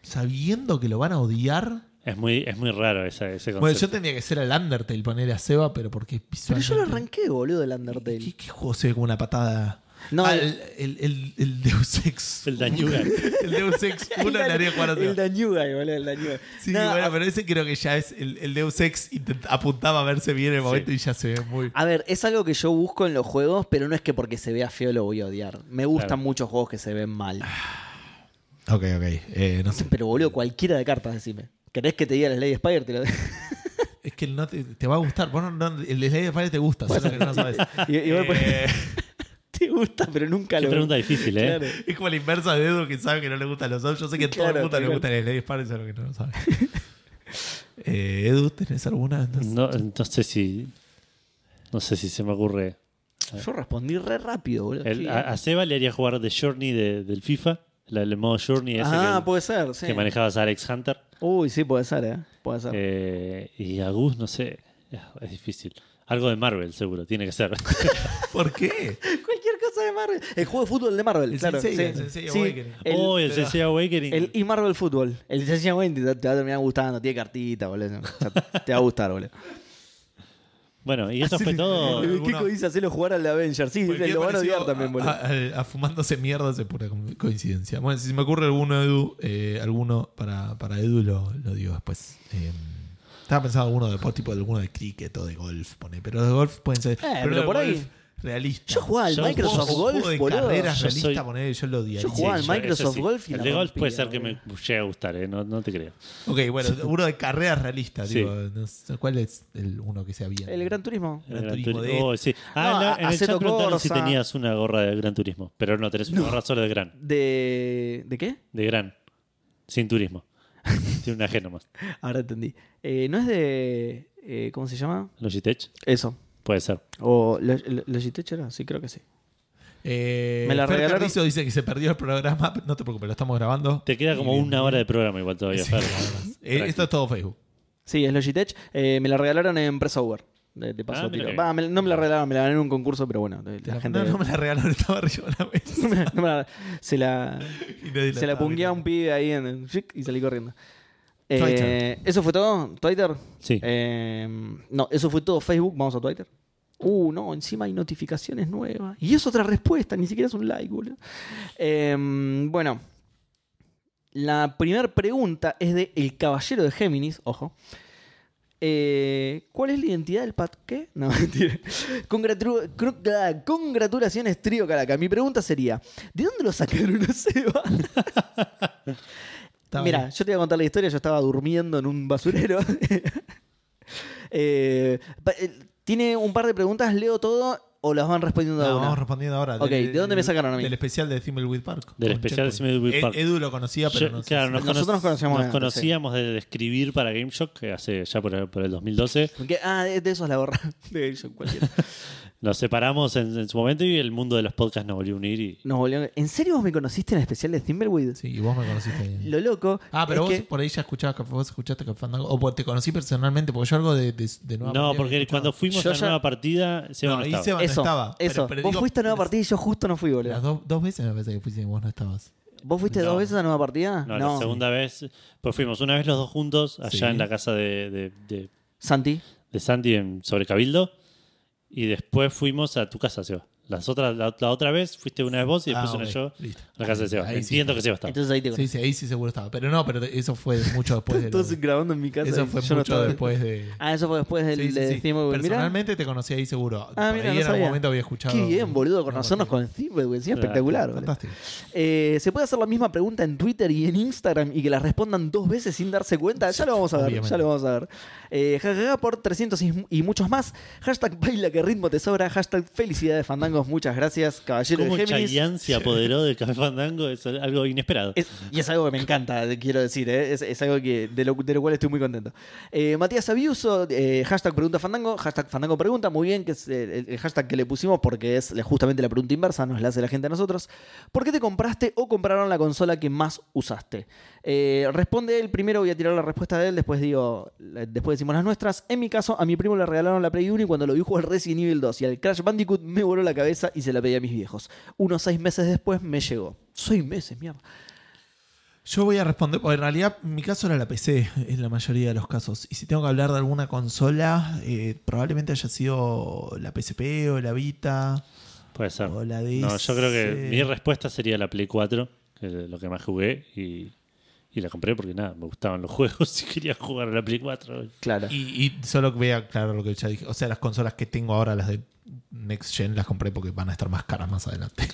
Speaker 2: sabiendo que lo van a odiar.
Speaker 3: Es muy, es muy raro esa, ese concepto.
Speaker 2: Bueno, yo tendría que ser al Undertale, poner a Seba, pero porque
Speaker 1: Pero
Speaker 2: visualmente...
Speaker 1: yo lo arranqué, boludo, del Undertale.
Speaker 2: ¿Qué, qué juego se ve como una patada?
Speaker 1: No,
Speaker 2: Ah,
Speaker 1: el-
Speaker 2: el, el, el- el Deus Ex.
Speaker 3: El Dañuga.
Speaker 2: El Deus Ex 1 le haría jugar a Seba.
Speaker 1: El Dañuga, boludo, el Dañuga.
Speaker 2: Sí,
Speaker 1: No, ah.
Speaker 2: bueno,
Speaker 1: a-
Speaker 2: pero ese creo que ya es. El, el Deus Ex intent- apuntaba a verse bien en el momento y ya se ve muy.
Speaker 1: A ver, es algo que yo busco en los juegos, pero no es que porque se vea feo lo voy a odiar. Me gustan
Speaker 3: Claro.
Speaker 1: muchos juegos que se ven mal.
Speaker 2: Ah, Ok, ok. eh, no sé.
Speaker 1: Pero boludo, cualquiera de cartas, decime. ¿Querés que te diga el Slay Spire? Te lo-
Speaker 2: Es que no te, te va a gustar. Vos no- no- el Slade of Fire te gusta, solo que no lo sabes.
Speaker 1: y, y vos
Speaker 2: Eh,
Speaker 1: después- te gusta, pero nunca
Speaker 3: Qué
Speaker 1: lo.
Speaker 3: pregunta difícil, ¿eh?
Speaker 1: Claro.
Speaker 2: Es como la inversa de Edu que sabe que no le gustan los Souls. Yo sé que a todo
Speaker 1: Claro,
Speaker 2: el mundo le
Speaker 1: claro.
Speaker 2: gustan el Lady Sparrow, solo que no lo sabe. eh, Edu, ¿tenés alguna?
Speaker 3: No, no sé si. No sé si se me ocurre.
Speaker 1: Yo respondí re rápido, boludo.
Speaker 3: El-
Speaker 1: Sí. eh.
Speaker 3: a, a Seba le haría jugar The Journey de- del FIFA, la- el modo Journey ese
Speaker 1: ah,
Speaker 3: que,
Speaker 1: puede ser, sí.
Speaker 3: que manejabas a Alex Hunter.
Speaker 1: Uy, sí, puede ser, ¿eh? Puede ser.
Speaker 3: Eh, y a Gus, no sé, es difícil. Algo de Marvel, seguro, tiene que ser.
Speaker 2: ¿Por qué?
Speaker 1: Cualquier cosa de Marvel. El juego de fútbol de Marvel,
Speaker 2: El
Speaker 1: claro.
Speaker 2: Sensei,
Speaker 1: sí.
Speaker 2: el Sensei
Speaker 1: Sí,
Speaker 2: Awakening.
Speaker 1: el-
Speaker 3: oh, el CC Awakening.
Speaker 1: El y Marvel Fútbol. El Sensei Awakening te, te va a terminar gustando. Tiene cartita, boludo. O sea, te va a gustar, boludo.
Speaker 3: bueno, y eso
Speaker 2: Así
Speaker 3: fue
Speaker 2: le-
Speaker 3: todo.
Speaker 2: Alguno-
Speaker 1: El Kiko dice hacerlo jugar al Avenger. Sí,
Speaker 2: ¿Por qué
Speaker 1: lo van a
Speaker 2: pareció
Speaker 1: odiar también, boludo.
Speaker 2: a- a- a fumándose mierda es pura co- coincidencia. Bueno, si se me ocurre alguno, Edu, eh, alguno para, para Edu lo, lo digo después. Eh, estaba pensando alguno de deporte, tipo alguno de cricket o de golf, pone. Pero los de golf pueden ser.
Speaker 1: Eh, pero
Speaker 2: los de
Speaker 1: por ahí-
Speaker 2: golf, Realista.
Speaker 1: Yo jugaba al
Speaker 3: Yo
Speaker 1: Microsoft
Speaker 3: juego-
Speaker 2: Un
Speaker 1: Golf,
Speaker 2: juego de
Speaker 1: boludo.
Speaker 2: carreras
Speaker 3: Yo
Speaker 2: realista,
Speaker 3: soy-
Speaker 2: poné, yo lo odiaría.
Speaker 1: Yo jugaba al
Speaker 3: yo- eso
Speaker 1: Microsoft Golf y
Speaker 3: El
Speaker 1: la
Speaker 3: de golf
Speaker 1: rompí,
Speaker 3: puede ser que me
Speaker 1: boludo.
Speaker 3: llegue a gustar, eh, no, no te creo.
Speaker 2: Ok, bueno, uno de carreras realista,
Speaker 3: Sí.
Speaker 2: digo. no sé, ¿Cuál es el uno que se había?
Speaker 1: El Gran Turismo.
Speaker 2: Gran
Speaker 3: Gran
Speaker 2: Turismo
Speaker 3: Turi-
Speaker 2: de-
Speaker 3: oh, sí.
Speaker 1: No,
Speaker 3: Ah, en la-
Speaker 1: a-
Speaker 3: en el
Speaker 1: Assetto
Speaker 3: chat preguntaron si
Speaker 1: Corsa.
Speaker 3: tenías una gorra de Gran Turismo, pero no, tenés una gorra solo de Gran.
Speaker 1: De. ¿De qué?
Speaker 3: De Gran. Sin turismo. Tiene una G nomás.
Speaker 1: Ahora entendí. Eh, ¿No es de. eh, ¿Cómo se llama?
Speaker 3: Logitech,
Speaker 1: Eso.
Speaker 3: puede ser.
Speaker 1: ¿O Lo- Lo- Logitech era? Sí, creo que sí.
Speaker 2: Eh,
Speaker 1: Me la
Speaker 2: Fer
Speaker 1: regalaron.
Speaker 2: Carrizo dice que se perdió el programa. pero No te preocupes, lo estamos grabando.
Speaker 3: Te queda como
Speaker 2: Y-
Speaker 3: una hora de programa igual todavía,
Speaker 2: Sí,
Speaker 3: Fer.
Speaker 2: Eh, esto es todo Facebook.
Speaker 1: Sí, es Logitech. Eh, me la regalaron en Pressover. De, de paso,
Speaker 3: Ah,
Speaker 1: te lo-
Speaker 3: mira.
Speaker 1: Va, me- no me la regalaron, me la gané en un concurso, pero bueno,
Speaker 2: Te
Speaker 1: la,
Speaker 2: la-
Speaker 1: gente.
Speaker 2: No, no me la regalaron, estaba arriba de la mesa.
Speaker 1: no me la- no me la- se la,
Speaker 2: Y nadie
Speaker 1: se la
Speaker 2: estaba
Speaker 1: pungué a un
Speaker 2: mirando.
Speaker 1: pibe ahí en, en- chic, y salí corriendo. Eh,
Speaker 2: Twitter.
Speaker 1: ¿Eso fue todo? ¿Twitter?
Speaker 3: Sí.
Speaker 1: Eh, no, eso fue todo. Facebook, vamos a Twitter. Uh, no, encima hay notificaciones nuevas. Y es otra respuesta, ni siquiera es un like, boludo. Eh, bueno, la primera pregunta es de El Caballero de Géminis, ojo. Eh, ¿Cuál es la identidad del pat? ¿Qué? No, mentira. Congratu- cru- ah, congratulaciones, trío Caraca. Mi pregunta sería: ¿de dónde lo sacaron a Seba?
Speaker 2: Estaba
Speaker 1: Mira,
Speaker 2: ahí.
Speaker 1: yo te voy a contar la historia. Yo estaba durmiendo en un basurero. Eh, pa- eh, tiene un par de preguntas, leo todo o las van respondiendo a
Speaker 2: No,
Speaker 1: una.
Speaker 2: vamos respondiendo ahora.
Speaker 1: Ok, ¿de dónde me sacaron a mí?
Speaker 2: Del especial de Thimbleweed Park.
Speaker 3: Del
Speaker 2: Con
Speaker 3: especial de
Speaker 2: Checkpoint.
Speaker 3: Thimbleweed
Speaker 2: Ed-
Speaker 3: Park.
Speaker 2: Edu lo conocía, pero
Speaker 3: Yo-
Speaker 2: no sé
Speaker 3: claro,
Speaker 2: si-
Speaker 3: nos
Speaker 1: Nosotros
Speaker 3: cono-
Speaker 1: nos conocíamos
Speaker 3: nos
Speaker 1: antes,
Speaker 3: conocíamos de escribir para GameShock que hace ya por, por el 2012.
Speaker 1: Porque- ah, de, de eso es la borra. De yo, cualquiera.
Speaker 3: Nos separamos en, en su momento y el mundo de los podcasts nos volvió a unir. Y,
Speaker 1: Nos volvieron- ¿En serio vos me conociste en el especial de Thimbleweed?
Speaker 2: Sí, y vos me conociste ahí.
Speaker 1: Lo loco.
Speaker 2: Ah, pero
Speaker 1: es
Speaker 2: vos
Speaker 1: que-
Speaker 2: por ahí ya escuchabas, Café- vos escuchaste Café Fandango. O por- te conocí personalmente, porque yo algo de, de, de Nueva
Speaker 3: no,
Speaker 2: Partida
Speaker 3: porque
Speaker 2: había escuchado.
Speaker 3: cuando fuimos
Speaker 1: Yo
Speaker 3: a la
Speaker 1: ya-
Speaker 3: nueva partida, Seba
Speaker 2: No,
Speaker 3: no,
Speaker 2: ahí
Speaker 3: estaba.
Speaker 2: Seba- no
Speaker 1: eso,
Speaker 2: estaba, pero-
Speaker 1: eso.
Speaker 2: pero
Speaker 1: vos
Speaker 2: digo-
Speaker 1: fuiste a nueva partida y yo justo no fui, boludo.
Speaker 2: Las dos, dos veces me parece que fuiste y vos no estabas.
Speaker 1: ¿Vos fuiste
Speaker 3: No.
Speaker 1: dos veces a nueva partida?
Speaker 3: No, la segunda vez, pues fuimos una vez los dos juntos allá
Speaker 2: Sí.
Speaker 3: en la casa de, de- de-
Speaker 1: Santi.
Speaker 3: de Santi en sobre Cabildo y después fuimos a tu casa, Seba. Las otras, la, la otra vez fuiste una vez vos y después
Speaker 2: Ah,
Speaker 3: pues una
Speaker 2: ok,
Speaker 3: yo
Speaker 2: listo.
Speaker 3: a la casa de Seba.
Speaker 2: Ahí sí
Speaker 3: Entiendo que Seba estaba.
Speaker 1: Entonces ahí te
Speaker 2: Sí, sí, ahí sí seguro estaba. Pero no, pero eso fue mucho después de.
Speaker 1: Entonces grabando en mi casa.
Speaker 2: Eso
Speaker 1: y
Speaker 2: fue
Speaker 1: yo no
Speaker 2: mucho
Speaker 1: estaba.
Speaker 2: después de.
Speaker 1: Ah, eso fue después del
Speaker 2: Sí, sí,
Speaker 1: de
Speaker 2: sí.
Speaker 1: Thimbleweed. Mirá.
Speaker 2: Personalmente te conocí ahí seguro. Por
Speaker 1: Ah,
Speaker 2: ahí
Speaker 1: mira, no
Speaker 2: en algún
Speaker 1: sabía.
Speaker 2: momento había escuchado.
Speaker 1: Qué bien, boludo,
Speaker 2: Una
Speaker 1: conocernos
Speaker 2: partida.
Speaker 1: con Thimbleweed. güey. Sí,
Speaker 3: Claro,
Speaker 1: espectacular. boludo.
Speaker 2: Fantástico.
Speaker 1: Eh, ¿Se puede hacer la misma pregunta en Twitter y en Instagram y que la respondan dos veces sin darse cuenta? Ya lo vamos a ver,
Speaker 2: Obviamente.
Speaker 1: ya lo vamos a ver. Eh, jajaja por 300 y, y muchos más. Hashtag baila que ritmo te sobra. Hashtag felicidades fandangos. Muchas gracias, caballero
Speaker 3: ¿Cómo
Speaker 1: de Géminis.
Speaker 3: Chayanne se apoderó del Café Fandango? Es algo inesperado.
Speaker 1: Es- y es algo que me encanta, quiero decir, ¿eh? es, es algo que, de, lo, de lo cual estoy muy contento. Eh, Matías Abiuso, eh, hashtag pregunta fandango, hashtag fandango pregunta, muy bien, que es eh, el, el hashtag que le pusimos porque es la- justamente la pregunta inversa, nos la hace la gente a nosotros. ¿Por qué te compraste o compraron la consola que más usaste? Eh, responde él primero, voy a tirar la respuesta de él, después digo, la- después decimos las nuestras. En mi caso, a mi primo le regalaron la Play 1 y cuando lo vi jugar Resident Evil 2 y al Crash Bandicoot me voló la cabeza y se la pedí a mis viejos. Unos seis meses después me llegó. Seis meses, mierda.
Speaker 2: Yo voy a responder, porque en realidad mi caso era la PC en la mayoría de los casos. Y si tengo que hablar de alguna consola, eh, probablemente haya sido la PSP o la Vita.
Speaker 3: Puede ser.
Speaker 2: O la
Speaker 3: No, yo creo que
Speaker 2: dice-
Speaker 3: mi respuesta sería la Play 4, que es lo que más jugué y, y la compré porque nada, me gustaban los juegos y quería jugar a la Play 4.
Speaker 1: Claro.
Speaker 2: Y, y solo voy a aclarar lo que ya dije. O sea, las consolas que tengo ahora, las de Next Gen, las compré porque van a estar más caras más adelante.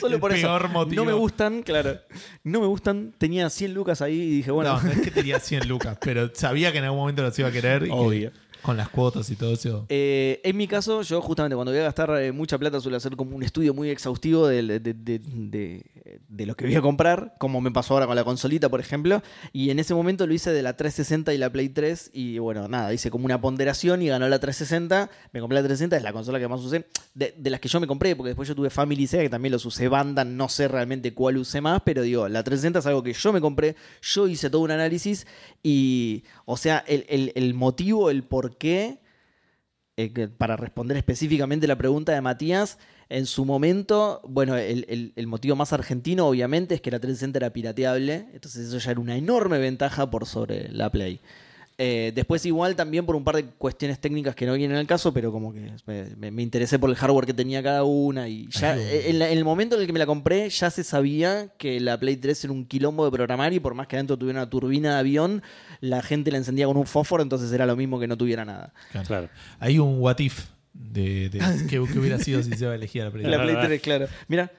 Speaker 1: Solo
Speaker 2: El
Speaker 1: por eso.
Speaker 2: peor
Speaker 1: No
Speaker 2: motivo.
Speaker 1: me gustan, claro. No me gustan. Tenía 100 lucas ahí y dije, bueno.
Speaker 2: No, no es que tenía 100 lucas, pero sabía que en algún momento las iba a querer. Y que-
Speaker 1: Obvio.
Speaker 2: Con las cuotas y todo eso.
Speaker 1: Eh, en mi caso, yo justamente cuando voy a gastar eh, mucha plata suelo hacer como un estudio muy exhaustivo del- de, de- de- de lo que voy a comprar, como me pasó ahora con la consolita, por ejemplo. Y en ese momento lo hice de la 360 y la Play 3. Y bueno, nada, hice como una ponderación y ganó la 360. Me compré la 360, es la consola que más usé. De, de las que yo me compré, porque después yo tuve Family Sega, que también los usé banda, no sé realmente cuál usé más, pero digo, la 360 es algo que yo me compré, yo hice todo un análisis y, o sea, el, el- el motivo, el por qué eh, que para responder específicamente la pregunta de Matías, en su momento, bueno, el, el- el motivo más argentino obviamente es que la 360 era pirateable, entonces eso ya era una enorme ventaja por sobre la Play. Eh, después igual también por un par de cuestiones técnicas que no vienen al caso, pero como que me, me- me interesé por el hardware que tenía cada una y ya eh, en, la- en el momento en el que me la compré ya se sabía que la Play 3 era un quilombo de programar y por más que adentro tuviera una turbina de avión, la gente la encendía con un fósforo, entonces era lo mismo que no tuviera nada.
Speaker 2: Claro.
Speaker 3: Claro.
Speaker 2: Hay un what if de, de que, que hubiera sido si se va a elegir a la Play
Speaker 3: La
Speaker 1: La Play
Speaker 3: verdad.
Speaker 1: 3, claro. Mira,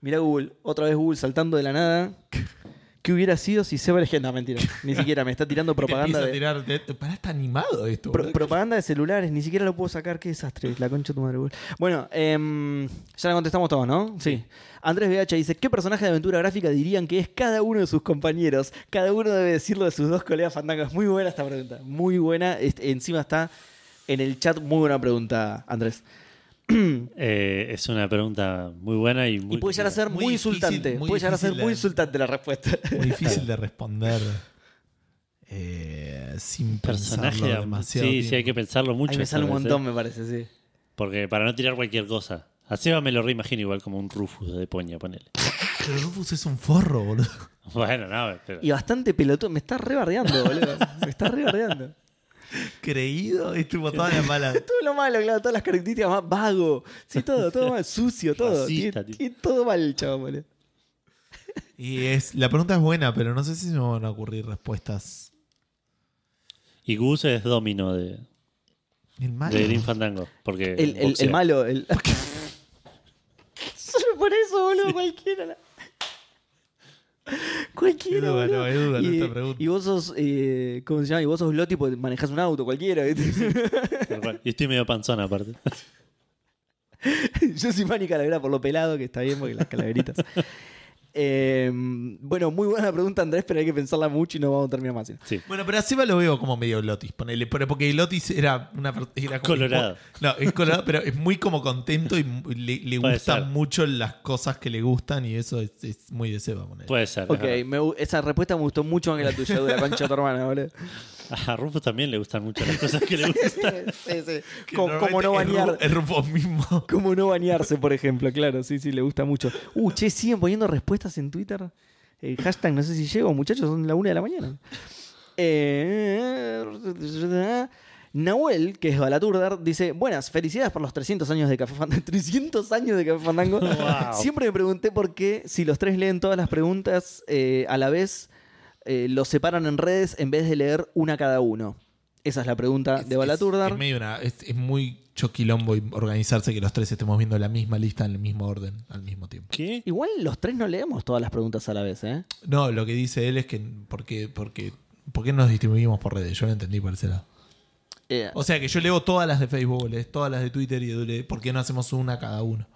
Speaker 1: mira Google, otra vez Google saltando de la nada. ¿Qué hubiera sido si Seba elegía? No, mentira. Ni siquiera, me está tirando propaganda
Speaker 2: Empieza
Speaker 1: de,
Speaker 2: a tirar. de- pará, está animado esto.
Speaker 1: pro-
Speaker 2: boludo.
Speaker 1: propaganda de celulares, ni siquiera lo puedo sacar, qué desastre, la concha de tu madre Google. Bueno, em, ya la contestamos todos, ¿no? Sí. Andrés BH dice, ¿qué personaje de aventura gráfica dirían que es cada uno de sus compañeros? Cada uno debe decirlo de sus dos colegas fandangos. Muy buena esta pregunta, muy buena. Este, encima está en el chat, muy buena pregunta, Andrés.
Speaker 3: Eh, es una pregunta muy buena y muy.
Speaker 1: Y puede llegar a ser muy,
Speaker 2: muy difícil,
Speaker 1: insultante.
Speaker 2: muy
Speaker 1: puede llegar a ser
Speaker 2: difícil
Speaker 1: muy
Speaker 2: la-
Speaker 1: insultante la respuesta.
Speaker 2: Muy difícil de responder. eh, sin
Speaker 3: Personaje
Speaker 2: pensarlo
Speaker 3: de-
Speaker 2: demasiado.
Speaker 3: Sí, sí, hay que
Speaker 2: tiempo.
Speaker 3: pensarlo mucho.
Speaker 1: Ahí me
Speaker 3: esta
Speaker 1: sale un
Speaker 3: vez,
Speaker 1: montón,
Speaker 3: ¿eh?
Speaker 1: me parece, sí.
Speaker 3: Porque para no tirar cualquier cosa. A Seba me lo reimagino igual como un Rufus de Poña, ponele.
Speaker 2: Pero Rufus es un forro, boludo.
Speaker 3: Bueno, no, pero.
Speaker 1: Y bastante pelotón. Me está rebardeando, boludo. Me está rebardeando.
Speaker 2: Creído. Es tipo toda la mala.
Speaker 1: Todo lo malo, claro. Todas las características más vago. Sí, todo, todo mal. Sucio, todo.
Speaker 3: Racista,
Speaker 1: Tiene-
Speaker 3: tío.
Speaker 1: tiene todo mal, el chabón,
Speaker 2: Eh,
Speaker 1: boludo.
Speaker 2: Y es, la pregunta es buena, pero no sé si me van a ocurrir respuestas.
Speaker 3: Y Gus es domino de,
Speaker 2: El malo.
Speaker 3: de Green Fandango. Porque
Speaker 1: El, el- el
Speaker 3: boxea.
Speaker 1: malo, el. Solo por eso, boludo, cualquiera. la- Cualquiera.
Speaker 2: Edu ganó,
Speaker 1: boludo.
Speaker 2: Edu ganó
Speaker 1: y,
Speaker 2: esta pregunta.
Speaker 1: y vos sos. eh, ¿Cómo se llama? Y vos sos Lotti porque manejás un auto, cualquiera. ¿viste?
Speaker 3: Tal cual. Y estoy medio panzón aparte.
Speaker 1: Yo soy Manny Calavera por lo pelado, que está bien, porque las calaveritas. Eh, bueno, muy buena pregunta, Andrés, pero hay que pensarla mucho y no vamos a terminar más.
Speaker 3: Sí.
Speaker 2: Bueno, pero a Seba lo veo como medio Lotis, ponele. pero Porque Lotis era una per- era como-
Speaker 3: Colorado.
Speaker 2: No, es colorado, pero es muy como contento y mu- le, le
Speaker 3: Puede
Speaker 2: gustan
Speaker 3: ser.
Speaker 2: mucho las cosas que le gustan y eso es, es muy de Seba, ponele.
Speaker 3: Puede ser.
Speaker 1: Ok,
Speaker 3: es
Speaker 1: me gu- esa respuesta me gustó mucho más que la tuya, de la concha de tu hermana, boludo.
Speaker 3: verdad. A Rufus también le gustan mucho las cosas que le gustan.
Speaker 1: Sí, sí.
Speaker 2: Que
Speaker 1: Co- Como
Speaker 2: normalmente
Speaker 1: no
Speaker 2: es Ru-
Speaker 1: bañar.
Speaker 2: Es Rufus mismo.
Speaker 1: Cómo no bañarse, por ejemplo, claro, sí, sí, le gusta mucho. Uh, che, siguen poniendo respuestas en Twitter. El hashtag no sé si llego, muchachos, son la una de la mañana. Eh, Nahuel, que es Balaturdar, dice: Buenas, felicidades por los 300 años de Café Fandango. 300 años de Café Fandango.
Speaker 3: Wow.
Speaker 1: Siempre me pregunté por qué, si los tres leen todas las preguntas eh, a la vez, eh, los separan en redes en vez de leer una cada uno. Esa es la pregunta
Speaker 2: Es-
Speaker 1: de
Speaker 2: es-
Speaker 1: Balaturdar.
Speaker 2: Es, medio una- es- es muy choquilombo y organizarse que los tres estemos viendo la misma lista en el mismo orden al mismo tiempo.
Speaker 3: ¿Qué?
Speaker 1: Igual los tres no leemos todas las preguntas a la vez, ¿eh?
Speaker 2: No, lo que dice él es que porque, porque, ¿por qué nos distribuimos por redes? Yo lo entendí por ese lado.
Speaker 1: Eh,
Speaker 2: O sea que yo leo todas las de Facebook, lees todas las de Twitter y de- ¿por qué no hacemos una cada uno?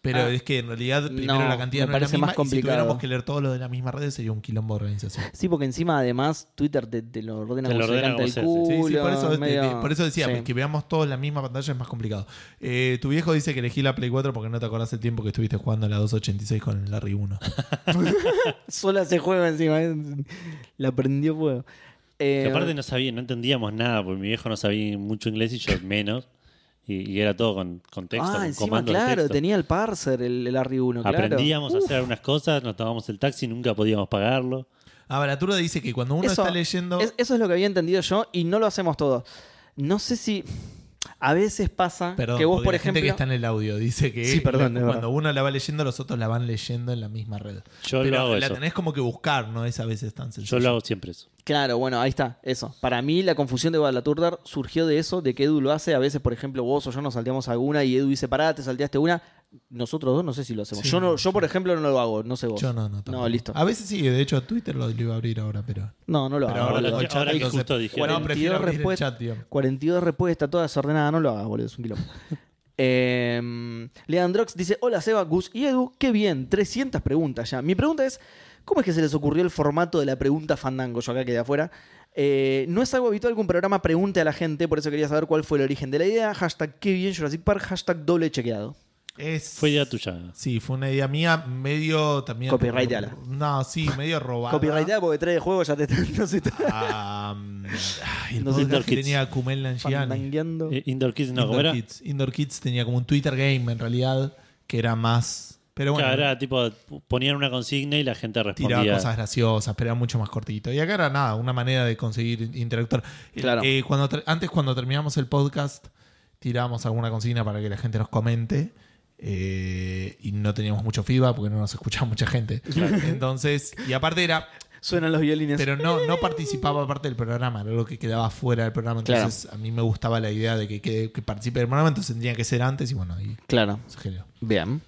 Speaker 2: Pero
Speaker 1: Ah.
Speaker 2: es que en realidad primero
Speaker 1: No,
Speaker 2: la cantidad
Speaker 1: me
Speaker 2: no es
Speaker 1: parece
Speaker 2: la misma
Speaker 1: más
Speaker 2: y si
Speaker 1: complicado.
Speaker 2: tuviéramos que leer todos los de la misma red sería un quilombo de organización.
Speaker 1: Sí, porque encima además Twitter te, te lo ordena
Speaker 3: Te
Speaker 1: como
Speaker 3: lo
Speaker 1: se le
Speaker 3: ordena
Speaker 1: canta el
Speaker 3: como
Speaker 1: culo.
Speaker 2: Sí, sí, por eso,
Speaker 1: medio-
Speaker 2: por eso decía,
Speaker 1: sí.
Speaker 2: que veamos todos la misma pantalla es más complicado. Eh, tu viejo dice que elegí la Play 4 porque no te acordás el tiempo que estuviste jugando a la 286 con el Larry 1.
Speaker 1: Sola se juega encima. ¿eh? La prendió fuego. Eh,
Speaker 3: Que aparte no sabía, no entendíamos nada, porque mi viejo no sabía mucho inglés y yo menos. Y, y era todo con, con texto,
Speaker 1: ah,
Speaker 3: con
Speaker 1: encima,
Speaker 3: comandos de
Speaker 1: claro,
Speaker 3: texto.
Speaker 1: tenía el parser, el, el RI1, claro. Uh,
Speaker 3: Aprendíamos a
Speaker 1: Uf,
Speaker 3: hacer algunas cosas, nos tomábamos el taxi, nunca podíamos pagarlo.
Speaker 2: Ah, Baratura dice que cuando uno
Speaker 1: eso-
Speaker 2: está leyendo...
Speaker 1: es- eso es lo que había entendido yo y no lo hacemos todos. No sé si... A veces pasa
Speaker 2: Perdón,
Speaker 1: que vos,
Speaker 2: porque
Speaker 1: por
Speaker 2: la
Speaker 1: ejemplo...
Speaker 2: gente que está en el audio dice que
Speaker 1: Sí, perdón,
Speaker 2: la-
Speaker 1: es verdad.
Speaker 2: cuando uno la va leyendo, los otros la van leyendo en la misma red.
Speaker 3: Yo
Speaker 2: Pero
Speaker 3: lo hago
Speaker 2: la
Speaker 3: eso.
Speaker 2: tenés como que buscar, no es a veces tan
Speaker 3: Yo
Speaker 2: sencillo.
Speaker 3: lo hago siempre eso.
Speaker 1: Claro, bueno, ahí está, eso. Para mí la confusión de Balaturdar surgió de eso, de que Edu lo hace. A veces, por ejemplo, vos o yo nos salteamos alguna y Edu dice, pará, te salteaste una. Nosotros dos no sé si lo hacemos.
Speaker 2: Sí,
Speaker 1: yo, no,
Speaker 2: no,
Speaker 1: yo, por ejemplo, no lo hago, no sé vos.
Speaker 2: Yo no, no. tampoco.
Speaker 1: No, listo.
Speaker 2: A veces sí, de hecho Twitter lo, lo iba a abrir ahora, pero.
Speaker 1: No, no lo
Speaker 2: pero
Speaker 1: hago.
Speaker 3: ahora-
Speaker 1: boludo.
Speaker 2: el chat,
Speaker 3: ahora que
Speaker 2: entonces-
Speaker 3: justo dije-
Speaker 2: No,
Speaker 1: 42
Speaker 2: prefiero abrir el
Speaker 1: respuestas.
Speaker 2: chat, tío.
Speaker 1: 42 respuestas, toda desordenada, no lo hagas, boludo, es un quilombo. Eh, Leandrox dice: Hola Seba, Gus y Edu, qué bien, 300 preguntas ya. Mi pregunta es: ¿cómo es que se les ocurrió el formato de la pregunta fandango? Yo acá quedé afuera. Eh, no es algo habitual que un programa pregunte a la gente, por eso quería saber cuál fue el origen de la idea. Hashtag qué bien Jurassic Park, hashtag doble chequeado.
Speaker 2: Es-
Speaker 3: Fue idea tuya.
Speaker 2: Sí, fue una idea mía medio también.
Speaker 1: Copyrighteala.
Speaker 2: No, sí, medio robada.
Speaker 1: Copyrightado porque trae de juego ya te están no sé, te están
Speaker 2: Ah, mm, ay, el
Speaker 1: No sé,
Speaker 2: podcast
Speaker 3: Indoor
Speaker 2: que
Speaker 3: Kids.
Speaker 2: tenía Kumel Nanjiani.
Speaker 1: fandangueando.
Speaker 3: Eh, Indoor Kids no, ¿cómo
Speaker 2: Indoor
Speaker 3: era?
Speaker 2: Kids. Indoor Kids tenía como un Twitter game en realidad, que era más. Pero bueno,
Speaker 3: Claro, era tipo, ponían una consigna y la gente respondía.
Speaker 2: tiraba cosas graciosas, pero era mucho más cortito. Y acá era nada, una manera de conseguir interactuar. Eh,
Speaker 1: Claro.
Speaker 2: eh, cuando ter- antes, cuando terminamos el podcast, tirábamos alguna consigna para que la gente nos comente. eh, y no teníamos mucho feedback porque no nos escuchaba mucha gente. Entonces, y aparte era,
Speaker 1: Suenan los violines.
Speaker 2: pero no, no participaba parte del programa, era lo que quedaba fuera del programa.
Speaker 1: Claro.
Speaker 2: Entonces, a mí me gustaba la idea de que, que, que participe del programa, entonces tendría que ser antes y bueno, ahí
Speaker 1: Claro,
Speaker 2: se generó.
Speaker 1: bien.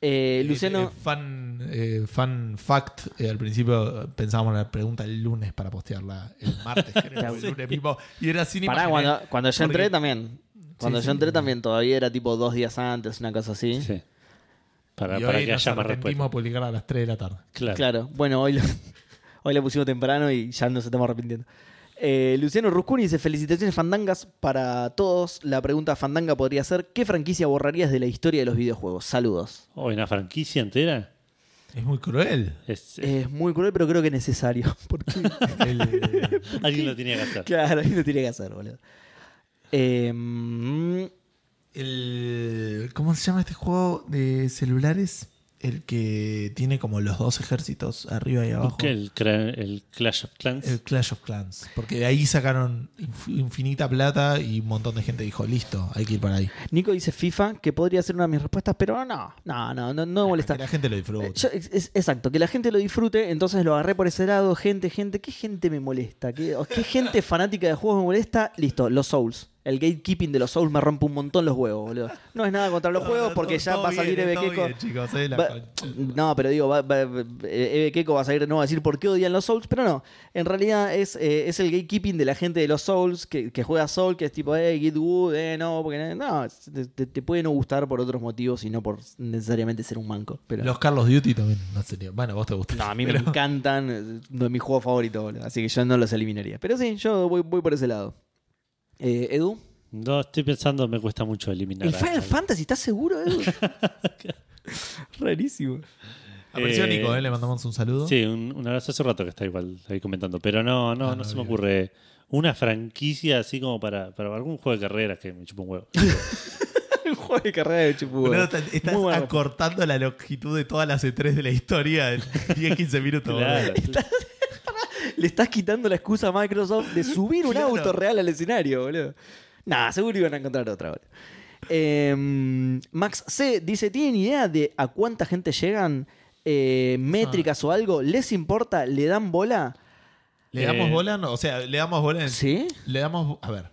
Speaker 1: Eh, Luciano.
Speaker 2: Eh, eh, fan, eh, fan fact, eh, al principio eh, pensábamos en la pregunta el lunes para postearla el martes, creo, el lunes mismo, y era sin
Speaker 1: Pará,
Speaker 2: imaginar.
Speaker 1: cuando, cuando yo entré
Speaker 2: Porque-
Speaker 1: también. Cuando
Speaker 2: Sí,
Speaker 1: yo
Speaker 2: sí.
Speaker 1: entré también todavía era tipo dos días antes, una cosa así.
Speaker 3: Sí. Para,
Speaker 2: Y
Speaker 3: para
Speaker 2: hoy
Speaker 3: que
Speaker 2: nos
Speaker 3: haya más
Speaker 2: arrepentimos
Speaker 3: respuesta.
Speaker 2: de publicar a las 3 de la tarde.
Speaker 3: Claro.
Speaker 1: Claro. Bueno, hoy lo, hoy lo pusimos temprano y ya nos estamos arrepintiendo. Eh, Luciano Ruscuni dice, felicitaciones fandangas para todos. La pregunta fandanga podría ser, ¿qué franquicia borrarías de la historia de los videojuegos? Saludos.
Speaker 3: O en la franquicia entera.
Speaker 2: Es muy cruel.
Speaker 3: Es-
Speaker 1: Es muy cruel, pero creo que necesario. Porque,
Speaker 2: El-
Speaker 3: alguien lo tenía que hacer.
Speaker 1: claro, ahí lo tiene que hacer, boludo. Eh, mm,
Speaker 2: el- ¿Cómo se llama este juego de celulares? El que tiene como los dos ejércitos arriba y abajo.
Speaker 3: Busqué El, cra- el Clash of Clans.
Speaker 2: El Clash of Clans. Porque de ahí sacaron inf- infinita plata y un montón de gente dijo, listo, hay que ir para ahí.
Speaker 1: Nico dice FIFA, que podría ser una de mis respuestas, pero no, no, no, no, no me molesta.
Speaker 2: Que La gente lo disfruta.
Speaker 1: Eh, yo- es- es- exacto, que la gente lo disfrute, entonces lo agarré por ese lado, gente, gente, ¿qué gente me molesta? ¿Qué, o qué gente fanática de juegos me molesta? Listo, los Souls. El gatekeeping de los Souls me rompe un montón los huevos, boludo. No es nada contra los
Speaker 2: Ah,
Speaker 1: juegos porque ya va a salir Eve Keko. Va- no, pero digo, va, va- va- Eve Keko va a salir, no va a decir por qué odian los Souls, pero no. En realidad es, eh, es el gatekeeping de la gente de los Souls que, que juega Soul, que es tipo, eh, Git Wood, eh, no, porque no, no, te, te- te puede no gustar por otros motivos y no por necesariamente ser un manco. Pero...
Speaker 2: Los Carlos Duty también, no sería. Bueno, vos te gusta.
Speaker 1: No, a mí me encantan, es uno de mis juegos favoritos, boludo, así que yo no los eliminaría. Pero sí, yo voy, voy por ese lado. Eh, Edu,
Speaker 3: No, estoy pensando, me cuesta mucho eliminar.
Speaker 1: ¿el
Speaker 3: a-
Speaker 1: Final
Speaker 3: a-
Speaker 1: Fantasy estás seguro, Edu? Rarísimo.
Speaker 2: Apareció
Speaker 3: Eh,
Speaker 2: Nico, ¿eh? le mandamos un saludo.
Speaker 3: Sí, un, un abrazo hace rato que está igual ahí comentando. Pero no, no,
Speaker 2: Ah,
Speaker 3: no
Speaker 2: no,
Speaker 3: se me
Speaker 2: bien.
Speaker 3: ocurre una franquicia así como para, para algún juego de carreras que me chupa un huevo.
Speaker 1: El juego de carrera de Chupu.
Speaker 2: Boludo,
Speaker 1: boludo.
Speaker 2: está- estás
Speaker 1: Muy bueno.
Speaker 2: acortando la longitud de todas las E3 de la historia en 10-15 minutos.
Speaker 3: Claro.
Speaker 2: boludo.
Speaker 1: Le estás quitando la excusa a Microsoft de subir un
Speaker 2: Claro.
Speaker 1: auto real al escenario, boludo. Nah, seguro iban a encontrar otra, boludo. Eh, Max C dice: ¿Tienen idea de a cuánta gente llegan? Eh, ¿Métricas
Speaker 2: Ah.
Speaker 1: o algo? ¿Les importa? ¿Le dan bola?
Speaker 2: ¿Le damos
Speaker 3: Eh,
Speaker 2: bola? No, o sea, le damos bola en,
Speaker 1: ¿Sí?
Speaker 2: Le damos. A ver.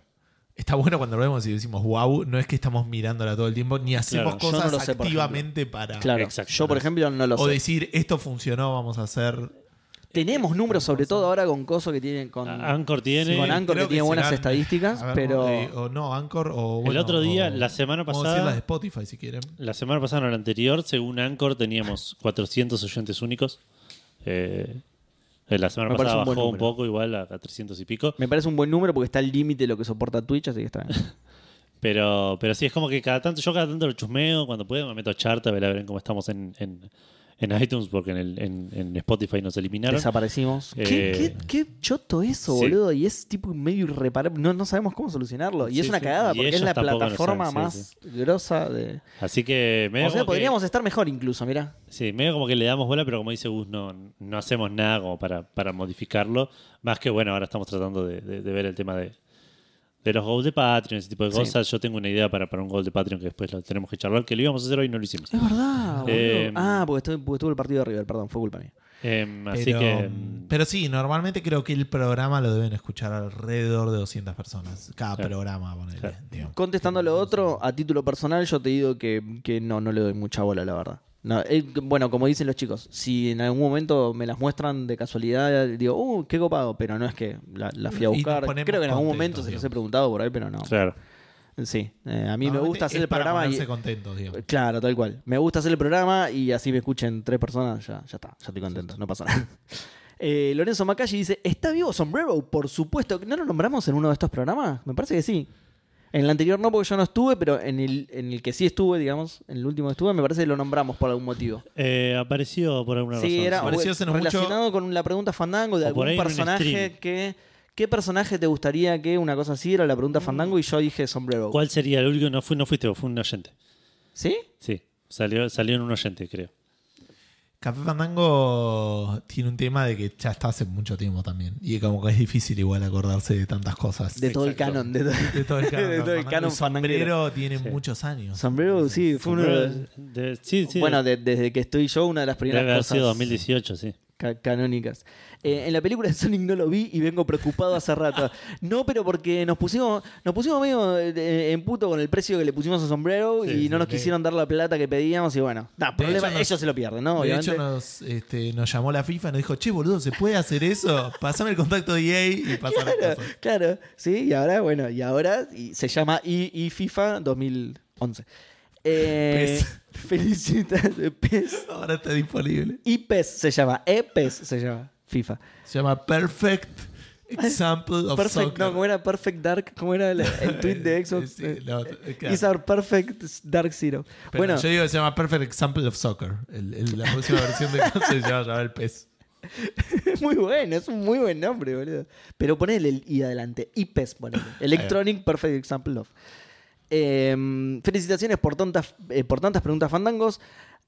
Speaker 2: Está bueno cuando lo vemos y decimos wow, no es que estamos mirándola todo el tiempo, ni hacemos
Speaker 3: Claro,
Speaker 1: yo no
Speaker 2: cosas
Speaker 1: lo sé, por
Speaker 2: activamente para.
Speaker 1: Claro.
Speaker 3: Exacto.
Speaker 1: Yo, por ejemplo, no lo
Speaker 2: O
Speaker 1: sé.
Speaker 2: decir esto funcionó, vamos a hacer.
Speaker 3: eh,
Speaker 1: Tenemos números, sobre todo ahora con Coso que tienen con.
Speaker 3: Anchor tiene.
Speaker 1: Con Anchor,
Speaker 2: creo
Speaker 1: que tiene buenas
Speaker 2: serán-
Speaker 1: estadísticas,
Speaker 2: a ver,
Speaker 1: pero-
Speaker 2: eh, o no, Anchor o.
Speaker 3: El
Speaker 2: bueno,
Speaker 3: otro día,
Speaker 2: o-
Speaker 3: la semana
Speaker 2: podemos
Speaker 3: pasada-
Speaker 2: decir las de Spotify si quieren.
Speaker 3: La semana pasada, no, la anterior, según Anchor, teníamos 400 oyentes únicos. Eh, eh, la semana
Speaker 1: Me parece
Speaker 3: pasada
Speaker 1: un buen
Speaker 3: bajó un
Speaker 1: número.
Speaker 3: poco, igual a, a 300 y pico.
Speaker 1: Me parece un buen número porque está al límite de lo que soporta Twitch, así que está bien.
Speaker 3: Pero, pero sí, es como que cada tanto, yo cada tanto lo chusmeo, cuando puedo me meto a chart a ver, a ver cómo estamos en, en- en iTunes, porque en, el- en- en Spotify nos eliminaron.
Speaker 1: Desaparecimos. ¿Qué,
Speaker 3: Eh,
Speaker 1: qué- qué choto eso,
Speaker 3: sí.
Speaker 1: boludo. Y es tipo medio irreparable. No, no sabemos cómo solucionarlo. Y
Speaker 3: Sí,
Speaker 1: es una
Speaker 3: sí.
Speaker 1: cagada
Speaker 3: Y
Speaker 1: porque es
Speaker 3: ellos
Speaker 1: la
Speaker 3: tampoco lo
Speaker 1: plataforma
Speaker 3: saben, sí,
Speaker 1: más grosa de.
Speaker 3: Así que medio
Speaker 1: O sea,
Speaker 3: como
Speaker 1: podríamos estar mejor incluso, mirá.
Speaker 3: que, sí, medio como que le damos bola, pero como dice Gus, no, no hacemos nada como para, para modificarlo. Más que bueno, ahora estamos tratando de, de- de ver el tema de, de los goals de Patreon, ese tipo de
Speaker 1: Sí.
Speaker 3: cosas. Yo tengo una idea para, para un goal de Patreon que después lo tenemos que charlar, que lo íbamos a hacer hoy y no lo hicimos.
Speaker 1: Es verdad, boludo.
Speaker 3: Eh,
Speaker 1: ah, porque estuve, porque estuvo el partido de River, perdón, fue culpa mía.
Speaker 3: Em, así
Speaker 2: Pero,
Speaker 3: que.
Speaker 2: pero sí, normalmente creo que el programa lo deben escuchar alrededor de 200 personas. Cada
Speaker 3: Claro.
Speaker 2: programa, ponele,
Speaker 3: Claro.
Speaker 2: digamos.
Speaker 1: Contestando lo otro, a título personal, yo te digo que, que no, no le doy mucha bola, la verdad. No, eh, bueno, como dicen los chicos, si en algún momento me las muestran de casualidad, digo, uh, qué copado, pero no es que la, la fui a
Speaker 2: Y nos
Speaker 1: buscar.
Speaker 2: ponemos
Speaker 1: Creo que en algún
Speaker 2: contentos,
Speaker 1: momento se los
Speaker 2: digamos.
Speaker 1: he preguntado por ahí, pero no.
Speaker 3: Claro.
Speaker 1: Sí, eh, a mí me
Speaker 2: Normalmente
Speaker 1: gusta hacer
Speaker 2: es
Speaker 1: el
Speaker 2: para
Speaker 1: programa y...
Speaker 2: ponerse contentos, digamos.
Speaker 1: Claro, tal cual. Me gusta hacer el programa y así me escuchen tres personas, ya, ya está, ya estoy contento, no pasa nada. Eh, Lorenzo Macalli dice, ¿está vivo Sombrero? Por supuesto. ¿No lo nombramos en uno de estos programas? Me parece que sí. En el anterior no, porque yo no estuve, pero en el, en el que sí estuve, digamos, en el último que estuve, me parece que lo nombramos por algún motivo.
Speaker 3: Eh, apareció por alguna
Speaker 1: sí,
Speaker 3: razón.
Speaker 1: era
Speaker 2: Apareció hace no mucho-
Speaker 1: relacionado con la pregunta Fandango de
Speaker 3: O por
Speaker 1: algún
Speaker 3: ahí en un
Speaker 1: personaje
Speaker 3: stream.
Speaker 1: que... ¿Qué personaje te gustaría que una cosa así era la pregunta Fandango? Y yo dije Sombrero.
Speaker 3: Mm. ¿Cuál sería el último? No, fui, no fuiste, vos, fue un oyente.
Speaker 1: ¿Sí?
Speaker 3: Sí, salió, salió en un oyente, creo.
Speaker 2: Café Fandango tiene un tema de que ya está hace mucho tiempo también. Y como que es difícil igual acordarse de tantas cosas.
Speaker 1: De todo el
Speaker 3: Exacto.
Speaker 1: canon. De todo,
Speaker 2: De todo el canon.
Speaker 1: de todo el
Speaker 2: Fandango.
Speaker 1: canon
Speaker 2: Y
Speaker 1: fandanguero.
Speaker 2: Sombrero tiene
Speaker 3: Sí.
Speaker 2: muchos años.
Speaker 1: Sombrero, sí, fue uno de los-
Speaker 3: De- sí, sí.
Speaker 1: Bueno, de- desde que estoy yo, una de las
Speaker 3: debe
Speaker 1: primeras
Speaker 3: haber
Speaker 1: cosas
Speaker 3: sido 2018, sí.
Speaker 1: ca- canónicas. Eh, en la película de Sonic no lo vi y vengo preocupado hace rato. No, pero porque nos pusimos, nos pusimos medio eh, en puto con el precio que le pusimos a Sombrero
Speaker 3: Sí,
Speaker 1: y no
Speaker 2: sí,
Speaker 1: nos
Speaker 2: de-
Speaker 1: quisieron dar la plata que pedíamos y bueno, nah,
Speaker 2: De
Speaker 1: problema,
Speaker 2: hecho, nos-
Speaker 1: ellos se lo pierden, ¿no?
Speaker 2: de
Speaker 1: Obviamente.
Speaker 2: hecho, nos, este, nos llamó la FIFA y nos dijo, che, boludo, ¿se puede hacer eso? Pasame el contacto de EA y pasa la
Speaker 1: claro,
Speaker 2: cosa.
Speaker 1: claro, sí, y ahora, bueno, y ahora y se llama I, I FIFA 2011. Eh, Felicidades, PES.
Speaker 2: Ahora está disponible.
Speaker 1: IPES se llama, EPES se llama, FIFA.
Speaker 2: Se llama Perfect Example of
Speaker 1: Perfect,
Speaker 2: Soccer.
Speaker 1: no, ¿cómo era Perfect Dark? ¿Cómo era el, el tweet de Xbox?
Speaker 2: Sí, la otra-
Speaker 1: Eh,
Speaker 2: claro.
Speaker 1: Is our perfect Dark Zero.
Speaker 2: Pero
Speaker 1: bueno,
Speaker 2: yo digo que se llama Perfect Example of Soccer. El- el- la próxima versión de se llama, llama el pez.
Speaker 1: es muy bueno, es un muy buen nombre, boludo. Pero ponele el I adelante, IPES, ponele. Electronic Perfect Example of. Eh, felicitaciones por, tontas, eh, por tantas preguntas fandangos.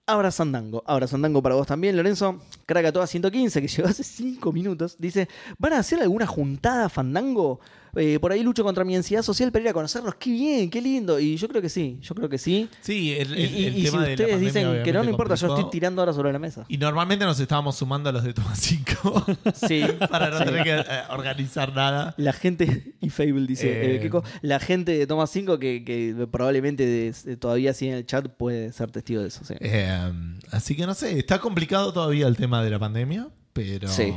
Speaker 1: Ahora Sandango, ahora Sandango para vos también, Lorenzo. Crack a toda 115, que llegó hace 5 minutos. Dice: ¿Van a hacer alguna juntada Fandango? Eh, por ahí lucho contra mi ansiedad social para ir a conocerlos. ¡Qué bien, qué lindo! Y yo creo que sí, yo creo que sí.
Speaker 2: Sí, el,
Speaker 1: Y,
Speaker 2: el-
Speaker 1: y- y
Speaker 2: el
Speaker 1: si
Speaker 2: tema de la
Speaker 1: ustedes
Speaker 2: pandemia
Speaker 1: dicen que no, no
Speaker 2: obviamente
Speaker 1: importa, yo estoy
Speaker 2: complicó.
Speaker 1: tirando ahora sobre la mesa.
Speaker 2: Y normalmente nos estábamos sumando a los de Toma 5
Speaker 1: Sí.
Speaker 2: para no tener que eh, organizar nada.
Speaker 1: La gente, y Fable dice,
Speaker 2: Eh,
Speaker 1: eh, Keiko, la gente de Toma 5 que, que probablemente de- todavía sigue en el chat puede ser testigo de eso. sí.
Speaker 2: Eh, así que no sé, está complicado todavía el tema de la pandemia, pero.
Speaker 1: Sí.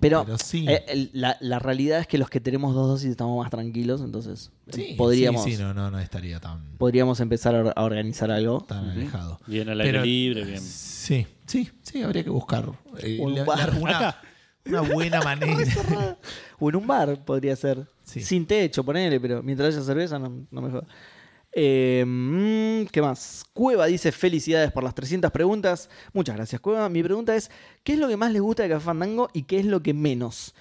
Speaker 1: Pero,
Speaker 2: sí.
Speaker 1: eh, el- la, la realidad es que los que tenemos dos dosis estamos más tranquilos, entonces eh,
Speaker 2: Sí,
Speaker 1: podríamos,
Speaker 2: Sí, sí, no, no, no estaría tan,
Speaker 1: podríamos empezar a or- a organizar algo.
Speaker 2: tan
Speaker 1: Ujú.
Speaker 2: alejado.
Speaker 3: Bien al aire
Speaker 2: Pero-
Speaker 3: libre, bien.
Speaker 2: Sí, sí, sí, habría que buscar eh,
Speaker 1: Un
Speaker 2: la- la-
Speaker 1: bar.
Speaker 2: una, una buena manera.
Speaker 1: O en un bar podría ser.
Speaker 2: Sí.
Speaker 1: Sin techo, ponele, pero mientras haya cerveza no, no me joda. Eh, mm, ¿Qué más? Cueva dice felicidades por las 300 preguntas. Muchas gracias, Cueva. Mi pregunta es, ¿qué es lo que más les gusta de Café Fandango y qué es lo que menos?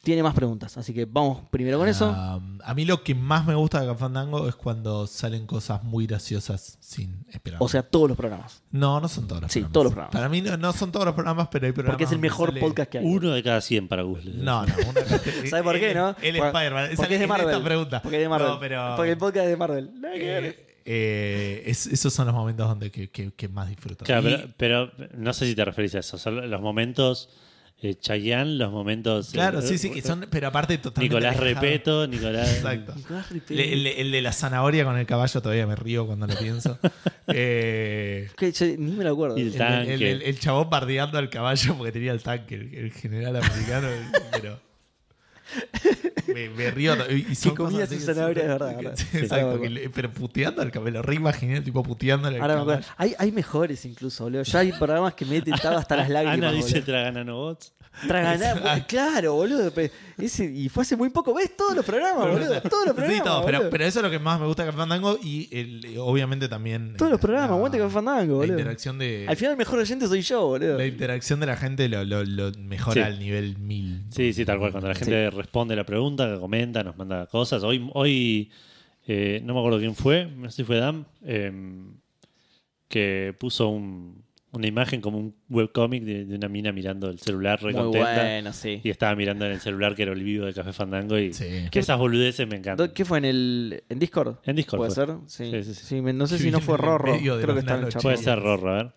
Speaker 1: Tiene más preguntas, así que vamos primero con eso.
Speaker 2: Um, a mí lo que más me gusta de Cafandango es cuando salen cosas muy graciosas sin esperar.
Speaker 1: O sea, todos los programas.
Speaker 2: no, no son todos los
Speaker 1: Sí,
Speaker 2: programas.
Speaker 1: todos los programas.
Speaker 2: Para mí no, no son todos los programas, pero hay programas.
Speaker 1: Porque es el
Speaker 2: donde
Speaker 1: mejor
Speaker 2: sale-
Speaker 1: podcast que hay.
Speaker 3: Uno de cada 100 para Google.
Speaker 2: No, no. una-
Speaker 1: ¿Sabes por qué,
Speaker 2: el-
Speaker 1: no?
Speaker 2: El
Speaker 1: Por-
Speaker 2: Spider-Man.
Speaker 1: Porque es de Marvel.
Speaker 2: Esta pregunta.
Speaker 1: Porque es de Marvel.
Speaker 2: No, pero.
Speaker 1: Porque el podcast es de Marvel. Nada que ver.
Speaker 2: eh, eh, es- esos son los momentos donde que, que- que más disfruto.
Speaker 3: Claro,
Speaker 2: Y-
Speaker 3: pero, pero no sé si te referís a eso. O sea, los momentos eh, Chayanne, los momentos. eh,
Speaker 2: claro, sí, sí, que son, pero aparte totalmente.
Speaker 3: Nicolás
Speaker 2: alejado.
Speaker 3: Repeto, Nicolás.
Speaker 2: Exacto.
Speaker 1: Nicolás Rippel.
Speaker 2: Le- El, el de la zanahoria con el caballo todavía me río cuando lo pienso. Eh,
Speaker 1: Que yo ni me lo acuerdo.
Speaker 3: Y-
Speaker 2: el,
Speaker 3: El tanque.
Speaker 2: el- el- el chabón bardeando al caballo porque tenía el tanque, el, el general americano. pero me, me río. Y, y son
Speaker 1: Que comía
Speaker 2: cosas así
Speaker 1: su
Speaker 2: que
Speaker 1: zanahoria
Speaker 2: son-
Speaker 1: de verdad, ¿verdad?
Speaker 2: Sí,
Speaker 1: Sí,
Speaker 2: exacto.
Speaker 1: claro.
Speaker 2: que le- pero puteando al caballo, lo reimaginé, tipo puteando al
Speaker 1: Ahora me
Speaker 2: caballo.
Speaker 1: acuerdo. Hay, hay mejores incluso, boludo. Ya hay programas que me he tentado hasta las lágrimas.
Speaker 3: Ana
Speaker 1: boludo.
Speaker 3: dice Tragananobots.
Speaker 1: Tras ganar, boludo, claro, boludo. pe- ese- y fue hace muy poco. ¿Ves todos los programas, boludo? Todos los programas.
Speaker 2: Sí, todo, pero,
Speaker 1: boludo.
Speaker 2: pero eso es lo que más me gusta de Fandango y el- obviamente también.
Speaker 1: Todos los
Speaker 2: eh,
Speaker 1: programas,
Speaker 2: la-
Speaker 1: aguante con Fandango,
Speaker 2: La
Speaker 1: boludo.
Speaker 2: interacción de.
Speaker 1: Al final, el mejor oyente soy yo, boludo.
Speaker 2: La interacción de la gente lo, lo- lo mejora
Speaker 3: Sí.
Speaker 2: al nivel mil.
Speaker 3: Sí, sí, tal cual. Cuando la gente responde la pregunta, comenta, nos manda cosas. Hoy, hoy eh, no me acuerdo quién fue, no sé si fue Dan, eh, que puso un- una imagen como un webcómic de, de una mina mirando el celular, re
Speaker 1: Muy
Speaker 3: contenta.
Speaker 1: bueno, sí.
Speaker 3: Y estaba mirando en el celular que era el vivo de Café Fandango y
Speaker 2: Sí.
Speaker 3: esas boludeces me encantan.
Speaker 1: Do- ¿Qué fue en el en Discord?
Speaker 3: En Discord
Speaker 1: ¿Puede
Speaker 3: fue.
Speaker 1: ser? Sí.
Speaker 3: Sí, sí, sí.
Speaker 1: Sí, me- no sé
Speaker 2: Que
Speaker 1: si no
Speaker 2: viene
Speaker 1: fue
Speaker 2: en el
Speaker 1: Rorro.
Speaker 2: medio de
Speaker 1: Creo que
Speaker 2: los
Speaker 1: está en el
Speaker 2: nanos
Speaker 1: chat.
Speaker 3: Puede ser Rorro, a ver.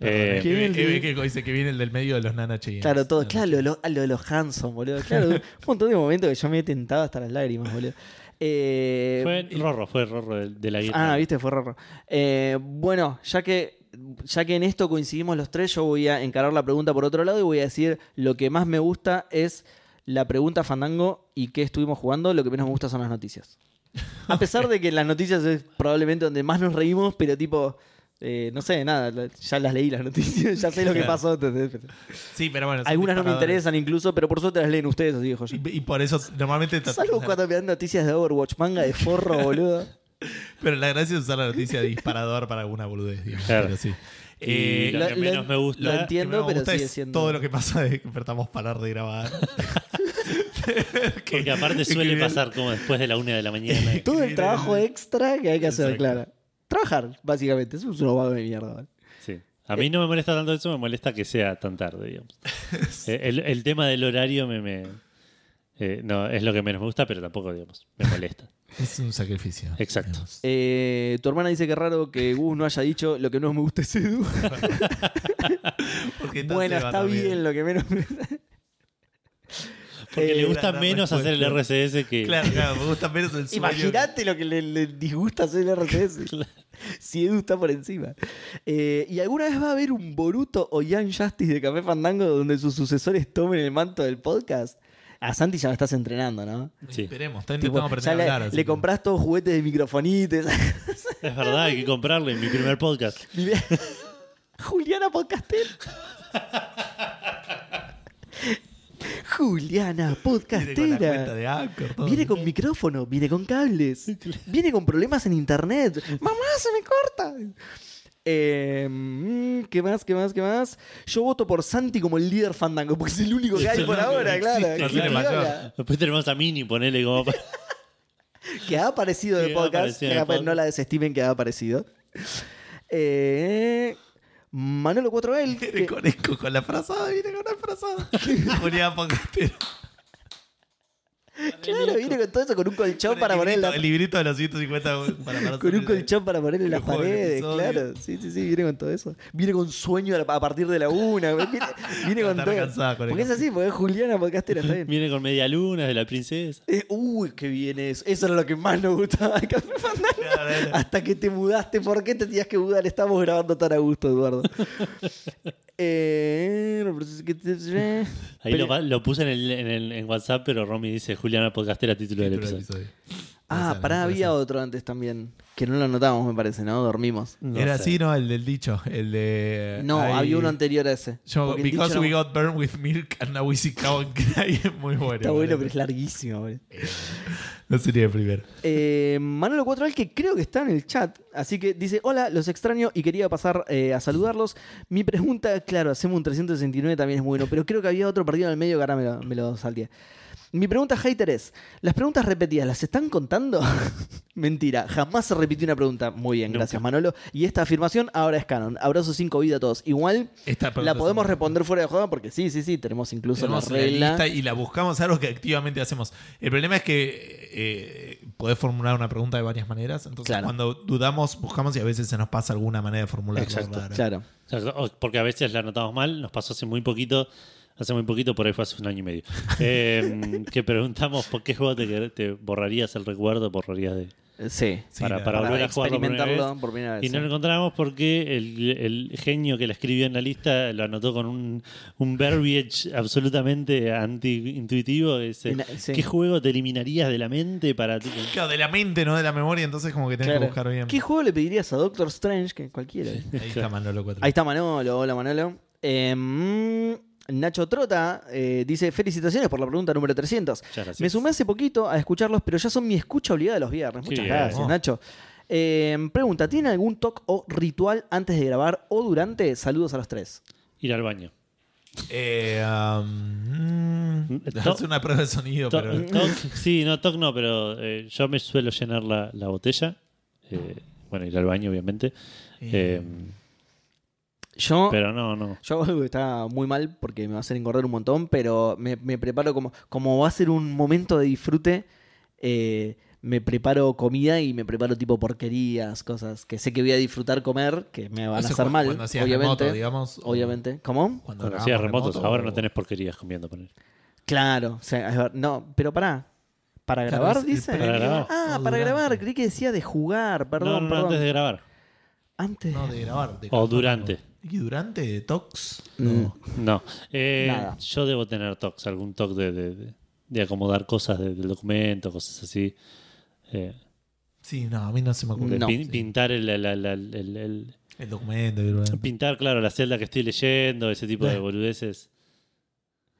Speaker 3: Eh,
Speaker 2: que, viene
Speaker 1: ¿Quién
Speaker 2: que-
Speaker 1: el-
Speaker 2: que dice que viene el del medio de los Nana Cheyennes.
Speaker 1: Claro, todo.
Speaker 2: Nana
Speaker 1: Claro, lo, lo- lo de los Hanson, boludo. Claro, un montón de momentos que yo me he tentado hasta las lágrimas, boludo. Eh,
Speaker 3: fue Rorro, fue Rorro de, de la guerra.
Speaker 1: Ah, viste, fue raro. Eh, bueno, ya que, ya que en esto coincidimos los tres, yo voy a encarar la pregunta por otro lado y voy a decir lo que más me gusta es la pregunta Fandango y qué estuvimos jugando, lo que menos me gusta son las noticias. A pesar de que las noticias es probablemente donde más nos reímos, pero tipo, eh, no sé, nada, la- ya las leí las noticias, ya sé lo que
Speaker 2: Claro.
Speaker 1: pasó. ¿entendés?
Speaker 2: Cheyennes. Sí, pero bueno. son
Speaker 1: Algunas no me
Speaker 2: disparadores.
Speaker 1: interesan incluso, pero por suerte las leen ustedes, así dijo yo.
Speaker 2: Y, y por eso normalmente. te-
Speaker 1: Salvo cuando me dan noticias de Overwatch, manga de forro, boludo.
Speaker 2: Pero la gracia es usar la noticia de disparador para alguna boludez, digamos.
Speaker 3: Claro.
Speaker 2: Pero sí.
Speaker 3: Y
Speaker 2: Eh,
Speaker 3: lo
Speaker 1: la-
Speaker 3: que
Speaker 1: la-
Speaker 3: menos me gusta.
Speaker 1: la enti-
Speaker 2: que
Speaker 1: entiendo,
Speaker 2: me
Speaker 1: pero
Speaker 2: gusta
Speaker 1: sigue
Speaker 2: es
Speaker 1: siendo-
Speaker 2: Todo lo que pasa desde que despertamos parar de grabar.
Speaker 3: Porque aparte suele pasar como después de la una de la mañana.
Speaker 1: Todo el trabajo extra que hay que hacer,
Speaker 2: Exacto.
Speaker 1: claro. Trabajar, básicamente. Eso es un vago de mierda. ¿vale?
Speaker 3: Sí. A mí no me molesta tanto eso, me molesta que sea tan tarde, digamos. Eh, El, el tema del horario me, me- eh, no, es lo que menos me gusta, pero tampoco, digamos, me molesta.
Speaker 2: Es un sacrificio.
Speaker 3: Exacto.
Speaker 2: digamos.
Speaker 1: Eh, tu hermana dice que raro que Gus no haya dicho lo que no me gusta es Edu.
Speaker 2: Porque entonces
Speaker 1: bueno,
Speaker 2: va
Speaker 1: está
Speaker 2: también.
Speaker 1: bien lo que menos me gusta.
Speaker 3: Porque
Speaker 1: Eh,
Speaker 3: le
Speaker 2: la-
Speaker 3: gusta
Speaker 2: la
Speaker 3: menos hacer el RSS que.
Speaker 2: Claro, claro, me gusta menos el sueño.
Speaker 1: Imagínate lo que le, le disgusta hacer el RTS. si Edu está por encima. Eh, ¿Y alguna vez va a haber un Boruto o Young Justice de Café Fandango donde sus sucesores tomen el manto del podcast? A Santi ya lo estás entrenando, ¿no?
Speaker 3: Sí.
Speaker 2: Esperemos, está
Speaker 1: Tipo,
Speaker 2: intentando aprender
Speaker 1: ya
Speaker 2: a
Speaker 1: le,
Speaker 2: hablar. así
Speaker 1: le
Speaker 2: que-
Speaker 1: compras todos juguetes de microfonites.
Speaker 3: Es verdad, hay que comprarlo en mi primer podcast.
Speaker 1: Juliana Podcastel. Juliana
Speaker 2: Viene con la cuenta
Speaker 1: Podcastera.
Speaker 2: de Anchor, todo.
Speaker 1: Viene con micrófono, viene con cables, viene con problemas en internet. ¡Mamá, se me corta! Eh, mm, ¿Qué más? ¿Qué más? ¿Qué más? Yo voto por Santi como el líder fandango, porque es el único que hay por ahora, claro.
Speaker 2: existe,
Speaker 1: que
Speaker 2: claro.
Speaker 1: viola,
Speaker 3: Después tenemos a Mini, ponele como. pa-
Speaker 1: Que ha aparecido en
Speaker 3: Que
Speaker 1: el
Speaker 3: ha
Speaker 1: podcast.
Speaker 3: aparecido en
Speaker 1: que
Speaker 3: el
Speaker 1: apa-
Speaker 3: podcast.
Speaker 1: No la desestimen que ha aparecido. Eh, Manolo 4L.
Speaker 2: Viene
Speaker 1: que-
Speaker 2: con, con- con la frazada, viene con la frazada. Julián Pongastero.
Speaker 1: Claro, viene con todo eso, con un colchón
Speaker 2: Con
Speaker 1: para
Speaker 2: el,
Speaker 1: poner
Speaker 2: librito,
Speaker 1: la-
Speaker 2: el librito de los 150 para, para
Speaker 1: con un
Speaker 2: hacer-
Speaker 1: colchón para ponerle
Speaker 2: el
Speaker 1: las
Speaker 2: juego del
Speaker 1: paredes,
Speaker 2: episodio.
Speaker 1: claro. Sí, sí, sí, viene con todo eso. Viene con sueño a la- a partir de la una. Viene, viene
Speaker 2: Va a
Speaker 1: con
Speaker 2: estar
Speaker 1: todo.
Speaker 2: cansada con el
Speaker 1: Porque es así, porque es Juliana Podcastera, está bien.
Speaker 3: Viene con media luna de la princesa.
Speaker 1: Eh, uy, qué bien eso. Eso era lo que más nos gustaba de Café Fandango.
Speaker 2: Claro, era-
Speaker 1: Hasta que te mudaste. ¿Por qué te tenías que mudar? Estamos grabando tan a gusto, Eduardo. eh,
Speaker 3: Ahí lo, pa- lo puse en, el, en, el- en WhatsApp, pero Romy dice Juliana Podcastera, título del
Speaker 2: Título del
Speaker 3: episodio.
Speaker 2: episodio.
Speaker 1: Ah,
Speaker 2: Puede ser,
Speaker 1: pará,
Speaker 2: puede
Speaker 1: había
Speaker 2: ser.
Speaker 1: otro antes también. Que no lo notamos, me parece, ¿no? Dormimos.
Speaker 3: No
Speaker 2: Era
Speaker 3: sé.
Speaker 2: así, ¿no? El del dicho. El de.
Speaker 1: No,
Speaker 2: Eh, ahí-
Speaker 1: había uno anterior a ese.
Speaker 2: Yo,
Speaker 1: Porque el
Speaker 2: because
Speaker 1: dicho
Speaker 2: we
Speaker 1: era-
Speaker 2: got burned with milk and now we see cow and cry. Es muy bueno.
Speaker 1: Está bueno,
Speaker 2: boludo. Eh.
Speaker 1: pero es larguísimo. boludo.
Speaker 2: No sería el primero.
Speaker 1: Eh, Manolo 4 al que creo que está en el chat. Así que dice, hola, los extraño y quería pasar eh, a saludarlos. Mi pregunta, claro, hacemos un 369 también es bueno, pero creo que había otro perdido en el medio que ahora me lo, me lo salteé. Mi pregunta, hater, es, ¿las preguntas repetidas las están contando? Mentira, jamás se repitió una pregunta. Muy bien,
Speaker 3: Nunca.
Speaker 1: gracias Manolo. Y esta afirmación ahora es canon. Abrazo 5 vida a todos. Igual
Speaker 2: Esta pregunta
Speaker 1: la podemos
Speaker 2: es-
Speaker 1: responder fuera de juego porque sí, sí, sí, tenemos incluso
Speaker 2: Tenemos
Speaker 1: la
Speaker 2: la
Speaker 1: regla.
Speaker 2: lista y la buscamos, algo que activamente hacemos. El problema es que eh, podés formular una pregunta de varias maneras. Entonces,
Speaker 1: Claro.
Speaker 2: cuando dudamos, buscamos y a veces se nos pasa alguna manera de formularlo.
Speaker 3: Exacto.
Speaker 2: rara.
Speaker 1: Claro.
Speaker 3: Claro, o- Porque a veces la anotamos mal, nos pasó hace muy poquito, hace muy poquito, por ahí fue hace un año y medio, eh, que preguntamos por qué juego te, quer- te borrarías el recuerdo, borrarías de...
Speaker 1: Eh, Sí.
Speaker 2: Sí,
Speaker 3: para,
Speaker 2: la-
Speaker 3: para
Speaker 1: para
Speaker 3: volver a jugarlo por primera
Speaker 1: experimentarlo
Speaker 3: vez.
Speaker 1: por primera vez,
Speaker 3: Y no
Speaker 1: sí.
Speaker 3: lo encontramos porque el, el genio que la escribió en la lista lo anotó con un, un verbiage absolutamente anti-intuitivo. que dice,
Speaker 1: En la- sí.
Speaker 3: ¿Qué juego te eliminarías de la mente para ti?
Speaker 2: Claro, de la mente, no de la memoria, entonces como que tenés que
Speaker 1: Claro.
Speaker 2: buscar bien.
Speaker 1: ¿Qué juego le pedirías a Doctor Strange? Que cualquiera.
Speaker 2: Ahí está Manolo Cuatro.
Speaker 1: Ahí está Manolo, hola Manolo. Eh, mm, Nacho Trota eh, dice, felicitaciones por la pregunta número 300.
Speaker 3: Muchas gracias.
Speaker 1: Me sumé hace poquito a escucharlos, pero ya son mi escucha obligada los viernes.
Speaker 3: Qué
Speaker 1: Muchas
Speaker 3: bien.
Speaker 1: gracias, Nacho. Eh, pregunta, ¿tiene algún toque o ritual antes de grabar o durante? Saludos a los tres.
Speaker 3: Ir al baño.
Speaker 2: Eh, um, mm,
Speaker 3: To-
Speaker 2: hacer una prueba de sonido,
Speaker 3: To-
Speaker 2: pero...
Speaker 3: toc- sí, no, toc no, pero eh, yo me suelo llenar la, la botella. eh, bueno, ir al baño, obviamente. Eh,
Speaker 1: Yo...
Speaker 3: pero no, no.
Speaker 1: Yo hago algo que está muy mal porque me va a hacer engordar un montón, pero me, me preparo como, como va a ser un momento de disfrute. eh, me preparo comida y me preparo tipo porquerías, cosas que sé que voy a disfrutar comer, que me van a
Speaker 2: Eso
Speaker 1: hacer
Speaker 2: cu-
Speaker 1: mal,
Speaker 2: cuando hacías
Speaker 1: obviamente.
Speaker 2: remoto, digamos, o-
Speaker 1: obviamente. ¿Cómo?
Speaker 2: Cuando
Speaker 3: Cuando
Speaker 2: grabamos
Speaker 3: hacías remotos,
Speaker 2: remoto,
Speaker 3: ahora
Speaker 2: o-
Speaker 3: no tenés porquerías comiendo poner.
Speaker 1: Claro, o sea, es ver- no, pero pará. ¿Para
Speaker 2: Claro,
Speaker 1: grabar,
Speaker 2: es el
Speaker 1: dice?
Speaker 3: Para grabar.
Speaker 1: Ah,
Speaker 2: O
Speaker 1: para
Speaker 2: durante.
Speaker 1: grabar, creí que decía de jugar,
Speaker 3: no,
Speaker 1: perdón,
Speaker 3: no,
Speaker 1: perdón.
Speaker 3: antes de grabar.
Speaker 1: Antes de-
Speaker 2: No, de grabar. de
Speaker 3: O
Speaker 2: grabar.
Speaker 3: durante.
Speaker 2: ¿Y durante? ¿De tox?
Speaker 1: Mm.
Speaker 2: No.
Speaker 3: No. Eh,
Speaker 1: Nada.
Speaker 3: yo debo tener tox, algún tox de, de- de- de acomodar cosas de- del documento, cosas así. Eh,
Speaker 2: Sí, no, a mí no se me ocurre.
Speaker 3: de
Speaker 1: No.
Speaker 3: pin- Pintar el, el- el- el- el- el-
Speaker 2: El documento. el-
Speaker 3: Pintar, claro, la celda que estoy leyendo, ese tipo de
Speaker 2: Eh.
Speaker 3: boludeces.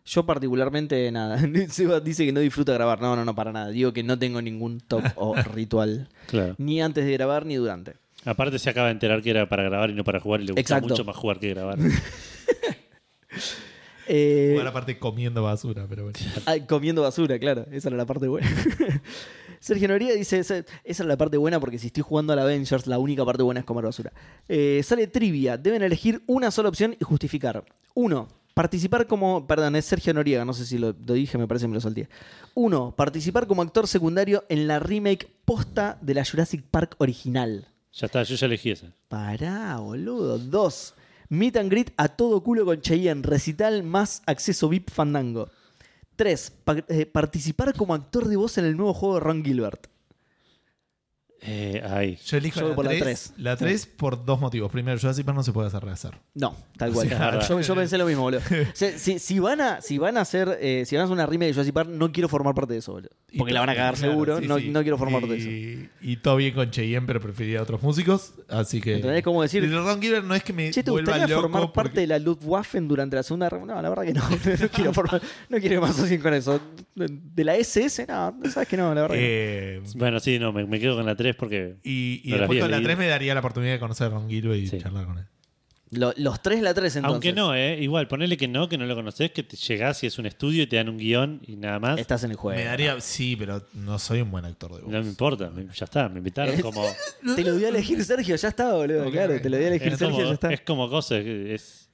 Speaker 1: Yo particularmente nada. Seba dice que no disfruta grabar. No, no, no, para nada. Digo que no tengo ningún top o ritual.
Speaker 3: Claro.
Speaker 1: Ni antes de grabar ni durante.
Speaker 3: Aparte se acaba de enterar que era para grabar y no para jugar y le gusta
Speaker 1: Exacto.
Speaker 3: mucho más jugar que grabar.
Speaker 1: Eh,
Speaker 2: Jugar aparte comiendo basura, pero bueno.
Speaker 1: ah, comiendo basura, claro. Esa era la parte buena. Sergio Noría dice, esa, esa era la parte buena porque si estoy jugando al Avengers, la única parte buena es comer basura. Eh, sale trivia. Deben elegir una sola opción y justificar. Uno, participar como... Perdón, es Sergio Noriega, no sé si lo, lo dije, me parece que me lo salté. Uno, participar como actor secundario en la remake posta de la Jurassic Park original.
Speaker 3: ya está, yo ya elegí esa.
Speaker 1: Pará, boludo. Dos. Meet and greet a todo culo con Cheyenne. Recital más acceso VIP fandango. Tres. pa- eh, participar como actor de voz en el nuevo juego de Ron Gilbert.
Speaker 3: Eh, ay.
Speaker 2: Yo elijo
Speaker 1: Yo voy
Speaker 2: la,
Speaker 1: por la
Speaker 2: 3.
Speaker 1: tres.
Speaker 2: La 3 por dos motivos. Primero, Jurassic Park no se puede hacer rehacer.
Speaker 1: No, tal cual.
Speaker 3: Sí, es verdad.
Speaker 1: yo, yo pensé lo mismo, boludo. O sea, si, si van a, si van a hacer, eh, si van a hacer una remake de Jurassic Park, no quiero formar parte de eso, boludo.
Speaker 2: Y
Speaker 1: Porque la van a cagar
Speaker 2: claro,
Speaker 1: seguro.
Speaker 2: sí,
Speaker 1: no,
Speaker 2: sí.
Speaker 1: no quiero formar parte de eso.
Speaker 2: y, Y todo bien con Cheyenne, pero prefería a otros músicos. Así que.
Speaker 1: ¿Entendés cómo decir?
Speaker 2: Y Ron Gilbert no es que me.
Speaker 1: Che, ¿te
Speaker 2: vuelva
Speaker 1: gustaría
Speaker 2: loco
Speaker 1: formar parte de la Luftwaffe durante la Segunda Guerra? No, la verdad que no. No quiero, formar- no quiero que me asocien con eso. ¿De la SS? No, sabes que no, la verdad. que no.
Speaker 2: porque- Eh,
Speaker 3: Bueno, sí, no, me, me quedo con la 3 porque...
Speaker 2: y y
Speaker 3: No la
Speaker 2: después
Speaker 3: había
Speaker 2: con la
Speaker 3: leído.
Speaker 2: 3 me daría la oportunidad de conocer a Ron Gilbert y
Speaker 3: Sí.
Speaker 2: charlar con él. Eh,
Speaker 1: Lo- los tres la tres entonces.
Speaker 3: Aunque no, eh, igual, ponele que no, que no lo conoces, que te llegás y es un estudio y te dan un guión y nada más.
Speaker 1: Estás en el juego.
Speaker 2: Me daría. Sí, pero no soy un buen actor de voz.
Speaker 3: No me importa, me- ya está, me invitaron como...
Speaker 1: Te lo dio a elegir Sergio, ya está, boludo.
Speaker 2: Ok,
Speaker 1: claro,
Speaker 2: ok.
Speaker 1: te lo dio a elegir
Speaker 3: Es
Speaker 1: Sergio,
Speaker 3: como,
Speaker 1: ya está.
Speaker 3: es como cosa, es- es-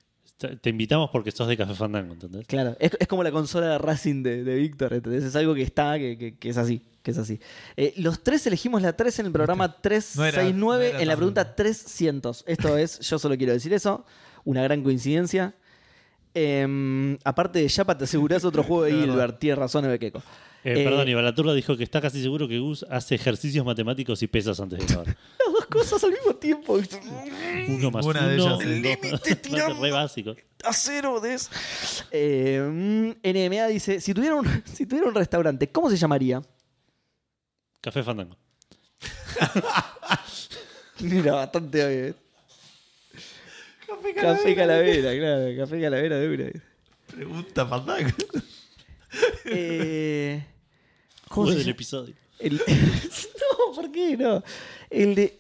Speaker 3: te invitamos porque sos de Café Fandango, ¿entendés?
Speaker 1: Claro, es, es como la consola de Racing de, de Víctor, ¿entendés? Es algo que está, que, que- que es así, que es así. Eh, los tres elegimos la 3 en el programa
Speaker 2: No era-
Speaker 1: 369,
Speaker 2: no era
Speaker 1: en la
Speaker 2: tan-
Speaker 1: pregunta 300. Esto es, yo solo quiero decir eso, una gran coincidencia. Em, aparte de Yapa, te asegurás otro juego de
Speaker 2: Es verdad.
Speaker 1: Gilbert, tienes razón, Ebequeco.
Speaker 3: Eh,
Speaker 1: Eh,
Speaker 3: perdón, y Balaturra dijo que está casi seguro que Gus hace ejercicios matemáticos y pesas antes de grabar.
Speaker 1: Las dos cosas al mismo tiempo.
Speaker 3: Uno más
Speaker 2: Ninguna de
Speaker 3: uno,
Speaker 2: ellas.
Speaker 3: dos.
Speaker 2: El
Speaker 1: límite tirando.
Speaker 3: Re básico.
Speaker 1: a cero de eso. Eh, mm, NMA dice, si tuviera, un, si tuviera un restaurante, ¿cómo se llamaría?
Speaker 3: Café Fandango.
Speaker 1: Mira, bastante obvio. ¿eh? Café Calavera, claro, Café Calavera de una.
Speaker 2: Pregunta fantasma.
Speaker 1: Eh, ¿cómo
Speaker 3: Juego
Speaker 1: se
Speaker 3: del
Speaker 1: llama?
Speaker 3: episodio.
Speaker 1: El- no, ¿por qué no? El de,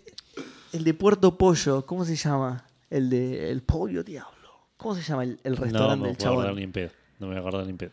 Speaker 1: el de Puerto Pollo, ¿cómo se llama? El de El Pollo Diablo. ¿Cómo se llama el, el
Speaker 3: No
Speaker 1: restaurante
Speaker 3: me
Speaker 1: del
Speaker 3: voy a acordar ni
Speaker 1: chabón?
Speaker 3: en pedo. No me voy a acordar ni en pedo.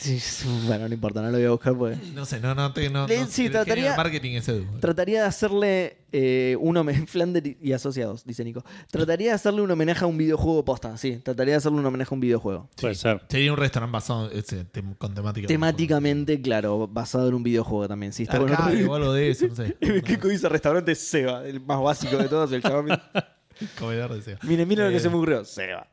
Speaker 1: Sí, sí, bueno, no importa, no lo voy a buscar pues. porque...
Speaker 2: No sé, no, no, te, no,
Speaker 1: Le-
Speaker 2: no-
Speaker 1: sí,
Speaker 2: el genio
Speaker 1: trataría-
Speaker 2: del marketing es Edu.
Speaker 1: Trataría de hacerle eh, un homenaje. Flander y asociados, dice Nico. Trataría de hacerle un homenaje a un videojuego posta, sí. Trataría de hacerle un homenaje a un videojuego.
Speaker 3: Puede ser.
Speaker 2: Sería un restaurante basado ese, tem- con temática.
Speaker 1: Temáticamente, claro, basado en un videojuego también.
Speaker 2: Ah,
Speaker 1: Sí, está con otro-
Speaker 2: Arcade o algo de eso, no sé.
Speaker 1: Kiko dice restaurante Seba, el más básico de todos, el chabón.
Speaker 2: Comedor de Seba.
Speaker 1: Miren, miren lo que
Speaker 2: Eh,
Speaker 1: se me ocurrió. Seba.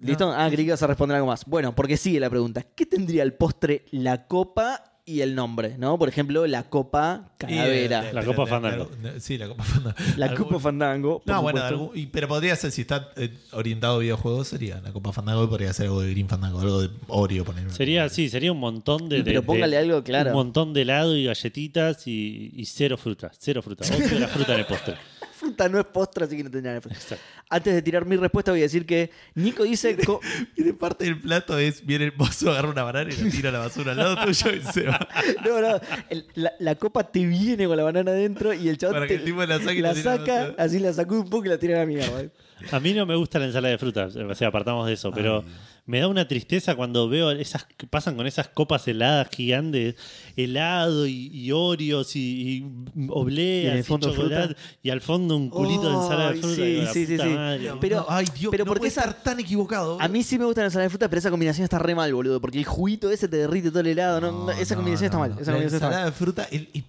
Speaker 1: ¿Listo? Ah, creí que ibas a responder algo más. Bueno, porque sigue la pregunta. ¿Qué tendría el postre la copa y el nombre? ¿No? Por ejemplo, la copa
Speaker 2: y eh, de-
Speaker 1: calavera.
Speaker 2: de-
Speaker 3: La
Speaker 2: de-
Speaker 3: Copa
Speaker 2: de-
Speaker 3: Fandango.
Speaker 2: de- Sí, la Copa Fandango.
Speaker 1: la
Speaker 2: Algún-
Speaker 1: copa fandango. por
Speaker 2: No, bueno, de
Speaker 1: supuesto.
Speaker 2: algún- y- pero podría ser, si está eh, orientado a videojuegos, sería la Copa Fandango y podría ser algo de Green Fandango, algo de Oreo, poner.
Speaker 3: Sería, sí, sería un montón de.
Speaker 1: Y, pero
Speaker 3: de-
Speaker 1: póngale
Speaker 3: de-
Speaker 1: algo, claro.
Speaker 3: Un montón de helado y galletitas y, y cero fruta. Cero fruta. Odio la fruta en el postre.
Speaker 1: fruta no es postre, así que no tendría nada de fruta. Antes de tirar mi respuesta, voy a decir que Nico dice. co-
Speaker 2: Viene parte del plato es, viene el mozo, agarra una banana y la tira a la basura al lado tuyo y se va.
Speaker 1: No, no, el- la, la copa te viene con la banana adentro y el chabón
Speaker 2: Para
Speaker 1: te-
Speaker 2: que el tipo la saque y
Speaker 1: la
Speaker 2: la tire a la
Speaker 1: saca,
Speaker 2: basura.
Speaker 1: así la sacude un poco y la tira a la mierda.
Speaker 3: A mí no me gusta la ensalada de frutas, eh, o sea, apartamos de eso, pero me da una tristeza cuando veo esas que pasan con esas copas heladas gigantes, helado y, y oreos y, y obleas
Speaker 1: ¿Y en el
Speaker 3: y
Speaker 1: fondo
Speaker 3: chocolate,
Speaker 1: fruta?
Speaker 3: y al fondo comiendo un culito de ensalada de
Speaker 1: Ay,
Speaker 3: fruta.
Speaker 1: sí,
Speaker 3: digo, la
Speaker 1: sí, sí,
Speaker 3: puta
Speaker 1: sí.
Speaker 3: madre.
Speaker 1: Pero-
Speaker 2: ay, Dios,
Speaker 1: pero
Speaker 2: no
Speaker 1: ¿por
Speaker 2: puede
Speaker 1: qué esa-
Speaker 2: estar tan equivocado.
Speaker 1: A mí sí me gusta la ensalada de fruta, pero esa combinación está re mal, boludo. Porque el juguito ese te derrite todo el helado. No, no, esa
Speaker 2: no,
Speaker 1: combinación
Speaker 2: no,
Speaker 1: está mal.
Speaker 2: no.
Speaker 1: Esa
Speaker 2: la
Speaker 1: combinación está
Speaker 2: ensalada
Speaker 1: mal.
Speaker 2: de fruta. el- y-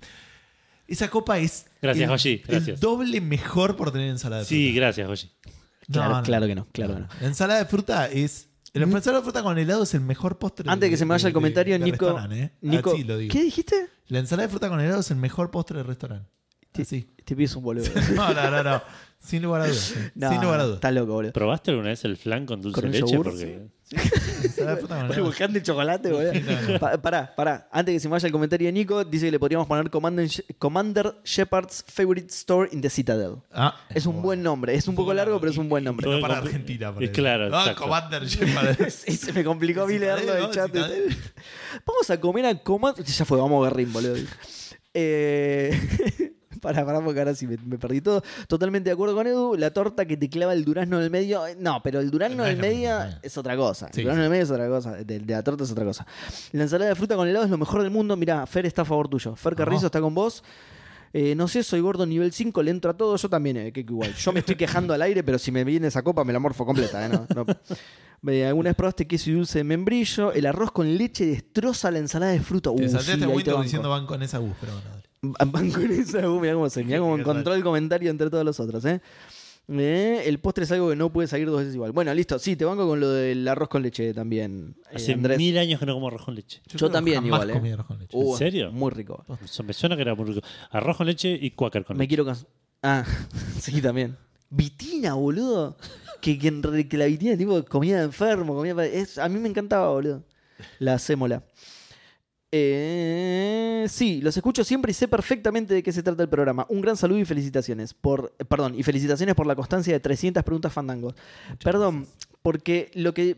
Speaker 2: esa copa es.
Speaker 3: Gracias,
Speaker 2: el-
Speaker 3: Oji,
Speaker 2: El
Speaker 3: gracias.
Speaker 2: doble mejor por tener ensalada de fruta.
Speaker 3: Sí, gracias, Oji.
Speaker 2: No,
Speaker 1: Claro,
Speaker 2: no.
Speaker 1: claro que no, claro que no.
Speaker 2: La ensalada de fruta es. La ensalada de fruta con helado es el mejor postre.
Speaker 1: Antes de que se me vaya el
Speaker 2: de-
Speaker 1: comentario,
Speaker 2: de
Speaker 1: Nico.
Speaker 2: restaurante, ¿eh?
Speaker 1: Nico
Speaker 2: Así lo digo.
Speaker 1: ¿Qué dijiste?
Speaker 2: La ensalada de fruta con helado es el mejor postre del restaurante.
Speaker 1: Sí.
Speaker 2: Así.
Speaker 1: Te pides un boludo.
Speaker 2: No, no, no, no. Sin lugar a dudas. eh.
Speaker 1: No,
Speaker 2: Sin lugar a dudas.
Speaker 1: Estás loco, boludo.
Speaker 3: ¿Probaste alguna vez el flan con dulce
Speaker 1: ¿Con
Speaker 3: de
Speaker 1: un
Speaker 3: leche?
Speaker 1: yogur?
Speaker 3: Porque
Speaker 2: Ensalada de fruta con helado.
Speaker 1: Volcán de chocolate, boludo. Pa- pará, pará. Antes que se me vaya el comentario de Nico, dice que le podríamos poner Commander, Commander Shepard's Favorite Store in the Citadel.
Speaker 2: Ah,
Speaker 1: Es un buen nombre. Es un poco largo, pero es un buen nombre.
Speaker 2: No
Speaker 3: Todo
Speaker 2: para
Speaker 3: compli-
Speaker 2: Argentina, por
Speaker 3: Eh,
Speaker 2: ahí.
Speaker 3: claro,
Speaker 2: Ah,
Speaker 3: exacto.
Speaker 2: Commander Shepard.
Speaker 1: Sí, se me complicó a mí
Speaker 2: Citadel,
Speaker 1: leerlo del
Speaker 2: ¿no?
Speaker 1: chat.
Speaker 2: Citadel.
Speaker 1: Vamos a comer a coma. Ya fue, vamos a Garrín, boludo. Eh... Para, para, porque ahora sí me, me perdí todo. Totalmente de acuerdo con Edu. La torta que te clava el durazno en el medio. eh, No, pero el durazno
Speaker 2: No
Speaker 1: en
Speaker 2: es
Speaker 1: el
Speaker 2: lo mismo,
Speaker 1: medio
Speaker 2: eh.
Speaker 1: es otra cosa.
Speaker 2: Sí,
Speaker 1: el durazno en
Speaker 2: sí.
Speaker 1: el medio es otra cosa. De, de la torta es otra cosa. La ensalada de fruta con helado es lo mejor del mundo. Mirá, Fer está a favor tuyo. Fer Carrizo
Speaker 2: Ajá.
Speaker 1: está con vos. Eh, no sé, soy gordo nivel 5, le entro a todo. Yo también, eh, que igual. Yo me estoy quejando al aire, pero si me viene esa copa me la morfo completa. eh, no- no, eh, alguna vez probaste queso y dulce de membrillo. El arroz con leche destroza la ensalada de fruta. Uh,
Speaker 2: Te
Speaker 1: sí,
Speaker 2: saltaste
Speaker 1: ahí te
Speaker 2: Windows
Speaker 1: banco.
Speaker 2: diciendo van con esa bus, pero bueno, dale.
Speaker 1: Van con esa. Uh, mirá cómo, se, mirá cómo
Speaker 2: Qué
Speaker 1: encontró
Speaker 2: raro.
Speaker 1: el comentario entre todos los otros. ¿eh? Eh, el postre es algo que no puede salir dos veces igual. Bueno, listo. Sí, te banco con lo del arroz con leche también. eh,
Speaker 3: hace
Speaker 1: Andrés.
Speaker 3: mil años que no como arroz con leche.
Speaker 1: Yo
Speaker 2: creo que
Speaker 1: también
Speaker 2: jamás
Speaker 1: igual, eh.
Speaker 2: comí arroz con leche.
Speaker 1: Uh,
Speaker 3: ¿En serio?
Speaker 1: Muy rico.
Speaker 3: Eso me suena que era muy rico. Arroz con leche y cuáquer con
Speaker 1: Oh. Me
Speaker 3: leche.
Speaker 1: quiero cansar. Ah, sí, también. Vitina, boludo. Que, que, en re- que la vitina es tipo comida de enfermo. Comida pa- es, a mí me encantaba, boludo. La sémola. Eh, sí, los escucho siempre y sé perfectamente de qué se trata el programa. Un gran saludo y felicitaciones por, eh, perdón, y felicitaciones por la constancia de 300 preguntas fandangos. perdón, porque lo que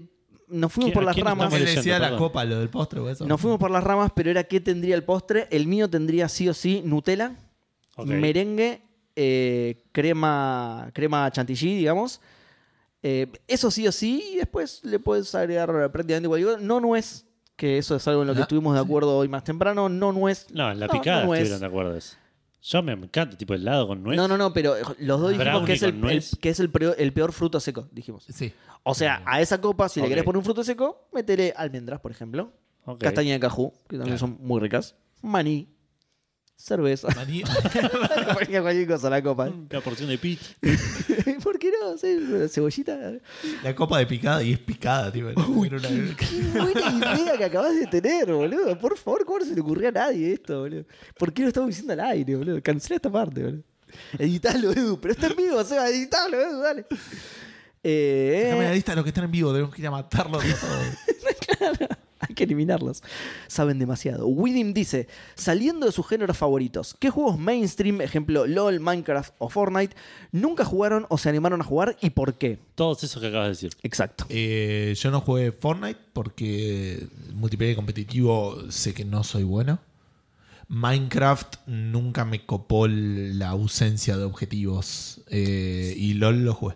Speaker 1: nos fuimos
Speaker 3: ¿Qué-
Speaker 1: por
Speaker 3: a
Speaker 1: las
Speaker 3: quién
Speaker 1: ramas.
Speaker 2: No me
Speaker 3: estamos
Speaker 2: le
Speaker 3: leyendo,
Speaker 2: decía la
Speaker 3: perdón.
Speaker 2: copa, lo del postre o eso.
Speaker 1: Nos fuimos por las ramas, pero era qué tendría el postre. El mío tendría sí o sí Nutella,
Speaker 3: Ok.
Speaker 1: merengue, eh, crema, crema chantilly, digamos. Eh, eso sí o sí, y después le puedes agregar prácticamente cualquier cosa. No nuez, que eso es algo en lo que
Speaker 2: Ah,
Speaker 1: estuvimos de acuerdo hoy más temprano. No nuez.
Speaker 3: No, en la
Speaker 1: No,
Speaker 3: picada
Speaker 1: no es.
Speaker 3: estuvieron de acuerdo. Yo me encanta, tipo helado con nuez.
Speaker 1: No, no, no, pero los dos dijimos
Speaker 3: Brownie
Speaker 1: que es,
Speaker 3: con
Speaker 1: el,
Speaker 3: nuez.
Speaker 1: el- que es el, peor, el peor fruto seco, dijimos.
Speaker 2: Sí.
Speaker 1: O sea, a esa copa, si
Speaker 3: Ok.
Speaker 1: le querés poner un fruto seco, métele almendras, por ejemplo.
Speaker 3: Ok.
Speaker 1: Castaña de cajú, que también son muy ricas. Maní. Cerveza.
Speaker 2: Maní-
Speaker 1: Ponía cualquier cosa a la copa.
Speaker 3: Una porción de pizza.
Speaker 1: ¿Por qué no? Sí, una cebollita.
Speaker 2: la copa de picada y es picada, tío. Era una-
Speaker 1: Qué buena idea que acabas de tener, boludo. Por favor, ¿cómo no se le ocurrió a nadie esto, boludo? ¿Por qué lo estamos diciendo al aire, boludo? Cancela esta parte, boludo. Editalo, Edu. Pero está en vivo, o sea, editalo, Edu, dale.
Speaker 2: Déjame la
Speaker 1: Eh,
Speaker 2: lista de los que están en vivo, tenemos que ir a matarlos a todos.
Speaker 1: hay que eliminarlos. Saben demasiado. Widim dice, saliendo de sus géneros favoritos, ¿qué juegos mainstream, ejemplo LOL, Minecraft o Fortnite, nunca jugaron o se animaron a jugar y por qué?
Speaker 3: Todos esos que acabas de decir.
Speaker 1: Exacto.
Speaker 2: Eh, yo no jugué Fortnite porque multiplayer competitivo sé que no soy bueno. Minecraft nunca me copó la ausencia de objetivos eh, y LOL lo jugué.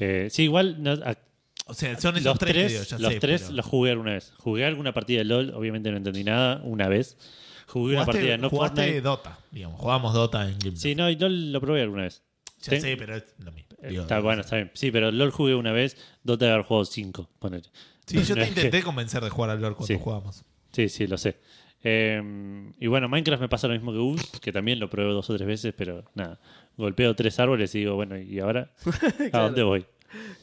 Speaker 3: Eh, sí, igual no- a-
Speaker 2: O sea, son esos
Speaker 3: los
Speaker 2: tres,
Speaker 3: tres,
Speaker 2: que digo, ya
Speaker 3: los,
Speaker 2: sé,
Speaker 3: tres
Speaker 2: pero-
Speaker 3: los jugué alguna vez. Jugué alguna partida de LOL, obviamente no entendí nada, una vez. Jugué una
Speaker 2: Jugaste-
Speaker 3: partida de no
Speaker 2: jugaste
Speaker 3: Fortnite.
Speaker 2: Dota, digamos, jugábamos Dota en Game
Speaker 3: Sí, no, y LOL lo probé alguna vez.
Speaker 2: Ya
Speaker 3: Sí.
Speaker 2: sé, pero es lo mismo.
Speaker 3: Eh,
Speaker 2: Digo,
Speaker 3: está bueno, está bien. Sí, pero LOL jugué una vez, Dota de haber jugado 5, ponele.
Speaker 2: Sí, yo
Speaker 3: No
Speaker 2: te
Speaker 3: es que-
Speaker 2: intenté convencer de jugar al LoL cuando
Speaker 3: Sí.
Speaker 2: jugábamos.
Speaker 3: Sí, sí, lo sé. Eh, y bueno, Minecraft me pasa lo mismo que Us, que también lo pruebo dos o tres veces, pero nada. Golpeo tres árboles y digo, bueno, ¿y ahora? ¿A dónde voy?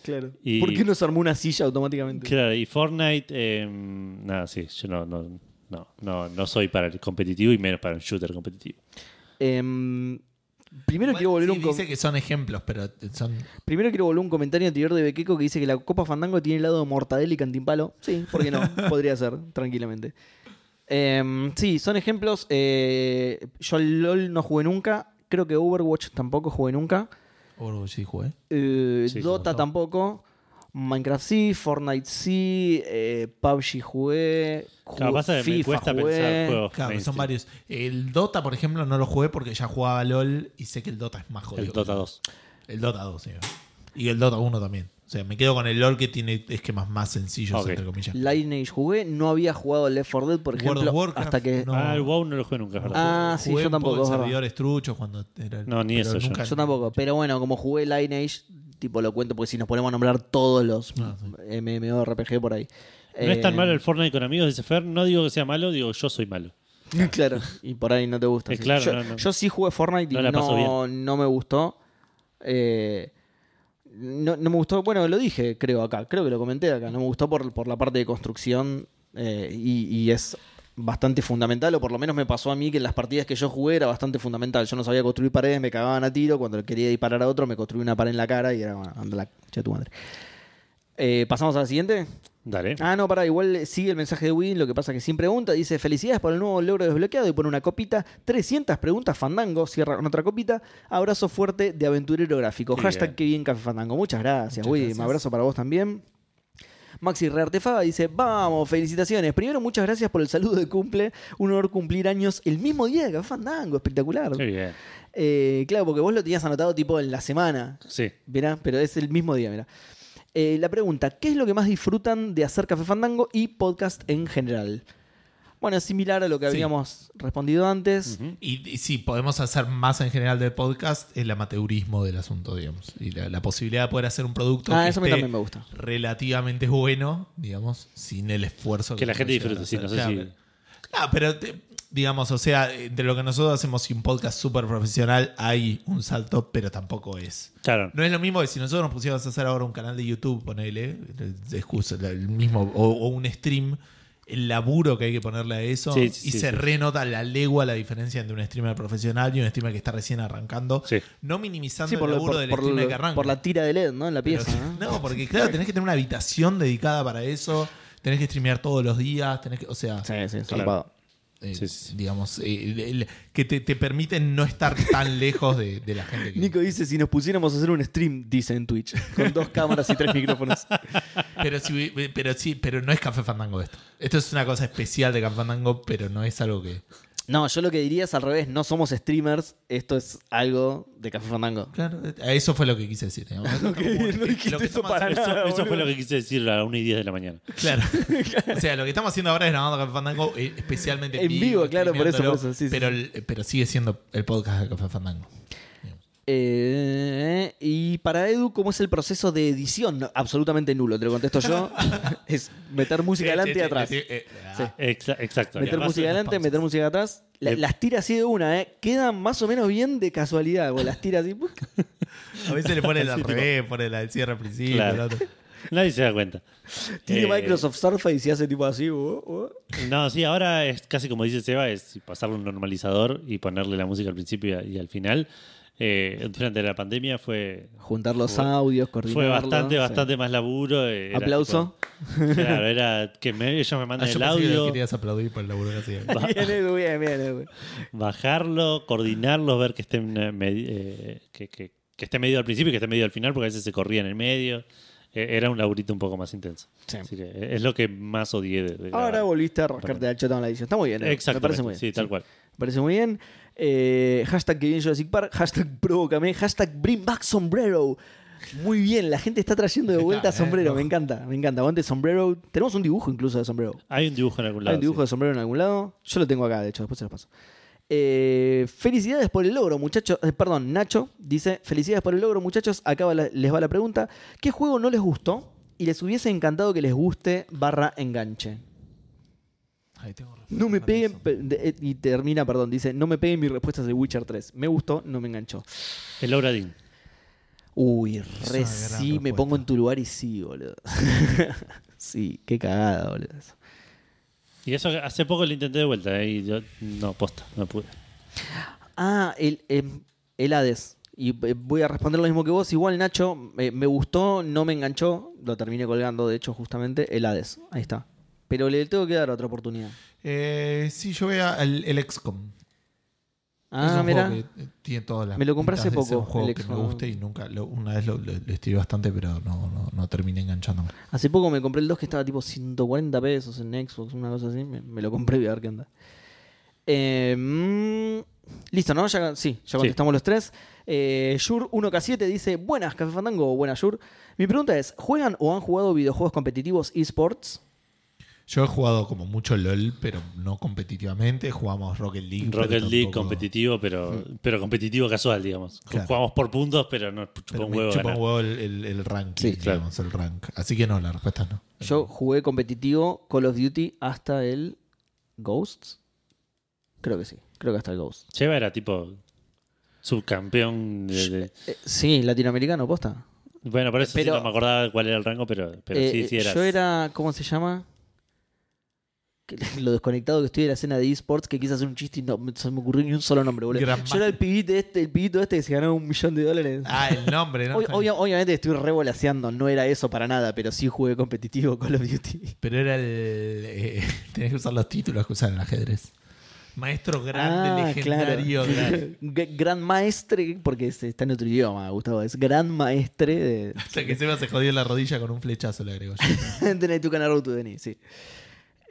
Speaker 1: Claro.
Speaker 3: Ah, Y-
Speaker 1: ¿Por qué no se armó una silla automáticamente?
Speaker 3: Claro, y Fortnite, eh, nada, sí, yo no, no, no, no, no soy para el competitivo y menos para un shooter competitivo.
Speaker 1: Em, primero, quiero
Speaker 2: Igual,
Speaker 1: volver
Speaker 2: sí,
Speaker 1: un com-
Speaker 2: dice que son ejemplos, pero son...
Speaker 1: primero quiero volver un comentario anterior de Bequeco que dice que la Copa Fandango tiene helado de mortadela y cantimpalo. Sí, ¿por qué no? Podría ser, tranquilamente. Em, sí, son ejemplos. eh, yo al LOL no jugué nunca. Creo que Overwatch tampoco jugué nunca.
Speaker 2: Overwatch oh, sí jugué.
Speaker 1: Eh,
Speaker 3: Sí,
Speaker 1: Dota
Speaker 2: como todo.
Speaker 1: tampoco. Minecraft sí, Fortnite sí, eh, PUBG jugué, jugué
Speaker 3: Claro, pasa que me
Speaker 1: FIFA
Speaker 3: cuesta
Speaker 1: jugué.
Speaker 3: pensar juegos.
Speaker 2: Claro, son
Speaker 3: mainstream.
Speaker 2: varios. El Dota, por ejemplo, no lo jugué porque ya jugaba LOL y sé que el Dota es más jodido.
Speaker 3: El Dota 2.
Speaker 2: El Dota 2, sí. Y el Dota 1 también. O sea, me quedo con el LOL que tiene esquemas más sencillos,
Speaker 3: Ok.
Speaker 2: entre comillas.
Speaker 1: Lineage jugué, no había jugado Left 4 Dead, por
Speaker 2: World of
Speaker 1: ejemplo,
Speaker 2: Warcraft,
Speaker 1: hasta que
Speaker 2: no.
Speaker 3: Ah, el WoW no lo jugué nunca, es ¿verdad?
Speaker 1: Ah, sí,
Speaker 2: Jugué
Speaker 1: yo
Speaker 2: un poco
Speaker 1: tambiores
Speaker 2: en servidores truchos cuando era-
Speaker 3: No, ni
Speaker 2: pero
Speaker 3: eso yo.
Speaker 2: nunca-
Speaker 1: Yo tampoco, pero bueno, como jugué Lineage, tipo lo cuento porque si nos ponemos a nombrar todos los
Speaker 2: Ah, sí.
Speaker 1: MMORPG por ahí. Eh,
Speaker 3: No es
Speaker 2: eh,
Speaker 3: tan malo el Fortnite con amigos, dice Fer. No digo que sea malo, digo yo soy malo.
Speaker 1: Claro, y por ahí no te gusta.
Speaker 3: Eh,
Speaker 1: sí.
Speaker 3: claro,
Speaker 1: yo,
Speaker 3: no, no.
Speaker 1: yo sí jugué Fortnite y
Speaker 3: No
Speaker 1: no,
Speaker 3: la paso
Speaker 1: no me gustó. Eh, no, no me gustó, bueno, lo dije, creo acá, creo que lo comenté acá. No me gustó por, por la parte de construcción eh, y, y es bastante fundamental, o por lo menos me pasó a mí que en las partidas que yo jugué era bastante fundamental. Yo no sabía construir paredes, me cagaban a tiro. Cuando quería disparar a otro, me construí una pared en la cara y era, bueno, anda la concha de tu madre. Eh, ¿Pasamos a la siguiente?
Speaker 3: Dale.
Speaker 1: Ah, no, pará, igual sigue el mensaje de Win, lo que pasa que sin pregunta, dice felicidades por el nuevo logro desbloqueado y pone una copita, 300 preguntas Fandango, cierra con otra copita, abrazo fuerte de aventurero gráfico,
Speaker 3: Qué
Speaker 1: hashtag
Speaker 3: bien.
Speaker 1: que bien Café Fandango, muchas gracias
Speaker 2: Muchas
Speaker 1: Win,
Speaker 2: gracias.
Speaker 1: abrazo para vos también. Maxi Reartefaga dice, vamos, felicitaciones. Primero, muchas gracias por el saludo de cumple. Un honor cumplir años el mismo día de Café Fandango, espectacular.
Speaker 3: Qué bien.
Speaker 1: Eh, claro, porque vos lo tenías anotado tipo en la semana.
Speaker 3: Sí.
Speaker 1: Mirá, pero es el mismo día, mirá. Eh, la pregunta, ¿qué es lo que más disfrutan de hacer Café Fandango y podcast en general? Bueno, es similar a lo que
Speaker 2: Sí.
Speaker 1: habíamos respondido antes.
Speaker 3: Ujú.
Speaker 2: Y, y sí, podemos hacer más en general del podcast el amateurismo del asunto, digamos. Y la, la posibilidad de poder hacer un producto
Speaker 1: Ah,
Speaker 2: que
Speaker 1: eso a mí
Speaker 2: esté
Speaker 1: también me gusta.
Speaker 2: relativamente bueno, digamos, sin el esfuerzo
Speaker 3: Que la gente
Speaker 2: uno llega a
Speaker 3: disfrute, sí, no
Speaker 2: hacer.
Speaker 3: sé
Speaker 2: Claro.
Speaker 3: si.
Speaker 2: Ah, pero te- digamos, o sea, entre lo que nosotros hacemos y un podcast súper profesional hay un salto, pero tampoco es.
Speaker 3: Claro.
Speaker 2: No es lo mismo que si nosotros nos pusiéramos a hacer ahora un canal de YouTube, ponele, de excusa, la- el mismo, o, o un stream, el laburo que hay que ponerle a eso,
Speaker 3: Sí, sí,
Speaker 2: y
Speaker 3: sí,
Speaker 2: se
Speaker 3: sí.
Speaker 2: renota la legua la diferencia entre un streamer profesional y un streamer que está recién arrancando,
Speaker 3: Sí.
Speaker 2: no minimizando
Speaker 1: Sí, por,
Speaker 2: el
Speaker 1: lo-
Speaker 2: laburo
Speaker 1: por-
Speaker 2: del
Speaker 1: por
Speaker 2: streamer
Speaker 1: lo-
Speaker 2: que arranca.
Speaker 1: por la tira de LED, ¿no? En la
Speaker 2: Pero-
Speaker 1: pieza. ¿no?
Speaker 2: no, porque claro, tenés que tener una habitación dedicada para eso, tenés que streamear todos los días, tenés que, o sea,
Speaker 1: Sí, sí,
Speaker 3: Claro.
Speaker 1: zarpado.
Speaker 2: eh,
Speaker 3: Sí, sí, sí.
Speaker 2: digamos, eh, el- el- que te, te permiten no estar tan lejos de, de la gente que,
Speaker 1: Nico dice, si nos pusiéramos a hacer un stream, dice en Twitch, con dos cámaras y tres micrófonos.
Speaker 2: Pero sí, pero sí, pero no es Café Fandango esto. Esto es una cosa especial de Café Fandango, pero no es algo que.
Speaker 1: No, yo lo que diría es al revés, no somos streamers, esto es algo de Café Fandango.
Speaker 2: Claro, eso fue lo que quise decir. digamos. Es como un-
Speaker 1: no dijiste
Speaker 2: lo que
Speaker 1: eso
Speaker 2: estamos
Speaker 1: para
Speaker 2: haciendo-
Speaker 1: nada,
Speaker 3: Eso fue
Speaker 1: boludo.
Speaker 3: lo que quise decir a la 1 y 10 de la mañana.
Speaker 2: Claro. o sea, lo que estamos haciendo ahora es grabando Café Fandango eh, especialmente
Speaker 1: En vivo, claro, por eso, por
Speaker 2: streameándolo,
Speaker 1: eso, sí, sí,
Speaker 2: pero, el- pero sigue siendo el podcast de Café Fandango.
Speaker 1: Eh, y para Edu, ¿cómo es el proceso de edición? No, absolutamente nulo, te lo contesto yo. es meter música adelante y atrás.
Speaker 2: Eh, eh, eh, ah,
Speaker 3: Exa- exacto.
Speaker 1: Meter
Speaker 2: además
Speaker 1: música
Speaker 2: en las
Speaker 1: adelante,
Speaker 2: pausas.
Speaker 1: meter música atrás. La-
Speaker 3: Eh.
Speaker 1: las tira así de una, ¿eh? Quedan más o menos bien de casualidad. vos las tiras así. ¡puc!
Speaker 2: A veces le ponen al
Speaker 3: Sí, tipo-
Speaker 2: revés, pone la del cierre al principio.
Speaker 3: Claro.
Speaker 2: el otro. Ah,
Speaker 3: Nadie se da cuenta.
Speaker 1: Tiene
Speaker 3: Eh,
Speaker 1: Microsoft Surface y se hace tipo así. ¡oh, oh!
Speaker 3: No, sí, ahora es casi como dice Seba, es pasarle un normalizador y ponerle la música al principio y a- y al final. Eh, durante la pandemia fue,
Speaker 1: Juntar los
Speaker 3: Fue-
Speaker 1: audios, coordinarlos.
Speaker 3: fue bastante,
Speaker 1: sí.
Speaker 3: bastante más laburo. eh, era
Speaker 1: Aplauso.
Speaker 3: tipo- claro, era que me- ellos me
Speaker 2: Ah,
Speaker 3: mandan
Speaker 2: yo pensé
Speaker 3: el
Speaker 2: que
Speaker 3: audio,
Speaker 2: le querías aplaudir por el laburo que hacía.
Speaker 3: ba-
Speaker 1: Bien, Edu, bien, bien, Edu.
Speaker 3: bajarlo, coordinarlo, ver que esté, en, eh, medi- eh, que, que- que esté medio al principio y que esté medio al final, porque a veces se corría en el medio. Eh, era un laburito un poco más intenso.
Speaker 1: Sí.
Speaker 3: Así que eh, es lo que más odié de, de
Speaker 1: Ahora
Speaker 3: grabar.
Speaker 1: volviste a rascarte la chota con la edición. Está muy bien, Edu. Me
Speaker 3: Exactamente,
Speaker 1: parece muy bien.
Speaker 3: sí, tal cual.
Speaker 1: Me parece muy bien. Eh, hashtag que bien Jurassic Park, hashtag provocame, hashtag bring back sombrero. Muy bien, la gente está trayendo de
Speaker 2: Está,
Speaker 1: vuelta
Speaker 2: eh,
Speaker 1: sombrero,
Speaker 2: no.
Speaker 1: me encanta, me encanta. Aguante sombrero. Tenemos un dibujo incluso de sombrero.
Speaker 3: Hay un dibujo en algún lado.
Speaker 1: Hay un dibujo
Speaker 3: sí.
Speaker 1: de sombrero en algún lado. Yo lo tengo acá, de hecho, después se los paso. Eh, felicidades por el logro, muchachos. Eh, perdón, Nacho dice: Felicidades por el logro, muchachos. Acá va la- les va la pregunta: ¿Qué juego no les gustó y les hubiese encantado que les guste barra enganche?
Speaker 2: Ay, tengo razón.
Speaker 1: No me
Speaker 2: Vale,
Speaker 1: peguen.
Speaker 2: eso.
Speaker 1: pe- de- eh, Y termina, perdón, dice: No me peguen mis respuestas de Witcher 3. Me gustó, no me enganchó.
Speaker 3: El Obradín.
Speaker 1: Uy,
Speaker 2: una
Speaker 1: re
Speaker 2: gran
Speaker 1: sí, me
Speaker 2: respuesta.
Speaker 1: pongo en tu lugar y sí, boludo. sí, qué cagada, boludo.
Speaker 3: Y eso que hace poco lo intenté de vuelta eh, y yo no, posta, no pude.
Speaker 1: Ah, el, em, el Hades. Y eh, voy a responder lo mismo que vos. Igual, Nacho, eh, me gustó, no me enganchó. Lo terminé colgando, de hecho, justamente, el Hades. Ahí está. Pero le tengo que dar otra oportunidad.
Speaker 2: Eh, sí, yo voy a- el, el XCOM. Es
Speaker 1: Ah,
Speaker 2: un
Speaker 1: mira.
Speaker 2: juego que, eh, tiene todas las
Speaker 1: Me lo compré hace
Speaker 2: pintas de ser
Speaker 1: poco,
Speaker 2: Un juego
Speaker 1: el
Speaker 2: que me
Speaker 1: Xbox.
Speaker 2: guste y nunca. lo- una vez lo, lo, lo estiré bastante, pero no, no, no terminé enganchándome.
Speaker 1: Hace poco me compré el 2 que estaba tipo 140 pesos en Xbox, una cosa así. Me, me lo compré y a ver qué onda. Eh, mm, Listo, ¿no? Ya, sí, ya contestamos los tres. Eh, Yur 1K7 dice: Buenas, Café Fandango, buenas, Yur. Mi pregunta es: ¿juegan o han jugado videojuegos competitivos esports?
Speaker 2: Yo he jugado como mucho LOL, pero no competitivamente. Jugamos Rocket League. pero
Speaker 3: Rocket League
Speaker 2: tampoco-
Speaker 3: competitivo, pero, pero competitivo casual, digamos.
Speaker 2: Claro.
Speaker 3: Jugamos por puntos, pero no chupa
Speaker 2: Pero
Speaker 3: un
Speaker 2: me
Speaker 3: huevo.
Speaker 2: chupa
Speaker 3: ganar.
Speaker 2: un huevo el, el- el ranking,
Speaker 3: Sí, claro.
Speaker 2: digamos, el rank. Así que no, la respuesta no.
Speaker 1: Yo jugué competitivo Call of Duty hasta el Ghosts. Creo que sí, creo que hasta el Ghosts.
Speaker 3: Cheva era tipo subcampeón de. de-
Speaker 1: Eh, sí, latinoamericano, posta.
Speaker 3: Bueno, por eso sí
Speaker 1: Pero-
Speaker 3: no me acordaba cuál era el rango, pero, pero
Speaker 1: Eh,
Speaker 3: sí, sí
Speaker 1: eh,
Speaker 3: eras.
Speaker 1: Yo era, ¿cómo se llama? Que- Lo desconectado que estoy de la escena de esports, que quise hacer un chiste y no me- se me ocurrió ni un solo nombre, boludo.
Speaker 2: Gran
Speaker 1: Yo era el pibito este, el pibito este que se ganó un millón de dólares.
Speaker 2: Ah, el nombre, ¿no?
Speaker 1: Ob- obvia- obviamente estoy revolaseando, no era eso para nada, pero sí jugué competitivo Call of Duty.
Speaker 2: Pero era el. eh, tenés que usar los títulos que usan en el ajedrez. Maestro grande,
Speaker 1: Ah,
Speaker 2: legendario. gran-
Speaker 1: G- Gran maestre, porque se- está en otro idioma, Gustavo, es gran maestre de,
Speaker 2: O sea, que Seba se jodió la rodilla con un flechazo, le agrego yo.
Speaker 1: Tenés tu canal Rutu, Denis, sí.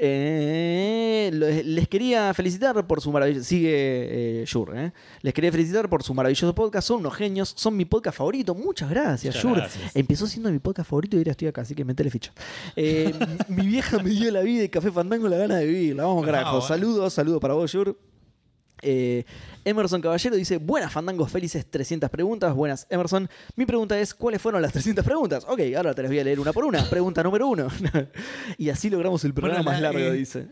Speaker 1: Eh, lo- les quería felicitar por su maravilloso. Sigue eh, Yur, ¿eh? Les quería felicitar por su maravilloso podcast. Son unos genios. Son mi podcast favorito. Muchas gracias,
Speaker 3: Muchas
Speaker 1: Yur.
Speaker 3: gracias.
Speaker 1: Empezó siendo mi podcast favorito y ahora estoy acá, así que metele ficha. Eh, mi vieja me dio la vida y Café Fandango la gana de vivir. La vamos,
Speaker 2: Ah,
Speaker 1: carajo.
Speaker 3: eh.
Speaker 2: bueno.
Speaker 1: Saludos, saludos para vos, Yur. Eh, Emerson Caballero dice, buenas fandangos felices, 300 preguntas. Buenas, Emerson. Mi pregunta es, ¿cuáles fueron las 300 preguntas? Ok, ahora te las voy a leer una por una. Pregunta número uno. y así logramos el programa
Speaker 2: Bueno,
Speaker 1: más
Speaker 2: la-
Speaker 1: largo,
Speaker 2: eh,
Speaker 1: dice.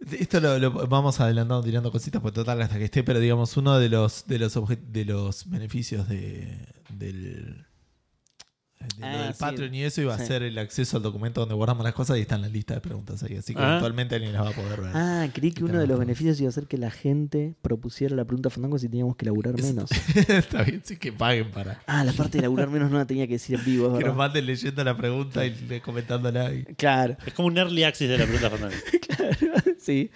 Speaker 2: Esto lo, lo vamos adelantando, tirando cositas, pues total hasta que esté, pero digamos, uno de los de los obje- de los beneficios de, del, de lo
Speaker 1: Ah,
Speaker 2: del
Speaker 1: sí.
Speaker 2: Patreon y eso iba
Speaker 1: Sí.
Speaker 2: a ser el acceso al documento donde guardamos las cosas y están las listas de preguntas ahí. Así que
Speaker 3: Ah.
Speaker 2: eventualmente alguien las va a poder ver.
Speaker 1: Ah, creí que uno de los
Speaker 2: Tenemos-
Speaker 1: beneficios iba a ser que la gente propusiera la pregunta fandango si teníamos que laburar menos.
Speaker 2: Está bien, sí que paguen para.
Speaker 1: Ah, la parte de laburar menos no la tenía que decir en vivo, es
Speaker 2: Que nos
Speaker 1: verdad.
Speaker 2: manden leyendo la pregunta y le- comentándola. y-
Speaker 1: Claro.
Speaker 3: Es como un early access de la pregunta Fernando.
Speaker 1: sí.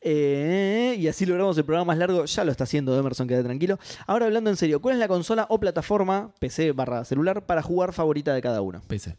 Speaker 1: Eh, y así logramos el programa más largo. Ya lo está haciendo Emerson, queda tranquilo. Ahora hablando en serio, ¿cuál es la consola o plataforma PC barra celular para jugar favorita de cada uno? Ah,
Speaker 2: PC.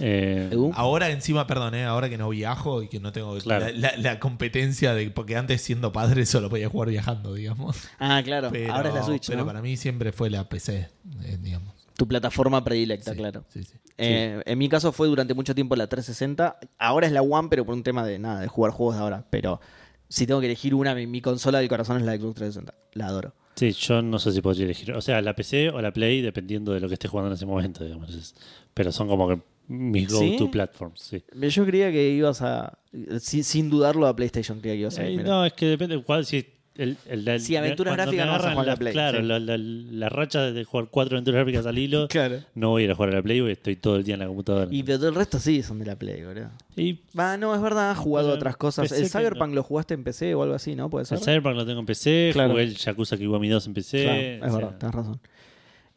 Speaker 3: Eh,
Speaker 1: ¿Edu?
Speaker 2: Ahora encima, perdón, eh, ahora que no viajo y que no tengo
Speaker 3: Claro.
Speaker 2: la, la- la competencia de. Porque antes siendo padre solo podía jugar viajando, digamos.
Speaker 1: Ah, claro.
Speaker 2: Pero-
Speaker 1: Ahora es la Switch,
Speaker 2: Pero
Speaker 1: ¿no?
Speaker 2: para mí siempre fue la PC, eh, digamos.
Speaker 1: Tu plataforma predilecta,
Speaker 2: Sí,
Speaker 1: claro.
Speaker 2: sí, sí.
Speaker 1: Eh, En mi caso fue durante mucho tiempo la 360. Ahora es la One, pero por un tema de nada, de jugar juegos de ahora. Pero si tengo que elegir una, mi, mi consola del corazón es la Xbox 360. La adoro.
Speaker 3: sí, yo no sé si podría elegir. O sea, la PC o la Play, dependiendo de lo que esté jugando en ese momento, digamos. Es- Pero son como que mis
Speaker 1: ¿Sí?
Speaker 3: go-to platforms, sí.
Speaker 1: Yo creía que ibas a. Sin, sin dudarlo, a PlayStation creía que ibas a ir.
Speaker 3: Eh,
Speaker 1: mira.
Speaker 3: no, es que depende de cuál. Si, el, el- el-
Speaker 1: Si aventuras
Speaker 3: cuando me
Speaker 1: gráficas no vas a
Speaker 3: agarran
Speaker 1: jugar a la
Speaker 3: las-
Speaker 1: Play,
Speaker 3: Claro,
Speaker 1: sí.
Speaker 3: la, la- la racha de jugar cuatro aventuras gráficas al hilo.
Speaker 1: Claro.
Speaker 3: No voy a ir a jugar a la Play porque estoy todo el día en la computadora.
Speaker 1: Y pero todo el resto sí son de la Play, boludo.
Speaker 3: Y
Speaker 1: Ah, no, es verdad, has jugado
Speaker 3: Bueno,
Speaker 1: otras cosas. El
Speaker 3: PC que
Speaker 1: Cyberpunk
Speaker 3: no.
Speaker 1: lo jugaste en PC o algo así, ¿no? Puede ser.
Speaker 3: el Cyberpunk lo tengo en PC,
Speaker 1: Claro.
Speaker 3: jugué el Yakuza Kiwami 2 en PC.
Speaker 1: Claro, es
Speaker 3: o sea,
Speaker 1: verdad, tenés razón.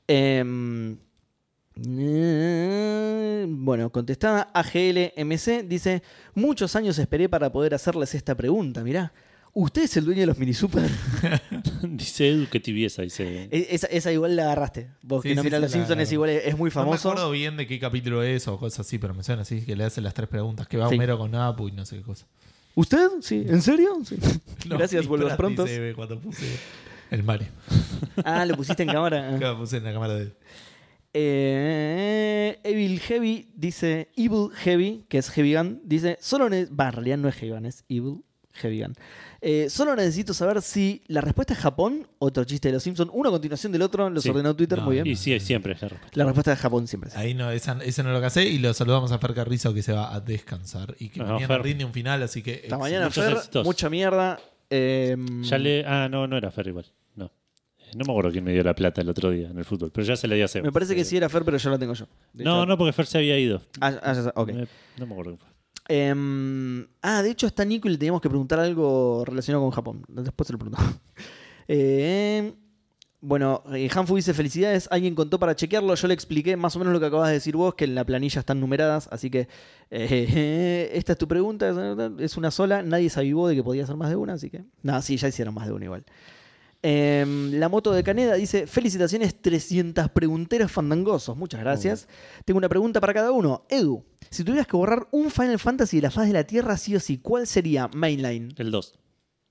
Speaker 1: Em, eh, bueno, contestada AGLMC dice: Muchos años esperé para poder hacerles esta pregunta, mirá. ¿Usted es el dueño de los mini super?
Speaker 3: dice Edu que tibieza, dice.
Speaker 1: E- esa, esa igual la agarraste. Vos
Speaker 2: Sí,
Speaker 1: que no
Speaker 2: sí,
Speaker 1: mirás
Speaker 2: sí,
Speaker 1: los
Speaker 2: la
Speaker 1: Simpsons, es
Speaker 2: agarro.
Speaker 1: igual, es es muy famoso.
Speaker 2: No me acuerdo bien de qué capítulo es o cosas así, pero me suena así que le hacen las tres preguntas. Que va
Speaker 1: Sí.
Speaker 2: Homero con Apu y no sé qué cosa.
Speaker 1: ¿Usted? Sí, ¿en serio? Sí.
Speaker 2: No,
Speaker 1: Gracias,
Speaker 2: y
Speaker 1: vuelvas
Speaker 2: Pratt
Speaker 1: pronto.
Speaker 2: dice, eh, Cuando puse el Mario.
Speaker 1: Ah, lo pusiste en cámara.
Speaker 2: Que puse en la cámara de.
Speaker 1: Eh, Evil Heavy dice Evil Heavy, que es Heavy Gun, dice solo ne- bah, en realidad no es Heavy Gun, es Evil Heavy Gun. Eh, solo necesito saber si la respuesta es Japón, otro chiste de los Simpsons, uno a continuación del otro, los
Speaker 3: Sí.
Speaker 1: ordenó Twitter,
Speaker 2: No,
Speaker 1: muy bien.
Speaker 3: Y sí, siempre es la respuesta.
Speaker 1: La respuesta es Japón siempre. sí.
Speaker 2: Ahí no, esa, ese no lo casé y lo saludamos a Fer Carrizo que se va a descansar y que
Speaker 3: Ajá,
Speaker 2: mañana
Speaker 3: Fer.
Speaker 2: rinde un final, así que.
Speaker 1: Ah, Hasta mañana,
Speaker 3: muchos
Speaker 1: Fer,
Speaker 3: éxitos.
Speaker 1: mucha mierda. eh,
Speaker 3: Ya le. Ah, no, no era Fer igual. No. Eh, No me acuerdo quién me dio la plata el otro día en el fútbol, pero ya se la dio a Seba.
Speaker 1: me parece que sí era Fer, pero yo la tengo yo. De
Speaker 3: No,
Speaker 1: hecho-
Speaker 3: no, porque Fer se había ido.
Speaker 1: Ah, ah, ya sé, ok.
Speaker 3: Me- no me acuerdo. quién fue.
Speaker 1: Em, ah, de hecho está Nico y le teníamos que preguntar algo relacionado con Japón. Después se lo preguntamos. Em, bueno, eh, Hanfu dice felicidades. Alguien contó para chequearlo. Yo le expliqué más o menos lo que acabas de decir vos, que en la planilla están numeradas. Así que eh, esta es tu pregunta. Es una sola. Nadie se avivó de que podía ser más de una. Así que... Nada, sí, ya hicieron más de una igual. Em, la moto de Caneda dice: Felicitaciones, 300 pregunteros fandangosos. Muchas gracias. Tengo una pregunta para cada uno. Edu, si tuvieras que borrar un Final Fantasy de la faz de la Tierra, sí o sí, ¿cuál sería mainline?
Speaker 3: El 2.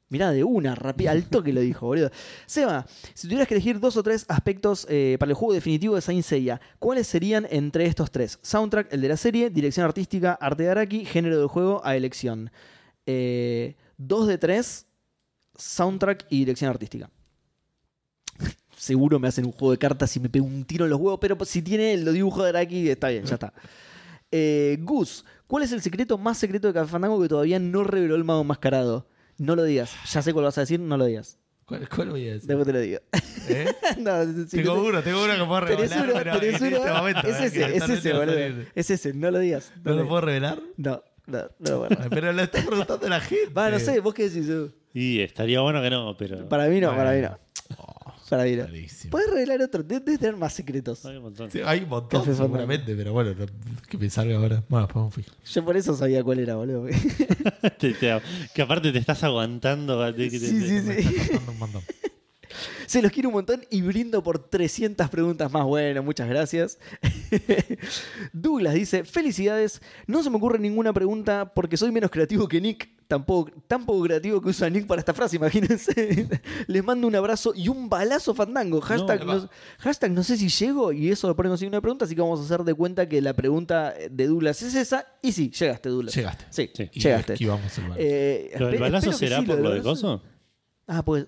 Speaker 1: Mirá, de una, rápida, al toque lo dijo, boludo. Seba, si tuvieras que elegir dos o tres aspectos eh, para el juego definitivo de Saint Seiya, ¿cuáles serían entre estos tres? Soundtrack, el de la serie, dirección artística, arte de Araki, género del juego a elección. Eh, dos de tres, soundtrack y dirección artística. Seguro me hacen un juego de cartas y me pego un tiro en los huevos, pero si tiene los dibujos de Araki, está bien, ya está. Eh, Gus, ¿cuál es el secreto más secreto de Café Fandango que todavía no reveló el mago enmascarado? No lo digas. Ya sé cuál vas a decir, no lo digas.
Speaker 2: ¿Cuál, cuál voy a decir?
Speaker 1: Después te lo digo.
Speaker 2: ¿Eh?
Speaker 1: No, si
Speaker 2: tengo
Speaker 1: no te-
Speaker 2: uno, tengo uno que puedo
Speaker 1: tenés
Speaker 2: revelar,
Speaker 1: uno,
Speaker 2: pero
Speaker 1: tenés
Speaker 2: en
Speaker 1: uno.
Speaker 2: este
Speaker 1: es
Speaker 2: momento. eh, que
Speaker 1: ese, es
Speaker 2: actualmente
Speaker 1: ese,
Speaker 2: no
Speaker 1: boludo.
Speaker 2: sé decir.
Speaker 1: Es ese, no lo digas.
Speaker 2: ¿No lo
Speaker 1: digas.
Speaker 2: puedo revelar?
Speaker 1: No, no, no, bueno.
Speaker 2: Pero lo está preguntando la gente.
Speaker 1: Va, no sé, vos qué decís. Edu?
Speaker 3: Y estaría bueno que no, pero.
Speaker 1: Para mí no,
Speaker 2: Bueno. Oh,
Speaker 1: para mí no. Para mí no.
Speaker 2: Clarísimo.
Speaker 1: Podés revelar otro, de- debes tener más secretos.
Speaker 3: Hay un montón.
Speaker 2: Sí, hay un montón,
Speaker 1: Café Fandango.
Speaker 2: seguramente, pero bueno, no, que pensarme ahora. Bueno, después me fui.
Speaker 1: Yo por eso sabía cuál era, boludo. sí,
Speaker 3: Te- te- que aparte te estás aguantando. te- te-
Speaker 1: sí,
Speaker 3: te-
Speaker 1: sí.
Speaker 2: Contando un montón.
Speaker 1: Se los quiero un montón y brindo por 300 preguntas más. Bueno, muchas gracias. Douglas dice, felicidades, no se me ocurre ninguna pregunta porque soy menos creativo que Nick. Tampoco, tan poco creativo que usa Nick para esta frase, imagínense. Les mando un abrazo y un balazo fandango. Hashtag
Speaker 2: No,
Speaker 1: no, hashtag no sé si llego y eso lo ponemos en una pregunta, así que vamos a hacer de cuenta que la pregunta de Douglas es esa. Y sí, llegaste, Douglas.
Speaker 2: Llegaste.
Speaker 1: Sí,
Speaker 3: Sí.
Speaker 2: Y
Speaker 1: llegaste.
Speaker 2: esquivamos el balón.
Speaker 1: Eh,
Speaker 3: ¿Lo del
Speaker 1: espe-
Speaker 3: balazo
Speaker 1: espero que
Speaker 3: será
Speaker 1: sí,
Speaker 3: por lo de
Speaker 1: del balazo.
Speaker 3: coso?
Speaker 1: Ah, pues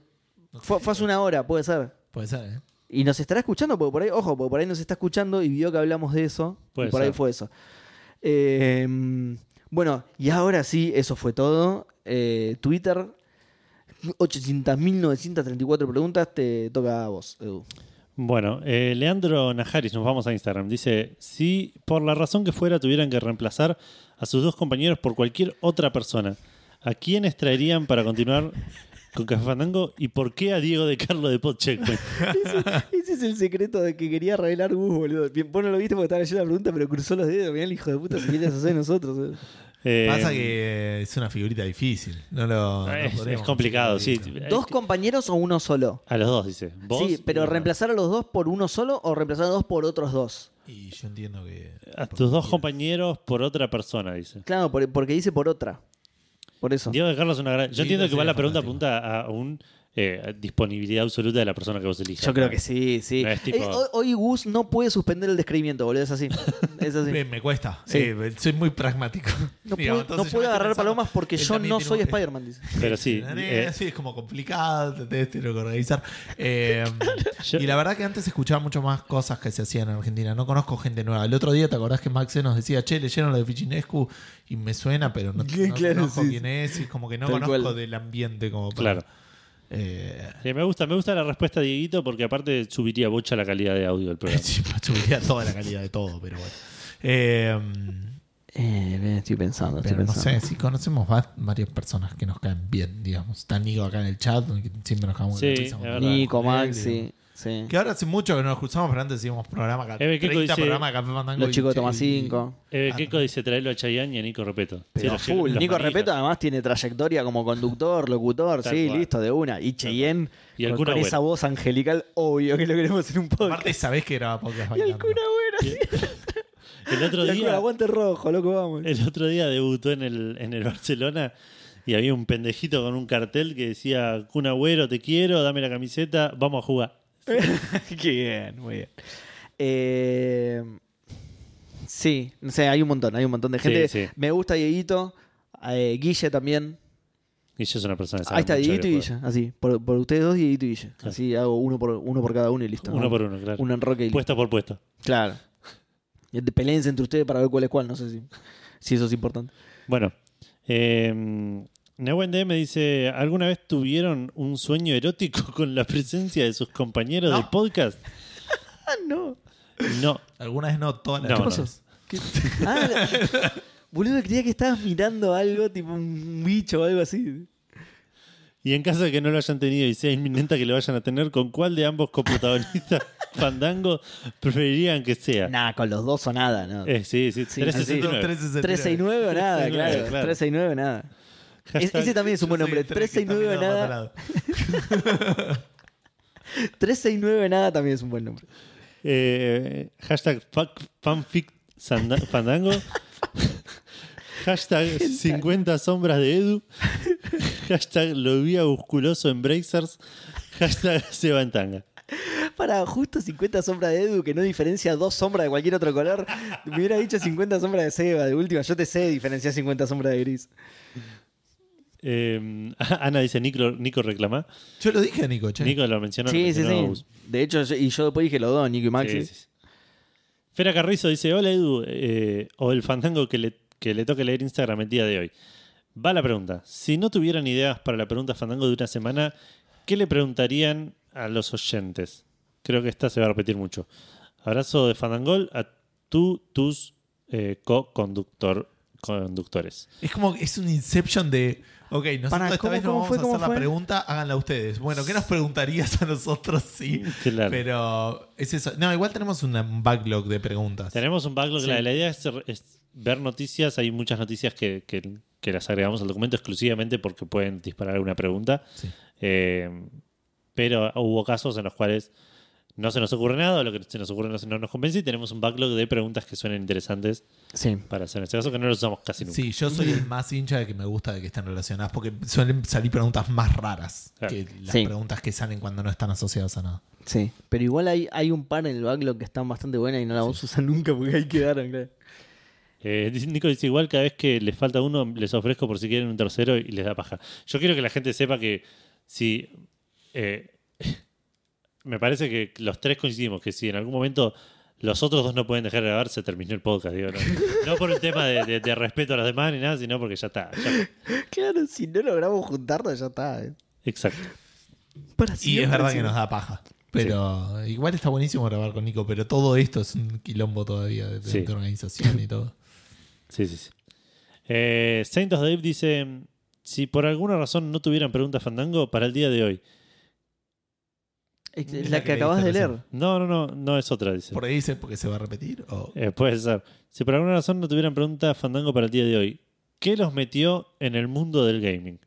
Speaker 1: fue, fue hace una hora, puede ser.
Speaker 2: Puede ser, ¿eh?
Speaker 1: Y nos estará escuchando, porque por ahí, ojo, porque por ahí nos está escuchando y vio que hablamos de eso. y
Speaker 3: Puede
Speaker 1: por ahí
Speaker 3: ser.
Speaker 1: fue eso. Eh, bueno, y ahora sí, eso fue todo. Eh, Twitter, 800.934 preguntas, te toca a vos, Edu.
Speaker 3: Bueno, eh, Leandro Najaris, nos vamos a Instagram. Dice: Si por la razón que fuera tuvieran que reemplazar a sus dos compañeros por cualquier otra persona, ¿a quiénes traerían para continuar con Café Fandango y por qué a Diego de Carlo de Podcheckpoint?
Speaker 1: Ese es el secreto de que quería revelar Gus, boludo. Bien, Vos no lo viste porque estaba leyendo la pregunta, pero cruzó los dedos. Mirá el hijo de puta si quieres hacer nosotros. eh.
Speaker 3: Eh,
Speaker 2: Pasa que eh, es una figurita difícil. No lo. no
Speaker 3: Es,
Speaker 2: podríamos-
Speaker 3: es complicado, sí. Eh,
Speaker 1: ¿Dos compañeros o uno solo?
Speaker 3: A los dos, dice. ¿Vos?
Speaker 1: Sí, pero
Speaker 3: Y-
Speaker 1: reemplazar a los dos por uno solo o reemplazar a los dos por otros dos.
Speaker 2: Y yo entiendo que.
Speaker 3: A tus dos compañeros por otra persona, dice.
Speaker 1: Claro, por- porque dice por otra. Por eso.
Speaker 3: Diego de Carlos es una gran. Yo
Speaker 2: Sí,
Speaker 3: entiendo que va
Speaker 2: sería
Speaker 3: la pregunta
Speaker 2: fantástico.
Speaker 3: apunta a un eh, a disponibilidad absoluta de la persona que vos elijas.
Speaker 1: Yo creo que sí, sí.
Speaker 3: No es tipo-
Speaker 1: Eh, hoy, hoy Gus no puede suspender el describimiento, boludo. Es así. Es así.
Speaker 2: Me, me cuesta.
Speaker 1: Sí.
Speaker 2: Eh, soy muy pragmático.
Speaker 1: No
Speaker 2: Digamos,
Speaker 1: puedo, no
Speaker 2: entonces yo
Speaker 1: puedo
Speaker 2: me estoy
Speaker 1: agarrar
Speaker 2: pensando,
Speaker 1: palomas porque
Speaker 2: él
Speaker 1: yo
Speaker 2: también
Speaker 1: no
Speaker 2: tiene
Speaker 1: soy
Speaker 2: un-
Speaker 1: Spider-Man, dice.
Speaker 3: Pero sí.
Speaker 2: Eh,
Speaker 3: eh,
Speaker 2: sí, es como complicado, te tengo que organizar. Eh,
Speaker 3: Yo-
Speaker 2: y la verdad que antes escuchaba mucho más cosas que se hacían en Argentina. No conozco gente nueva. El otro día, ¿te acordás que Maxe nos decía, che, leyeron lo de Fichinescu? Y me suena, pero no,
Speaker 1: Sí,
Speaker 2: no
Speaker 1: claro,
Speaker 2: conozco
Speaker 1: sí,
Speaker 2: quién es. Y como que no
Speaker 1: Tal
Speaker 2: conozco
Speaker 1: cual.
Speaker 2: del ambiente. como para-
Speaker 3: claro.
Speaker 2: Eh,
Speaker 3: Sí, me gusta, me gusta la respuesta, Dieguito, porque aparte subiría bocha la calidad de audio del programa.
Speaker 2: sí, pero subiría toda la calidad de todo, pero bueno. Eh,
Speaker 1: Eh, me estoy pensando, estoy
Speaker 2: pero no
Speaker 1: pensando.
Speaker 2: sé, sí conocemos va- varias personas que nos caen bien, digamos. Está Nico acá en el chat, que siempre nos cagamos de la
Speaker 3: Sí,
Speaker 2: risa
Speaker 3: es
Speaker 2: cuando
Speaker 3: verdad.
Speaker 2: hablamos
Speaker 1: Nico,
Speaker 2: con él,
Speaker 1: Maxi. Sí.
Speaker 2: Que ahora hace mucho que no nos cruzamos, pero antes hicimos programa acá.
Speaker 3: Eve Keiko
Speaker 2: 30
Speaker 3: Eh, dice-
Speaker 2: programas de Café Fandango.
Speaker 1: Los
Speaker 2: y-
Speaker 1: chicos de Toma
Speaker 2: y-
Speaker 1: 5.
Speaker 3: Eh, Keiko dice traerlo a Chayanne y a Nico Repeto.
Speaker 1: Pero
Speaker 3: los-
Speaker 1: full.
Speaker 3: los
Speaker 1: Nico
Speaker 3: manitos.
Speaker 1: Repeto además tiene trayectoria como conductor, locutor,
Speaker 3: Tal
Speaker 1: sí,
Speaker 3: cual.
Speaker 1: listo, de una. Y Cheyenne
Speaker 3: Y el
Speaker 1: con,
Speaker 3: Kun
Speaker 1: con
Speaker 3: Agüero.
Speaker 1: esa voz angelical, obvio que lo queremos en un podcast.
Speaker 2: Aparte, sabés que grababa podcast
Speaker 1: Y el
Speaker 2: bailando.
Speaker 1: Kun Agüero, sí.
Speaker 3: El otro
Speaker 1: Y el Kun
Speaker 3: día,
Speaker 1: aguante rojo, loco, vamos.
Speaker 3: el otro día debutó en el, en el Barcelona y había un pendejito con un cartel que decía: Kun Agüero, te quiero, dame la camiseta, vamos a jugar.
Speaker 1: Qué bien, muy bien. Eh, sí, no sé, hay un montón, hay un montón de
Speaker 3: Sí,
Speaker 1: gente.
Speaker 3: sí.
Speaker 1: Me gusta Dieguito, eh, Guille también.
Speaker 3: Y yo soy una persona que sabe
Speaker 1: Ahí está
Speaker 3: mucho de
Speaker 1: Dieguito y
Speaker 3: videojuegos.
Speaker 1: Guille, así. Por, por ustedes dos, Dieguito y Guille.
Speaker 3: Claro.
Speaker 1: Así hago uno por, uno por cada uno y listo.
Speaker 3: Uno
Speaker 1: ¿no?
Speaker 3: por uno, claro. Pues-
Speaker 1: Uno en roque y listo.
Speaker 3: Puesto por puesto.
Speaker 1: Claro. Y te- Peleense entre ustedes para ver cuál es cuál, no sé si, si eso es importante.
Speaker 3: Bueno, eh, Nehuen D me dice: ¿Alguna vez tuvieron un sueño erótico con la presencia de sus compañeros
Speaker 2: No.
Speaker 3: del podcast?
Speaker 1: Ah, no.
Speaker 3: No.
Speaker 2: Algunas no, todas las
Speaker 3: No,
Speaker 2: ¿Qué
Speaker 3: no.
Speaker 2: pasó?
Speaker 1: ¿Qué- Ah, la- boludo, creía que estabas mirando algo, tipo un bicho o algo así.
Speaker 3: Y en caso de que no lo hayan tenido y sea inminente que lo vayan a tener, ¿con cuál de ambos coprotagonistas Fandango preferirían que sea?
Speaker 1: Nah, con los dos o nada, ¿no?
Speaker 3: Eh, sí, sí,
Speaker 1: Sí,
Speaker 3: 369.
Speaker 1: 369 o nada,
Speaker 3: 369,
Speaker 1: claro.
Speaker 3: claro.
Speaker 1: 369 o nada. Es-
Speaker 3: Hashtag-
Speaker 1: ese también es un buen nombre. 369 o nada. 369 o nada también es un buen nombre.
Speaker 3: eh, hashtag fuck fanfic sanda- fandango. Hashtag 50 sombras de Edu. Hashtag lo vi agusculoso en Breakers. Hashtag se va en tanga.
Speaker 1: Para justo 50 sombras de Edu, que no diferencia dos sombras de cualquier otro color. Me hubiera dicho 50 sombras de Seba, de última. Yo te sé diferenciar 50 sombras de gris.
Speaker 3: Eh, Ana dice, Nico, Nico reclama.
Speaker 2: Yo lo dije, Nico, che.
Speaker 3: Nico lo mencionó. lo
Speaker 1: Sí, sí,
Speaker 3: mencionó Agus.
Speaker 1: sí. De hecho, yo- y yo después dije los dos, Nico y Maxi.
Speaker 3: Sí, sí, sí. Fera Carrizo dice: Hola Edu, eh, o el fandango que le, que le toque leer Instagram el día de hoy. Va la pregunta. Si no tuvieran ideas para la pregunta fandango de una semana, ¿qué le preguntarían a los oyentes? Creo que esta se va a repetir mucho. Abrazo de fandangol a tú, tus eh, co-conductor, conductores.
Speaker 2: Es como es un inception de. Ok, nosotros
Speaker 1: Pará,
Speaker 2: esta
Speaker 1: ¿cómo-
Speaker 2: vez no
Speaker 1: cómo
Speaker 2: vamos
Speaker 1: fue?
Speaker 2: a
Speaker 1: ¿Cómo
Speaker 2: hacer la
Speaker 1: fue?
Speaker 2: pregunta, háganla ustedes. Bueno, ¿qué nos preguntarías a nosotros? Sí.
Speaker 3: Claro.
Speaker 2: Pero es eso. No, igual tenemos una- un backlog de preguntas.
Speaker 3: Tenemos un backlog.
Speaker 1: Sí.
Speaker 3: La, la idea es, es ver noticias. Hay muchas noticias que, que- que las agregamos al documento exclusivamente porque pueden disparar alguna pregunta.
Speaker 2: Sí.
Speaker 3: Eh, pero hubo casos en los cuales no se nos ocurre nada, o lo que se nos ocurre no, se- no nos convence y tenemos un backlog de preguntas que suenan interesantes
Speaker 1: Sí.
Speaker 3: para hacer. En este caso que no los usamos casi nunca.
Speaker 2: Sí, yo soy el más hincha de que me gusta de que están relacionadas porque suelen salir preguntas más raras
Speaker 3: Claro.
Speaker 2: que las
Speaker 1: Sí.
Speaker 2: preguntas que salen cuando no están asociadas a nada.
Speaker 1: Sí. Pero igual hay, hay un par en el backlog que están bastante buenas y no las vamos a usar nunca porque ahí quedaron, claro.
Speaker 3: Eh, dice- Nico dice igual cada vez que les falta uno les ofrezco por si quieren un tercero y les da paja. Yo quiero que la gente sepa que si eh, me parece que los tres coincidimos que si en algún momento los otros dos no pueden dejar de grabar se terminó el podcast. Digo, no, No por el tema de, de- de respeto a los demás ni nada, sino porque ya está. ya fue.
Speaker 1: Claro, si no logramos juntarnos ya está. eh.
Speaker 3: Exacto.
Speaker 1: Para
Speaker 2: Y
Speaker 1: siempre,
Speaker 2: es verdad que
Speaker 1: encima.
Speaker 2: nos da paja. Pero igual está buenísimo grabar con Nico, pero todo esto es un quilombo todavía de, de-
Speaker 3: Sí.
Speaker 2: de organización y todo.
Speaker 3: Sí, sí, sí. Eh, Saint of Dave dice: Si por alguna razón no tuvieran preguntas fandango para el día de hoy.
Speaker 1: Es
Speaker 2: Es
Speaker 1: la
Speaker 2: la
Speaker 1: que
Speaker 2: que
Speaker 1: acabas de
Speaker 2: leíste
Speaker 1: leer.
Speaker 2: recién.
Speaker 3: No, no, no, no es otra, dice.
Speaker 2: Por ahí dice porque se va a repetir. o-
Speaker 3: Eh, puede ser. Si por alguna razón no tuvieran preguntas fandango para el día de hoy, ¿qué los metió en el mundo del gaming?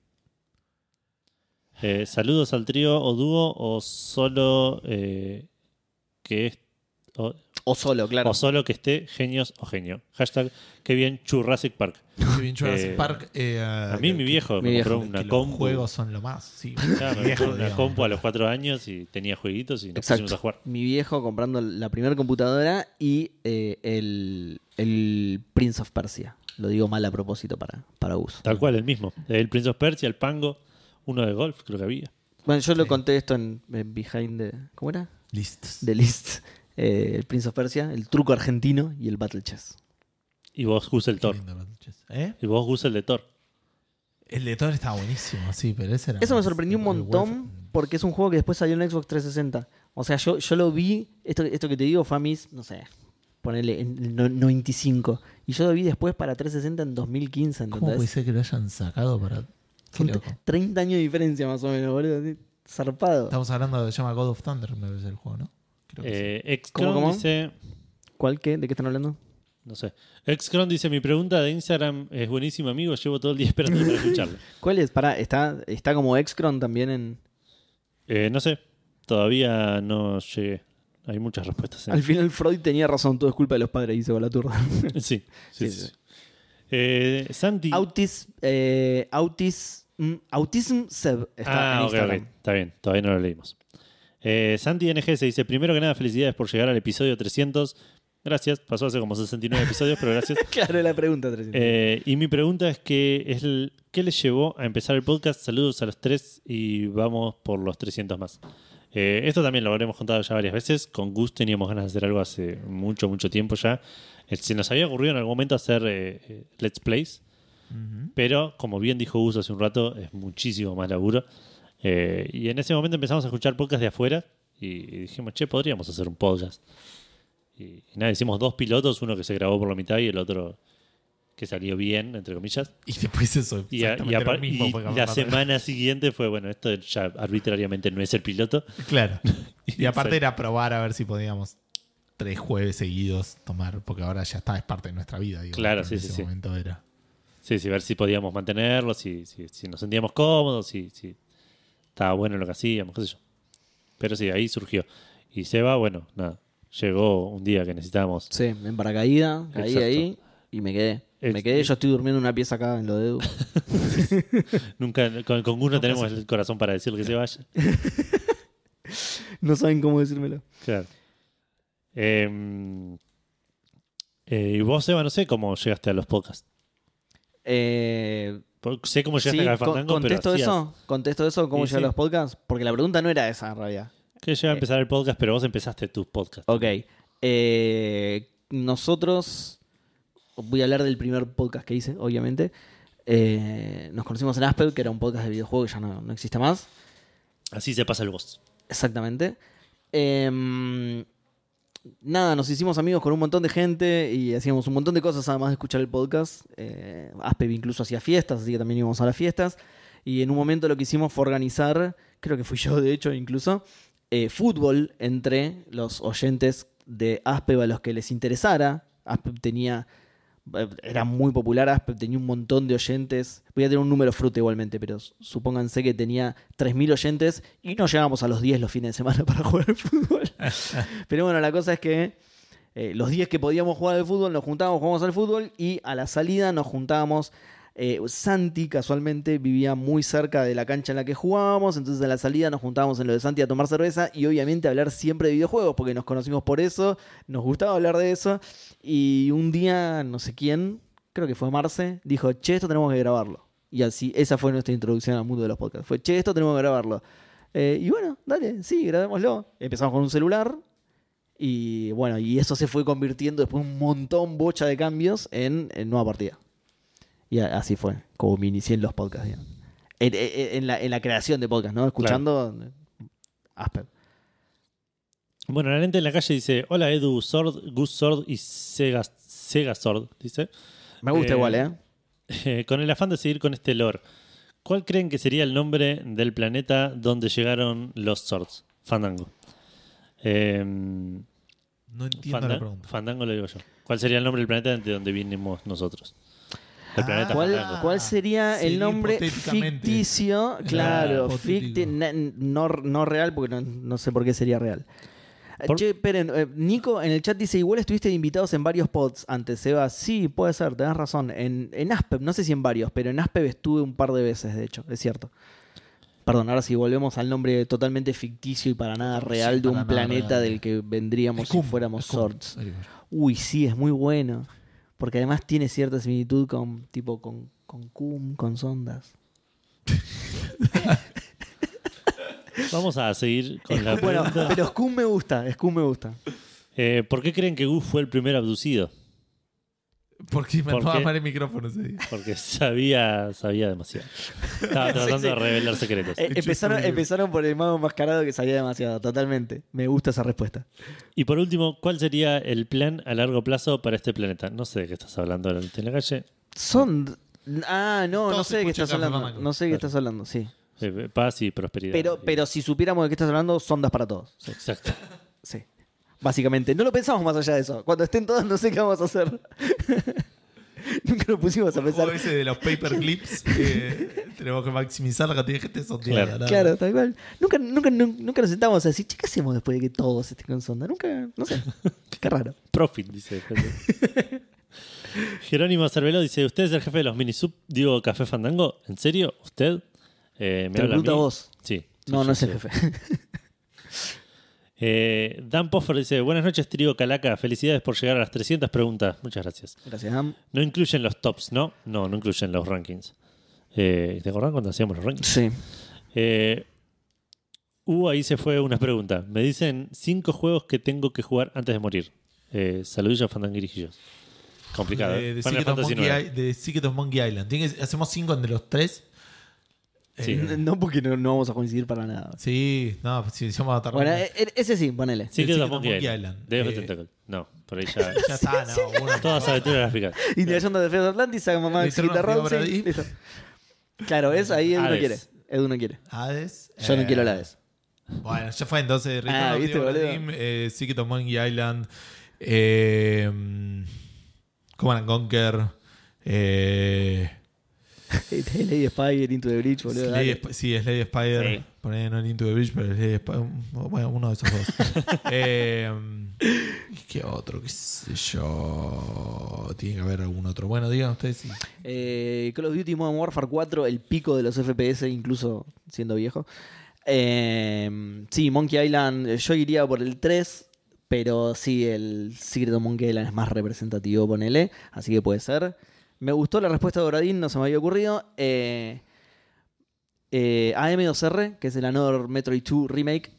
Speaker 3: Eh, saludos al trío o dúo o solo eh, que es- o,
Speaker 1: O solo, claro.
Speaker 3: o solo que esté genios o genio. Hashtag que bien Churrasic Park.
Speaker 2: Qué bien, Jurassic
Speaker 3: Eh,
Speaker 2: Park, eh,
Speaker 3: A mí mi viejo
Speaker 1: Mi
Speaker 3: me
Speaker 1: viejo.
Speaker 3: compró
Speaker 2: que
Speaker 3: una
Speaker 2: los
Speaker 3: compu.
Speaker 2: juegos son lo más. Sí,
Speaker 3: Claro, me
Speaker 2: viejo,
Speaker 3: compré una
Speaker 2: digamos.
Speaker 3: compu a los cuatro años y tenía jueguitos y nos pusimos a jugar.
Speaker 1: Mi viejo comprando la primera computadora y eh, el, el Prince of Persia. Lo digo mal a propósito para, para uso.
Speaker 3: Tal cual, el mismo. El Prince of Persia, el Pango, uno de golf, creo que había.
Speaker 1: Bueno, yo lo
Speaker 2: Sí.
Speaker 1: conté esto en, en Behind the... ¿Cómo era?
Speaker 2: Listos.
Speaker 1: The List. Eh, el Prince of Persia, el truco argentino y el Battle Chess.
Speaker 3: Y vos Gus el
Speaker 2: Qué
Speaker 3: Thor.
Speaker 2: lindo, Battlechess. ¿Eh?
Speaker 3: Y vos Gus el de Thor.
Speaker 2: El de Thor estaba buenísimo, sí, pero ese
Speaker 3: Ah,
Speaker 2: era.
Speaker 1: Eso me
Speaker 2: más-
Speaker 1: sorprendió un
Speaker 2: el Wolf-
Speaker 1: montón porque es un juego que después salió en Xbox 360. O sea, yo, yo lo vi, esto, esto que te digo fue a mis, no sé, ponerle en el no- 95. Y yo lo vi después para 360 en 2015,
Speaker 2: ¿Cómo puede
Speaker 1: ¿entendés?
Speaker 2: ser que lo hayan sacado para.? Qué
Speaker 1: Son
Speaker 2: loco.
Speaker 1: 30 años de diferencia más o menos, boludo. así, Zarpado.
Speaker 2: Estamos hablando de se llama God of Thunder, me parece el juego, ¿no? Creo que sí.
Speaker 3: Eh,
Speaker 1: ¿Cómo,
Speaker 3: Xcron
Speaker 1: cómo?
Speaker 3: dice.
Speaker 1: ¿Cuál qué? ¿De qué están hablando?
Speaker 3: No sé. Xcron dice: Mi pregunta de Instagram es buenísima, amigo. Llevo todo el día esperando para escucharla.
Speaker 1: ¿Cuál es? Pará, está, está como Excron también en.
Speaker 3: Eh, no sé. Todavía no llegué. Hay muchas respuestas. ¿eh?
Speaker 1: Al final Freud tenía razón, todo es culpa de los padres, dice Balaturra.
Speaker 3: Sí, sí,
Speaker 1: Sí,
Speaker 3: sí.
Speaker 1: sí.
Speaker 3: sí. Eh, Santi.
Speaker 1: Autis, eh, autis, mm, autism Seb está
Speaker 3: ah,
Speaker 1: en
Speaker 3: ok,
Speaker 1: Instagram.
Speaker 3: ok. Está bien. Todavía no lo leímos. Eh, Santi NG se dice: Primero que nada, felicidades por llegar al episodio 300. Gracias. Pasó hace como 69 episodios, pero gracias.
Speaker 1: Claro, la pregunta. 300.
Speaker 3: Eh, y mi pregunta es que es el- ¿qué les llevó a empezar el podcast? Saludos a los tres y vamos por los 300 más. Eh, esto también lo habremos contado ya varias veces. Con Gus teníamos ganas de hacer algo hace mucho, mucho tiempo ya. Eh, Se nos había ocurrido en algún momento hacer eh, eh, Let's Plays,
Speaker 2: Ujú.
Speaker 3: pero como bien dijo Gus hace un rato, es muchísimo más laburo. Eh, y en ese momento empezamos a escuchar podcasts de afuera y, y dijimos, che, podríamos hacer un podcast. Y, y nada, hicimos dos pilotos, uno que se grabó por la mitad y el otro que salió bien, entre comillas.
Speaker 2: Y después eso.
Speaker 3: Y, a- y
Speaker 2: exactamente
Speaker 3: apar-
Speaker 2: lo mismo
Speaker 3: y
Speaker 2: fue
Speaker 3: la
Speaker 2: capaz.
Speaker 3: semana siguiente fue, bueno, esto ya arbitrariamente no es el piloto.
Speaker 2: Claro. Y aparte
Speaker 3: Sí.
Speaker 2: era probar a ver si podíamos tres jueves seguidos tomar, porque ahora ya está, es parte de nuestra vida. digo,
Speaker 3: Claro,
Speaker 2: pero
Speaker 3: sí,
Speaker 2: en
Speaker 3: sí,
Speaker 2: ese
Speaker 3: sí.
Speaker 2: momento era.
Speaker 3: Sí, sí, ver si podíamos mantenerlo, si, si, si nos sentíamos cómodos, si, si estaba bueno lo que hacíamos, qué sé yo. Pero sí, ahí surgió. Y Seba, bueno, nada, llegó un día que necesitábamos
Speaker 1: Sí, en paracaídas, caí
Speaker 3: Exacto.
Speaker 1: ahí y me quedé.
Speaker 3: ex-
Speaker 1: Me quedé, yo estoy durmiendo en una pieza acá en lo de Edu.
Speaker 3: Nunca, con, con Gus no tenemos el corazón para decirle que se vaya.
Speaker 1: No saben cómo decírmelo.
Speaker 3: Claro. Eh, eh, y vos, Eva, no sé cómo llegaste a los podcasts.
Speaker 1: Eh,
Speaker 3: Po- Sé cómo
Speaker 1: sí,
Speaker 3: llegaste a
Speaker 1: con-
Speaker 3: Fandango, pero
Speaker 1: contesto
Speaker 3: hacías-
Speaker 1: eso, contesto eso, cómo
Speaker 3: Sí,
Speaker 1: llegan
Speaker 3: sí.
Speaker 1: los podcasts, porque la pregunta no era esa en realidad.
Speaker 3: que
Speaker 1: Eh.
Speaker 3: llega a empezar el podcast, pero vos empezaste tus podcasts.
Speaker 1: Ok. Eh, nosotros, voy a hablar del primer podcast que hice, obviamente. Eh, nos conocimos en Aspel, que era un podcast de videojuego que ya no, no existe más.
Speaker 3: Así se pasa el voz.
Speaker 1: Exactamente. Em, nada, nos hicimos amigos con un montón de gente y hacíamos un montón de cosas además de escuchar el podcast. Eh, Aspev incluso hacía fiestas, así que también íbamos a las fiestas. Y en un momento lo que hicimos fue organizar, creo que fui yo de hecho incluso, eh, fútbol entre los oyentes de Aspev a los que les interesara. Aspev tenía, Eh, era muy popular, Aspev tenía un montón de oyentes. Voy a tener un número fruto igualmente, pero supónganse que tenía 3.000 oyentes y no llegábamos a los 10 los fines de semana para jugar al fútbol. pero bueno, la cosa es que eh, los 10 que podíamos jugar al fútbol nos juntábamos, jugábamos al fútbol y a la salida nos juntábamos. eh, Santi casualmente vivía muy cerca de la cancha en la que jugábamos, entonces a la salida nos juntábamos en lo de Santi a tomar cerveza y obviamente a hablar siempre de videojuegos, porque nos conocimos por eso, nos gustaba hablar de eso y un día no sé quién, creo que fue Marce, dijo, che, esto tenemos que grabarlo. Y así, esa fue nuestra introducción al mundo de los podcasts. Fue, che, esto tenemos que grabarlo. Eh, y bueno, dale, sí, grabémoslo. Empezamos con un celular, y bueno, y eso se fue convirtiendo después un montón bocha de cambios en, en nueva partida. Y a- así fue, como me inicié en los podcasts. digamos. En, en- en la, en la creación de podcasts, ¿no? Escuchando eh, Asper.
Speaker 3: Bueno, la gente en la calle dice: Hola Edu Sord, Gus Sord y Sega, Sega Sord, dice.
Speaker 1: Me gusta
Speaker 3: Eh,
Speaker 1: igual, ¿eh?
Speaker 3: Eh, con el afán de seguir con este lore, ¿cuál creen que sería el nombre del planeta donde llegaron los Swords? Fandango. Eh,
Speaker 2: No entiendo
Speaker 3: Fanda-
Speaker 2: la pregunta.
Speaker 3: Fandango lo digo yo. ¿Cuál sería el nombre del planeta de donde vinimos nosotros? El
Speaker 2: Ah,
Speaker 3: planeta
Speaker 1: ¿Cuál,
Speaker 3: Fandango.
Speaker 1: cuál sería el
Speaker 2: Sería
Speaker 1: nombre
Speaker 2: hipotéticamente.
Speaker 1: ficticio? Claro,
Speaker 2: hipotético.
Speaker 1: ficti- na- no, no real, porque no, no sé por qué sería real. Eh,
Speaker 3: Por-
Speaker 1: Che, esperen, eh, Nico en el chat dice: Igual estuviste de invitados en varios pods antes, Seba. Sí, puede ser, tenés razón. En, en Aspep, no sé si en varios, pero en Aspep estuve un par de veces, de hecho, es cierto. Perdón, ahora si volvemos al nombre totalmente ficticio y para nada real de
Speaker 2: para
Speaker 1: un
Speaker 2: nada
Speaker 1: planeta
Speaker 2: real.
Speaker 1: del que vendríamos si
Speaker 2: Scum,
Speaker 1: fuéramos
Speaker 2: Scum.
Speaker 1: Swords.
Speaker 2: Ahí voy.
Speaker 1: Uy, sí, es muy bueno. Porque además tiene cierta similitud con tipo con con Cum, con sondas.
Speaker 3: Vamos a seguir con la
Speaker 1: Es- bueno,
Speaker 3: pregunta.
Speaker 1: pero Scum me gusta, Scum me gusta.
Speaker 3: Eh, ¿Por qué creen que Gus fue el primer abducido?
Speaker 2: Porque me
Speaker 3: ¿Por
Speaker 2: andaba
Speaker 3: qué?
Speaker 2: mal el micrófono ese día.
Speaker 3: Porque sabía, sabía demasiado. Estaba tratando
Speaker 1: sí.
Speaker 3: de revelar secretos.
Speaker 1: Eh,
Speaker 2: hecho,
Speaker 1: empezaron,
Speaker 2: Scum-
Speaker 1: empezaron por el mago enmascarado que sabía demasiado, totalmente. Me gusta esa respuesta.
Speaker 3: Y por último, ¿cuál sería el plan a largo plazo para este planeta? No sé de qué estás hablando ahora en la calle.
Speaker 1: Son Ah, no, no
Speaker 2: Todos
Speaker 1: sé de qué
Speaker 2: escuchan
Speaker 1: estás
Speaker 2: Café
Speaker 1: hablando.
Speaker 2: Fandango.
Speaker 1: No sé de qué
Speaker 3: Claro.
Speaker 1: estás hablando, sí.
Speaker 3: Eh, Paz y prosperidad.
Speaker 1: Pero, pero si supiéramos de qué estás hablando, sondas para todos.
Speaker 3: Exacto.
Speaker 1: Sí. Básicamente. No lo pensamos más allá de eso. Cuando estén todos, no sé qué vamos a hacer. Nunca nos pusimos a
Speaker 2: El
Speaker 1: pensar.
Speaker 2: juego ese de los paperclips, que tenemos que maximizar la cantidad de gente sondeada.
Speaker 3: Claro.
Speaker 2: nada.
Speaker 1: Claro, tal cual. Nunca, nunca, nun- nunca nos sentamos a decir, che, ¿qué hacemos después de que todos estén con sonda? Nunca, no sé. Qué raro.
Speaker 3: Profit, dice. Jerónimo Cervelo dice: ¿Usted es el jefe de los mini sub? Digo, Café Fandango. ¿En serio? ¿Usted? Eh,
Speaker 1: Te lo
Speaker 3: habla a
Speaker 1: pregunto a
Speaker 3: mí?
Speaker 1: vos.
Speaker 3: Sí. sí,
Speaker 1: No,
Speaker 3: yo
Speaker 1: no es el
Speaker 3: sé.
Speaker 1: jefe.
Speaker 3: Eh, Dan Poffer dice: Buenas noches, trío Calaca. Felicidades por llegar a las 300 preguntas. Muchas gracias.
Speaker 1: Gracias, Am.
Speaker 3: No incluyen los tops, ¿no? No, no incluyen los rankings. Eh, ¿Te acordás cuando hacíamos los rankings?
Speaker 1: Sí.
Speaker 3: Eh, uh, ahí se fue una pregunta. Me dicen cinco juegos que tengo que jugar antes de morir. Eh, saludillos, fandanguirijillos. Complicado.
Speaker 2: De,
Speaker 3: ¿eh?
Speaker 2: de
Speaker 3: Final
Speaker 2: Secret of
Speaker 3: Fantasy
Speaker 2: Monkey
Speaker 3: IX.
Speaker 2: I- de Secret of Monkey Island. Tiene que- hacemos cinco entre los tres.
Speaker 3: Sí.
Speaker 2: Eh,
Speaker 1: No porque no, no vamos a coincidir para nada.
Speaker 2: sí, no, pues sí, vamos a tardar.
Speaker 1: Bueno, e- e- ese sí, ponele.
Speaker 3: Secret
Speaker 2: Secret
Speaker 3: of Monkey
Speaker 2: Monkey
Speaker 3: Island.
Speaker 2: Island.
Speaker 3: Day of the
Speaker 2: Eh,
Speaker 3: Tentacle. No, por ahí ya.
Speaker 2: ya está, no, uno.
Speaker 3: Todas aventuras gráficas. Eh,
Speaker 1: Indiana Jones de Fred Atlantis, saca mamá de
Speaker 2: Listo, no,
Speaker 1: Guitar
Speaker 2: digo,
Speaker 1: Rock,
Speaker 2: para
Speaker 1: sí,
Speaker 2: ahí.
Speaker 1: listo. Claro, es ahí Edu no
Speaker 3: Hades.
Speaker 1: quiere. Edu no quiere.
Speaker 2: Hades.
Speaker 1: Yo
Speaker 2: eh,
Speaker 1: no quiero la vez.
Speaker 2: Bueno, ya fue entonces. Return
Speaker 1: Ah,
Speaker 2: of the
Speaker 1: ¿viste,
Speaker 2: Obra
Speaker 1: boludo?
Speaker 2: Dinn, eh, Secret of Monkey Island. Eh, Command and Conquer. Eh,
Speaker 1: Lady Spider, Into the Bridge, boludo.
Speaker 2: Slade
Speaker 1: dale.
Speaker 2: Sp- sí, Slade Spider.
Speaker 3: Sí.
Speaker 2: Poné no el Into the Bridge, pero Slade Spider. Bueno, uno de esos dos. eh, ¿Qué otro? ¿Qué sé yo? Tiene que haber algún otro. Bueno, digan ustedes si.
Speaker 1: Eh, Call of Duty Modern Warfare 4, el pico de los FPS, incluso siendo viejo. Eh, sí, Monkey Island, eh, yo iría por el 3, pero sí, el Secret of Monkey Island es más representativo, ponele, así que puede ser. Me gustó la respuesta de Doradín, no se me había ocurrido. Eh, eh, AM2R, que es el Another Metroid 2 Remake,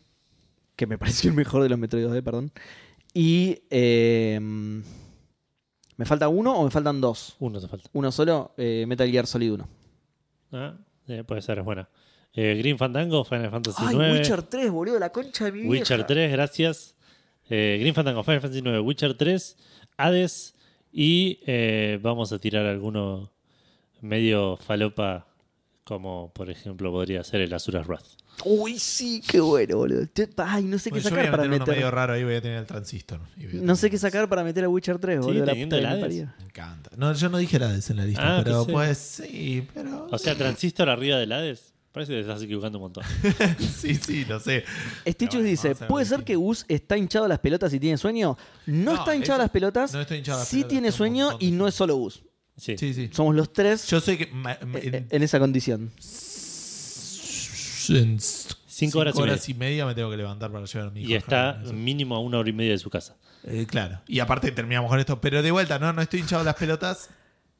Speaker 1: que me pareció el mejor de los Metroid 2D, perdón. Y... eh, ¿Me falta uno o me faltan dos?
Speaker 3: Uno te falta.
Speaker 1: Uno solo, eh, Metal Gear Solid 1.
Speaker 3: Ah, eh, puede ser, es buena. Eh, Green Fandango, Final Fantasy
Speaker 4: Ay,
Speaker 3: 9.
Speaker 4: Witcher 3, boludo, la concha de mi vieja.
Speaker 3: Witcher 3, gracias. Eh, Green Fandango, Final Fantasy 9, Witcher 3, Hades. Y eh, vamos a tirar alguno medio falopa, como por ejemplo podría ser el Azura's Wrath.
Speaker 1: Uy, sí, qué bueno, boludo. Te- Ay, no sé
Speaker 2: Bueno,
Speaker 1: qué
Speaker 2: yo voy
Speaker 1: sacar
Speaker 2: a
Speaker 1: para
Speaker 2: meter uno medio
Speaker 1: meter.
Speaker 2: raro ahí, voy a tener el transistor. y voy a
Speaker 1: No sé
Speaker 2: tener-
Speaker 1: qué sacar para meter a Witcher 3, boludo. la
Speaker 3: teniendo
Speaker 1: puta que me
Speaker 3: el
Speaker 1: parió.
Speaker 2: Me encanta. No, yo no dije la des en la lista,
Speaker 3: Ah,
Speaker 2: pero
Speaker 3: qué sé.
Speaker 2: pues sí, pero.
Speaker 3: O sea, Transistor arriba del Hades. Parece que te estás equivocando un montón.
Speaker 2: sí, sí, lo sé.
Speaker 1: Stitches
Speaker 2: Pero bueno,
Speaker 1: dice:
Speaker 2: vamos a ver
Speaker 1: ¿Puede
Speaker 2: qué
Speaker 1: ser que
Speaker 2: tiene.
Speaker 1: Gus está hinchado a las pelotas y tiene sueño? No,
Speaker 2: No,
Speaker 1: está hinchado a
Speaker 2: eso-
Speaker 1: las pelotas.
Speaker 2: no estoy hinchado a las
Speaker 1: sí
Speaker 2: pelotas,
Speaker 1: tiene
Speaker 2: tengo un
Speaker 1: sueño
Speaker 2: montón de
Speaker 1: y no
Speaker 2: sueño.
Speaker 1: es solo Gus.
Speaker 3: Sí.
Speaker 2: Sí, sí.
Speaker 1: Somos los tres
Speaker 2: Yo sé que. ma- ma-
Speaker 1: eh, eh,
Speaker 2: en-
Speaker 1: en esa condición.
Speaker 2: en cinco
Speaker 3: horas y
Speaker 2: y, media. me tengo que levantar para llevar a mi hijo.
Speaker 3: Y
Speaker 2: al
Speaker 3: está
Speaker 2: jardín, eso.
Speaker 3: mínimo a una hora y media de su casa.
Speaker 2: Eh, claro. Y aparte terminamos con esto. Pero de vuelta, no, no estoy hinchado las pelotas,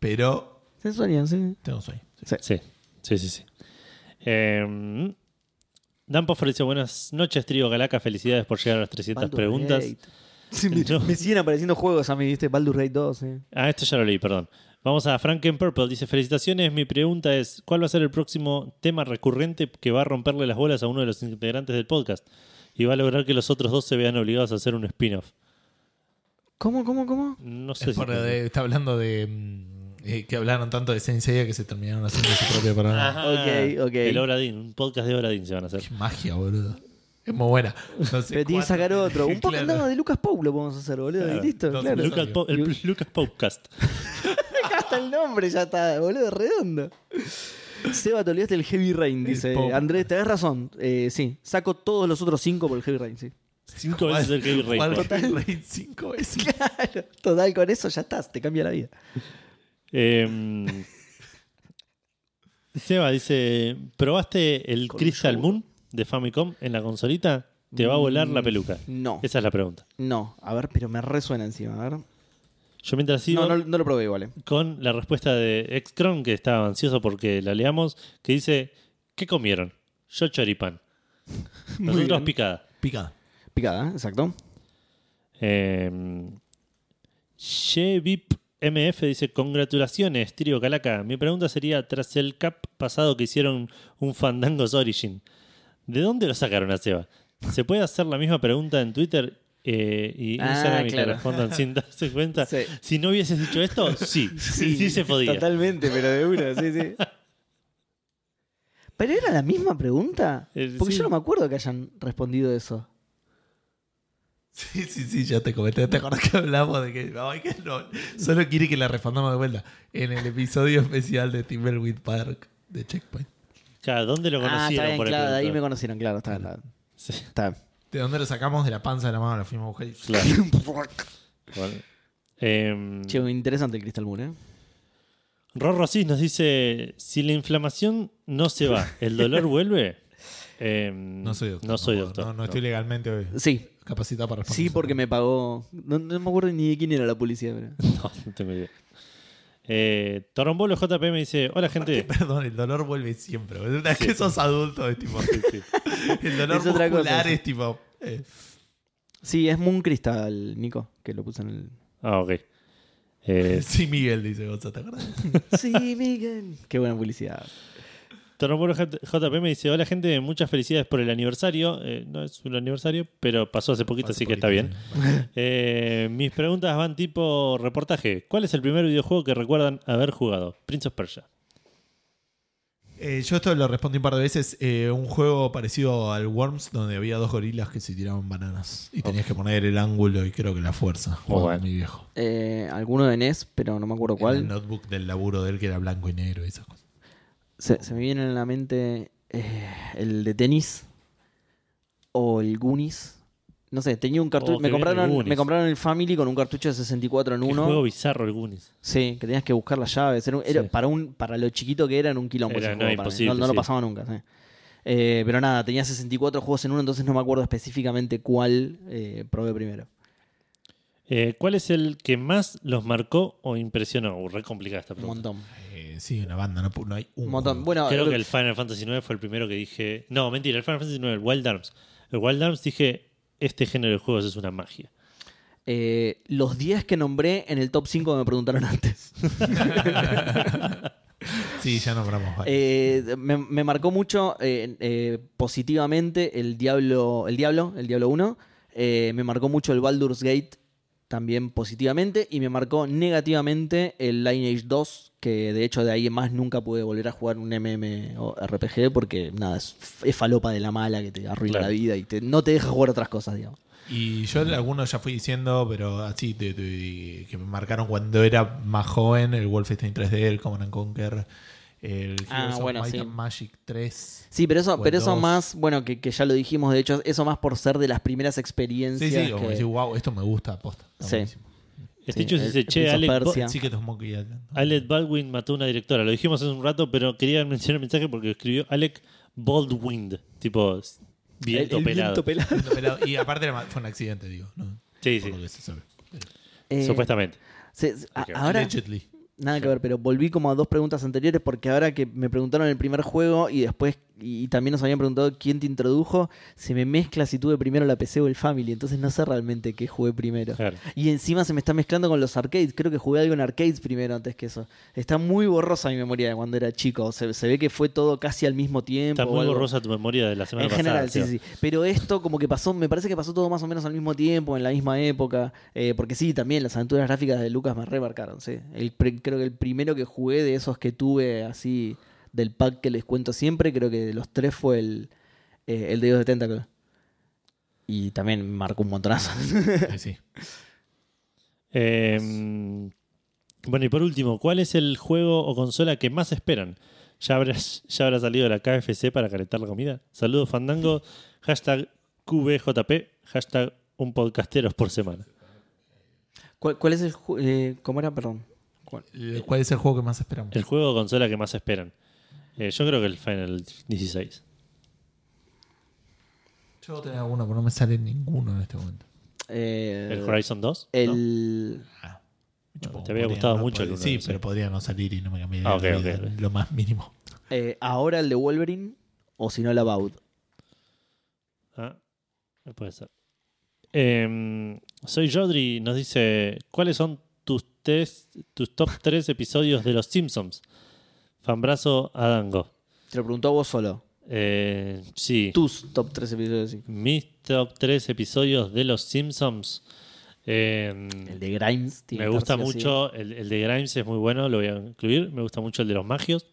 Speaker 2: pero
Speaker 1: Se sueñan, sí.
Speaker 2: tengo sueño. Sí.
Speaker 3: Sí, sí, sí. sí. Eh, Dan Poffer dice: Buenas noches, Trío Galaca. Felicidades por llegar a las 300
Speaker 1: Baldur's
Speaker 3: preguntas.
Speaker 1: Gate. Sí, me,
Speaker 3: No.
Speaker 1: me siguen apareciendo juegos a mí, ¿viste? Baldur's Gate 2. eh.
Speaker 3: Ah, esto ya lo leí, perdón. Vamos a Franken Purple. Dice: Felicitaciones. Mi pregunta es: ¿Cuál va a ser el próximo tema recurrente que va a romperle las bolas a uno de los integrantes del podcast? Y va a lograr que los otros dos se vean obligados a hacer un spin-off.
Speaker 1: ¿Cómo, cómo, cómo?
Speaker 3: No
Speaker 2: Es
Speaker 3: sé si.
Speaker 2: por lo de- está hablando de. mm, eh, que hablaron tanto de Sensei que se terminaron haciendo su propio programa.
Speaker 3: Ajá.
Speaker 1: Ok, ok.
Speaker 3: Ah, El Obradín, un podcast de Obradín se van a hacer.
Speaker 2: Qué magia, boludo. Es muy buena. No sé
Speaker 1: Pero tiene que
Speaker 2: cuánto-
Speaker 1: sacar otro. Un poco
Speaker 2: Claro.
Speaker 1: no, de Lucas Pou lo podemos hacer, boludo.
Speaker 3: Claro.
Speaker 1: Y listo,
Speaker 2: Dos
Speaker 1: claro.
Speaker 2: Lucas
Speaker 3: Lucas Po- el
Speaker 1: Dios.
Speaker 3: Lucas Podcast.
Speaker 1: Hasta el nombre ya está, boludo, redondo. Seba, te olvidaste el Heavy Rain, dice.
Speaker 2: pop.
Speaker 1: Andrés, tenés razón. Eh, sí, saco todos los otros cinco por el Heavy Rain, sí.
Speaker 3: Cinco veces el Heavy Rain.
Speaker 2: Jugar
Speaker 3: por.
Speaker 2: Heavy Rain cinco veces.
Speaker 1: Claro, total, con eso ya estás, te cambia la vida.
Speaker 3: Eh, Seba dice: ¿Probaste el
Speaker 1: Con
Speaker 3: Crystal
Speaker 1: yogur.
Speaker 3: Moon de Famicom en la consolita? Te va a volar
Speaker 1: Mm.
Speaker 3: la peluca.
Speaker 1: No,
Speaker 3: Esa es la pregunta.
Speaker 1: no. A ver, pero me resuena encima, a ver.
Speaker 3: Yo mientras sigo
Speaker 1: No, no, no lo probé igual. eh.
Speaker 3: con la respuesta de Excron, que estaba ansioso porque la leamos, que dice: ¿Qué comieron? Yo choripán.
Speaker 1: Muy
Speaker 3: Nosotros
Speaker 1: bien.
Speaker 3: picada.
Speaker 2: Picada.
Speaker 1: Picada, ¿eh? exacto.
Speaker 3: Eh, Shevip MF dice: Congratulaciones, Trio Calaca. Mi pregunta sería: tras el cap pasado que hicieron un Fandangos Origin, ¿de dónde lo sacaron a Seba? ¿Se puede hacer la misma pregunta en Twitter eh, y
Speaker 1: Ah,
Speaker 3: Instagram y que
Speaker 1: claro.
Speaker 3: respondan sin darse cuenta?
Speaker 1: Sí.
Speaker 3: Si no hubieses dicho esto, sí, sí, sí se podía.
Speaker 1: Totalmente, pero de una, sí, sí. ¿Pero era la misma pregunta?
Speaker 3: Eh,
Speaker 1: Porque
Speaker 3: sí.
Speaker 1: yo no me acuerdo que hayan respondido eso.
Speaker 2: Sí, sí, sí, ya te comenté. ¿Te acordás que hablamos de que, ay, que no, solo quiere que la respondamos de vuelta? En el episodio especial de Timberwheat Park de Checkpoint.
Speaker 3: Claro, ¿Dónde lo
Speaker 1: Ah, está
Speaker 3: conocieron?
Speaker 1: bien,
Speaker 3: por
Speaker 1: claro, de ahí me
Speaker 3: ejemplo?
Speaker 1: conocieron, claro, está, está.
Speaker 3: Sí,
Speaker 1: está.
Speaker 2: ¿De dónde lo sacamos? De la panza de la mano, la fuimos a buscar. y-
Speaker 3: claro. Bueno. Em,
Speaker 1: Che, interesante el Crystal Moon, ¿eh?
Speaker 3: Rorro Cis nos dice: si la inflamación no se va, el dolor vuelve. Em,
Speaker 2: No soy doctor.
Speaker 3: No soy
Speaker 2: puedo,
Speaker 3: doctor.
Speaker 2: No, no estoy legalmente hoy
Speaker 1: Sí,
Speaker 2: capacitado para responder.
Speaker 1: sí,
Speaker 2: esa
Speaker 1: porque me
Speaker 2: pregunta.
Speaker 1: pagó. No, no me acuerdo ni de quién era la policía, pero.
Speaker 3: No, no tengo idea. Eh, Torombolo JP me dice: Hola, gente.
Speaker 2: Perdón, el dolor vuelve siempre. boludo. Es que sos adulto, es tipo.
Speaker 3: Sí.
Speaker 2: El dolor
Speaker 1: Es otra cosa,
Speaker 2: muscular
Speaker 1: sí.
Speaker 2: es tipo. eh,
Speaker 1: Sí, es Moon Crystal, Nico, que lo puse en el.
Speaker 3: Ah, ok. Eh,
Speaker 2: sí, Miguel, dice Gonzalo, ¿te acordás?
Speaker 1: Sí, Miguel. Qué buena publicidad.
Speaker 3: Torombolo J- JP me dice: Hola, gente. Muchas felicidades por el aniversario. Eh, no es un aniversario, pero pasó hace poquito,
Speaker 2: Hace
Speaker 3: así que está
Speaker 2: poquito,
Speaker 3: bien.
Speaker 2: sí.
Speaker 3: Eh, mis preguntas van tipo reportaje. ¿Cuál es el primer videojuego que recuerdan haber jugado? Prince of Persia.
Speaker 2: Eh, yo esto lo respondí un par de veces. eh, un juego parecido al Worms, donde había dos gorilas que se tiraban bananas. Y tenías que poner el ángulo y creo que la fuerza.
Speaker 3: Oh,
Speaker 2: Juego
Speaker 3: bueno.
Speaker 2: Mi viejo.
Speaker 1: Eh, alguno de NES, pero no me acuerdo
Speaker 2: En El
Speaker 1: cuál.
Speaker 2: notebook del laburo de él que era blanco y negro y esas cosas.
Speaker 1: Se, se me viene en la mente eh, el de tenis o el Goonies. No sé, tenía un
Speaker 3: Oh,
Speaker 1: cartucho.
Speaker 3: qué
Speaker 1: me,
Speaker 3: bien, el
Speaker 1: compraron,
Speaker 3: Goonies.
Speaker 1: me compraron el Family con un cartucho de 64 en
Speaker 3: Qué
Speaker 1: uno.
Speaker 3: juego bizarro el Goonies.
Speaker 1: Sí, que tenías que buscar las llaves. Era, un- era-
Speaker 3: Sí.
Speaker 1: para, un, para lo chiquito que era, en un quilombo.
Speaker 3: Era,
Speaker 1: ese
Speaker 3: no,
Speaker 1: juego para mí.
Speaker 3: imposible,
Speaker 1: no, no lo
Speaker 3: sí.
Speaker 1: pasaba nunca. sí. Eh, pero nada, tenía 64 juegos en uno, entonces no me acuerdo específicamente cuál eh, probé primero.
Speaker 3: Eh, ¿Cuál es el que más los marcó o impresionó? Uh, re complicada esta
Speaker 1: Un
Speaker 3: pregunta.
Speaker 1: montón.
Speaker 2: Eh, sí, una banda, no, no hay un.
Speaker 1: Un montón.
Speaker 2: juego.
Speaker 1: Bueno,
Speaker 3: Creo
Speaker 1: lo-
Speaker 3: que el Final Fantasy IX fue el primero que dije. No, mentira, el Final Fantasy IX, el Wild Arms. El Wild Arms dije: Este género de juegos es una magia.
Speaker 1: eh, los 10 que nombré en el top 5 que me preguntaron antes.
Speaker 2: Sí, ya nombramos varios.
Speaker 1: Eh, me, me marcó mucho eh, eh, positivamente el Diablo, el Diablo, el Diablo 1. Eh, me marcó mucho el Baldur's Gate también positivamente y me marcó negativamente el Lineage 2, que de hecho de ahí en más nunca pude volver a jugar un MMORPG porque nada, es, es falopa de la mala que te arruina
Speaker 3: Claro.
Speaker 1: la vida y te- no te deja jugar otras cosas, digamos.
Speaker 2: Y yo algunos ya fui diciendo, pero así, de- de- que me marcaron cuando era más joven, el Wolfenstein 3D, el Command and Conquer, el Heroes
Speaker 1: Ah,
Speaker 2: of
Speaker 1: bueno,
Speaker 2: Might
Speaker 1: sí.
Speaker 2: and Magic 3.
Speaker 1: Sí, pero eso,
Speaker 2: O el
Speaker 1: pero eso
Speaker 2: 2.
Speaker 1: más, bueno, que, que ya lo dijimos, de hecho, eso más por ser de las primeras
Speaker 2: Sí,
Speaker 1: experiencias.
Speaker 2: sí, como
Speaker 1: que-
Speaker 2: decir, wow, esto me gusta, aposta. está
Speaker 1: Sí.
Speaker 2: buenísimo".
Speaker 1: Sí,
Speaker 3: Stitchus
Speaker 1: el-
Speaker 3: Este dice:
Speaker 1: el
Speaker 3: Che,
Speaker 1: Prince of
Speaker 3: Alec, Bo-
Speaker 1: Persia.
Speaker 2: Sí que tomó que Island.
Speaker 3: Alec Baldwin mató a una directora. Lo dijimos hace un rato, pero quería mencionar el mensaje porque escribió Alec Baldwin, tipo s- viento
Speaker 1: el- el
Speaker 3: pelado.
Speaker 1: viento pelado.
Speaker 2: Lindo pelado. Y aparte era ma- fue un accidente, digo. ¿no?
Speaker 3: Sí,
Speaker 2: Por
Speaker 3: sí,
Speaker 2: lo que se sabe.
Speaker 1: Eh,
Speaker 3: supuestamente.
Speaker 1: se- se- a-
Speaker 3: Ok,
Speaker 1: ahora,
Speaker 2: Allegedly.
Speaker 1: Nada que ver, pero volví como a dos preguntas anteriores porque ahora que me preguntaron el primer juego y después, y también nos habían preguntado quién te introdujo, se me mezcla si tuve primero la PC o el Family, entonces no sé realmente qué jugué primero.
Speaker 3: Claro.
Speaker 1: Y encima se me está mezclando con los arcades, creo que jugué algo en arcades primero antes que eso. Está muy borrosa mi memoria de cuando era chico, se, se ve que fue todo casi al mismo tiempo.
Speaker 3: Está
Speaker 1: o
Speaker 3: muy
Speaker 1: algo.
Speaker 3: borrosa tu memoria de la semana
Speaker 1: En
Speaker 3: pasada.
Speaker 1: general, sí,
Speaker 3: Seba.
Speaker 1: sí. Pero esto como que pasó, me parece que pasó todo más o menos al mismo tiempo, en la misma época. eh, porque sí, también las aventuras gráficas de Lucas me remarcaron, sí. El, pre- creo que el primero que jugué de esos que tuve así del pack que les cuento siempre, creo que de los tres fue el, eh, el de Dios de Tentacle. Y también me marcó un montonazo.
Speaker 2: Sí, sí.
Speaker 3: Eh, bueno, y por último, ¿cuál es el juego o consola que más esperan? ¿Ya, habrás- ya habrá salido de la KFC para calentar la comida? Saludos, Fandango. Hashtag QBJP. Hashtag un podcasteros por semana.
Speaker 1: ¿Cuál, cuál es el... ju- eh, ¿Cómo era? Perdón.
Speaker 2: El- ¿Cuál es el juego que más esperamos?
Speaker 3: El juego o consola que más esperan. Eh, yo creo que el Final 16.
Speaker 2: Yo voy a tener alguno, pero no me sale ninguno en este momento.
Speaker 1: Eh,
Speaker 3: ¿El Horizon 2?
Speaker 1: el-
Speaker 2: Ah, no,
Speaker 3: te había
Speaker 2: podría-
Speaker 3: gustado
Speaker 2: no
Speaker 3: mucho el
Speaker 2: podría-
Speaker 3: uno,
Speaker 2: Sí,
Speaker 3: sí.
Speaker 2: pero podría no salir y no me cambiaría
Speaker 3: Ah, ok,
Speaker 2: la vida
Speaker 3: ok, ok.
Speaker 2: lo más mínimo.
Speaker 1: eh, ahora el de Wolverine o si no el About.
Speaker 3: Ah, no puede ser. Em, soy Jodri, nos dice, ¿cuáles son tus, tres, tus top 3 episodios de Los Simpsons? Fanbrazo a Dango.
Speaker 1: Te lo preguntó a vos solo.
Speaker 3: Eh, sí.
Speaker 1: Tus top 3 episodios sí.
Speaker 3: Mis top 3 episodios de Los Simpsons. Em,
Speaker 1: El de Grimes. tiene
Speaker 3: me
Speaker 1: que
Speaker 3: gusta
Speaker 1: estar sí o sí.
Speaker 3: mucho, el, el de Grimes es muy bueno, lo voy a incluir. Me gusta mucho el de los magios.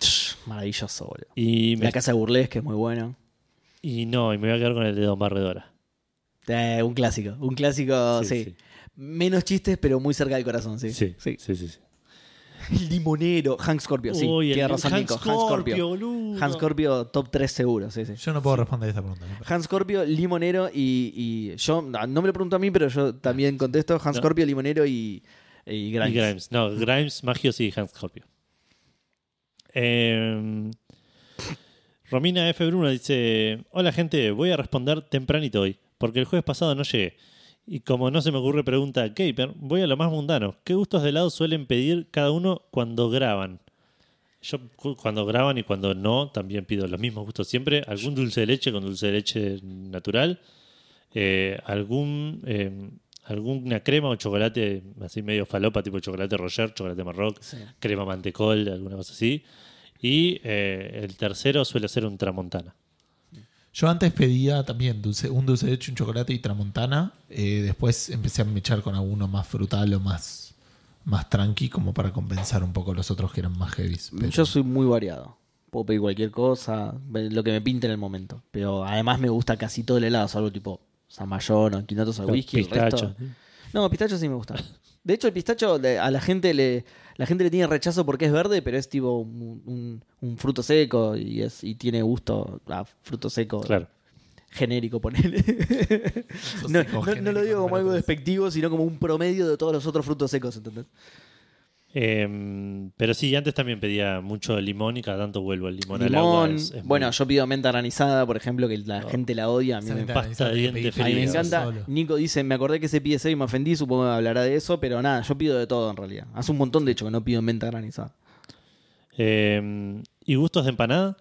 Speaker 1: Tch, Maravilloso, boludo.
Speaker 3: Y, me-
Speaker 1: La casa de burlesque es muy buena.
Speaker 3: y no, y me voy a quedar con el de Don Barredora.
Speaker 1: Eh, un clásico. Un clásico, sí, Menos chistes, pero muy cerca del corazón, Ah, sí.
Speaker 3: Sí, sí, sí, sí.
Speaker 1: El limonero. Hank Scorpio, sí.
Speaker 3: Uy, el-
Speaker 1: Tiene razón,
Speaker 3: Hank
Speaker 1: Nico. Hank
Speaker 3: Scorpio,
Speaker 1: Scorpio.
Speaker 3: boludo.
Speaker 1: Hank Scorpio, top 3 seguro, sí, sí.
Speaker 2: Yo no puedo responder esta pregunta.
Speaker 1: Hans Scorpio, Limonero y, y yo, no no me lo pregunto a mí, pero yo también contesto Hans
Speaker 3: No.
Speaker 1: Scorpio, Limonero y, y Grimes.
Speaker 3: Y Grimes. No, Grimes, Magios y Hans Scorpio. Em, Romina F. Bruno dice: Hola, gente, voy a responder tempranito hoy, porque el jueves pasado no llegué. Y como no se me ocurre pregunta a Caper, voy a lo más mundano. ¿Qué gustos de helado suelen pedir cada uno cuando graban? Yo cu- cuando graban y cuando no, también pido los mismos gustos siempre. Algún dulce de leche con dulce de leche natural. eh, algún eh, alguna crema o chocolate así medio falopa, tipo chocolate Roger, chocolate Marroc, crema mantecol, alguna cosa así. Y eh, el tercero suele ser un tramontana.
Speaker 2: Yo antes pedía también dulce, un dulce de leche, un chocolate y tramontana. Eh, después empecé a mechar con alguno más frutal o más, más tranqui, como para compensar un poco los otros que eran más heavy.
Speaker 1: Yo soy muy variado. Puedo pedir cualquier cosa, lo que me pinte en el momento. Pero además me gusta casi todo el helado, salvo tipo San Mayón o quinotos al
Speaker 3: Los
Speaker 1: whisky. el resto-
Speaker 3: pistachos.
Speaker 1: No, pistacho sí me gusta. De hecho, el pistacho le- a la gente le. La gente le tiene rechazo porque es verde, pero es tipo un, un- un fruto seco y es y tiene gusto a fruto seco
Speaker 3: Claro.
Speaker 1: genérico, ponele. no,
Speaker 2: seco
Speaker 1: no- no
Speaker 2: genérico,
Speaker 1: lo digo
Speaker 2: me
Speaker 1: como algo
Speaker 2: parece.
Speaker 1: despectivo, sino como un promedio de todos los otros frutos secos, ¿entendés?
Speaker 3: Em, pero sí, antes también pedía mucho limón y cada tanto vuelvo al limón, al agua.
Speaker 1: Limón.
Speaker 3: es- es
Speaker 1: bueno,
Speaker 3: muy-
Speaker 1: yo pido menta granizada, por ejemplo, que la gente la odia. A mí,
Speaker 2: Esa
Speaker 1: me,
Speaker 2: ventana,
Speaker 3: pasta de
Speaker 2: esa
Speaker 3: diente
Speaker 2: pedí
Speaker 1: a mí me
Speaker 3: feliz.
Speaker 2: feliz
Speaker 1: encanta.
Speaker 2: solo.
Speaker 1: Nico dice, me acordé que ese PSA y me ofendí, supongo que hablará de eso, pero nada, yo pido de todo en realidad. Hace un montón, de hecho, que no pido menta granizada.
Speaker 3: Em, ¿Y gustos de empanada?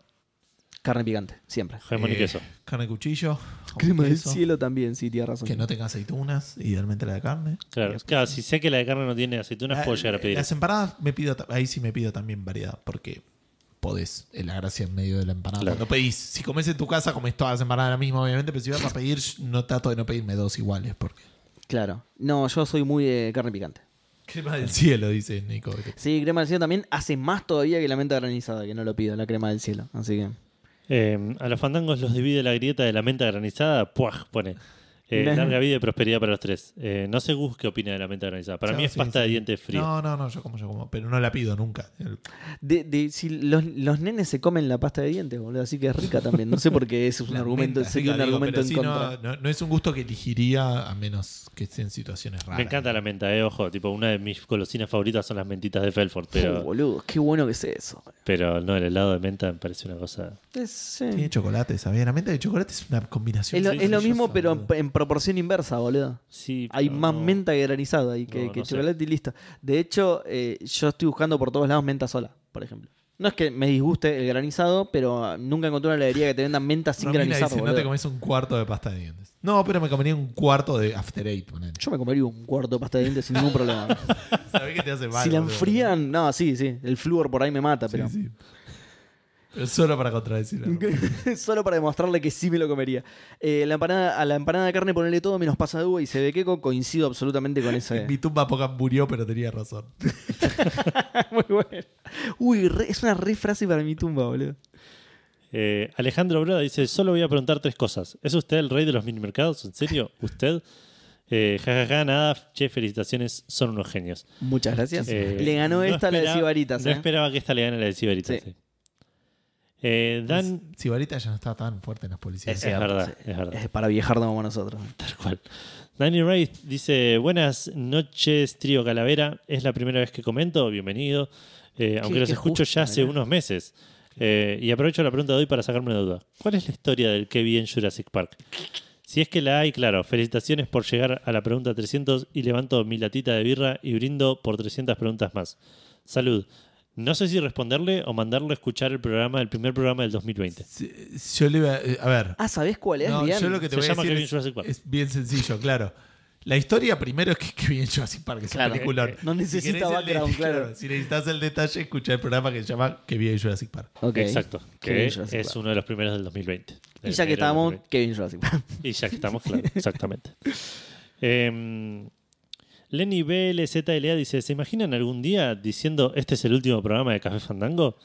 Speaker 1: Carne picante, siempre.
Speaker 3: Jamón y
Speaker 2: Eh,
Speaker 3: queso.
Speaker 2: Carne de cuchillo.
Speaker 1: Crema del
Speaker 2: queso,
Speaker 1: cielo también, sí, tienes razón.
Speaker 2: Que no tenga aceitunas, idealmente la de carne.
Speaker 3: Claro, claro,
Speaker 1: pues
Speaker 3: si sé que la de carne no tiene aceitunas,
Speaker 1: Ah,
Speaker 2: La-
Speaker 3: puedo llegar a pedir.
Speaker 2: Eh, Las empanadas me pido, ta- ahí sí me pido también variedad, porque podés, es la gracia en medio de la empanada.
Speaker 3: Claro.
Speaker 2: Cuando pedís, si comes en tu casa, comes todas las empanadas la misma, obviamente, pero si vas a pedir, no trato de no pedirme dos iguales, porque.
Speaker 1: Claro. No, yo soy muy de carne picante.
Speaker 2: Crema del cielo, dice Nico.
Speaker 1: Sí, crema del cielo también hace más todavía que la menta granizada, que no lo pido, la crema del cielo. Así que.
Speaker 3: Em, a los fandangos los divide la grieta de la menta granizada. Puaj, pone. Eh, larga vida y prosperidad para los tres. Eh, no sé Gus qué opina de la menta granizada. Para mí
Speaker 2: Claro,
Speaker 3: es
Speaker 2: sí,
Speaker 3: pasta
Speaker 2: sí.
Speaker 3: de dientes frío.
Speaker 2: No, no, no, yo como, yo como, pero no la pido nunca. El-
Speaker 1: De, de- si los, los nenes se comen la pasta de dientes, boludo, así que es rica también. No sé por qué ese es un
Speaker 2: la
Speaker 1: argumento,
Speaker 2: menta,
Speaker 1: sería un
Speaker 2: digo,
Speaker 1: argumento
Speaker 2: pero
Speaker 1: en
Speaker 2: sí, no,
Speaker 1: contra.
Speaker 2: No, no es un gusto que elegiría a menos que esté en situaciones raras.
Speaker 3: Me encanta la menta, eh, ojo. Tipo, una de mis golosinas favoritas son las mentitas de Felford,
Speaker 1: Oh,
Speaker 3: pero,
Speaker 1: boludo, qué bueno que es eso.
Speaker 3: pero no, el helado de menta me parece una cosa.
Speaker 1: Es, sí.
Speaker 2: Tiene chocolate, ¿sabías? La menta de chocolate es una combinación.
Speaker 1: Es lo,
Speaker 3: sí,
Speaker 1: es lo
Speaker 2: maravillosa,
Speaker 1: mismo, pero en,
Speaker 2: boludo.
Speaker 1: en proporción inversa, boludo.
Speaker 3: Sí,
Speaker 1: Hay
Speaker 3: pero
Speaker 1: más
Speaker 3: no.
Speaker 1: menta que granizada y que,
Speaker 3: No,
Speaker 1: que
Speaker 3: no sé.
Speaker 1: chocolate y listo. De hecho, eh, yo estoy buscando por todos lados menta sola, por ejemplo. No es que me disguste el granizado, pero ah, nunca encontré una heladería que te venda menta sin
Speaker 2: Romina
Speaker 1: granizado.
Speaker 2: dice, no
Speaker 1: boludo".
Speaker 2: te comes un cuarto de pasta de dientes. No, pero me comería un cuarto de After Eight, ponele.
Speaker 1: Yo me comería un cuarto de pasta de dientes sin ningún problema.
Speaker 2: Sabés que te hace mal.
Speaker 1: si la
Speaker 2: boludo.
Speaker 1: enfrían, no, sí, sí. El flúor por ahí me mata,
Speaker 2: Sí,
Speaker 1: pero.
Speaker 2: sí. Pero solo para contradecir. la Romina.
Speaker 1: Solo para demostrarle que sí me lo comería. Eh, la empanada, a la empanada de carne ponerle todo menos pasa de uva y se ve queco. Coincido absolutamente con ese.
Speaker 2: Mi tumba poca murió, pero tenía razón.
Speaker 1: Muy bueno. Uy, re- es una re frase para mi tumba, boludo.
Speaker 3: Eh, Alejandro Broda dice: Solo voy a preguntar tres cosas. ¿Es usted el rey de los minimercados? ¿En serio? ¿Usted? Eh, ja, ja, ja, nada, che, felicitaciones, son unos genios.
Speaker 1: Muchas gracias.
Speaker 3: Eh,
Speaker 1: le ganó
Speaker 3: no
Speaker 1: esta a la de
Speaker 3: espera-
Speaker 1: Sibaritas.
Speaker 3: No
Speaker 1: ¿eh?
Speaker 3: esperaba que esta le gane a la de Sibaritas.
Speaker 1: Sí.
Speaker 3: sí. Eh, Dan.
Speaker 2: Si Sibarita ya no está tan fuerte en las policías.
Speaker 3: Es verdad,
Speaker 1: sí.
Speaker 3: es verdad.
Speaker 1: Es para viejar como nosotros.
Speaker 3: Tal cual. Danny Wright dice: Buenas noches, trío Calavera. Es la primera vez que comento, bienvenido. Eh, aunque los
Speaker 1: qué
Speaker 3: escucho
Speaker 1: justo,
Speaker 3: ya hace
Speaker 1: mirá.
Speaker 3: unos meses. Eh, y aprovecho la pregunta de hoy para sacarme una duda. ¿Cuál es la historia del que vi en Jurassic Park? Si es que la hay, claro, felicitaciones por llegar a la pregunta 300 y levanto mi latita de birra y brindo por 300 preguntas más. Salud. No sé si responderle o mandarlo a escuchar el programa, el primer programa del 2020.
Speaker 2: Sí, Yo le iba a, a ver.
Speaker 1: Ah, ¿sabés cuál es,
Speaker 2: No,
Speaker 1: Lian?
Speaker 2: yo lo que te
Speaker 3: Se
Speaker 2: voy a
Speaker 3: llama
Speaker 2: decir
Speaker 3: Kevin
Speaker 2: es-
Speaker 3: Jurassic Park.
Speaker 2: es, bien sencillo, claro. La historia primero es que Kevin Jurassic Park es
Speaker 1: Claro.
Speaker 2: un peliculón.
Speaker 1: No necesita
Speaker 2: querés el
Speaker 1: background,
Speaker 2: detalle-
Speaker 1: claro.
Speaker 2: Si necesitas el detalle, escucha el programa que se llama Que vi Jurassic Park.
Speaker 1: Ok.
Speaker 3: Exacto. Que
Speaker 1: Kevin
Speaker 3: es
Speaker 1: Jurassic Park.
Speaker 3: uno de los primeros del 2020.
Speaker 1: Y ya que
Speaker 3: Enero del
Speaker 1: estamos,
Speaker 3: 2020.
Speaker 1: Kevin Jurassic Park.
Speaker 3: Y ya que estamos, claro, exactamente. Em, Lenny BLZLA dice: ¿Se imaginan algún día diciendo este es el último programa de Café Fandango?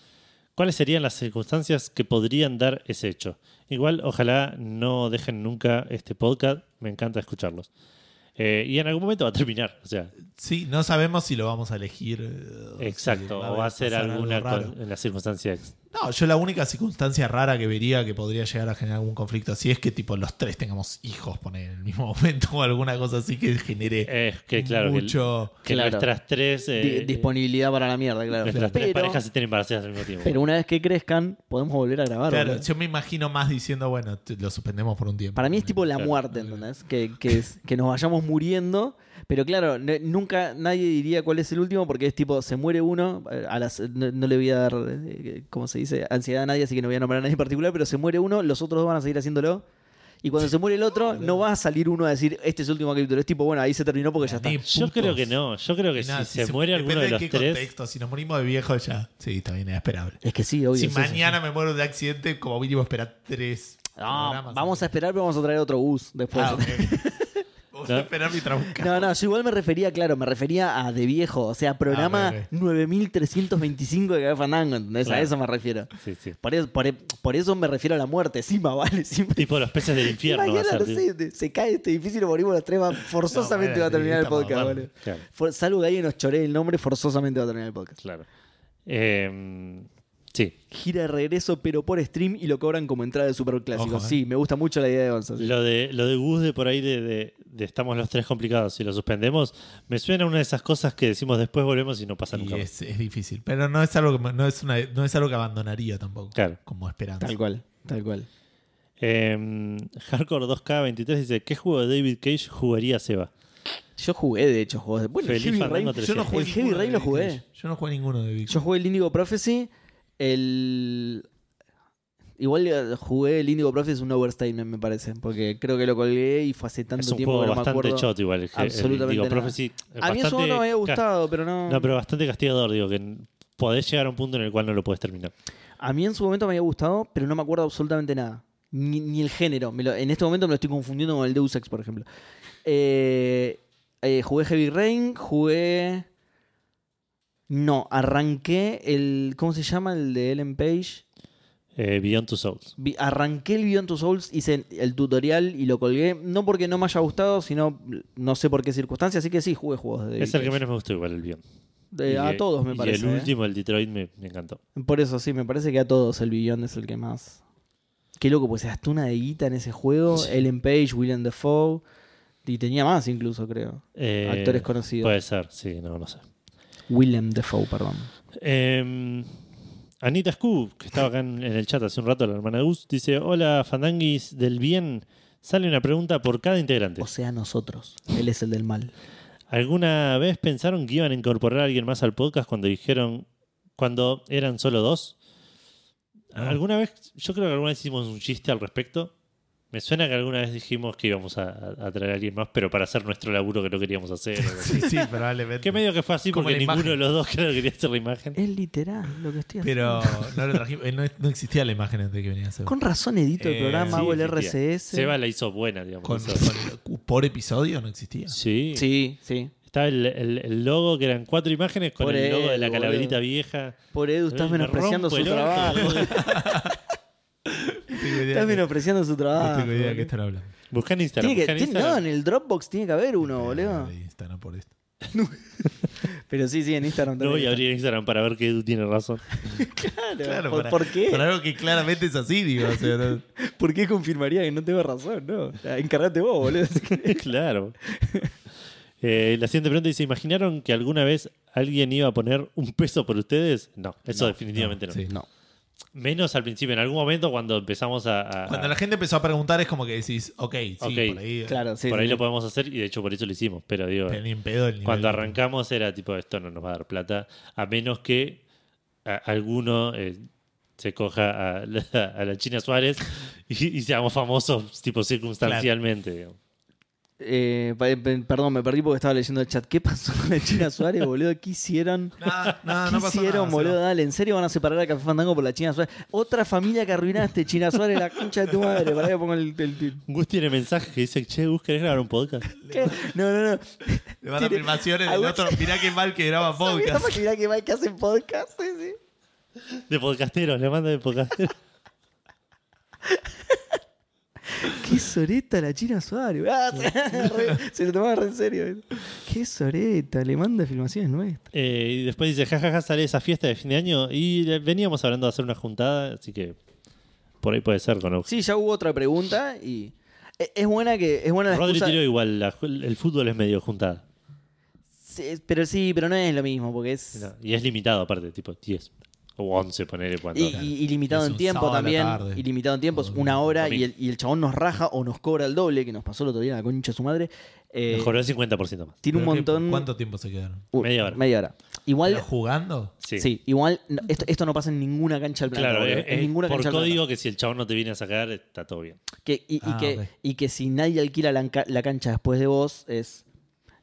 Speaker 3: ¿Cuáles serían las circunstancias que podrían dar ese hecho? Igual, ojalá no dejen nunca este podcast. Me encanta escucharlos. Eh, y en algún momento va a terminar. O sea,
Speaker 2: Sí, no sabemos si lo vamos a elegir. eh,
Speaker 3: exacto.
Speaker 2: si
Speaker 3: o va a ser
Speaker 2: pasar algo
Speaker 3: alguna
Speaker 2: raro.
Speaker 3: con- en la circunstancia ex-
Speaker 2: No, yo la única circunstancia rara que vería que podría llegar a generar algún conflicto así es que tipo los tres tengamos hijos, poner en el mismo momento o alguna cosa así que genere
Speaker 3: Es Eh, que, claro, que-
Speaker 2: mucho.
Speaker 3: que,
Speaker 1: Claro.
Speaker 3: nuestras tres. eh,
Speaker 1: Di- disponibilidad para la mierda, claro.
Speaker 3: Nuestras tres
Speaker 1: Pero-
Speaker 3: parejas se tienen embarazadas al mismo tiempo.
Speaker 1: Pero una vez que crezcan, podemos volver a grabar.
Speaker 2: Claro,
Speaker 1: boludo.
Speaker 2: yo me imagino más diciendo, bueno, te- lo suspendemos por un tiempo.
Speaker 1: Para mí es tipo la
Speaker 3: Claro.
Speaker 1: muerte, ¿entendés? Que, que, es- que nos vayamos muriendo. Pero claro, ne- nunca nadie diría cuál es el último porque es tipo, se muere uno, eh, a las, no, no le voy a dar, eh, ¿cómo se dice? Ansiedad a nadie, así que no voy a nombrar a nadie en particular, pero se muere uno, los otros dos van a seguir haciéndolo. Y cuando se muere el otro, no va a salir uno a decir, este es el último capítulo. Es tipo, bueno, ahí se terminó porque ya está.
Speaker 2: Ni
Speaker 3: Yo
Speaker 2: putos.
Speaker 3: creo que no. Yo creo que
Speaker 2: Y nada,
Speaker 3: si, se, muere alguno de
Speaker 2: depende
Speaker 3: los
Speaker 2: qué
Speaker 3: tres.
Speaker 2: contexto, si nos morimos de viejo ya. Sí, también es esperable.
Speaker 1: Es que sí, obvio.
Speaker 2: si
Speaker 1: es eso.
Speaker 2: mañana me muero de accidente, como mínimo esperar tres.
Speaker 1: No,
Speaker 2: programas.
Speaker 1: vamos a esperar, pero vamos a traer otro bus después.
Speaker 2: Ah, ok. Voy a esperar mi trabuca.
Speaker 1: No, no, yo igual me refería, claro, me refería a de viejo, o sea, programa
Speaker 2: Ah, ok, ok.
Speaker 1: 9325 de Café Fandango, ¿entendés? A
Speaker 3: Claro.
Speaker 1: eso me refiero.
Speaker 3: Sí, sí.
Speaker 1: Por eso, por, por eso me refiero a la muerte, sí, más vale. Sí,
Speaker 3: Tipo los peces del infierno. va a
Speaker 1: Mañana,
Speaker 3: ser,
Speaker 1: no
Speaker 3: sí.
Speaker 1: sé, de- se cae este edificio y nos morimos los tres, va- forzosamente
Speaker 2: No,
Speaker 1: va a terminar el
Speaker 2: estamos
Speaker 1: podcast,
Speaker 2: mal.
Speaker 1: boludo.
Speaker 3: Claro.
Speaker 1: For- salvo que alguien nos choree el nombre, forzosamente va a terminar el podcast.
Speaker 3: Claro. Eh, sí.
Speaker 1: Gira de regreso, pero por stream y lo cobran como entrada de superclásico.
Speaker 2: Ojo, eh.
Speaker 1: Sí, me gusta mucho la idea de Gonzalo.
Speaker 3: Lo de, lo de Gus de por ahí de, de- de estamos los tres complicados y lo suspendemos, me suena a una de esas cosas que decimos después volvemos y no pasa
Speaker 2: Y
Speaker 3: nunca. más.
Speaker 2: es, es difícil. Pero no es algo que no es una, no es algo que abandonaría tampoco.
Speaker 3: Claro.
Speaker 2: Como esperanza.
Speaker 1: Tal cual, tal cual.
Speaker 3: Eh, Hardcore 2K23 dice: ¿Qué juego de David Cage jugaría Seba?
Speaker 1: Yo jugué, de hecho, juegos de. Bueno,
Speaker 3: Feliz
Speaker 1: Heavy
Speaker 3: Fandango
Speaker 1: Rain-
Speaker 3: 300.
Speaker 2: Yo no jugué
Speaker 1: El Heavy
Speaker 2: ninguno de
Speaker 1: Rain lo
Speaker 2: Big
Speaker 1: jugué.
Speaker 2: Fish. Yo no jugué ninguno de Big
Speaker 1: Yo jugué el Indigo Prophecy, el... Igual eh, jugué el Indigo Prophecy, es un overstatement, me parece, porque creo que lo colgué y fue hace tanto
Speaker 3: es un
Speaker 1: tiempo
Speaker 3: juego
Speaker 1: que no me
Speaker 3: bastante
Speaker 1: acuerdo.
Speaker 3: chot, igual. el que- el-
Speaker 1: absolutamente
Speaker 3: digo,
Speaker 1: nada.
Speaker 3: Prophecy,
Speaker 1: A mí eso
Speaker 3: bastante
Speaker 1: no me había
Speaker 3: ca-
Speaker 1: gustado, pero no...
Speaker 3: No, pero bastante castigador, digo, que n- podés llegar a un punto en el cual no lo podés terminar.
Speaker 1: A mí en su momento me había gustado, pero no me acuerdo absolutamente nada. Ni, ni el género. Me lo- en este momento me lo estoy confundiendo con el Deus Ex, por ejemplo. Eh, eh, jugué Heavy Rain, jugué... No, arranqué el... ¿Cómo se llama? El de Ellen Page.
Speaker 3: Eh, Beyond Two Souls.
Speaker 1: Vi- arranqué el Beyond Two Souls, hice el tutorial y lo colgué. No porque no me haya gustado, sino no sé por qué circunstancia. Así que sí, jugué juegos de.
Speaker 3: Es el que menos me gustó, igual, el Beyond.
Speaker 1: de-
Speaker 3: Y,
Speaker 1: a
Speaker 3: eh,
Speaker 1: todos, me
Speaker 3: y
Speaker 1: parece.
Speaker 3: el
Speaker 1: ¿eh?
Speaker 3: último, el Detroit, me, me encantó.
Speaker 1: Por eso sí, me parece que a todos el Beyond es el que más. Qué loco, pues se gastó una de guita en ese juego. Ellen Page, William Defoe. Y tenía más incluso, creo.
Speaker 3: Eh,
Speaker 1: Actores conocidos.
Speaker 3: Puede ser, sí, no, no sé.
Speaker 1: William Defoe, perdón.
Speaker 3: Eh, Anita Scoop, que estaba acá en, en el chat hace un rato, la hermana de Gus, dice: Hola, Fandanguis del Bien. Sale una pregunta por cada integrante.
Speaker 1: O sea, nosotros. Él es el del mal.
Speaker 3: ¿Alguna vez pensaron que iban a incorporar a alguien más al podcast cuando dijeron, cuando eran solo dos?
Speaker 2: Ah.
Speaker 3: ¿Alguna vez, yo creo que alguna vez hicimos un chiste al respecto? Me suena que alguna vez dijimos que íbamos a, a- a traer a alguien más, pero para hacer nuestro laburo que no queríamos hacer. o algo así.
Speaker 2: Sí, sí, probablemente.
Speaker 3: que medio que fue así
Speaker 2: Como
Speaker 3: porque
Speaker 2: la
Speaker 3: ninguno
Speaker 2: imagen.
Speaker 3: de los dos creo que quería hacer la imagen.
Speaker 1: Es literal lo que estoy haciendo.
Speaker 2: Pero no lo trajimos. eh, No, no existía la imagen antes de que venía a hacer.
Speaker 1: Con razón edito el
Speaker 2: Eh,
Speaker 1: programa,
Speaker 2: sí,
Speaker 1: hago el
Speaker 3: existía.
Speaker 1: RCS.
Speaker 3: Seba la hizo buena, digamos.
Speaker 2: Con-
Speaker 3: eso.
Speaker 2: con- por episodio no existía.
Speaker 3: Sí.
Speaker 1: Sí, sí.
Speaker 3: Estaba el, el- el logo, que eran cuatro imágenes, con
Speaker 1: Por
Speaker 3: el logo de la
Speaker 1: él,
Speaker 3: calaverita
Speaker 1: boludo.
Speaker 3: vieja.
Speaker 1: Por Edu, estás
Speaker 3: Me
Speaker 1: menospreciando
Speaker 3: rompo
Speaker 1: su
Speaker 3: el orto,
Speaker 1: trabajo.
Speaker 3: boludo.
Speaker 2: No tengo idea
Speaker 1: Estás
Speaker 2: que-
Speaker 1: menospreciando su
Speaker 2: no
Speaker 1: trabajo.
Speaker 2: tengo idea de qué
Speaker 1: boludo.
Speaker 2: están hablando.
Speaker 3: Buscá en Instagram.
Speaker 1: Tiene que,
Speaker 3: buscá en
Speaker 1: tiene- no,
Speaker 3: Instagram.
Speaker 1: en el Dropbox tiene que haber uno, boludo.
Speaker 2: De Instagram por esto.
Speaker 1: Pero sí, sí, en Instagram
Speaker 3: No
Speaker 1: también.
Speaker 3: voy a
Speaker 1: está.
Speaker 3: abrir Instagram para ver que Edu tiene razón.
Speaker 1: Claro, ¿por,
Speaker 2: para-
Speaker 1: por qué?
Speaker 2: Para algo que claramente es así, digo. o sea, no-
Speaker 1: ¿Por qué confirmaría que no tengo razón? No, encárgate vos, boludo.
Speaker 3: claro. Eh, la siguiente pregunta dice: ¿Imaginaron que alguna vez alguien iba a poner un peso por ustedes? No, eso definitivamente no.
Speaker 2: sí.
Speaker 1: No.
Speaker 3: Menos al principio, en algún momento cuando empezamos a. a-
Speaker 2: Cuando la gente empezó a preguntar es como que decís, ok, sí,
Speaker 3: Ok,
Speaker 2: por ahí.
Speaker 1: Claro, sí.
Speaker 3: por
Speaker 1: sí,
Speaker 3: ahí
Speaker 1: sí.
Speaker 3: lo podemos hacer y de hecho por eso lo hicimos. Pero digo,
Speaker 2: pero ni en pedo el nivel.
Speaker 3: cuando arrancamos era tipo: esto no nos va a dar plata, a menos que a- alguno. eh, se coja a la, a la China Suárez y, y seamos famosos tipo circunstancialmente. digamos.
Speaker 1: Eh, pa- pe- perdón, me perdí porque estaba leyendo el chat. ¿Qué pasó con la China Suárez, boludo? ¿Qué hicieron?
Speaker 2: Nada, nada,
Speaker 1: ¿Qué
Speaker 2: Ah, no pasó
Speaker 1: hicieron,
Speaker 2: nada,
Speaker 1: boludo?
Speaker 2: cero.
Speaker 1: Dale, ¿en serio van a separar a Café Fandango por la China Suárez? Otra familia que arruinaste, China Suárez, la concha de tu madre. Para que pongo el, el, el-
Speaker 3: Gus tiene mensajes que dice, che, Gus, ¿querés grabar un podcast?
Speaker 1: ¿Qué? No, no, no.
Speaker 2: Le van a filmaciones del
Speaker 1: Agustín-
Speaker 2: otro. Mirá qué mal que graba
Speaker 1: Mirá,
Speaker 2: podcast.
Speaker 1: porque mirá que Mike hace podcast, sí, sí.
Speaker 3: De podcasteros, le manda de podcasteros.
Speaker 1: Qué soreta la China Suárez. Ah, se, re- se lo tomaba re en serio. ¿eh? Qué soreta, le manda filmaciones nuestras.
Speaker 3: Eh, y después dice, jajaja, sale esa fiesta de fin de año. Y le- veníamos hablando de hacer una juntada, así que por ahí puede ser con Gus.
Speaker 1: Sí, ya hubo otra pregunta y. e- Es buena que. Es buena la
Speaker 3: Rodri
Speaker 1: excusa.
Speaker 3: tiró igual, la- el fútbol es medio juntada.
Speaker 1: Sí, pero sí, pero no es lo mismo, porque es.
Speaker 3: Y es limitado aparte, tipo 10 o 11, ponerle cuánto.
Speaker 1: Y, eh, y- y limitado
Speaker 2: Es
Speaker 1: en
Speaker 2: un
Speaker 1: tiempo
Speaker 2: sábado a la
Speaker 1: también.
Speaker 2: tarde.
Speaker 1: Y limitado en tiempo, es
Speaker 2: O
Speaker 1: una hora y
Speaker 3: domingo.
Speaker 1: el, y el chabón nos raja o nos cobra el doble, que nos pasó el otro día la concha de su madre. Eh,
Speaker 3: Mejoró el 50% más.
Speaker 1: tiene un
Speaker 2: Pero qué-
Speaker 1: montón.
Speaker 2: ¿Cuánto tiempo se quedaron?
Speaker 1: Uh,
Speaker 3: Media hora.
Speaker 1: Media hora. Igual.
Speaker 2: ¿Pero jugando?
Speaker 3: Sí.
Speaker 1: Sí, igual no- esto, esto no pasa en ninguna cancha del planeta.
Speaker 3: Claro,
Speaker 1: boludo,
Speaker 3: es-
Speaker 1: en
Speaker 3: es
Speaker 1: ninguna
Speaker 3: por
Speaker 1: cancha del
Speaker 3: código que si el chabón no te viene a sacar, está todo bien.
Speaker 1: planeta. Que, y, y
Speaker 2: Ah,
Speaker 1: que,
Speaker 2: ok.
Speaker 1: y que si nadie alquila la, enca- la cancha después de vos, es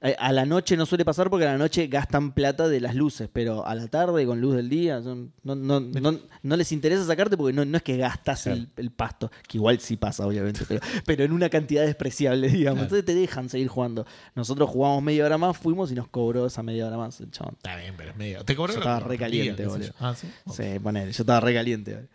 Speaker 1: eh, a la noche no suele pasar porque a la noche gastan plata de las luces, pero a la tarde con luz del día son- no, no, no- no les interesa sacarte porque no, no es que gastas el, el pasto, que igual sí pasa obviamente, pero, pero en una cantidad despreciable, digamos.
Speaker 2: Claro.
Speaker 1: Entonces te dejan seguir jugando. Nosotros jugamos media hora más, fuimos y nos cobró esa media hora más el chabón.
Speaker 2: Está bien, pero es medio. Te cobró
Speaker 1: Yo
Speaker 2: lo
Speaker 1: estaba
Speaker 2: que
Speaker 1: re
Speaker 2: correspondía,
Speaker 1: caliente,
Speaker 2: qué sé
Speaker 1: boludo.
Speaker 2: yo. Ah, sí. Ok.
Speaker 1: Sí, poner, yo estaba re caliente.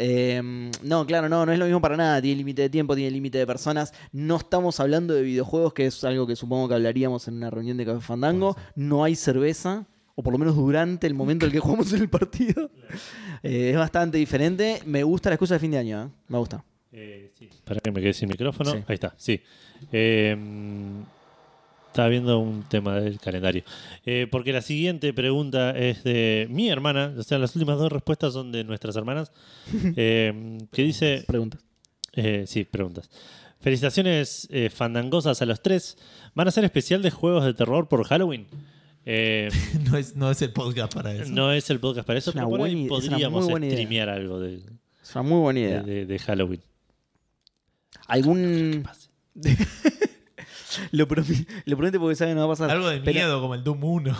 Speaker 1: Eh, no, claro, no, no es lo mismo para nada. Tiene límite de tiempo, tiene límite de personas. No estamos hablando de videojuegos, que es algo que supongo que hablaríamos en una reunión de Café Fandango. No hay cerveza, o por lo menos durante el momento en el que jugamos el partido. Eh, es bastante diferente. Me gusta la excusa de fin de año, ¿eh? me gusta.
Speaker 3: Para que me quede sin micrófono.
Speaker 1: Sí.
Speaker 3: Ahí está, sí. Eh, estaba viendo un tema del calendario. Eh, porque la siguiente pregunta es de mi hermana. O sea, las últimas dos respuestas son de nuestras hermanas. eh, que dice.
Speaker 1: Preguntas.
Speaker 3: Eh, sí, preguntas. Felicitaciones eh, fandangosas a los tres. ¿Van a ser especial de juegos de terror por Halloween? Eh,
Speaker 2: No es, no es el podcast para eso.
Speaker 3: no es el podcast para eso,
Speaker 1: Es una
Speaker 3: pero por
Speaker 1: buena
Speaker 3: ahí
Speaker 1: i- es una
Speaker 3: podríamos
Speaker 1: muy buena idea.
Speaker 3: streamear algo de,
Speaker 1: Es una muy buena
Speaker 3: de,
Speaker 1: idea.
Speaker 3: de- de Halloween.
Speaker 1: Eh, ¿Algún... lo, promi- lo prometo porque sabe que no va a pasar.
Speaker 2: Algo de
Speaker 1: Pero
Speaker 2: miedo, como el Doom 1.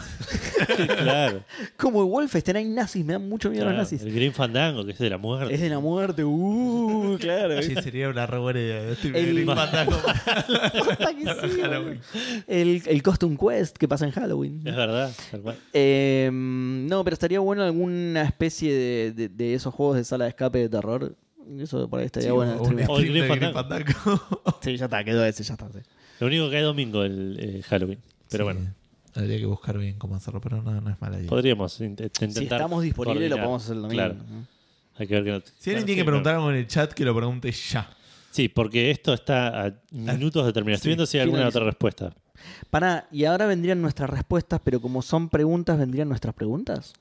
Speaker 3: claro.
Speaker 1: Como el Wolfenstein hay nazis, me dan mucho miedo
Speaker 3: Claro,
Speaker 1: los nazis.
Speaker 3: Ah, El Green Fandango, que es de la muerte.
Speaker 1: Es de la muerte, uh, claro.
Speaker 2: Sí, sería una re buena idea. Estoy
Speaker 1: El-
Speaker 2: bien empatado.
Speaker 1: Posta que sí,
Speaker 2: Halloween.
Speaker 1: boludo. el, el Costume Quest que pasa en Halloween.
Speaker 3: Es verdad. tal cual.
Speaker 1: Eh, no, pero estaría bueno alguna especie de, de- de esos juegos de sala de escape de terror. Eso por ahí estaría
Speaker 2: Sí,
Speaker 1: bueno.
Speaker 2: o un
Speaker 1: streamear.
Speaker 3: O el
Speaker 2: stream
Speaker 3: Green
Speaker 2: de Green
Speaker 3: Fandango.
Speaker 2: Fandango.
Speaker 1: Sí, ya está, quedó ese, ya está. sí.
Speaker 3: Lo único que hay domingo el eh, Halloween. Pero
Speaker 2: Sí,
Speaker 3: bueno,
Speaker 2: Habría que buscar bien cómo hacerlo, pero no, no es mala idea.
Speaker 3: podríamos int- intentar.
Speaker 1: Si estamos disponibles, lo
Speaker 3: coordinar.
Speaker 1: podemos hacer el domingo.
Speaker 3: Claro,
Speaker 1: ¿no?
Speaker 3: hay que ver que no-
Speaker 2: Si alguien tiene
Speaker 3: Bueno, sí,
Speaker 2: que preguntar algo en el chat, que lo pregunte ya.
Speaker 3: Sí, porque esto está a minutos de terminar. Estoy viendo si hay alguna
Speaker 1: finalizo.
Speaker 3: otra respuesta.
Speaker 1: Pará, y ahora vendrían nuestras respuestas, pero como son preguntas, vendrían nuestras preguntas.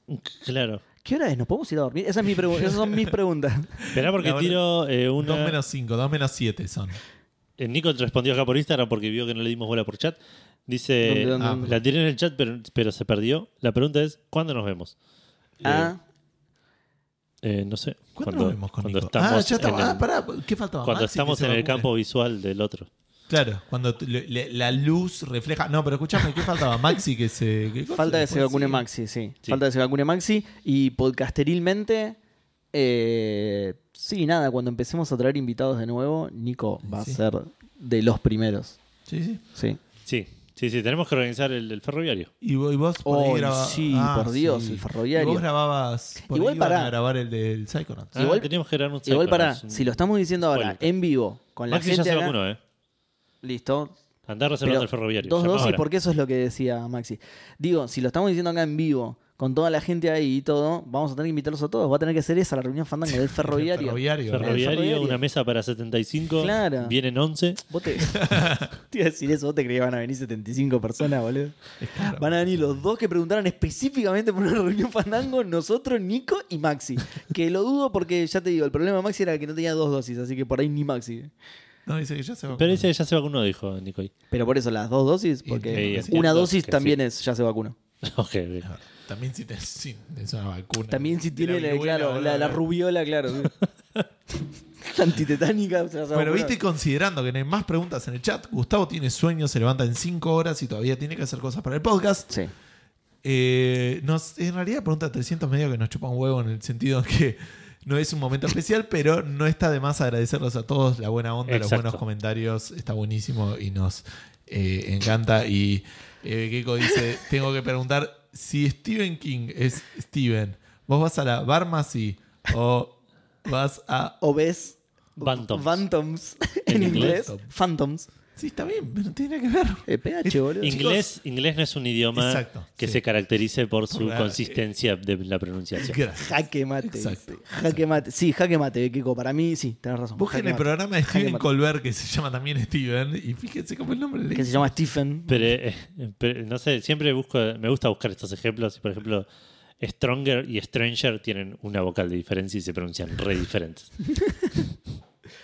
Speaker 3: Claro.
Speaker 1: ¿Qué hora es? ¿Nos podemos ir a dormir? Esa es mi pregu- Esas son mis preguntas.
Speaker 3: Esperá porque
Speaker 2: Ahora,
Speaker 3: tiro eh, una...
Speaker 2: 2 menos 5, 2 menos 7 son.
Speaker 3: Eh, Nico respondió acá por Instagram porque vio que no le dimos bola por chat. Dice,
Speaker 1: ¿Dónde, dónde,
Speaker 2: ah,
Speaker 1: dónde?
Speaker 3: la tiré en el chat pero, pero se perdió. La pregunta es, ¿cuándo nos vemos? Eh,
Speaker 1: Ah,
Speaker 3: eh, no sé.
Speaker 2: ¿Cuándo
Speaker 3: Cuando-
Speaker 2: nos vemos con
Speaker 3: cuando
Speaker 2: Nico?
Speaker 3: estamos
Speaker 2: ah, ya estamos.
Speaker 3: en el-
Speaker 2: Ah, pará, ¿qué faltaba?
Speaker 3: Cuando
Speaker 2: Maxi, que
Speaker 3: estamos
Speaker 2: se
Speaker 3: en el
Speaker 2: vacune.
Speaker 3: campo visual del otro.
Speaker 2: Claro, cuando t- le- le- la luz refleja. No, pero escuchame, ¿qué faltaba? Maxi que se. ¿qué cosa?
Speaker 1: Falta que se
Speaker 2: Pues,
Speaker 1: vacune
Speaker 2: sí.
Speaker 1: Maxi, sí.
Speaker 3: Sí.
Speaker 1: Falta que se vacune Maxi. Y podcasterilmente, eh, sí, nada, cuando empecemos a traer invitados de nuevo, Nico va
Speaker 2: Sí.
Speaker 1: a ser de los primeros.
Speaker 2: Sí, sí.
Speaker 1: Sí.
Speaker 3: Sí, sí, sí, tenemos que organizar el, el ferroviario.
Speaker 2: Y vo- y vos por ahí
Speaker 1: Oh,
Speaker 2: grababas.
Speaker 1: sí, por Dios, el ferroviario.
Speaker 2: Y vos grababas. Por
Speaker 1: Igual
Speaker 2: Igual para.
Speaker 1: pará.
Speaker 2: A grabar el del Psychonauts.
Speaker 3: Ah,
Speaker 1: Igual-
Speaker 3: teníamos que grabar un
Speaker 1: Igual para,
Speaker 3: Psychonauts, un-
Speaker 1: si lo estamos diciendo ahora,
Speaker 3: spoiler.
Speaker 1: en vivo, con la
Speaker 3: Maxi
Speaker 1: gente
Speaker 3: ya se
Speaker 1: acá,
Speaker 3: vacunó, ¿eh?
Speaker 1: listo.
Speaker 3: Andar reservando
Speaker 1: Pero
Speaker 3: el ferroviario.
Speaker 1: dos
Speaker 3: Llama
Speaker 1: dosis,
Speaker 3: ahora.
Speaker 1: porque eso es lo que decía Maxi. Digo, si lo estamos diciendo acá en vivo, con toda la gente ahí y todo, vamos a tener que invitarlos a todos. Va a tener que ser esa la reunión fandango del
Speaker 2: El
Speaker 1: ferroviario.
Speaker 2: Ferroviario.
Speaker 3: Ferroviario,
Speaker 1: ferroviario.
Speaker 3: una mesa para 75.
Speaker 1: Claro.
Speaker 3: Vienen 11.
Speaker 1: Vos te... te iba a decir eso, vos te creías que van a venir 75 personas, boludo.
Speaker 2: Es caro.
Speaker 1: Van a venir los dos que preguntaron específicamente por una reunión fandango, nosotros, Nico y Maxi. Que lo dudo porque ya te digo, el problema de Maxi era que no tenía dos dosis, así que por ahí ni Maxi.
Speaker 2: No, dice que ya se va
Speaker 3: Pero dice que ya se vacunó, dijo Nicoy.
Speaker 1: Pero por eso las dos dosis, porque
Speaker 3: Eh,
Speaker 1: una
Speaker 3: eh,
Speaker 1: dosis
Speaker 3: que
Speaker 1: también es, ya se vacuna.
Speaker 3: ok, ok.
Speaker 2: También si te, si es una vacuna.
Speaker 1: También si
Speaker 2: De
Speaker 1: tiene la,
Speaker 2: la viruela,
Speaker 1: claro, la,
Speaker 2: boludo.
Speaker 1: la rubiola, claro. sí. La antitetánica. o sea, se vacuna.
Speaker 2: Bueno, viste, considerando que no hay más preguntas en el chat, Gustavo tiene sueño, se levanta en 5 horas y todavía tiene que hacer cosas para el podcast.
Speaker 1: Sí.
Speaker 2: Eh, nos, en realidad, pregunta 300 medio que nos chupa un huevo en el sentido que no es un momento especial, pero no está de más agradecerlos a todos la buena onda, los
Speaker 3: Exacto.
Speaker 2: buenos comentarios. Está buenísimo y nos eh, encanta. Y eh, Keiko dice: Tengo que preguntar si Stephen King es Steven. ¿Vos vas a la Barmacy o vas a.?
Speaker 1: O ves
Speaker 3: Phantoms.
Speaker 1: Phantoms en,
Speaker 3: En
Speaker 1: inglés.
Speaker 3: inglés.
Speaker 1: Phantoms.
Speaker 2: Sí, está bien, pero no tiene nada que ver.
Speaker 1: Eh, PH, boludo.
Speaker 2: Chicos.
Speaker 3: Inglés, inglés no es un idioma
Speaker 2: Exacto,
Speaker 3: que
Speaker 2: sí.
Speaker 3: se caracterice por su
Speaker 2: Por la-
Speaker 3: consistencia de la pronunciación.
Speaker 2: Gracias.
Speaker 1: Jaque mate. dice.
Speaker 2: Exacto.
Speaker 1: Jaque mate. Sí, jaque mate, Kiko. Para mí, sí, tenés razón.
Speaker 2: Busquen
Speaker 1: Jaque
Speaker 2: el
Speaker 1: mate.
Speaker 2: programa de
Speaker 1: Jaque
Speaker 2: Steven
Speaker 1: mate.
Speaker 2: Colbert que se llama también Steven y fíjense cómo el nombre le
Speaker 1: Que se llama Stephen.
Speaker 3: Pero, eh, pero, no sé, siempre busco, me gusta buscar estos ejemplos. y, Por ejemplo, Stronger y Stranger tienen una vocal de diferencia y se pronuncian re diferentes.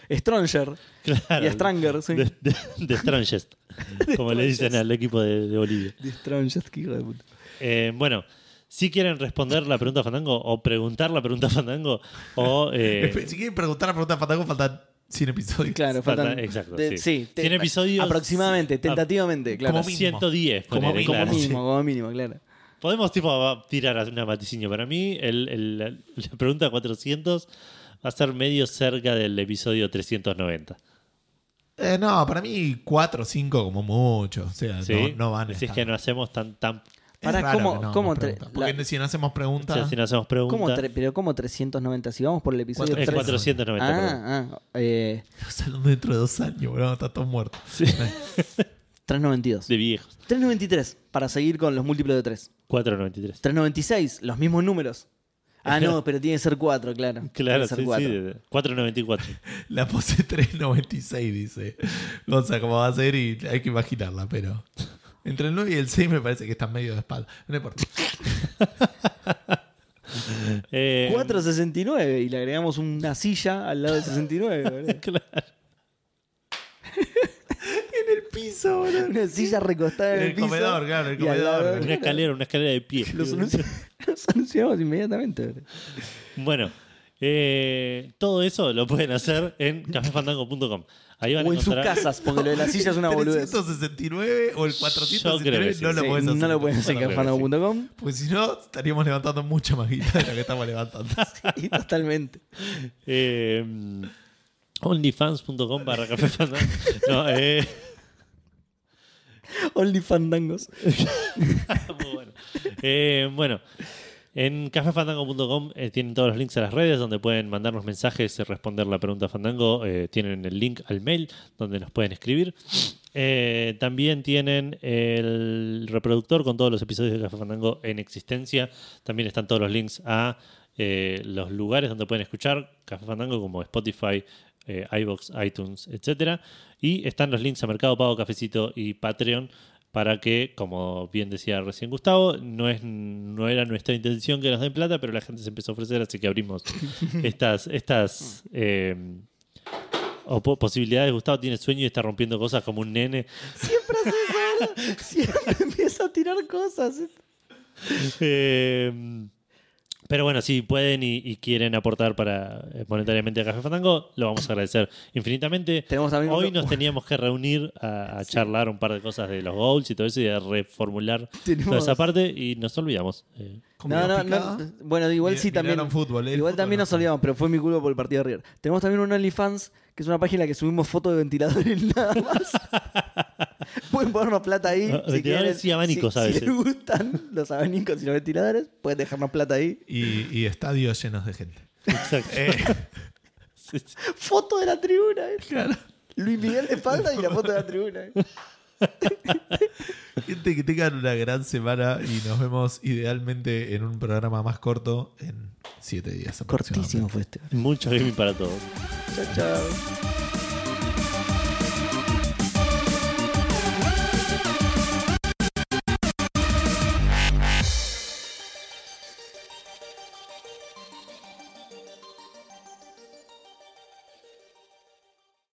Speaker 1: Stronger.
Speaker 3: Claro.
Speaker 1: Y Stranger, sí.
Speaker 3: De, de- de Strangest, como le dicen al equipo de, de Bolivia.
Speaker 1: De Stronger, qué hijo de puta.
Speaker 3: Eh, bueno, si quieren responder la pregunta Fandango o preguntar la pregunta Fandango o... eh,
Speaker 2: Espe- Si quieren preguntar la pregunta Fandango, faltan 100 episodios.
Speaker 1: Claro,
Speaker 3: Falta-
Speaker 1: faltan.
Speaker 3: exacto,
Speaker 1: de-
Speaker 3: sí.
Speaker 1: sí, te-
Speaker 3: 100 episodios.
Speaker 1: Aproximadamente,
Speaker 3: Ah,
Speaker 1: tentativamente, claro.
Speaker 2: como mínimo.
Speaker 3: 110,
Speaker 2: Como
Speaker 3: ponele,
Speaker 2: mínimo.
Speaker 3: claro.
Speaker 1: Como mínimo, como mínimo, claro.
Speaker 3: Podemos tipo va- tirar una vaticinio. Para mí, el- el- la- la pregunta 400 va a ser medio cerca del episodio 390.
Speaker 2: Eh, no, para mí 4 o 5 como mucho. O sea, no,
Speaker 3: ¿sí?
Speaker 2: no van a
Speaker 3: Si es
Speaker 2: estar.
Speaker 3: que no hacemos tan... tan
Speaker 2: Es
Speaker 1: Pará,
Speaker 2: raro
Speaker 1: ¿cómo-
Speaker 2: que no
Speaker 1: cómo
Speaker 2: nos
Speaker 1: tre-
Speaker 2: preguntan, Porque
Speaker 1: la-
Speaker 2: si no hacemos
Speaker 3: o sea,
Speaker 2: preguntas...
Speaker 3: si no hacemos preguntas...
Speaker 1: ¿Cómo tre- pero como 390, si vamos por el episodio
Speaker 3: es
Speaker 2: tres?
Speaker 1: 3.
Speaker 3: 490, perdón.
Speaker 1: Ah, ah, eh,
Speaker 2: Estamos hablando dentro de dos años, bro. Está todo muerto.
Speaker 1: 392.
Speaker 3: De viejos.
Speaker 1: 393, para seguir con los múltiplos de 3.
Speaker 3: 493.
Speaker 1: 396, los mismos números. Ah, no, pero tiene que ser 4, claro. Tiene
Speaker 3: Claro,
Speaker 1: que ser
Speaker 3: sí, sí.
Speaker 1: cuatro.
Speaker 3: de- 494.
Speaker 2: La pose 396, dice. No sé cómo va a ser y hay que imaginarla, pero. Entre el 9 y el 6 me parece que están medio de espalda. No importa.
Speaker 3: Eh,
Speaker 2: Em,
Speaker 1: 469 y le agregamos una silla al lado del 69, boludo.
Speaker 3: claro.
Speaker 2: En el piso, boludo.
Speaker 1: Una silla recostada en
Speaker 2: En
Speaker 1: el,
Speaker 2: el
Speaker 1: piso.
Speaker 2: comedor, claro, en el
Speaker 1: y al lado-
Speaker 2: comedor.
Speaker 3: Una escalera, una escalera de pie.
Speaker 1: Lo, solucion- lo solucionamos inmediatamente. boludo.
Speaker 3: Bueno, eh, todo eso lo pueden hacer en cafefandango.com. Ahí van
Speaker 1: O
Speaker 3: a
Speaker 1: en sus
Speaker 3: encontrar.
Speaker 1: casas, porque lo de la silla es una boludez.
Speaker 2: 369 o el
Speaker 3: Yo creo que
Speaker 2: 469
Speaker 3: sí.
Speaker 2: no lo
Speaker 1: Sí,
Speaker 2: puedes hacer.
Speaker 1: no lo puedes hacer en
Speaker 3: Bueno,
Speaker 1: cafano.com.
Speaker 2: Porque Pues si no, estaríamos levantando mucha más guita de lo que estamos levantando.
Speaker 1: Y totalmente.
Speaker 3: Eh, Onlyfans.com barra cafefandango. No, eh,
Speaker 1: Only fandangos.
Speaker 3: muy bueno. Eh, bueno, en cafefandango.com eh, tienen todos los links a las redes donde pueden mandarnos mensajes, eh, responder la pregunta Fandango. eh, tienen el link al mail donde nos pueden escribir. Eh, también tienen el reproductor con todos los episodios de Café Fandango en existencia. También están todos los links a eh, los lugares donde pueden escuchar Café Fandango como Spotify, eh, iBox, iTunes, etcétera. Y están los links a Mercado Pago, Cafecito y Patreon para que, como bien decía recién Gustavo, no, es, no era nuestra intención que nos den plata, pero la gente se empezó a ofrecer, así que abrimos estas, estas eh, opo- posibilidades. Gustavo tiene sueño y está rompiendo cosas como un nene.
Speaker 1: Siempre hace eso. Siempre empieza a tirar cosas.
Speaker 3: Eh, pero bueno, si pueden y, y quieren aportar para eh, monetariamente a Café Fandango, lo vamos a agradecer infinitamente.
Speaker 1: Tenemos también
Speaker 3: Hoy
Speaker 1: uno-
Speaker 3: nos teníamos que reunir a, a charlar un par de cosas de los goals y todo eso y a reformular toda
Speaker 1: Tenemos-
Speaker 3: esa parte y nos olvidamos. Eh,
Speaker 2: Comida
Speaker 1: No, no,
Speaker 2: picada.
Speaker 1: no. Bueno, igual
Speaker 2: Mir-
Speaker 1: sí también.
Speaker 2: miraron fútbol, eh, el
Speaker 1: Igual
Speaker 2: fútbol
Speaker 1: también
Speaker 2: no
Speaker 1: nos
Speaker 2: fue.
Speaker 1: olvidamos, pero fue mi culpa por el partido de River. Tenemos también un OnlyFans, que es una página en la que subimos fotos de ventiladores nada más. pueden ponernos plata ahí.
Speaker 3: Ah,
Speaker 1: si
Speaker 3: ventiladores
Speaker 1: quieren.
Speaker 3: y abanicos
Speaker 1: si,
Speaker 3: a
Speaker 1: si
Speaker 3: veces.
Speaker 1: les gustan los abanicos y los ventiladores, pueden dejarnos plata ahí.
Speaker 2: Y, y estadios llenos de gente.
Speaker 3: exacto.
Speaker 2: Eh,
Speaker 3: Sí, sí.
Speaker 1: Foto de la tribuna, eh. Luis Miguel de espalda y la foto de la tribuna. eh.
Speaker 2: gente que tengan una gran semana y nos vemos idealmente en un programa más corto en 7 días. aproximadamente.
Speaker 1: Cortísimo fue este.
Speaker 3: Mucho gaming para todos.
Speaker 1: Chao, chao.